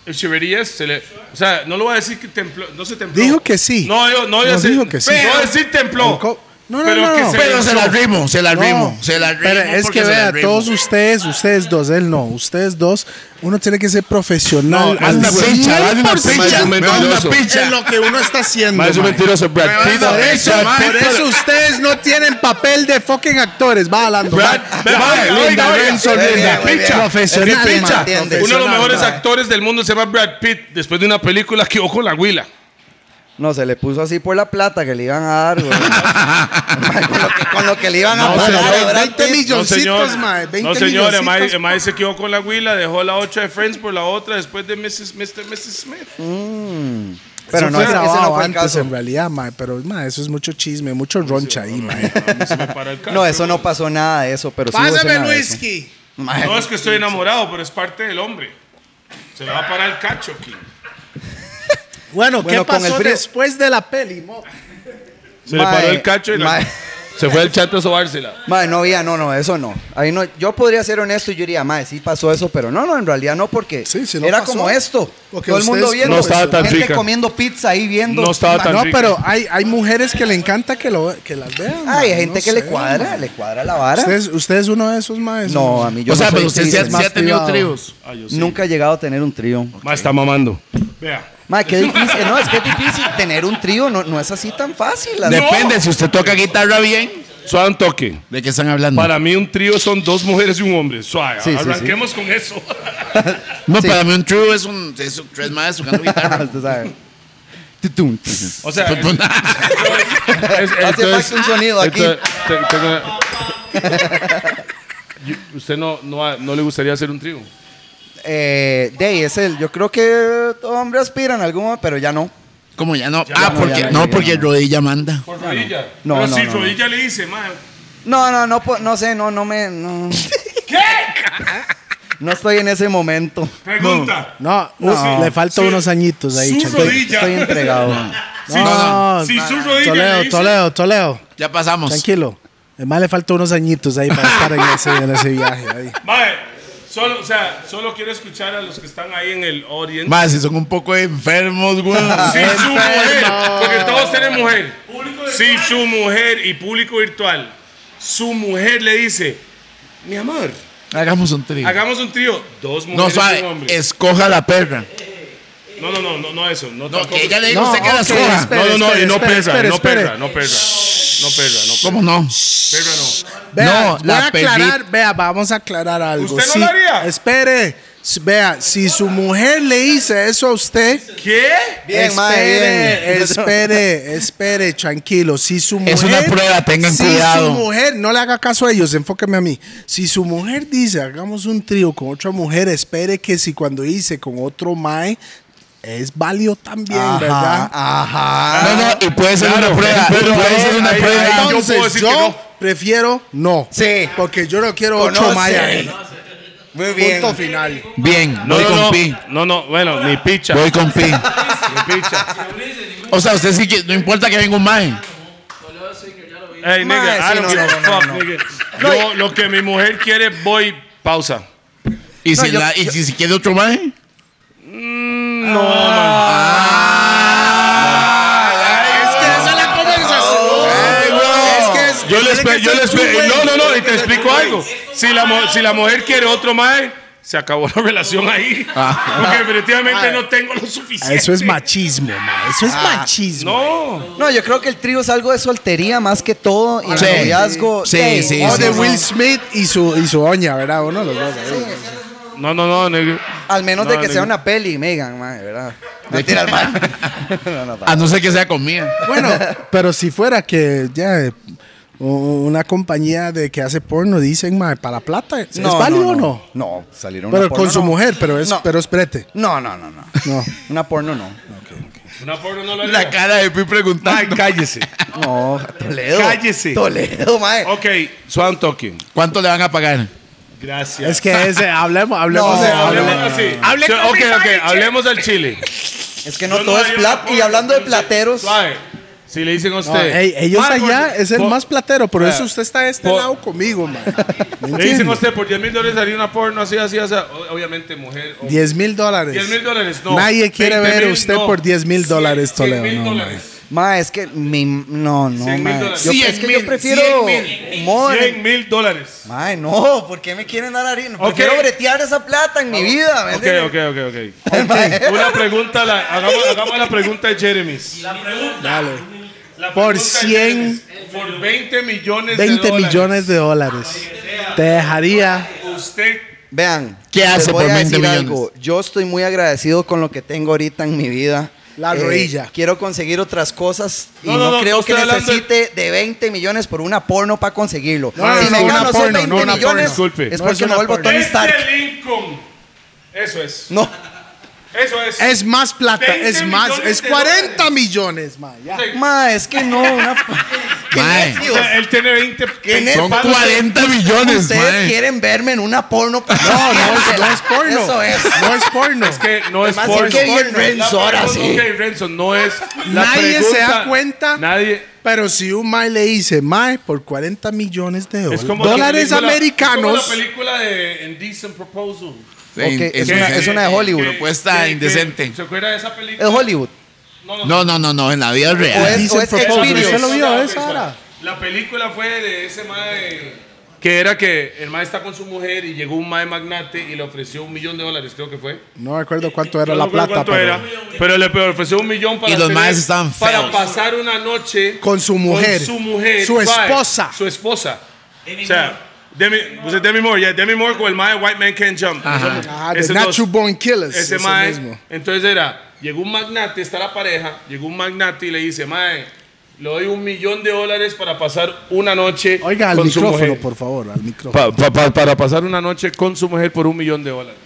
[SPEAKER 4] if she really is, se le- o sea, no lo voy a decir que templó, no se templó.
[SPEAKER 1] Dijo que sí.
[SPEAKER 4] No, yo, no, yo
[SPEAKER 1] Nos
[SPEAKER 4] sé-
[SPEAKER 1] dijo que sí.
[SPEAKER 4] No voy a
[SPEAKER 1] Pero-
[SPEAKER 4] decir
[SPEAKER 1] El
[SPEAKER 4] templó.
[SPEAKER 1] co- No, no,
[SPEAKER 4] Pero
[SPEAKER 1] no,
[SPEAKER 4] que
[SPEAKER 1] no.
[SPEAKER 4] se-
[SPEAKER 2] Pero se la rimo, se la
[SPEAKER 1] No.
[SPEAKER 2] rimo, se la rimo.
[SPEAKER 1] Pero es
[SPEAKER 2] porque
[SPEAKER 1] que
[SPEAKER 2] se la
[SPEAKER 1] vea,
[SPEAKER 2] rimo.
[SPEAKER 1] todos ustedes, ustedes dos, él no, ustedes dos, uno tiene que ser profesional.
[SPEAKER 6] No,
[SPEAKER 1] al
[SPEAKER 6] hasta
[SPEAKER 1] cien
[SPEAKER 6] pincha, dale una
[SPEAKER 1] por ciento.
[SPEAKER 6] pincha,
[SPEAKER 1] Mae,
[SPEAKER 6] dale una
[SPEAKER 2] pincha.
[SPEAKER 1] en lo que uno está haciendo.
[SPEAKER 6] Más un
[SPEAKER 1] mae.
[SPEAKER 6] mentiroso, Brad Pitt.
[SPEAKER 1] Por eso,
[SPEAKER 6] Brad
[SPEAKER 1] por
[SPEAKER 6] Pitt.
[SPEAKER 1] eso ustedes no tienen papel de fucking actores. Va hablando.
[SPEAKER 4] Brad-
[SPEAKER 1] va.
[SPEAKER 4] Brad-
[SPEAKER 1] Va,
[SPEAKER 4] oiga, oiga,
[SPEAKER 1] Linda,
[SPEAKER 4] oiga.
[SPEAKER 1] Benson,
[SPEAKER 3] Muy bien,
[SPEAKER 1] Linda.
[SPEAKER 3] muy bien.
[SPEAKER 1] Profesional,
[SPEAKER 3] Ese pincha.
[SPEAKER 1] mae,
[SPEAKER 3] Entiende.
[SPEAKER 4] Uno de los
[SPEAKER 1] profesional,
[SPEAKER 4] mejores
[SPEAKER 1] mae.
[SPEAKER 4] actores del mundo se llama Brad Pitt, después de una película que ojo la huila.
[SPEAKER 3] No, se le puso así por la plata que le iban a dar, güey. con, lo que, con lo que le iban a
[SPEAKER 6] No,
[SPEAKER 3] pagar.
[SPEAKER 6] señor.
[SPEAKER 3] a Ah, Brad
[SPEAKER 1] 20
[SPEAKER 3] Pitt.
[SPEAKER 6] No,
[SPEAKER 1] milloncitos,
[SPEAKER 6] señor.
[SPEAKER 1] mae. 20
[SPEAKER 6] No, señor, el mae-
[SPEAKER 1] milloncitos.
[SPEAKER 6] el mae se equivocó con la huila, dejó la 8 de Friends por la otra después de Mrs. Mr. Mrs. Smith.
[SPEAKER 1] Eso
[SPEAKER 3] Pero no,
[SPEAKER 1] fue
[SPEAKER 3] ese, ese
[SPEAKER 1] grabado
[SPEAKER 3] no fue el
[SPEAKER 1] antes,
[SPEAKER 3] caso.
[SPEAKER 1] en realidad, mae. Pero, mae, eso es mucho chisme, mucho roncha ahí, mae.
[SPEAKER 3] No, eso no pasó nada de eso, pero sí hubo
[SPEAKER 1] Pásame
[SPEAKER 3] escena
[SPEAKER 1] el
[SPEAKER 3] de eso.
[SPEAKER 1] whisky.
[SPEAKER 3] Mae,
[SPEAKER 6] No es que estoy enamorado, pero es parte del hombre. Se le va a parar el cacho aquí.
[SPEAKER 1] Bueno, ¿qué
[SPEAKER 3] Bueno, con el
[SPEAKER 1] pasó
[SPEAKER 3] frío-
[SPEAKER 1] después de la peli, mo?
[SPEAKER 6] Se le
[SPEAKER 3] mae,
[SPEAKER 6] paró el cacho y la-
[SPEAKER 3] mae,
[SPEAKER 8] Se fue el chato a sobársela.
[SPEAKER 3] mae, no, ya, no, no, eso no. Ahí no. Yo podría ser honesto y yo diría, mae, sí pasó eso, pero no, no, en realidad no, porque
[SPEAKER 1] Sí, sí, no
[SPEAKER 3] era
[SPEAKER 1] pasó.
[SPEAKER 3] como esto.
[SPEAKER 1] Porque
[SPEAKER 3] Todo el mundo
[SPEAKER 1] ustedes-
[SPEAKER 3] viendo. pues,
[SPEAKER 8] No estaba tan
[SPEAKER 3] gente
[SPEAKER 8] rica.
[SPEAKER 3] comiendo pizza ahí viendo.
[SPEAKER 8] No estaba
[SPEAKER 3] Mae,
[SPEAKER 8] tan
[SPEAKER 1] No,
[SPEAKER 8] rica.
[SPEAKER 1] pero hay, hay mujeres que le encanta que, lo, que las vean.
[SPEAKER 3] Ay, hay
[SPEAKER 1] mae,
[SPEAKER 3] gente
[SPEAKER 1] no
[SPEAKER 3] que le
[SPEAKER 1] sé,
[SPEAKER 3] cuadra,
[SPEAKER 1] mae.
[SPEAKER 3] le cuadra la vara.
[SPEAKER 1] ¿Usted es, usted es uno de esos, mae?
[SPEAKER 3] No, a mí yo
[SPEAKER 2] o
[SPEAKER 3] no
[SPEAKER 2] sea,
[SPEAKER 3] soy
[SPEAKER 2] pero usted
[SPEAKER 3] trío,
[SPEAKER 2] sí ha,
[SPEAKER 3] es
[SPEAKER 2] sí
[SPEAKER 3] más
[SPEAKER 2] ha tenido
[SPEAKER 3] privado.
[SPEAKER 2] tríos.
[SPEAKER 3] Nunca he llegado a tener un trío.
[SPEAKER 8] Ma, está mamando.
[SPEAKER 6] Vea.
[SPEAKER 3] Mae, qué difícil. No, es que es difícil tener un trío. No, no es así tan fácil. la-
[SPEAKER 2] Depende, si usted toca guitarra bien,
[SPEAKER 8] Suave un toque.
[SPEAKER 2] ¿de qué están hablando?
[SPEAKER 8] Para mí un trío son dos mujeres y un hombre. Suave.
[SPEAKER 3] Sí, sí, sí.
[SPEAKER 8] Arranquemos con eso.
[SPEAKER 2] no,
[SPEAKER 3] sí.
[SPEAKER 2] para mí un trío es un es un- tres madres tocando guitarra. Pues,
[SPEAKER 3] Usted sabe. Tutum.
[SPEAKER 6] O sea,
[SPEAKER 8] Es-
[SPEAKER 3] Hace
[SPEAKER 8] entonces-
[SPEAKER 3] falta un sonido aquí.
[SPEAKER 8] entonces, te- tengo una- Yo- ¿Usted no, no, ha- no le gustaría hacer un trío?
[SPEAKER 3] Eh, Day es el. Yo creo que todo hombre aspira en algún momento, pero ya no.
[SPEAKER 2] ¿Cómo ya no? ah,
[SPEAKER 3] no,
[SPEAKER 2] porque
[SPEAKER 3] ya no,
[SPEAKER 2] no,
[SPEAKER 3] ya
[SPEAKER 2] porque
[SPEAKER 3] no.
[SPEAKER 2] rodilla manda.
[SPEAKER 6] por rodilla.
[SPEAKER 3] No,
[SPEAKER 6] pero
[SPEAKER 3] no,
[SPEAKER 6] si
[SPEAKER 3] no, no.
[SPEAKER 6] rodilla le dice, mae.
[SPEAKER 3] No, no, no, po- no sé, no, no me. No. ¿Qué? No estoy en ese momento.
[SPEAKER 6] Pregunta.
[SPEAKER 1] No,
[SPEAKER 3] No.
[SPEAKER 1] uh, le falta
[SPEAKER 6] Sí.
[SPEAKER 1] unos añitos ahí,
[SPEAKER 6] Su
[SPEAKER 1] chaval.
[SPEAKER 6] rodilla.
[SPEAKER 3] Estoy entregado.
[SPEAKER 6] Si-
[SPEAKER 1] No,
[SPEAKER 6] si
[SPEAKER 1] no,
[SPEAKER 6] su rodilla le
[SPEAKER 1] Toledo,
[SPEAKER 6] dice-
[SPEAKER 1] Toledo, Toledo.
[SPEAKER 2] Ya pasamos.
[SPEAKER 1] Tranquilo. Además le falta unos añitos ahí para estar en ese, en ese viaje. Ahí.
[SPEAKER 6] Mae, solo, o sea, solo quiero escuchar a los que están ahí en el audience.
[SPEAKER 2] Más, si son un poco enfermos, güey.
[SPEAKER 6] Si su mujer, porque todos tenemos mujer. Si su mujer y público virtual, su mujer le dice, mi amor,
[SPEAKER 2] Hagamos un trío.
[SPEAKER 6] hagamos un trío, dos
[SPEAKER 2] No,
[SPEAKER 6] mujeres y un
[SPEAKER 2] suave,
[SPEAKER 6] hombre.
[SPEAKER 2] escoja la perra.
[SPEAKER 6] No, no, no, no, no eso, no,
[SPEAKER 2] No,
[SPEAKER 6] tampoco.
[SPEAKER 2] que ella le diga
[SPEAKER 1] No,
[SPEAKER 2] usted que la
[SPEAKER 1] ok,
[SPEAKER 2] escoja.
[SPEAKER 1] espere,
[SPEAKER 6] no, no, no, y
[SPEAKER 1] espere,
[SPEAKER 6] no
[SPEAKER 1] espere,
[SPEAKER 6] perra,
[SPEAKER 1] espere,
[SPEAKER 6] no perra,
[SPEAKER 1] espere.
[SPEAKER 6] no perra, no perra, no perra,
[SPEAKER 2] ¿Cómo no?
[SPEAKER 6] perra no.
[SPEAKER 1] Vea,
[SPEAKER 2] No,
[SPEAKER 1] voy
[SPEAKER 2] la
[SPEAKER 1] a aclarar,
[SPEAKER 2] perri-
[SPEAKER 1] vea, vamos a aclarar algo.
[SPEAKER 6] ¿Usted no
[SPEAKER 1] Sí,
[SPEAKER 6] lo haría?
[SPEAKER 1] Espere, S- vea, si su mujer le dice eso a usted,
[SPEAKER 6] ¿Qué?
[SPEAKER 3] Bien,
[SPEAKER 1] espere,
[SPEAKER 3] mae, bien.
[SPEAKER 1] espere, espere, tranquilo. Si su mujer,
[SPEAKER 2] Es una prueba, tengan
[SPEAKER 1] si
[SPEAKER 2] cuidado.
[SPEAKER 1] su mujer, no le haga caso a ellos, enfóqueme a mí. Si su mujer dice, hagamos un trío con otra mujer, espere que si cuando dice con otro mae, es válido también, ¿verdad?
[SPEAKER 3] Ajá.
[SPEAKER 2] No, no, y puede ser una prueba.
[SPEAKER 8] pero
[SPEAKER 2] puede
[SPEAKER 8] ahí-
[SPEAKER 3] Eh,
[SPEAKER 2] ser una
[SPEAKER 8] ahí-
[SPEAKER 2] prueba.
[SPEAKER 8] ahí
[SPEAKER 6] yo
[SPEAKER 1] Entonces,
[SPEAKER 6] puedo
[SPEAKER 1] yo,
[SPEAKER 6] decir que no.
[SPEAKER 1] prefiero no.
[SPEAKER 3] Sí.
[SPEAKER 1] Porque yo no quiero
[SPEAKER 3] Conoce.
[SPEAKER 1] ocho mayas ahí.
[SPEAKER 3] Muy bien.
[SPEAKER 1] Punto final.
[SPEAKER 2] Bien, voy
[SPEAKER 8] no,
[SPEAKER 2] con
[SPEAKER 8] no,
[SPEAKER 2] Pi.
[SPEAKER 8] no, no, bueno, ni picha.
[SPEAKER 2] Voy con Pi. o sea, usted sí que no importa que venga un mae.
[SPEAKER 3] Mae,
[SPEAKER 6] Ey, nigga, I
[SPEAKER 3] sí,
[SPEAKER 6] don't
[SPEAKER 3] no,
[SPEAKER 6] give a
[SPEAKER 3] no, no,
[SPEAKER 6] fuck,
[SPEAKER 3] no.
[SPEAKER 6] nigga. Yo, lo que mi mujer quiere, voy, pausa.
[SPEAKER 2] Y si,
[SPEAKER 3] yo-
[SPEAKER 2] la- y si, si quiere otro mae.
[SPEAKER 1] Es que
[SPEAKER 6] Yo les,
[SPEAKER 1] tiene que
[SPEAKER 6] yo
[SPEAKER 1] ser
[SPEAKER 6] les
[SPEAKER 1] two way.
[SPEAKER 6] no, no, no, y te explico algo. Si la, mu- si la mujer quiere otro mae, se acabó la relación ahí. Porque definitivamente no tengo lo suficiente.
[SPEAKER 1] Eso es machismo, ma. Eso es machismo.
[SPEAKER 6] No.
[SPEAKER 3] Ah. No, yo creo que el trío es algo de soltería más que todo. Y el
[SPEAKER 2] Sí.
[SPEAKER 3] noviazgo.
[SPEAKER 2] Sí,
[SPEAKER 3] Day,
[SPEAKER 2] sí,
[SPEAKER 1] O
[SPEAKER 3] no,
[SPEAKER 2] sí,
[SPEAKER 1] de
[SPEAKER 3] no,
[SPEAKER 1] Will
[SPEAKER 3] no.
[SPEAKER 1] Smith y su, y su oña, ¿verdad? Uno de los dos. ahí.
[SPEAKER 6] No, no, no, negro.
[SPEAKER 3] Al menos de
[SPEAKER 6] No,
[SPEAKER 3] que
[SPEAKER 6] no,
[SPEAKER 3] sea
[SPEAKER 6] no.
[SPEAKER 3] una peli, Megan, mae, ¿verdad? Mentira, al mae. No, no, pa.
[SPEAKER 2] A no ser que sea comida.
[SPEAKER 1] Bueno, pero si fuera que ya eh, u- una compañía de que hace porno dicen, ma, para plata, ¿es
[SPEAKER 3] No,
[SPEAKER 1] válido
[SPEAKER 3] no,
[SPEAKER 1] o
[SPEAKER 3] no.
[SPEAKER 1] no?
[SPEAKER 3] No, salir a una
[SPEAKER 1] Pero
[SPEAKER 3] porno,
[SPEAKER 1] con su
[SPEAKER 3] no.
[SPEAKER 1] mujer, pero es,
[SPEAKER 3] No.
[SPEAKER 1] pero es prete.
[SPEAKER 3] No, no, no, no.
[SPEAKER 1] No.
[SPEAKER 3] Una porno no.
[SPEAKER 6] Una porno no lo
[SPEAKER 2] La cara de Pi preguntando.
[SPEAKER 8] cállese.
[SPEAKER 3] No, Toledo.
[SPEAKER 8] Cállese.
[SPEAKER 3] Toledo, mae.
[SPEAKER 6] Ok,
[SPEAKER 8] Suave un toque.
[SPEAKER 2] ¿Cuánto le van a pagar?
[SPEAKER 6] gracias.
[SPEAKER 1] Es que ese, hablemos, hablemos
[SPEAKER 3] No,
[SPEAKER 1] de-
[SPEAKER 6] Hablemos
[SPEAKER 1] hablemos-
[SPEAKER 6] así. Sí, ok, ok, hablemos al chile.
[SPEAKER 3] Es que no
[SPEAKER 6] Yo
[SPEAKER 3] todo es
[SPEAKER 6] haría una
[SPEAKER 3] plata.
[SPEAKER 6] porno,
[SPEAKER 3] Y hablando de
[SPEAKER 6] pero sí.
[SPEAKER 3] plateros.
[SPEAKER 6] Suave. Si le dicen a usted.
[SPEAKER 1] No, ey, ellos
[SPEAKER 6] "Mae,
[SPEAKER 1] allá
[SPEAKER 6] por-
[SPEAKER 1] es el
[SPEAKER 6] por-
[SPEAKER 1] más platero,
[SPEAKER 4] eh,
[SPEAKER 1] por eso usted está de este
[SPEAKER 6] por-
[SPEAKER 1] lado conmigo, man. ¿Me
[SPEAKER 6] Le dicen a
[SPEAKER 1] entiendes?
[SPEAKER 6] usted por 10 mil dólares haría una porno así, así, así. O- Obviamente, mujer. o-
[SPEAKER 1] 10 mil dólares.
[SPEAKER 6] 10 mil dólares, no.
[SPEAKER 1] Nadie quiere
[SPEAKER 6] 20
[SPEAKER 1] ver
[SPEAKER 6] mil,
[SPEAKER 1] usted
[SPEAKER 6] no.
[SPEAKER 1] por 10 mil dólares,
[SPEAKER 6] 100 mil
[SPEAKER 1] Toledo. No, man.
[SPEAKER 6] dólares.
[SPEAKER 3] Mae, es que mi. No, no,
[SPEAKER 6] Cien mil
[SPEAKER 3] mae.
[SPEAKER 6] dólares.
[SPEAKER 3] Yo,
[SPEAKER 2] Cien
[SPEAKER 3] es que yo
[SPEAKER 2] mil,
[SPEAKER 3] prefiero.
[SPEAKER 2] cien
[SPEAKER 3] humor.
[SPEAKER 6] 100 mil dólares.
[SPEAKER 3] Mae, no. ¿Por qué me quieren dar harina?
[SPEAKER 6] Ok.
[SPEAKER 3] Prefiero bretear esa plata en mi vida, ¿me
[SPEAKER 6] Ok,
[SPEAKER 3] entiendes?
[SPEAKER 6] ok, ok, ok. Una pregunta, la, hagamos, hagamos la pregunta de Jeremy.
[SPEAKER 1] Dale.
[SPEAKER 6] La
[SPEAKER 1] Por
[SPEAKER 6] pregunta de
[SPEAKER 1] 100.
[SPEAKER 6] Jeremy. Por 20 millones
[SPEAKER 1] 20
[SPEAKER 6] de dólares.
[SPEAKER 1] millones de dólares. Te dejaría.
[SPEAKER 6] Usted,
[SPEAKER 3] Vean,
[SPEAKER 2] ¿Qué
[SPEAKER 3] les
[SPEAKER 2] hace
[SPEAKER 3] voy
[SPEAKER 2] por
[SPEAKER 3] a
[SPEAKER 2] 20
[SPEAKER 3] decir
[SPEAKER 2] millones?
[SPEAKER 3] Yo estoy muy agradecido con lo que tengo ahorita en mi vida.
[SPEAKER 1] La
[SPEAKER 3] eh,
[SPEAKER 1] rodilla.
[SPEAKER 3] quiero conseguir otras cosas y
[SPEAKER 4] No,
[SPEAKER 3] no,
[SPEAKER 4] no, no,
[SPEAKER 3] creo
[SPEAKER 4] no
[SPEAKER 3] que
[SPEAKER 4] estoy hablando de-
[SPEAKER 3] necesite de 20 millones por una porno para conseguirlo.
[SPEAKER 1] No, no,
[SPEAKER 3] si
[SPEAKER 1] no,
[SPEAKER 3] me
[SPEAKER 1] una
[SPEAKER 3] gano esos
[SPEAKER 1] porno,
[SPEAKER 3] 20
[SPEAKER 1] no una porno.
[SPEAKER 3] millones,
[SPEAKER 6] Disculpe.
[SPEAKER 3] es
[SPEAKER 1] No es
[SPEAKER 3] porque
[SPEAKER 1] una
[SPEAKER 3] me vuelvo
[SPEAKER 1] porno.
[SPEAKER 3] Tony Stark.
[SPEAKER 4] Este Lincoln. Eso es.
[SPEAKER 3] No,
[SPEAKER 4] Eso es.
[SPEAKER 3] Eh,
[SPEAKER 1] Es más plata,
[SPEAKER 4] 20
[SPEAKER 1] es más,
[SPEAKER 4] millones
[SPEAKER 1] es
[SPEAKER 4] de
[SPEAKER 1] 40
[SPEAKER 4] dólares.
[SPEAKER 1] millones, ma. ya.
[SPEAKER 3] ma, es que no. Una... ¿Qué
[SPEAKER 2] Mae.
[SPEAKER 4] O
[SPEAKER 3] necios?
[SPEAKER 4] sea, él tiene 20.
[SPEAKER 3] ¿Quién es?
[SPEAKER 2] Son
[SPEAKER 3] Pablo,
[SPEAKER 2] 40 millones,
[SPEAKER 3] Ustedes
[SPEAKER 2] mae.
[SPEAKER 3] quieren verme en una porno. No,
[SPEAKER 1] No, no es, no es porno.
[SPEAKER 3] Eso es.
[SPEAKER 1] No es porno.
[SPEAKER 6] Que no es
[SPEAKER 3] Además,
[SPEAKER 6] porno.
[SPEAKER 3] es que bien
[SPEAKER 6] La
[SPEAKER 3] Renzo ahora
[SPEAKER 6] pregunta-
[SPEAKER 3] sí.
[SPEAKER 6] Ok, Renzo, no es. la
[SPEAKER 1] Nadie se da
[SPEAKER 6] pregunta-
[SPEAKER 1] cuenta.
[SPEAKER 6] Nadie.
[SPEAKER 1] Pero si un mae le dice, mae, por 40 millones de
[SPEAKER 4] Es
[SPEAKER 1] dólares,
[SPEAKER 4] como la
[SPEAKER 1] dólares
[SPEAKER 4] película-
[SPEAKER 1] americanos.
[SPEAKER 4] Es como la película de Indecent Proposal.
[SPEAKER 3] Ok,
[SPEAKER 2] En-
[SPEAKER 3] es
[SPEAKER 2] en-
[SPEAKER 3] una- es una de Hollywood.
[SPEAKER 2] Propuesta indecente.
[SPEAKER 4] ¿Se acuerda de esa película?
[SPEAKER 3] Es Hollywood.
[SPEAKER 2] No, no, no, no, en la vida
[SPEAKER 3] O es-
[SPEAKER 2] real.
[SPEAKER 1] Indecent Proposal,
[SPEAKER 3] Xvideos.
[SPEAKER 1] ¿Usted lo vio
[SPEAKER 4] Visual,
[SPEAKER 1] esa
[SPEAKER 4] visual.
[SPEAKER 1] ahora?
[SPEAKER 4] La película fue de ese mae que era que el mae está con su mujer y llegó un mae magnate y le ofreció un millón de dólares, creo que fue.
[SPEAKER 1] No recuerdo cuánto era
[SPEAKER 4] No
[SPEAKER 1] la
[SPEAKER 4] recuerdo
[SPEAKER 1] plata,
[SPEAKER 4] cuánto
[SPEAKER 1] pero
[SPEAKER 4] era, pero le ofreció un millón para
[SPEAKER 2] Y los
[SPEAKER 4] hacer-
[SPEAKER 2] maes estaban
[SPEAKER 4] para
[SPEAKER 2] feos.
[SPEAKER 4] pasar una noche
[SPEAKER 1] Con su mujer.
[SPEAKER 4] con su mujer,
[SPEAKER 1] Su
[SPEAKER 4] mae,
[SPEAKER 1] esposa.
[SPEAKER 4] su esposa. o sea, Demi, pues es Demi Moore, yeah, Demi Moore con el mae White Man Can't Jump.
[SPEAKER 2] Ajá.
[SPEAKER 4] Esos-
[SPEAKER 1] Ah, de
[SPEAKER 4] esos dos.
[SPEAKER 1] Natural Born Killers.
[SPEAKER 4] Ese
[SPEAKER 1] Ese,
[SPEAKER 4] mae,
[SPEAKER 1] mismo.
[SPEAKER 4] entonces era, llegó un magnate, está la pareja, llegó un magnate y le dice, mae, le doy un millón de dólares para pasar una noche
[SPEAKER 1] Oiga, al
[SPEAKER 4] con su
[SPEAKER 1] micrófono,
[SPEAKER 4] mujer.
[SPEAKER 1] por favor, al micrófono.
[SPEAKER 4] Pa- pa- pa- para pasar una noche con su mujer por un millón de dólares.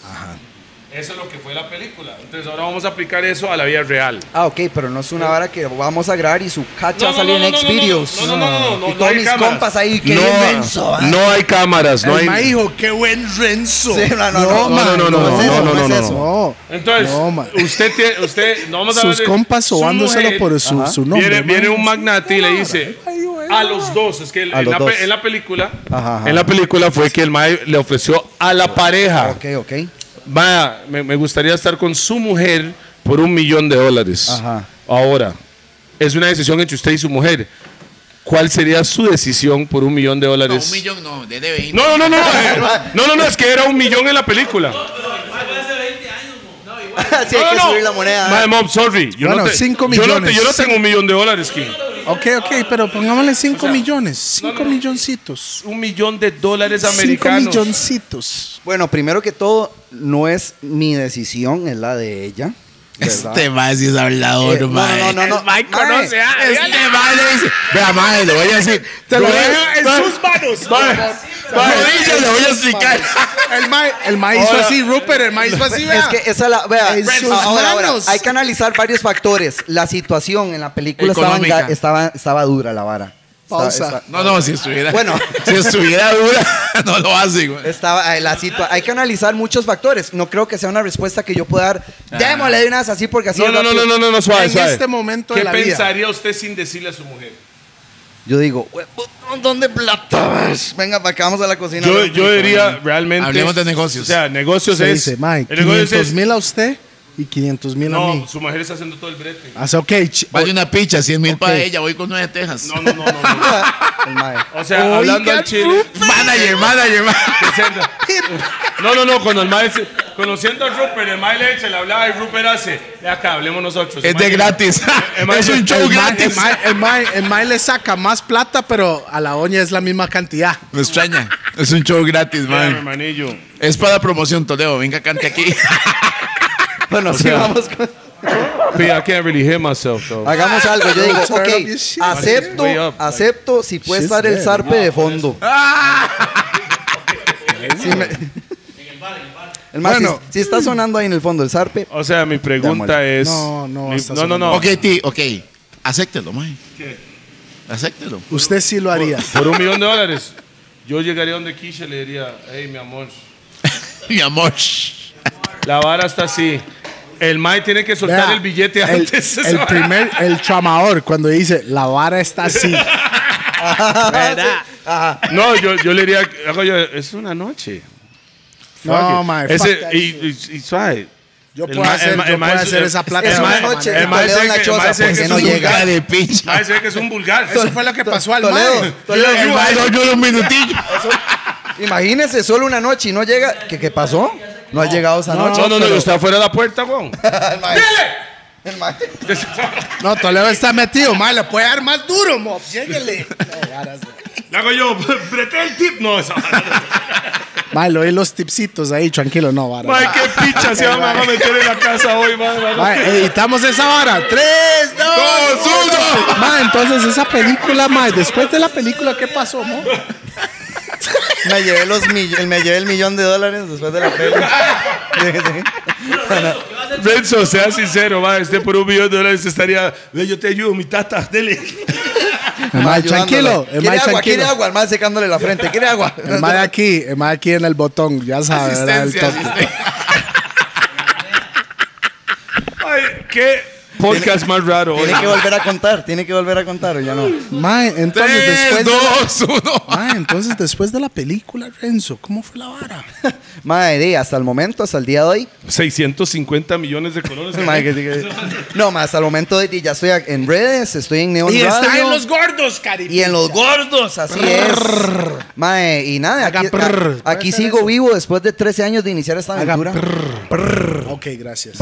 [SPEAKER 4] Eso es lo que fue la película. Entonces ahora vamos a aplicar eso a la vida real.
[SPEAKER 3] Ah, ok, pero no es una vara que vamos a grabar y su cacha va a
[SPEAKER 4] No, no,
[SPEAKER 3] salir
[SPEAKER 4] no,
[SPEAKER 3] en
[SPEAKER 4] no, no,
[SPEAKER 3] Xvideos.
[SPEAKER 4] no, no, no, no, no, no,
[SPEAKER 3] Y
[SPEAKER 4] no
[SPEAKER 3] todos
[SPEAKER 4] hay
[SPEAKER 3] mis
[SPEAKER 4] cámaras.
[SPEAKER 3] compas ahí, qué inmenso. ah.
[SPEAKER 6] no hay cámaras, no
[SPEAKER 1] el
[SPEAKER 6] hay.
[SPEAKER 1] mae dijo, qué buen Renzo.
[SPEAKER 3] Sí, no, no, no,
[SPEAKER 1] mae,
[SPEAKER 6] no, no, no,
[SPEAKER 1] es
[SPEAKER 6] no,
[SPEAKER 1] eso,
[SPEAKER 6] no, no,
[SPEAKER 1] es
[SPEAKER 6] no,
[SPEAKER 1] eso.
[SPEAKER 4] Entonces,
[SPEAKER 1] No, man.
[SPEAKER 4] usted tiene, usted, no vamos a
[SPEAKER 1] Sus
[SPEAKER 4] hablar de-
[SPEAKER 1] compas
[SPEAKER 4] su
[SPEAKER 1] sobándoselo
[SPEAKER 4] mujer
[SPEAKER 1] por su, su nombre.
[SPEAKER 4] Viene,
[SPEAKER 1] mae.
[SPEAKER 4] viene un magnate y le dice a los dos, es que en,
[SPEAKER 3] A los
[SPEAKER 4] la, pe-
[SPEAKER 3] dos.
[SPEAKER 4] en la película,
[SPEAKER 3] Ajá, ajá.
[SPEAKER 6] En la película fue que el Mae le ofreció a la pareja.
[SPEAKER 3] Ok, ok.
[SPEAKER 6] Vaya, me, me gustaría estar con su mujer por un millón de dólares.
[SPEAKER 3] Ajá.
[SPEAKER 6] Ahora, es una decisión entre usted y su mujer. ¿Cuál sería su decisión por un millón de
[SPEAKER 2] No, un
[SPEAKER 6] dólares?
[SPEAKER 2] millón, no, desde 20.
[SPEAKER 6] No, no, no, no. eh, No, no, no, es que era un millón en la película.
[SPEAKER 3] Así hay
[SPEAKER 6] No,
[SPEAKER 3] que
[SPEAKER 6] no, no.
[SPEAKER 3] subir la moneda.
[SPEAKER 6] My mom, sorry. Yo
[SPEAKER 1] eh. Bueno,
[SPEAKER 6] no te-
[SPEAKER 1] cinco
[SPEAKER 6] yo no te-
[SPEAKER 1] millones.
[SPEAKER 6] Yo no tengo un millón de dólares, Kim.
[SPEAKER 1] Ok, ok, pero pongámosle 5 millones. 5 milloncitos.
[SPEAKER 4] un millón de dólares
[SPEAKER 1] 5
[SPEAKER 4] americanos.
[SPEAKER 1] milloncitos.
[SPEAKER 3] Bueno, primero que todo, no es mi decisión, es la de ella. ¿verdad?
[SPEAKER 2] Este mae sí es hablador,
[SPEAKER 3] Eh, no,
[SPEAKER 2] mae.
[SPEAKER 3] no, no, no, no.
[SPEAKER 2] Mae conoce,
[SPEAKER 3] Mae.
[SPEAKER 2] ah, Este mae le dice, vea, mae, le voy a decir. Te
[SPEAKER 1] lo dejo Ah, en sus
[SPEAKER 2] manos. Mae,
[SPEAKER 3] eh,
[SPEAKER 2] rodillas, le voy a explicar.
[SPEAKER 1] El mae, el mae hizo así, Rupert, el mae hizo así,
[SPEAKER 3] Es
[SPEAKER 1] vea.
[SPEAKER 3] que esa la. Vea,
[SPEAKER 1] En sus
[SPEAKER 3] ahora, ahora,
[SPEAKER 1] manos.
[SPEAKER 3] hay que analizar varios factores. La situación en la película estaba, en
[SPEAKER 2] Económica.
[SPEAKER 3] ga- estaba, estaba dura, la vara. Estaba-
[SPEAKER 1] Pausa.
[SPEAKER 3] estaba-
[SPEAKER 2] No, no, si estuviera.
[SPEAKER 3] Bueno.
[SPEAKER 2] Si estuviera dura, no lo hace, güey.
[SPEAKER 3] Estaba, eh, la situa- hay que analizar muchos factores. No creo que sea una respuesta que yo pueda dar. Démosle de una vez así porque así.
[SPEAKER 6] Ah. No,
[SPEAKER 3] es
[SPEAKER 6] no, no,
[SPEAKER 3] rápido".
[SPEAKER 6] no, no, no, no, suave,
[SPEAKER 1] en
[SPEAKER 6] suave.
[SPEAKER 1] este momento
[SPEAKER 4] ¿Qué
[SPEAKER 1] de la vida.
[SPEAKER 4] pensaría usted sin decirle a su mujer?
[SPEAKER 3] Yo digo, "Hue- un montón de plata. más. Venga, para acá vamos a la cocina.
[SPEAKER 6] Yo, yo diría realmente.
[SPEAKER 2] Hablemos de negocios.
[SPEAKER 6] O sea, negocios
[SPEAKER 1] Se
[SPEAKER 6] es.
[SPEAKER 1] dice, mae,
[SPEAKER 6] el negocio
[SPEAKER 1] 500
[SPEAKER 6] es-
[SPEAKER 1] mil a usted y 500 mil a
[SPEAKER 4] No,
[SPEAKER 1] mí.
[SPEAKER 4] su mujer está haciendo todo el brete.
[SPEAKER 1] Hace, ok, ch-
[SPEAKER 2] Vale una picha, 100 mil para ella, voy con nueve tejas.
[SPEAKER 4] No, no, no, no. no.
[SPEAKER 3] "Ah, El mae.
[SPEAKER 4] O sea, hablando al chile.
[SPEAKER 2] Manager, manager, manager.
[SPEAKER 4] presenta. No, no, no, cuando el maestro. Conociendo a Rupert, el maestro le echa, le hablaba y Rupert hace. De acá, hablemos nosotros.
[SPEAKER 2] Es de
[SPEAKER 4] Imagínate.
[SPEAKER 2] gratis.
[SPEAKER 4] mae,
[SPEAKER 2] Es un show
[SPEAKER 1] el mae,
[SPEAKER 2] gratis.
[SPEAKER 1] el mae- el mae- el mae le saca más plata, pero a la doña es la misma cantidad.
[SPEAKER 2] Me extraña. Es un show gratis,
[SPEAKER 4] Espérame,
[SPEAKER 2] mae.
[SPEAKER 4] hermanillo.
[SPEAKER 2] Es para promoción, Toledo. Venga, cante aquí.
[SPEAKER 3] Bueno, sí, vamos con-
[SPEAKER 6] P, I can't really hear myself, though.
[SPEAKER 3] Ah, Hagamos
[SPEAKER 1] Ah,
[SPEAKER 3] algo. Yo digo,
[SPEAKER 1] Turn up
[SPEAKER 3] ok,
[SPEAKER 1] your shit.
[SPEAKER 3] acepto,
[SPEAKER 6] Way up, like-
[SPEAKER 3] acepto si puede
[SPEAKER 1] Shit's
[SPEAKER 3] estar el
[SPEAKER 1] dead.
[SPEAKER 3] zarpe de fondo. Sí me- El mae,
[SPEAKER 1] Bueno.
[SPEAKER 3] si, si está sonando ahí en el fondo el zarpe,
[SPEAKER 6] O sea, mi pregunta
[SPEAKER 3] Llámale.
[SPEAKER 6] es.
[SPEAKER 1] No, no,
[SPEAKER 6] mi-
[SPEAKER 1] está
[SPEAKER 6] no, no, no.
[SPEAKER 2] Ok, ti, ok. Acéptelo, mae. Acéptelo.
[SPEAKER 1] Usted sí lo haría.
[SPEAKER 6] Por un millón de dólares.
[SPEAKER 4] Dólares. Yo llegaría donde Kisha le diría, hey, mi amor,
[SPEAKER 2] Mi amor. shh.
[SPEAKER 4] la vara está así. El Mae tiene que soltar
[SPEAKER 1] Vea,
[SPEAKER 4] el billete
[SPEAKER 1] el-
[SPEAKER 4] antes.
[SPEAKER 1] El, primer, el chamador, cuando dice, la vara está así. Ah,
[SPEAKER 6] No, yo, yo le diría, hago yo, es una noche.
[SPEAKER 1] no,
[SPEAKER 6] Fuck it.
[SPEAKER 1] mae, fuck
[SPEAKER 6] Ese-
[SPEAKER 1] that
[SPEAKER 6] y,
[SPEAKER 1] shit.
[SPEAKER 6] y- y suave.
[SPEAKER 1] Yo
[SPEAKER 6] el
[SPEAKER 1] puedo
[SPEAKER 6] ma-
[SPEAKER 1] hacer,
[SPEAKER 6] el ma-
[SPEAKER 1] yo
[SPEAKER 6] el
[SPEAKER 1] puedo
[SPEAKER 6] maestro-
[SPEAKER 1] hacer esa plata.
[SPEAKER 3] es
[SPEAKER 1] de
[SPEAKER 3] una
[SPEAKER 1] otra
[SPEAKER 3] noche
[SPEAKER 1] manera.
[SPEAKER 3] en
[SPEAKER 6] el mae
[SPEAKER 3] Toledo
[SPEAKER 6] sé
[SPEAKER 3] la
[SPEAKER 6] que- el
[SPEAKER 3] choza,
[SPEAKER 6] mae sé
[SPEAKER 3] ¿por
[SPEAKER 6] que
[SPEAKER 3] qué
[SPEAKER 6] es
[SPEAKER 3] no
[SPEAKER 6] un
[SPEAKER 3] llega?
[SPEAKER 2] Cara de pincha.
[SPEAKER 4] Mae, sé que es un vulgar.
[SPEAKER 1] Eso fue lo que pasó al
[SPEAKER 3] Toledo,
[SPEAKER 1] mae.
[SPEAKER 3] Toledo,
[SPEAKER 2] El mae no llora un minutillo.
[SPEAKER 3] imagínese solo una noche y no llega. ¿Qué, qué pasó? No ha llegado esa noche.
[SPEAKER 6] No, no, no,
[SPEAKER 3] pero-
[SPEAKER 6] está afuera de la puerta, Juan.
[SPEAKER 3] El mae- El mae-
[SPEAKER 1] No, Toledo está metido, mae, le puede dar más duro, mo. Lléguele.
[SPEAKER 4] Le hago yo, brete el tip. No, esa vara.
[SPEAKER 1] Mae, lo oí los tipsitos ahí, tranquilo, no, vara.
[SPEAKER 4] Mae, qué picha se van a meter en la casa hoy, mae. mae.
[SPEAKER 1] Mae, editamos esa vara. ¡Tres, dos, uno! Mae, entonces esa película, mae, después de la película, ¿qué pasó, mo?
[SPEAKER 3] Me llevé, los mill- me llevé el millón de dólares después de la peli. Sí, sí.
[SPEAKER 4] Renzo, sea sincero, mae. Usted por un millón de dólares estaría. "Ve, Yo te ayudo, mi tata, dele.
[SPEAKER 1] El mae, tranquilo,
[SPEAKER 3] Ayudándole.
[SPEAKER 1] el
[SPEAKER 3] ¿Quiere
[SPEAKER 1] mae,
[SPEAKER 3] agua? ¿Quiere
[SPEAKER 1] tranquilo.
[SPEAKER 3] agua? El mae secándole la frente. ¿Quiere agua?
[SPEAKER 1] El mae aquí, el mae aquí en el botón, ya sabes, ¿verdad? El
[SPEAKER 2] Asistencia,
[SPEAKER 1] toque.
[SPEAKER 2] asistencia.
[SPEAKER 4] Ay, qué podcast más raro hoy.
[SPEAKER 3] Tiene que volver a contar. Tiene que volver a contar o ya no.
[SPEAKER 1] Mae, entonces después. de la-
[SPEAKER 2] Dos, uno.
[SPEAKER 1] Mae, entonces después de la película, Renzo, ¿cómo fue la vara?
[SPEAKER 3] Madre, di, hasta el momento, hasta el día de hoy.
[SPEAKER 4] 650 millones de colones.
[SPEAKER 3] Mae, que sí, que sí. No, más hasta el momento de di, ya estoy a- en redes, estoy en Neon Radio.
[SPEAKER 1] gordos, cariño.
[SPEAKER 3] Y en los gordos, así es. Mae, y nada,
[SPEAKER 1] Haga
[SPEAKER 3] aquí,
[SPEAKER 1] prrr.
[SPEAKER 3] a- aquí sigo vivo después de 13 años de iniciar esta
[SPEAKER 1] Haga
[SPEAKER 3] aventura.
[SPEAKER 1] prrr. Ok, gracias.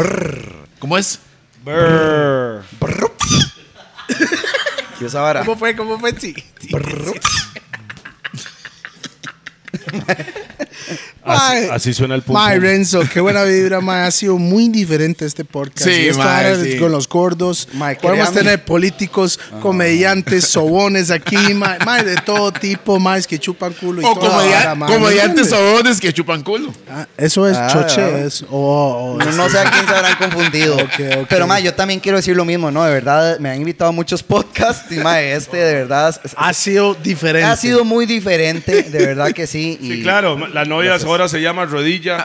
[SPEAKER 2] ¿Cómo es?
[SPEAKER 4] Brr.
[SPEAKER 3] Y esa vara.
[SPEAKER 1] ¿Cómo fue? ¿Cómo fue? Sí.
[SPEAKER 4] Así,
[SPEAKER 1] Mae.
[SPEAKER 4] así suena el punto.
[SPEAKER 1] Mae Renzo, qué buena vibra, Mae. Ha sido muy diferente este podcast.
[SPEAKER 2] Sí,
[SPEAKER 1] Y esta
[SPEAKER 2] mae,
[SPEAKER 1] hora
[SPEAKER 2] sí.
[SPEAKER 1] Con los gordos.
[SPEAKER 3] Mae,
[SPEAKER 1] Podemos
[SPEAKER 3] créame.
[SPEAKER 1] tener políticos, comediantes, sobones aquí, Mae. Mae de todo tipo, Mae que chupan culo y
[SPEAKER 2] O
[SPEAKER 1] toda
[SPEAKER 2] comedia-
[SPEAKER 1] vara, mae, ¿me
[SPEAKER 2] comediantes
[SPEAKER 1] entiendes?
[SPEAKER 2] sabones que chupan culo.
[SPEAKER 1] Ah, eso es
[SPEAKER 3] Ah, ah.
[SPEAKER 1] choche. Es, oh, oh,
[SPEAKER 3] No, no sé a quién se habrán confundido.
[SPEAKER 1] Ok, ok.
[SPEAKER 3] Pero, mae, yo también quiero decir lo mismo, ¿no? De verdad, me han invitado a muchos podcasts y, mae, este de verdad es-
[SPEAKER 1] ha sido diferente.
[SPEAKER 3] ha sido muy diferente. De verdad que sí. Y
[SPEAKER 4] Sí, claro, la novia ahora se llama Rodilla.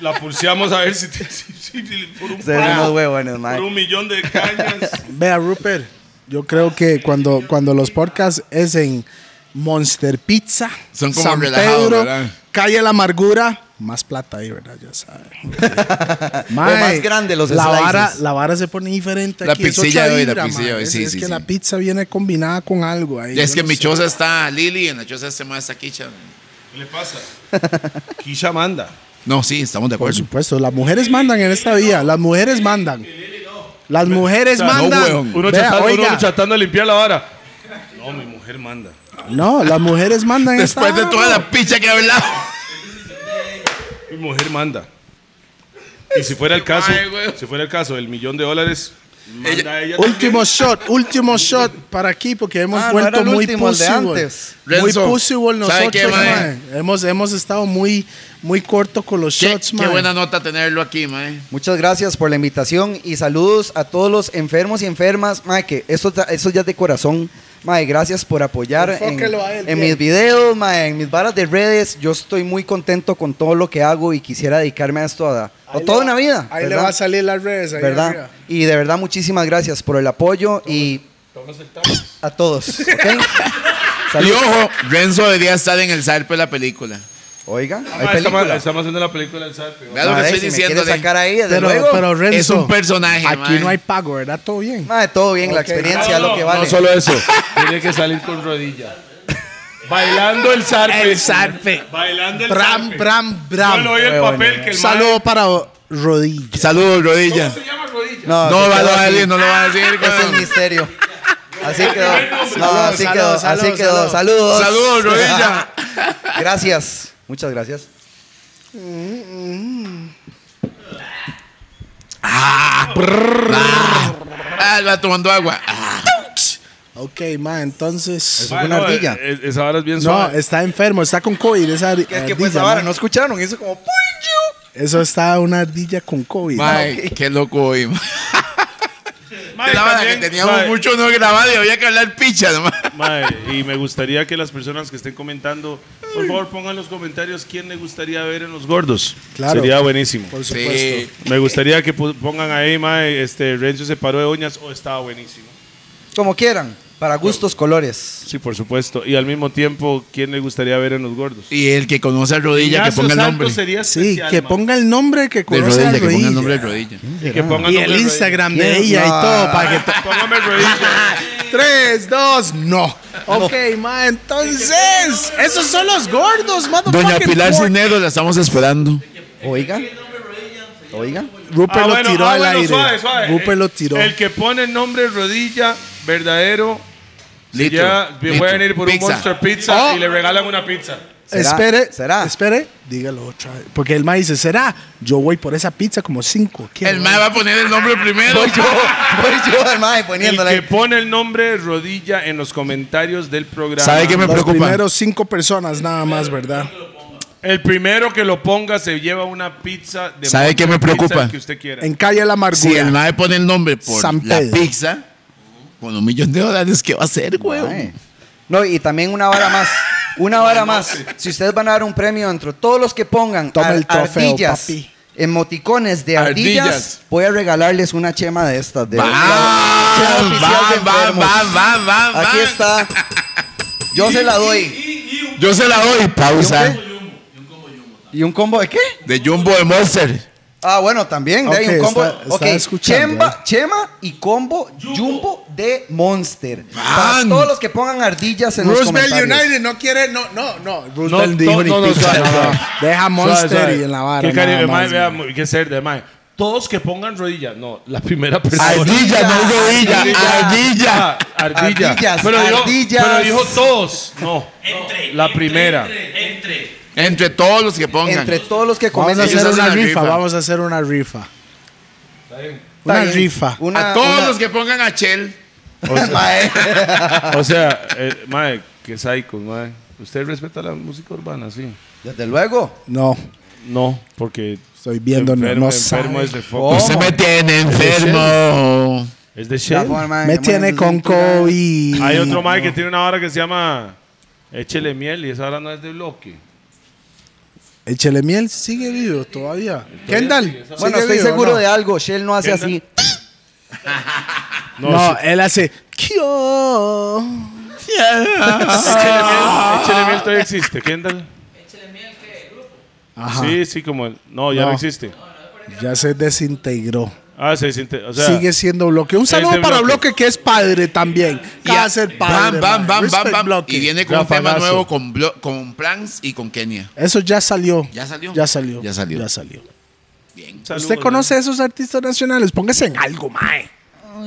[SPEAKER 4] La pulseamos a ver si, te- si- si- si- por un
[SPEAKER 3] Se ven
[SPEAKER 4] palo,
[SPEAKER 3] unos huevones,
[SPEAKER 4] por
[SPEAKER 3] mae.
[SPEAKER 4] un millón de cañas.
[SPEAKER 1] Vea, Rupert, yo creo que cuando, cuando los podcasts es en Monster Pizza,
[SPEAKER 2] Son como
[SPEAKER 1] San
[SPEAKER 2] relajados,
[SPEAKER 1] Pedro,
[SPEAKER 2] ¿verdad?
[SPEAKER 1] Calle La Amargura, más plata ahí, ¿verdad? Ya saben. Mae,
[SPEAKER 3] Lo más grande, los
[SPEAKER 1] la
[SPEAKER 3] slices.
[SPEAKER 1] vara, la vara se pone diferente.
[SPEAKER 2] La
[SPEAKER 1] aquí, es
[SPEAKER 2] pizzilla
[SPEAKER 1] otra
[SPEAKER 2] de hoy, la
[SPEAKER 1] vibra,
[SPEAKER 2] pizzilla de
[SPEAKER 1] mae.
[SPEAKER 2] hoy,
[SPEAKER 1] Es-
[SPEAKER 2] sí,
[SPEAKER 1] es
[SPEAKER 2] sí,
[SPEAKER 1] que
[SPEAKER 2] sí.
[SPEAKER 1] la pizza viene combinada con algo ahí.
[SPEAKER 2] Ya es
[SPEAKER 1] yo
[SPEAKER 2] que en
[SPEAKER 1] no
[SPEAKER 2] mi
[SPEAKER 1] sé.
[SPEAKER 2] choza está Lili, en la choza este más está Kicha.
[SPEAKER 4] ¿Qué le pasa? Kisha manda.
[SPEAKER 2] No, sí, estamos de
[SPEAKER 1] Por
[SPEAKER 2] acuerdo.
[SPEAKER 1] supuesto, las mujeres mandan en esta vía, las mujeres mandan. Las mujeres
[SPEAKER 4] O sea, no,
[SPEAKER 1] mandan.
[SPEAKER 2] weón.
[SPEAKER 4] Uno,
[SPEAKER 1] Mm. Vea,
[SPEAKER 4] tratando,
[SPEAKER 1] oiga,
[SPEAKER 4] uno tratando de limpiar la vara. No, mi mujer manda.
[SPEAKER 1] no, las mujeres mandan en esta
[SPEAKER 2] Después de
[SPEAKER 1] vara,
[SPEAKER 2] toda la picha que he hablado.
[SPEAKER 4] Mi mujer manda. Y si fuera el caso,
[SPEAKER 2] Ay, güey.
[SPEAKER 4] si fuera el caso, el millón de dólares. Manda
[SPEAKER 2] Ella-
[SPEAKER 4] ella también.
[SPEAKER 1] Último shot, último shot para aquí porque hemos
[SPEAKER 3] Ah, no era
[SPEAKER 1] vuelto
[SPEAKER 3] el
[SPEAKER 1] muy
[SPEAKER 3] último, el de
[SPEAKER 1] pussy, ball.
[SPEAKER 3] antes.
[SPEAKER 1] Muy
[SPEAKER 2] Renzo,
[SPEAKER 1] pussy ball
[SPEAKER 2] ¿sabe
[SPEAKER 1] nosotros,
[SPEAKER 2] qué, mae?
[SPEAKER 1] mae. Hemos, hemos estado muy, muy corto con los
[SPEAKER 2] Qué,
[SPEAKER 1] shots,
[SPEAKER 2] qué
[SPEAKER 1] mae.
[SPEAKER 2] buena nota tenerlo aquí, mae.
[SPEAKER 3] Muchas gracias por la invitación y saludos a todos los enfermos y enfermas. Mae, que eso, ta- eso ya es de corazón. Mae, gracias por apoyar en,
[SPEAKER 1] Enfóquelo a él,
[SPEAKER 3] en
[SPEAKER 1] bien.
[SPEAKER 3] mis videos, mae, en mis varas de redes. Yo estoy muy contento con todo lo que hago y quisiera dedicarme a esto a, a
[SPEAKER 1] Ahí
[SPEAKER 3] toda
[SPEAKER 1] le
[SPEAKER 3] una
[SPEAKER 1] va-
[SPEAKER 3] vida.
[SPEAKER 1] Ahí le
[SPEAKER 3] ¿verdad?
[SPEAKER 1] va a salir las redes, ahí
[SPEAKER 3] ¿verdad?
[SPEAKER 1] arriba.
[SPEAKER 3] Y de verdad, muchísimas gracias por el apoyo y a todos. ¿ok?
[SPEAKER 2] Y
[SPEAKER 3] Salud.
[SPEAKER 2] ojo, Renzo debería estar en el zarpe de la película.
[SPEAKER 3] Oiga,
[SPEAKER 4] Ah,
[SPEAKER 3] hay
[SPEAKER 4] estamos,
[SPEAKER 3] película.
[SPEAKER 4] estamos haciendo la película del Zarpe.
[SPEAKER 2] Vea lo
[SPEAKER 3] Mae,
[SPEAKER 2] que estoy
[SPEAKER 3] si me quiere
[SPEAKER 2] diciéndole.
[SPEAKER 3] sacar ahí, desde
[SPEAKER 1] Pero,
[SPEAKER 3] luego.
[SPEAKER 1] pero Renzo,
[SPEAKER 2] Es un personaje,
[SPEAKER 1] Aquí
[SPEAKER 2] mae.
[SPEAKER 1] no hay pago, ¿verdad? Todo bien.
[SPEAKER 3] Mae, todo bien, la
[SPEAKER 1] Ok.
[SPEAKER 3] experiencia,
[SPEAKER 4] No,
[SPEAKER 3] lo que
[SPEAKER 4] no,
[SPEAKER 3] vale.
[SPEAKER 6] No solo eso.
[SPEAKER 4] Tiene que salir con rodilla. Bailando el zarpe.
[SPEAKER 1] El zarpe.
[SPEAKER 4] Bailando el
[SPEAKER 1] Bram,
[SPEAKER 4] zarpe.
[SPEAKER 1] bram,
[SPEAKER 4] Yo
[SPEAKER 1] bram.
[SPEAKER 4] le doy el papel que el
[SPEAKER 1] Saludo para Rodilla.
[SPEAKER 2] Saludos, rodilla.
[SPEAKER 4] mae- se llama rodilla.
[SPEAKER 3] No,
[SPEAKER 2] No
[SPEAKER 3] se
[SPEAKER 2] va-
[SPEAKER 3] quedó
[SPEAKER 2] lo va a
[SPEAKER 3] así.
[SPEAKER 2] decir, no lo va a decir.
[SPEAKER 3] Es el
[SPEAKER 2] weón.
[SPEAKER 3] misterio. Así quedó. No,
[SPEAKER 1] Saludos,
[SPEAKER 3] así quedó,
[SPEAKER 1] saludos,
[SPEAKER 3] así
[SPEAKER 1] saludos, saludos.
[SPEAKER 3] quedó. Saludos.
[SPEAKER 2] Saludos, rodilla.
[SPEAKER 3] Gracias. Muchas gracias.
[SPEAKER 2] Ah, él va tomando agua. Ah.
[SPEAKER 1] Ok, ma, entonces.
[SPEAKER 4] Mae,
[SPEAKER 3] una
[SPEAKER 4] no,
[SPEAKER 3] ardilla.
[SPEAKER 4] es- esa vara es bien
[SPEAKER 1] No,
[SPEAKER 4] suave.
[SPEAKER 1] está enfermo, está con COVID. Esa
[SPEAKER 3] ¿Qué es que
[SPEAKER 1] ardilla,
[SPEAKER 3] pues
[SPEAKER 1] ma.
[SPEAKER 3] ahora? ¿No escucharon? Hizo como... "Puy, yu".
[SPEAKER 1] Eso está una ardilla con COVID.
[SPEAKER 2] Mae, qué loco hoy. mae.
[SPEAKER 4] Mae,
[SPEAKER 2] la verdad que
[SPEAKER 4] también,
[SPEAKER 2] teníamos
[SPEAKER 4] mae,
[SPEAKER 2] mucho no grabado y había que hablar picha nomás.
[SPEAKER 4] mae, y me gustaría que las personas que estén comentando, por favor pongan en los comentarios quién le gustaría ver en los gordos.
[SPEAKER 1] Claro.
[SPEAKER 4] Sería buenísimo.
[SPEAKER 1] Por supuesto.
[SPEAKER 2] Sí.
[SPEAKER 4] Me gustaría que pu- pongan ahí, mae, este, Renzo se paró de uñas o estaba buenísimo.
[SPEAKER 3] Como quieran. Para gustos, colores.
[SPEAKER 4] Sí, por supuesto. Y al mismo tiempo, ¿quién le gustaría ver en los gordos?
[SPEAKER 2] Y el que conoce a rodilla, que
[SPEAKER 4] Ignacio
[SPEAKER 2] ponga el
[SPEAKER 4] Santos
[SPEAKER 2] nombre. De
[SPEAKER 4] sería
[SPEAKER 1] Sí,
[SPEAKER 4] especial,
[SPEAKER 1] que
[SPEAKER 4] mae.
[SPEAKER 1] ponga el nombre que conoce
[SPEAKER 2] rodilla,
[SPEAKER 1] a
[SPEAKER 2] que ponga el
[SPEAKER 1] rodilla.
[SPEAKER 2] nombre de rodilla.
[SPEAKER 4] Y que ponga
[SPEAKER 1] Y
[SPEAKER 4] nombre
[SPEAKER 1] el
[SPEAKER 4] de
[SPEAKER 1] Instagram de
[SPEAKER 3] ¿Quién?
[SPEAKER 1] ella y
[SPEAKER 3] No.
[SPEAKER 1] todo para que
[SPEAKER 4] rodilla. Póngame rodilla.
[SPEAKER 1] Tres, dos, no. Ok, ma, entonces. Esos son los gordos, motherfucking
[SPEAKER 2] Doña Pilar
[SPEAKER 1] pork.
[SPEAKER 2] Cisneros, la estamos esperando.
[SPEAKER 3] Oiga. Oiga.
[SPEAKER 1] Rupert
[SPEAKER 4] Ah,
[SPEAKER 1] lo
[SPEAKER 4] bueno,
[SPEAKER 1] tiró
[SPEAKER 4] ah,
[SPEAKER 1] al
[SPEAKER 4] bueno,
[SPEAKER 1] aire.
[SPEAKER 4] suave, suave.
[SPEAKER 1] Rupert
[SPEAKER 4] El-
[SPEAKER 1] lo tiró.
[SPEAKER 4] El que pone el nombre rodilla verdadero,
[SPEAKER 2] Litro,
[SPEAKER 4] ya
[SPEAKER 2] litro.
[SPEAKER 4] pueden ir por
[SPEAKER 2] Pizza.
[SPEAKER 4] un Monster Pizza y le regalan una pizza.
[SPEAKER 3] ¿Será?
[SPEAKER 1] espere,
[SPEAKER 3] ¿Será?
[SPEAKER 1] espere, dígalo otra vez. Porque el mae dice, será, yo voy por esa pizza como cinco. quiero,
[SPEAKER 2] El
[SPEAKER 1] ¿no?".
[SPEAKER 2] mae va a poner el nombre primero.
[SPEAKER 3] Voy yo, voy yo al mae
[SPEAKER 4] El
[SPEAKER 3] poniéndole.
[SPEAKER 4] que
[SPEAKER 3] ahí.
[SPEAKER 4] pone el nombre rodilla en los comentarios del programa.
[SPEAKER 2] ¿Sabe qué me
[SPEAKER 1] Los
[SPEAKER 2] preocupa?
[SPEAKER 1] primeros cinco personas nada más, ¿verdad?
[SPEAKER 4] El primero que lo ponga se lleva una pizza de
[SPEAKER 2] ¿Sabe qué me
[SPEAKER 4] pizza
[SPEAKER 2] preocupa?
[SPEAKER 4] que usted quiera.
[SPEAKER 1] En calle La
[SPEAKER 3] Pues
[SPEAKER 1] Amargura.
[SPEAKER 2] Si el mae pone el nombre por
[SPEAKER 1] San
[SPEAKER 2] la
[SPEAKER 1] Pedro.
[SPEAKER 2] pizza, con un millón de dólares, ¿qué va a hacer, güey?
[SPEAKER 3] Mae. No, y también una vara más. Una vara más. Si ustedes van a dar un premio entre todos los que pongan
[SPEAKER 1] Toma
[SPEAKER 3] ar-
[SPEAKER 1] el trofeo,
[SPEAKER 3] ardillas,
[SPEAKER 1] papi.
[SPEAKER 3] emoticones de ardillas,
[SPEAKER 4] Ardillas.
[SPEAKER 3] voy a regalarles una chema de estas. De
[SPEAKER 2] Va,
[SPEAKER 3] Chema oficial de
[SPEAKER 2] va, va,
[SPEAKER 3] enfermos.
[SPEAKER 2] va, va, va,
[SPEAKER 3] Aquí
[SPEAKER 2] va.
[SPEAKER 3] está. Yo se la doy.
[SPEAKER 2] Yo se la doy, pausa.
[SPEAKER 3] ¿Y un combo de qué?
[SPEAKER 2] De Jumbo de Monster.
[SPEAKER 3] Ah, bueno, también. de ahí
[SPEAKER 1] Ok,
[SPEAKER 3] un combo.
[SPEAKER 1] está- está
[SPEAKER 3] ok,
[SPEAKER 1] escuchando,
[SPEAKER 3] Chemba-
[SPEAKER 1] eh.
[SPEAKER 3] Chema y combo Jumbo, de Monster. Para
[SPEAKER 2] Van.
[SPEAKER 3] todos los que pongan ardillas en los
[SPEAKER 1] Roosevelt
[SPEAKER 3] comentarios.
[SPEAKER 1] United no quiere, no, no, no.
[SPEAKER 4] No,
[SPEAKER 1] Roosevelt dijo
[SPEAKER 4] no,
[SPEAKER 1] ni
[SPEAKER 4] no, no,
[SPEAKER 1] pizza,
[SPEAKER 4] suave,
[SPEAKER 1] no, no.
[SPEAKER 4] suave.
[SPEAKER 1] Deja
[SPEAKER 4] Suave,
[SPEAKER 1] Monster
[SPEAKER 4] suave.
[SPEAKER 1] y en la vara.
[SPEAKER 4] Qué cariño,
[SPEAKER 1] nada
[SPEAKER 4] mae,
[SPEAKER 1] más,
[SPEAKER 4] vea,
[SPEAKER 1] mae.
[SPEAKER 4] qué ser de mae. Todos que pongan rodillas. No, la primera persona.
[SPEAKER 2] Ardilla, no rodilla,
[SPEAKER 4] Ardilla.
[SPEAKER 2] ardilla.
[SPEAKER 4] Ah, ardilla.
[SPEAKER 3] Ardillas,
[SPEAKER 4] pero, dijo,
[SPEAKER 3] ardillas.
[SPEAKER 4] pero dijo todos. No. la primera.
[SPEAKER 2] Entre todos los que pongan.
[SPEAKER 3] Entre todos los que
[SPEAKER 1] Vamos a
[SPEAKER 3] comenten.
[SPEAKER 2] ellos
[SPEAKER 1] hacer
[SPEAKER 2] hacen
[SPEAKER 1] una
[SPEAKER 2] la
[SPEAKER 1] rifa,
[SPEAKER 2] rifa.
[SPEAKER 1] vamos a hacer una rifa. Una
[SPEAKER 3] Está bien.
[SPEAKER 1] rifa.
[SPEAKER 3] Una-
[SPEAKER 2] a todos
[SPEAKER 3] una-
[SPEAKER 2] los que pongan a Chel.
[SPEAKER 3] Mae.
[SPEAKER 4] O sea, eh, mae, qué psycho, mae. ¿Usted respeta la música urbana? Sí.
[SPEAKER 3] Desde luego.
[SPEAKER 1] No,
[SPEAKER 4] No, porque
[SPEAKER 1] estoy viendo, no,
[SPEAKER 4] enfermo,
[SPEAKER 1] no
[SPEAKER 4] enfermo
[SPEAKER 1] sabe.
[SPEAKER 4] es de foco.
[SPEAKER 2] Usted me tiene enfermo.
[SPEAKER 1] Oh,
[SPEAKER 4] Es de Shell.
[SPEAKER 3] La forma en
[SPEAKER 1] Me
[SPEAKER 3] que
[SPEAKER 1] tiene
[SPEAKER 3] mueven
[SPEAKER 1] con
[SPEAKER 3] su cintura.
[SPEAKER 1] COVID.
[SPEAKER 4] Hay otro mae que tiene una vara que se llama Échele miel y esa vara no es de bloque.
[SPEAKER 1] Échele miel, sigue vivo todavía. Kendall, ¿sigue
[SPEAKER 3] Bueno, estoy
[SPEAKER 1] vivo o
[SPEAKER 3] seguro
[SPEAKER 1] no?
[SPEAKER 3] de algo. Shell no hace
[SPEAKER 4] Esa-
[SPEAKER 3] así.
[SPEAKER 1] No, él hace. "Kyo". Ah.
[SPEAKER 4] Échele miel, échele miel todavía existe, Kendall.
[SPEAKER 1] Ajá,
[SPEAKER 4] Sí, sí, como el. No, ya no,
[SPEAKER 1] No.
[SPEAKER 4] existe.
[SPEAKER 1] ya se desintegró.
[SPEAKER 4] Ah, se siente. O sea,
[SPEAKER 1] sigue siendo bloque. Un saludo
[SPEAKER 4] de
[SPEAKER 1] para
[SPEAKER 4] Bloque.
[SPEAKER 1] bloque. que es padre también.
[SPEAKER 2] Y a-
[SPEAKER 1] Cada ser padre.
[SPEAKER 2] bam, bam,
[SPEAKER 1] man.
[SPEAKER 2] bam,
[SPEAKER 1] Respect
[SPEAKER 2] bam, bam.
[SPEAKER 1] Bloque.
[SPEAKER 2] Y viene con un
[SPEAKER 4] Rafagazo.
[SPEAKER 2] tema nuevo con, Blo- con Plans y con Kenia.
[SPEAKER 1] Eso ya salió.
[SPEAKER 2] ¿Ya salió?
[SPEAKER 1] Ya salió.
[SPEAKER 2] Ya salió.
[SPEAKER 1] Ya salió.
[SPEAKER 2] Bien.
[SPEAKER 4] saludos,
[SPEAKER 1] Usted conoce a esos artistas nacionales. Póngase en algo, mae.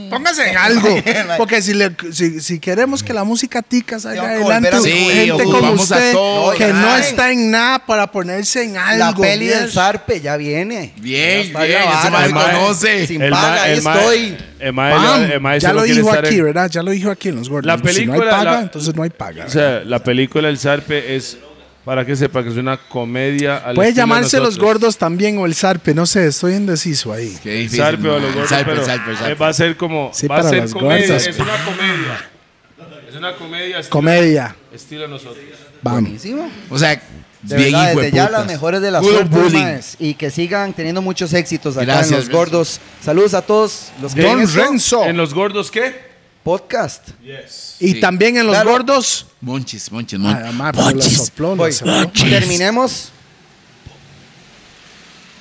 [SPEAKER 1] Póngase en algo. Porque si, le- si, si queremos que la música tica salga
[SPEAKER 3] Tengo que volver
[SPEAKER 1] adelante,
[SPEAKER 3] a
[SPEAKER 1] con
[SPEAKER 3] mi
[SPEAKER 1] gente
[SPEAKER 2] juventud.
[SPEAKER 1] como
[SPEAKER 2] Ocupamos a
[SPEAKER 1] usted,
[SPEAKER 2] todos,
[SPEAKER 1] que no
[SPEAKER 2] mae.
[SPEAKER 1] está en nada para ponerse en algo.
[SPEAKER 3] La peli
[SPEAKER 1] bien.
[SPEAKER 3] del zarpe ya viene.
[SPEAKER 2] Bien,
[SPEAKER 3] Ya está
[SPEAKER 2] bien,
[SPEAKER 3] grabada.
[SPEAKER 2] ese mae
[SPEAKER 3] El mae-
[SPEAKER 2] conoce.
[SPEAKER 3] Sin
[SPEAKER 4] El
[SPEAKER 3] paga,
[SPEAKER 4] mae-
[SPEAKER 3] ahí
[SPEAKER 4] el mae-
[SPEAKER 3] estoy.
[SPEAKER 4] El mae,
[SPEAKER 1] Bam.
[SPEAKER 4] el mae
[SPEAKER 1] ya
[SPEAKER 4] solo
[SPEAKER 1] lo
[SPEAKER 4] quiere
[SPEAKER 1] dijo
[SPEAKER 4] estar
[SPEAKER 1] aquí,
[SPEAKER 4] en-
[SPEAKER 1] ¿verdad? Ya lo dijo aquí en los gordos.
[SPEAKER 4] La
[SPEAKER 1] si no
[SPEAKER 4] película,
[SPEAKER 1] hay paga,
[SPEAKER 4] la-
[SPEAKER 1] entonces no hay paga.
[SPEAKER 4] O sea, la película El Zarpe es. Para que sepa que es una comedia. al
[SPEAKER 1] Puede
[SPEAKER 4] estilo
[SPEAKER 1] llamarse
[SPEAKER 4] nosotros.
[SPEAKER 1] Los Gordos también o El Zarpe, no sé, estoy indeciso ahí.
[SPEAKER 2] Qué
[SPEAKER 4] El
[SPEAKER 2] difícil.
[SPEAKER 4] Zarpe o los
[SPEAKER 2] man.
[SPEAKER 4] gordos.
[SPEAKER 2] Zarpe,
[SPEAKER 4] pero
[SPEAKER 2] zarpe, zarpe.
[SPEAKER 4] eh, Va a ser como.
[SPEAKER 1] Sí,
[SPEAKER 4] va a
[SPEAKER 1] para
[SPEAKER 4] ser
[SPEAKER 1] las
[SPEAKER 4] comedia.
[SPEAKER 1] gordas,
[SPEAKER 4] Es
[SPEAKER 1] pues.
[SPEAKER 4] una comedia. Es una comedia estilo,
[SPEAKER 1] Comedia,
[SPEAKER 4] estilo nosotros.
[SPEAKER 1] vamos.
[SPEAKER 3] Buenísimo.
[SPEAKER 2] O sea,
[SPEAKER 3] De
[SPEAKER 2] bien
[SPEAKER 3] verdad,
[SPEAKER 2] hijo de
[SPEAKER 3] desde ya
[SPEAKER 2] putas.
[SPEAKER 3] las mejores de las
[SPEAKER 2] Puro
[SPEAKER 3] suertes,
[SPEAKER 2] bullying.
[SPEAKER 3] maes. Y que sigan teniendo muchos éxitos acá
[SPEAKER 2] Gracias,
[SPEAKER 3] en Los
[SPEAKER 2] gracias.
[SPEAKER 3] Gordos. Saludos a todos los que
[SPEAKER 1] Don
[SPEAKER 3] ven esto.
[SPEAKER 1] Renzo.
[SPEAKER 4] ¿En los gordos qué?
[SPEAKER 3] Podcast.
[SPEAKER 1] Y
[SPEAKER 2] Sí.
[SPEAKER 1] también en Los
[SPEAKER 3] Claro.
[SPEAKER 1] Gordos.
[SPEAKER 2] Monchis, monchis,
[SPEAKER 1] Ah,
[SPEAKER 2] monchis.
[SPEAKER 1] ma, pero la
[SPEAKER 2] Monchis.
[SPEAKER 1] sopló, la
[SPEAKER 3] Voy.
[SPEAKER 1] sopló.
[SPEAKER 3] Terminemos.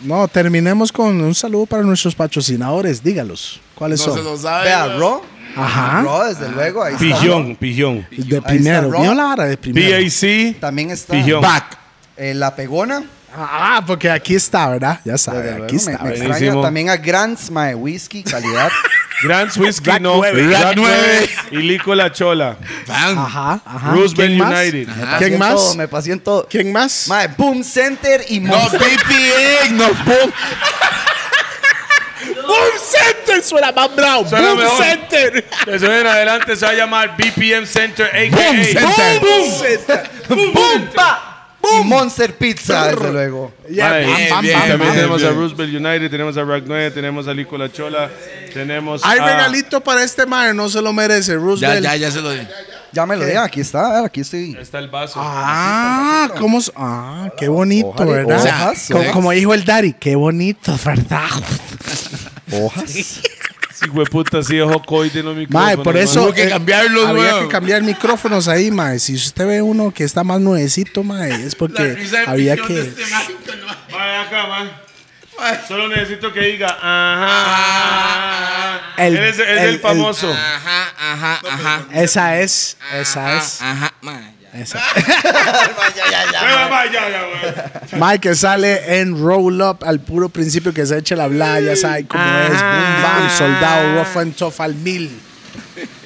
[SPEAKER 1] No, terminemos con un saludo para nuestros patrocinadores. Dígalos. ¿Cuáles
[SPEAKER 2] No se
[SPEAKER 1] son?
[SPEAKER 2] lo sabe.
[SPEAKER 3] Vea, Raw.
[SPEAKER 1] Ajá.
[SPEAKER 3] Raw, desde luego. Ahí está.
[SPEAKER 4] Pillón, pillón.
[SPEAKER 1] De
[SPEAKER 3] Ah, está
[SPEAKER 1] primero.
[SPEAKER 3] Raw.
[SPEAKER 1] Vio la vara de primero.
[SPEAKER 4] BAC.
[SPEAKER 3] También está
[SPEAKER 4] Pillón.
[SPEAKER 2] Back.
[SPEAKER 3] eh, La Pegona.
[SPEAKER 1] Ah, porque aquí está, ¿verdad? Ya
[SPEAKER 3] Desde
[SPEAKER 1] sabe,
[SPEAKER 3] luego,
[SPEAKER 1] aquí
[SPEAKER 3] me-
[SPEAKER 1] está.
[SPEAKER 3] me
[SPEAKER 1] ¿verdad?
[SPEAKER 3] extraña.
[SPEAKER 4] Buenísimo.
[SPEAKER 3] También a Grants, Mae Whisky, calidad.
[SPEAKER 4] Grand Whisky,
[SPEAKER 1] Black
[SPEAKER 4] no.
[SPEAKER 1] nueve.
[SPEAKER 2] Black nueve.
[SPEAKER 4] Y Licola Chola.
[SPEAKER 2] Bam.
[SPEAKER 1] Ajá, ajá.
[SPEAKER 4] Roosevelt
[SPEAKER 1] ¿Quién más?
[SPEAKER 4] United.
[SPEAKER 1] ¿Quién
[SPEAKER 3] Pasé en
[SPEAKER 1] más?
[SPEAKER 3] todo, me pasé en todo.
[SPEAKER 1] ¿Quién más?
[SPEAKER 3] Mae, Boom Center y
[SPEAKER 2] No,
[SPEAKER 3] Monster.
[SPEAKER 2] PPX, no, pum.
[SPEAKER 1] Boom Center suena más bravo.
[SPEAKER 4] Suena
[SPEAKER 1] Boom
[SPEAKER 4] mejor.
[SPEAKER 1] Center.
[SPEAKER 4] Desde hoy en adelante se va a llamar BPM Center, a.k.a.
[SPEAKER 2] Center.
[SPEAKER 1] Boom Center.
[SPEAKER 3] Boom, pa. Y Monster Pizza, desde luego.
[SPEAKER 1] Yeah,
[SPEAKER 4] Vale,
[SPEAKER 1] bam,
[SPEAKER 2] bien,
[SPEAKER 1] bam,
[SPEAKER 2] bien,
[SPEAKER 1] bam,
[SPEAKER 4] También
[SPEAKER 1] bam.
[SPEAKER 2] bien.
[SPEAKER 4] tenemos a Roosevelt United, tenemos a Rack 9, tenemos a Licola Chola, tenemos
[SPEAKER 1] Hay
[SPEAKER 4] a...
[SPEAKER 1] regalito para este mae, no se lo merece.
[SPEAKER 2] Ya,
[SPEAKER 1] Roosevelt.
[SPEAKER 2] ya, ya se lo di.
[SPEAKER 3] Ya me lo dieron, aquí está, aquí estoy.
[SPEAKER 4] Está el vaso.
[SPEAKER 1] Ah, ¿cómo? s- Ah, qué bonito,
[SPEAKER 3] Ojalá,
[SPEAKER 1] ¿verdad?
[SPEAKER 3] ojalá,
[SPEAKER 1] O sea, co-
[SPEAKER 3] ojalá.
[SPEAKER 1] como, dijo el Dari, qué bonito, ¿verdad?
[SPEAKER 3] Hojas.
[SPEAKER 4] Sí, hueputa, sí, ojo, coide, no micrófono.
[SPEAKER 1] Mae, por eso.
[SPEAKER 2] Tuvo que
[SPEAKER 1] eh,
[SPEAKER 2] cambiarlo,
[SPEAKER 1] Había
[SPEAKER 2] weón.
[SPEAKER 1] que cambiar micrófonos ahí, mae. Si usted ve uno que está más nuevecito, mae, es porque había que.
[SPEAKER 4] mae. Mae, acá, mae. Solo necesito que diga, ajá, ajá.
[SPEAKER 1] El-
[SPEAKER 4] Él es,
[SPEAKER 1] el-
[SPEAKER 4] es Ah. el, ah.
[SPEAKER 1] el-
[SPEAKER 4] famoso.
[SPEAKER 2] Ajá, ajá, ajá.
[SPEAKER 1] Esa es, esa es.
[SPEAKER 2] Ajá, man.
[SPEAKER 1] Esa.
[SPEAKER 4] Vaya, vaya, ya, güey.
[SPEAKER 1] Mae que sale en Roll Up al puro principio que se echa la bla, ya sabe cómo es. Boom, bam, soldado, rough and tough al mil.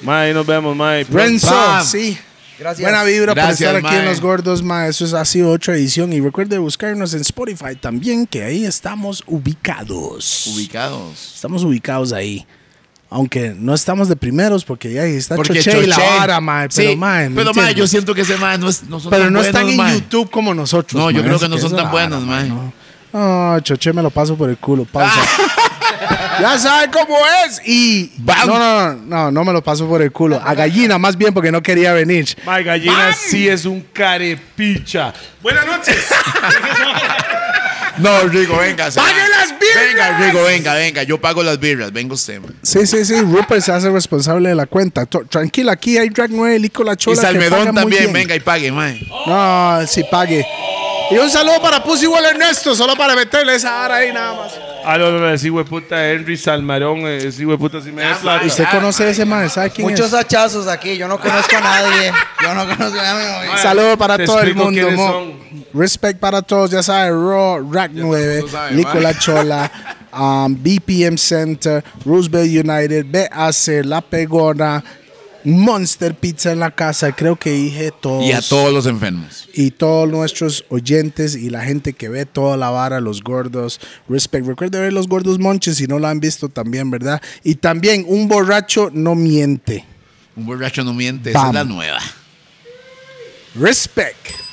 [SPEAKER 4] Mae, nos vemos, mae.
[SPEAKER 1] Renzo,
[SPEAKER 2] Bam.
[SPEAKER 1] sí.
[SPEAKER 3] Gracias.
[SPEAKER 1] Buena vibra por
[SPEAKER 2] Gracias,
[SPEAKER 1] estar aquí en
[SPEAKER 2] mae.
[SPEAKER 1] Los Gordos, mae. Eso es- ha sido otra edición. Y recuerde buscarnos en Spotify también, que ahí estamos ubicados.
[SPEAKER 2] Ubicados.
[SPEAKER 1] estamos ubicados ahí. Aunque no estamos de primeros, porque ya está
[SPEAKER 2] Porque
[SPEAKER 1] Choché y la
[SPEAKER 2] Choché.
[SPEAKER 1] vara, mae.
[SPEAKER 2] Sí,
[SPEAKER 1] Pero, mae, ¿me
[SPEAKER 2] pero, mae,
[SPEAKER 1] entiendes?
[SPEAKER 2] yo siento que ese mae no, es, no son
[SPEAKER 1] Pero
[SPEAKER 2] tan
[SPEAKER 1] no
[SPEAKER 2] buenos,
[SPEAKER 1] están en
[SPEAKER 2] mae.
[SPEAKER 1] YouTube como nosotros.
[SPEAKER 2] No, yo
[SPEAKER 1] mae.
[SPEAKER 2] creo
[SPEAKER 1] Es
[SPEAKER 2] que no son
[SPEAKER 1] es
[SPEAKER 2] tan
[SPEAKER 1] la
[SPEAKER 2] buenos,
[SPEAKER 1] vara,
[SPEAKER 2] mae.
[SPEAKER 1] No, No, choché me lo paso por el culo, pausa. ya sabe cómo es. Y.
[SPEAKER 2] Bam.
[SPEAKER 1] No, no, no, no, no me lo paso por el culo. A gallina, más bien, porque no quería venir.
[SPEAKER 4] Mae, gallina sí es un carepicha. Buenas noches.
[SPEAKER 2] No, Rigo, venga. se-
[SPEAKER 1] ¡Pague las birras!
[SPEAKER 2] Venga, Rigo, venga, venga. Yo pago las birras. Venga usted, mae.
[SPEAKER 1] Sí, sí, sí. Rupert se hace responsable de la cuenta. To- Tranquila, aquí hay Drag 9, Lico La Chola.
[SPEAKER 2] Y
[SPEAKER 1] que paga
[SPEAKER 2] Salmedón
[SPEAKER 1] muy
[SPEAKER 2] también,
[SPEAKER 1] bien.
[SPEAKER 2] venga y pague, mae.
[SPEAKER 1] Oh, No, si pague. Y un saludo para Pussy Wall Ernesto, solo para meterle esa vara ahí nada más.
[SPEAKER 4] Ah, no, no, no, ese hueputa Henry Salmarón, eh, ese hueputa sí me da plata.
[SPEAKER 1] ¿Usted
[SPEAKER 2] Ah,
[SPEAKER 1] conoce a ese man? ¿Sabe quién
[SPEAKER 3] Muchos
[SPEAKER 1] es?
[SPEAKER 3] hachazos aquí. Yo no conozco a nadie. Yo no conozco a nadie.
[SPEAKER 4] Mae,
[SPEAKER 1] Saludo para
[SPEAKER 4] te
[SPEAKER 1] todo el
[SPEAKER 4] explico
[SPEAKER 1] mundo,
[SPEAKER 4] quiénes
[SPEAKER 1] mo.
[SPEAKER 4] son.
[SPEAKER 1] Respect para todos, ya sabes, Raw, Rack 9,
[SPEAKER 2] lo sabe,
[SPEAKER 1] Nicola
[SPEAKER 2] man.
[SPEAKER 1] Chola, um, BPM Center, Roosevelt United, BAC, La Pegona, Monster Pizza en la casa, creo que dije todos.
[SPEAKER 2] Y a todos los enfermos.
[SPEAKER 1] y todos nuestros oyentes y la gente que ve toda la vara, los gordos. Respect. Recuerden ver los gordos monches si no lo han visto también, ¿verdad? Y también un borracho no miente.
[SPEAKER 2] Un borracho no miente, esa
[SPEAKER 1] Bam.
[SPEAKER 2] es la nueva.
[SPEAKER 1] Respect.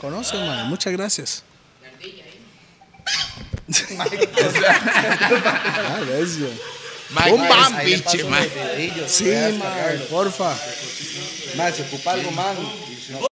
[SPEAKER 1] Conoce, man. Muchas gracias. Ah, recio.
[SPEAKER 2] Mae,
[SPEAKER 1] Un bam,
[SPEAKER 2] es pinche, mae.
[SPEAKER 1] sí, man, porfa.
[SPEAKER 3] Más, se ocupa algo más.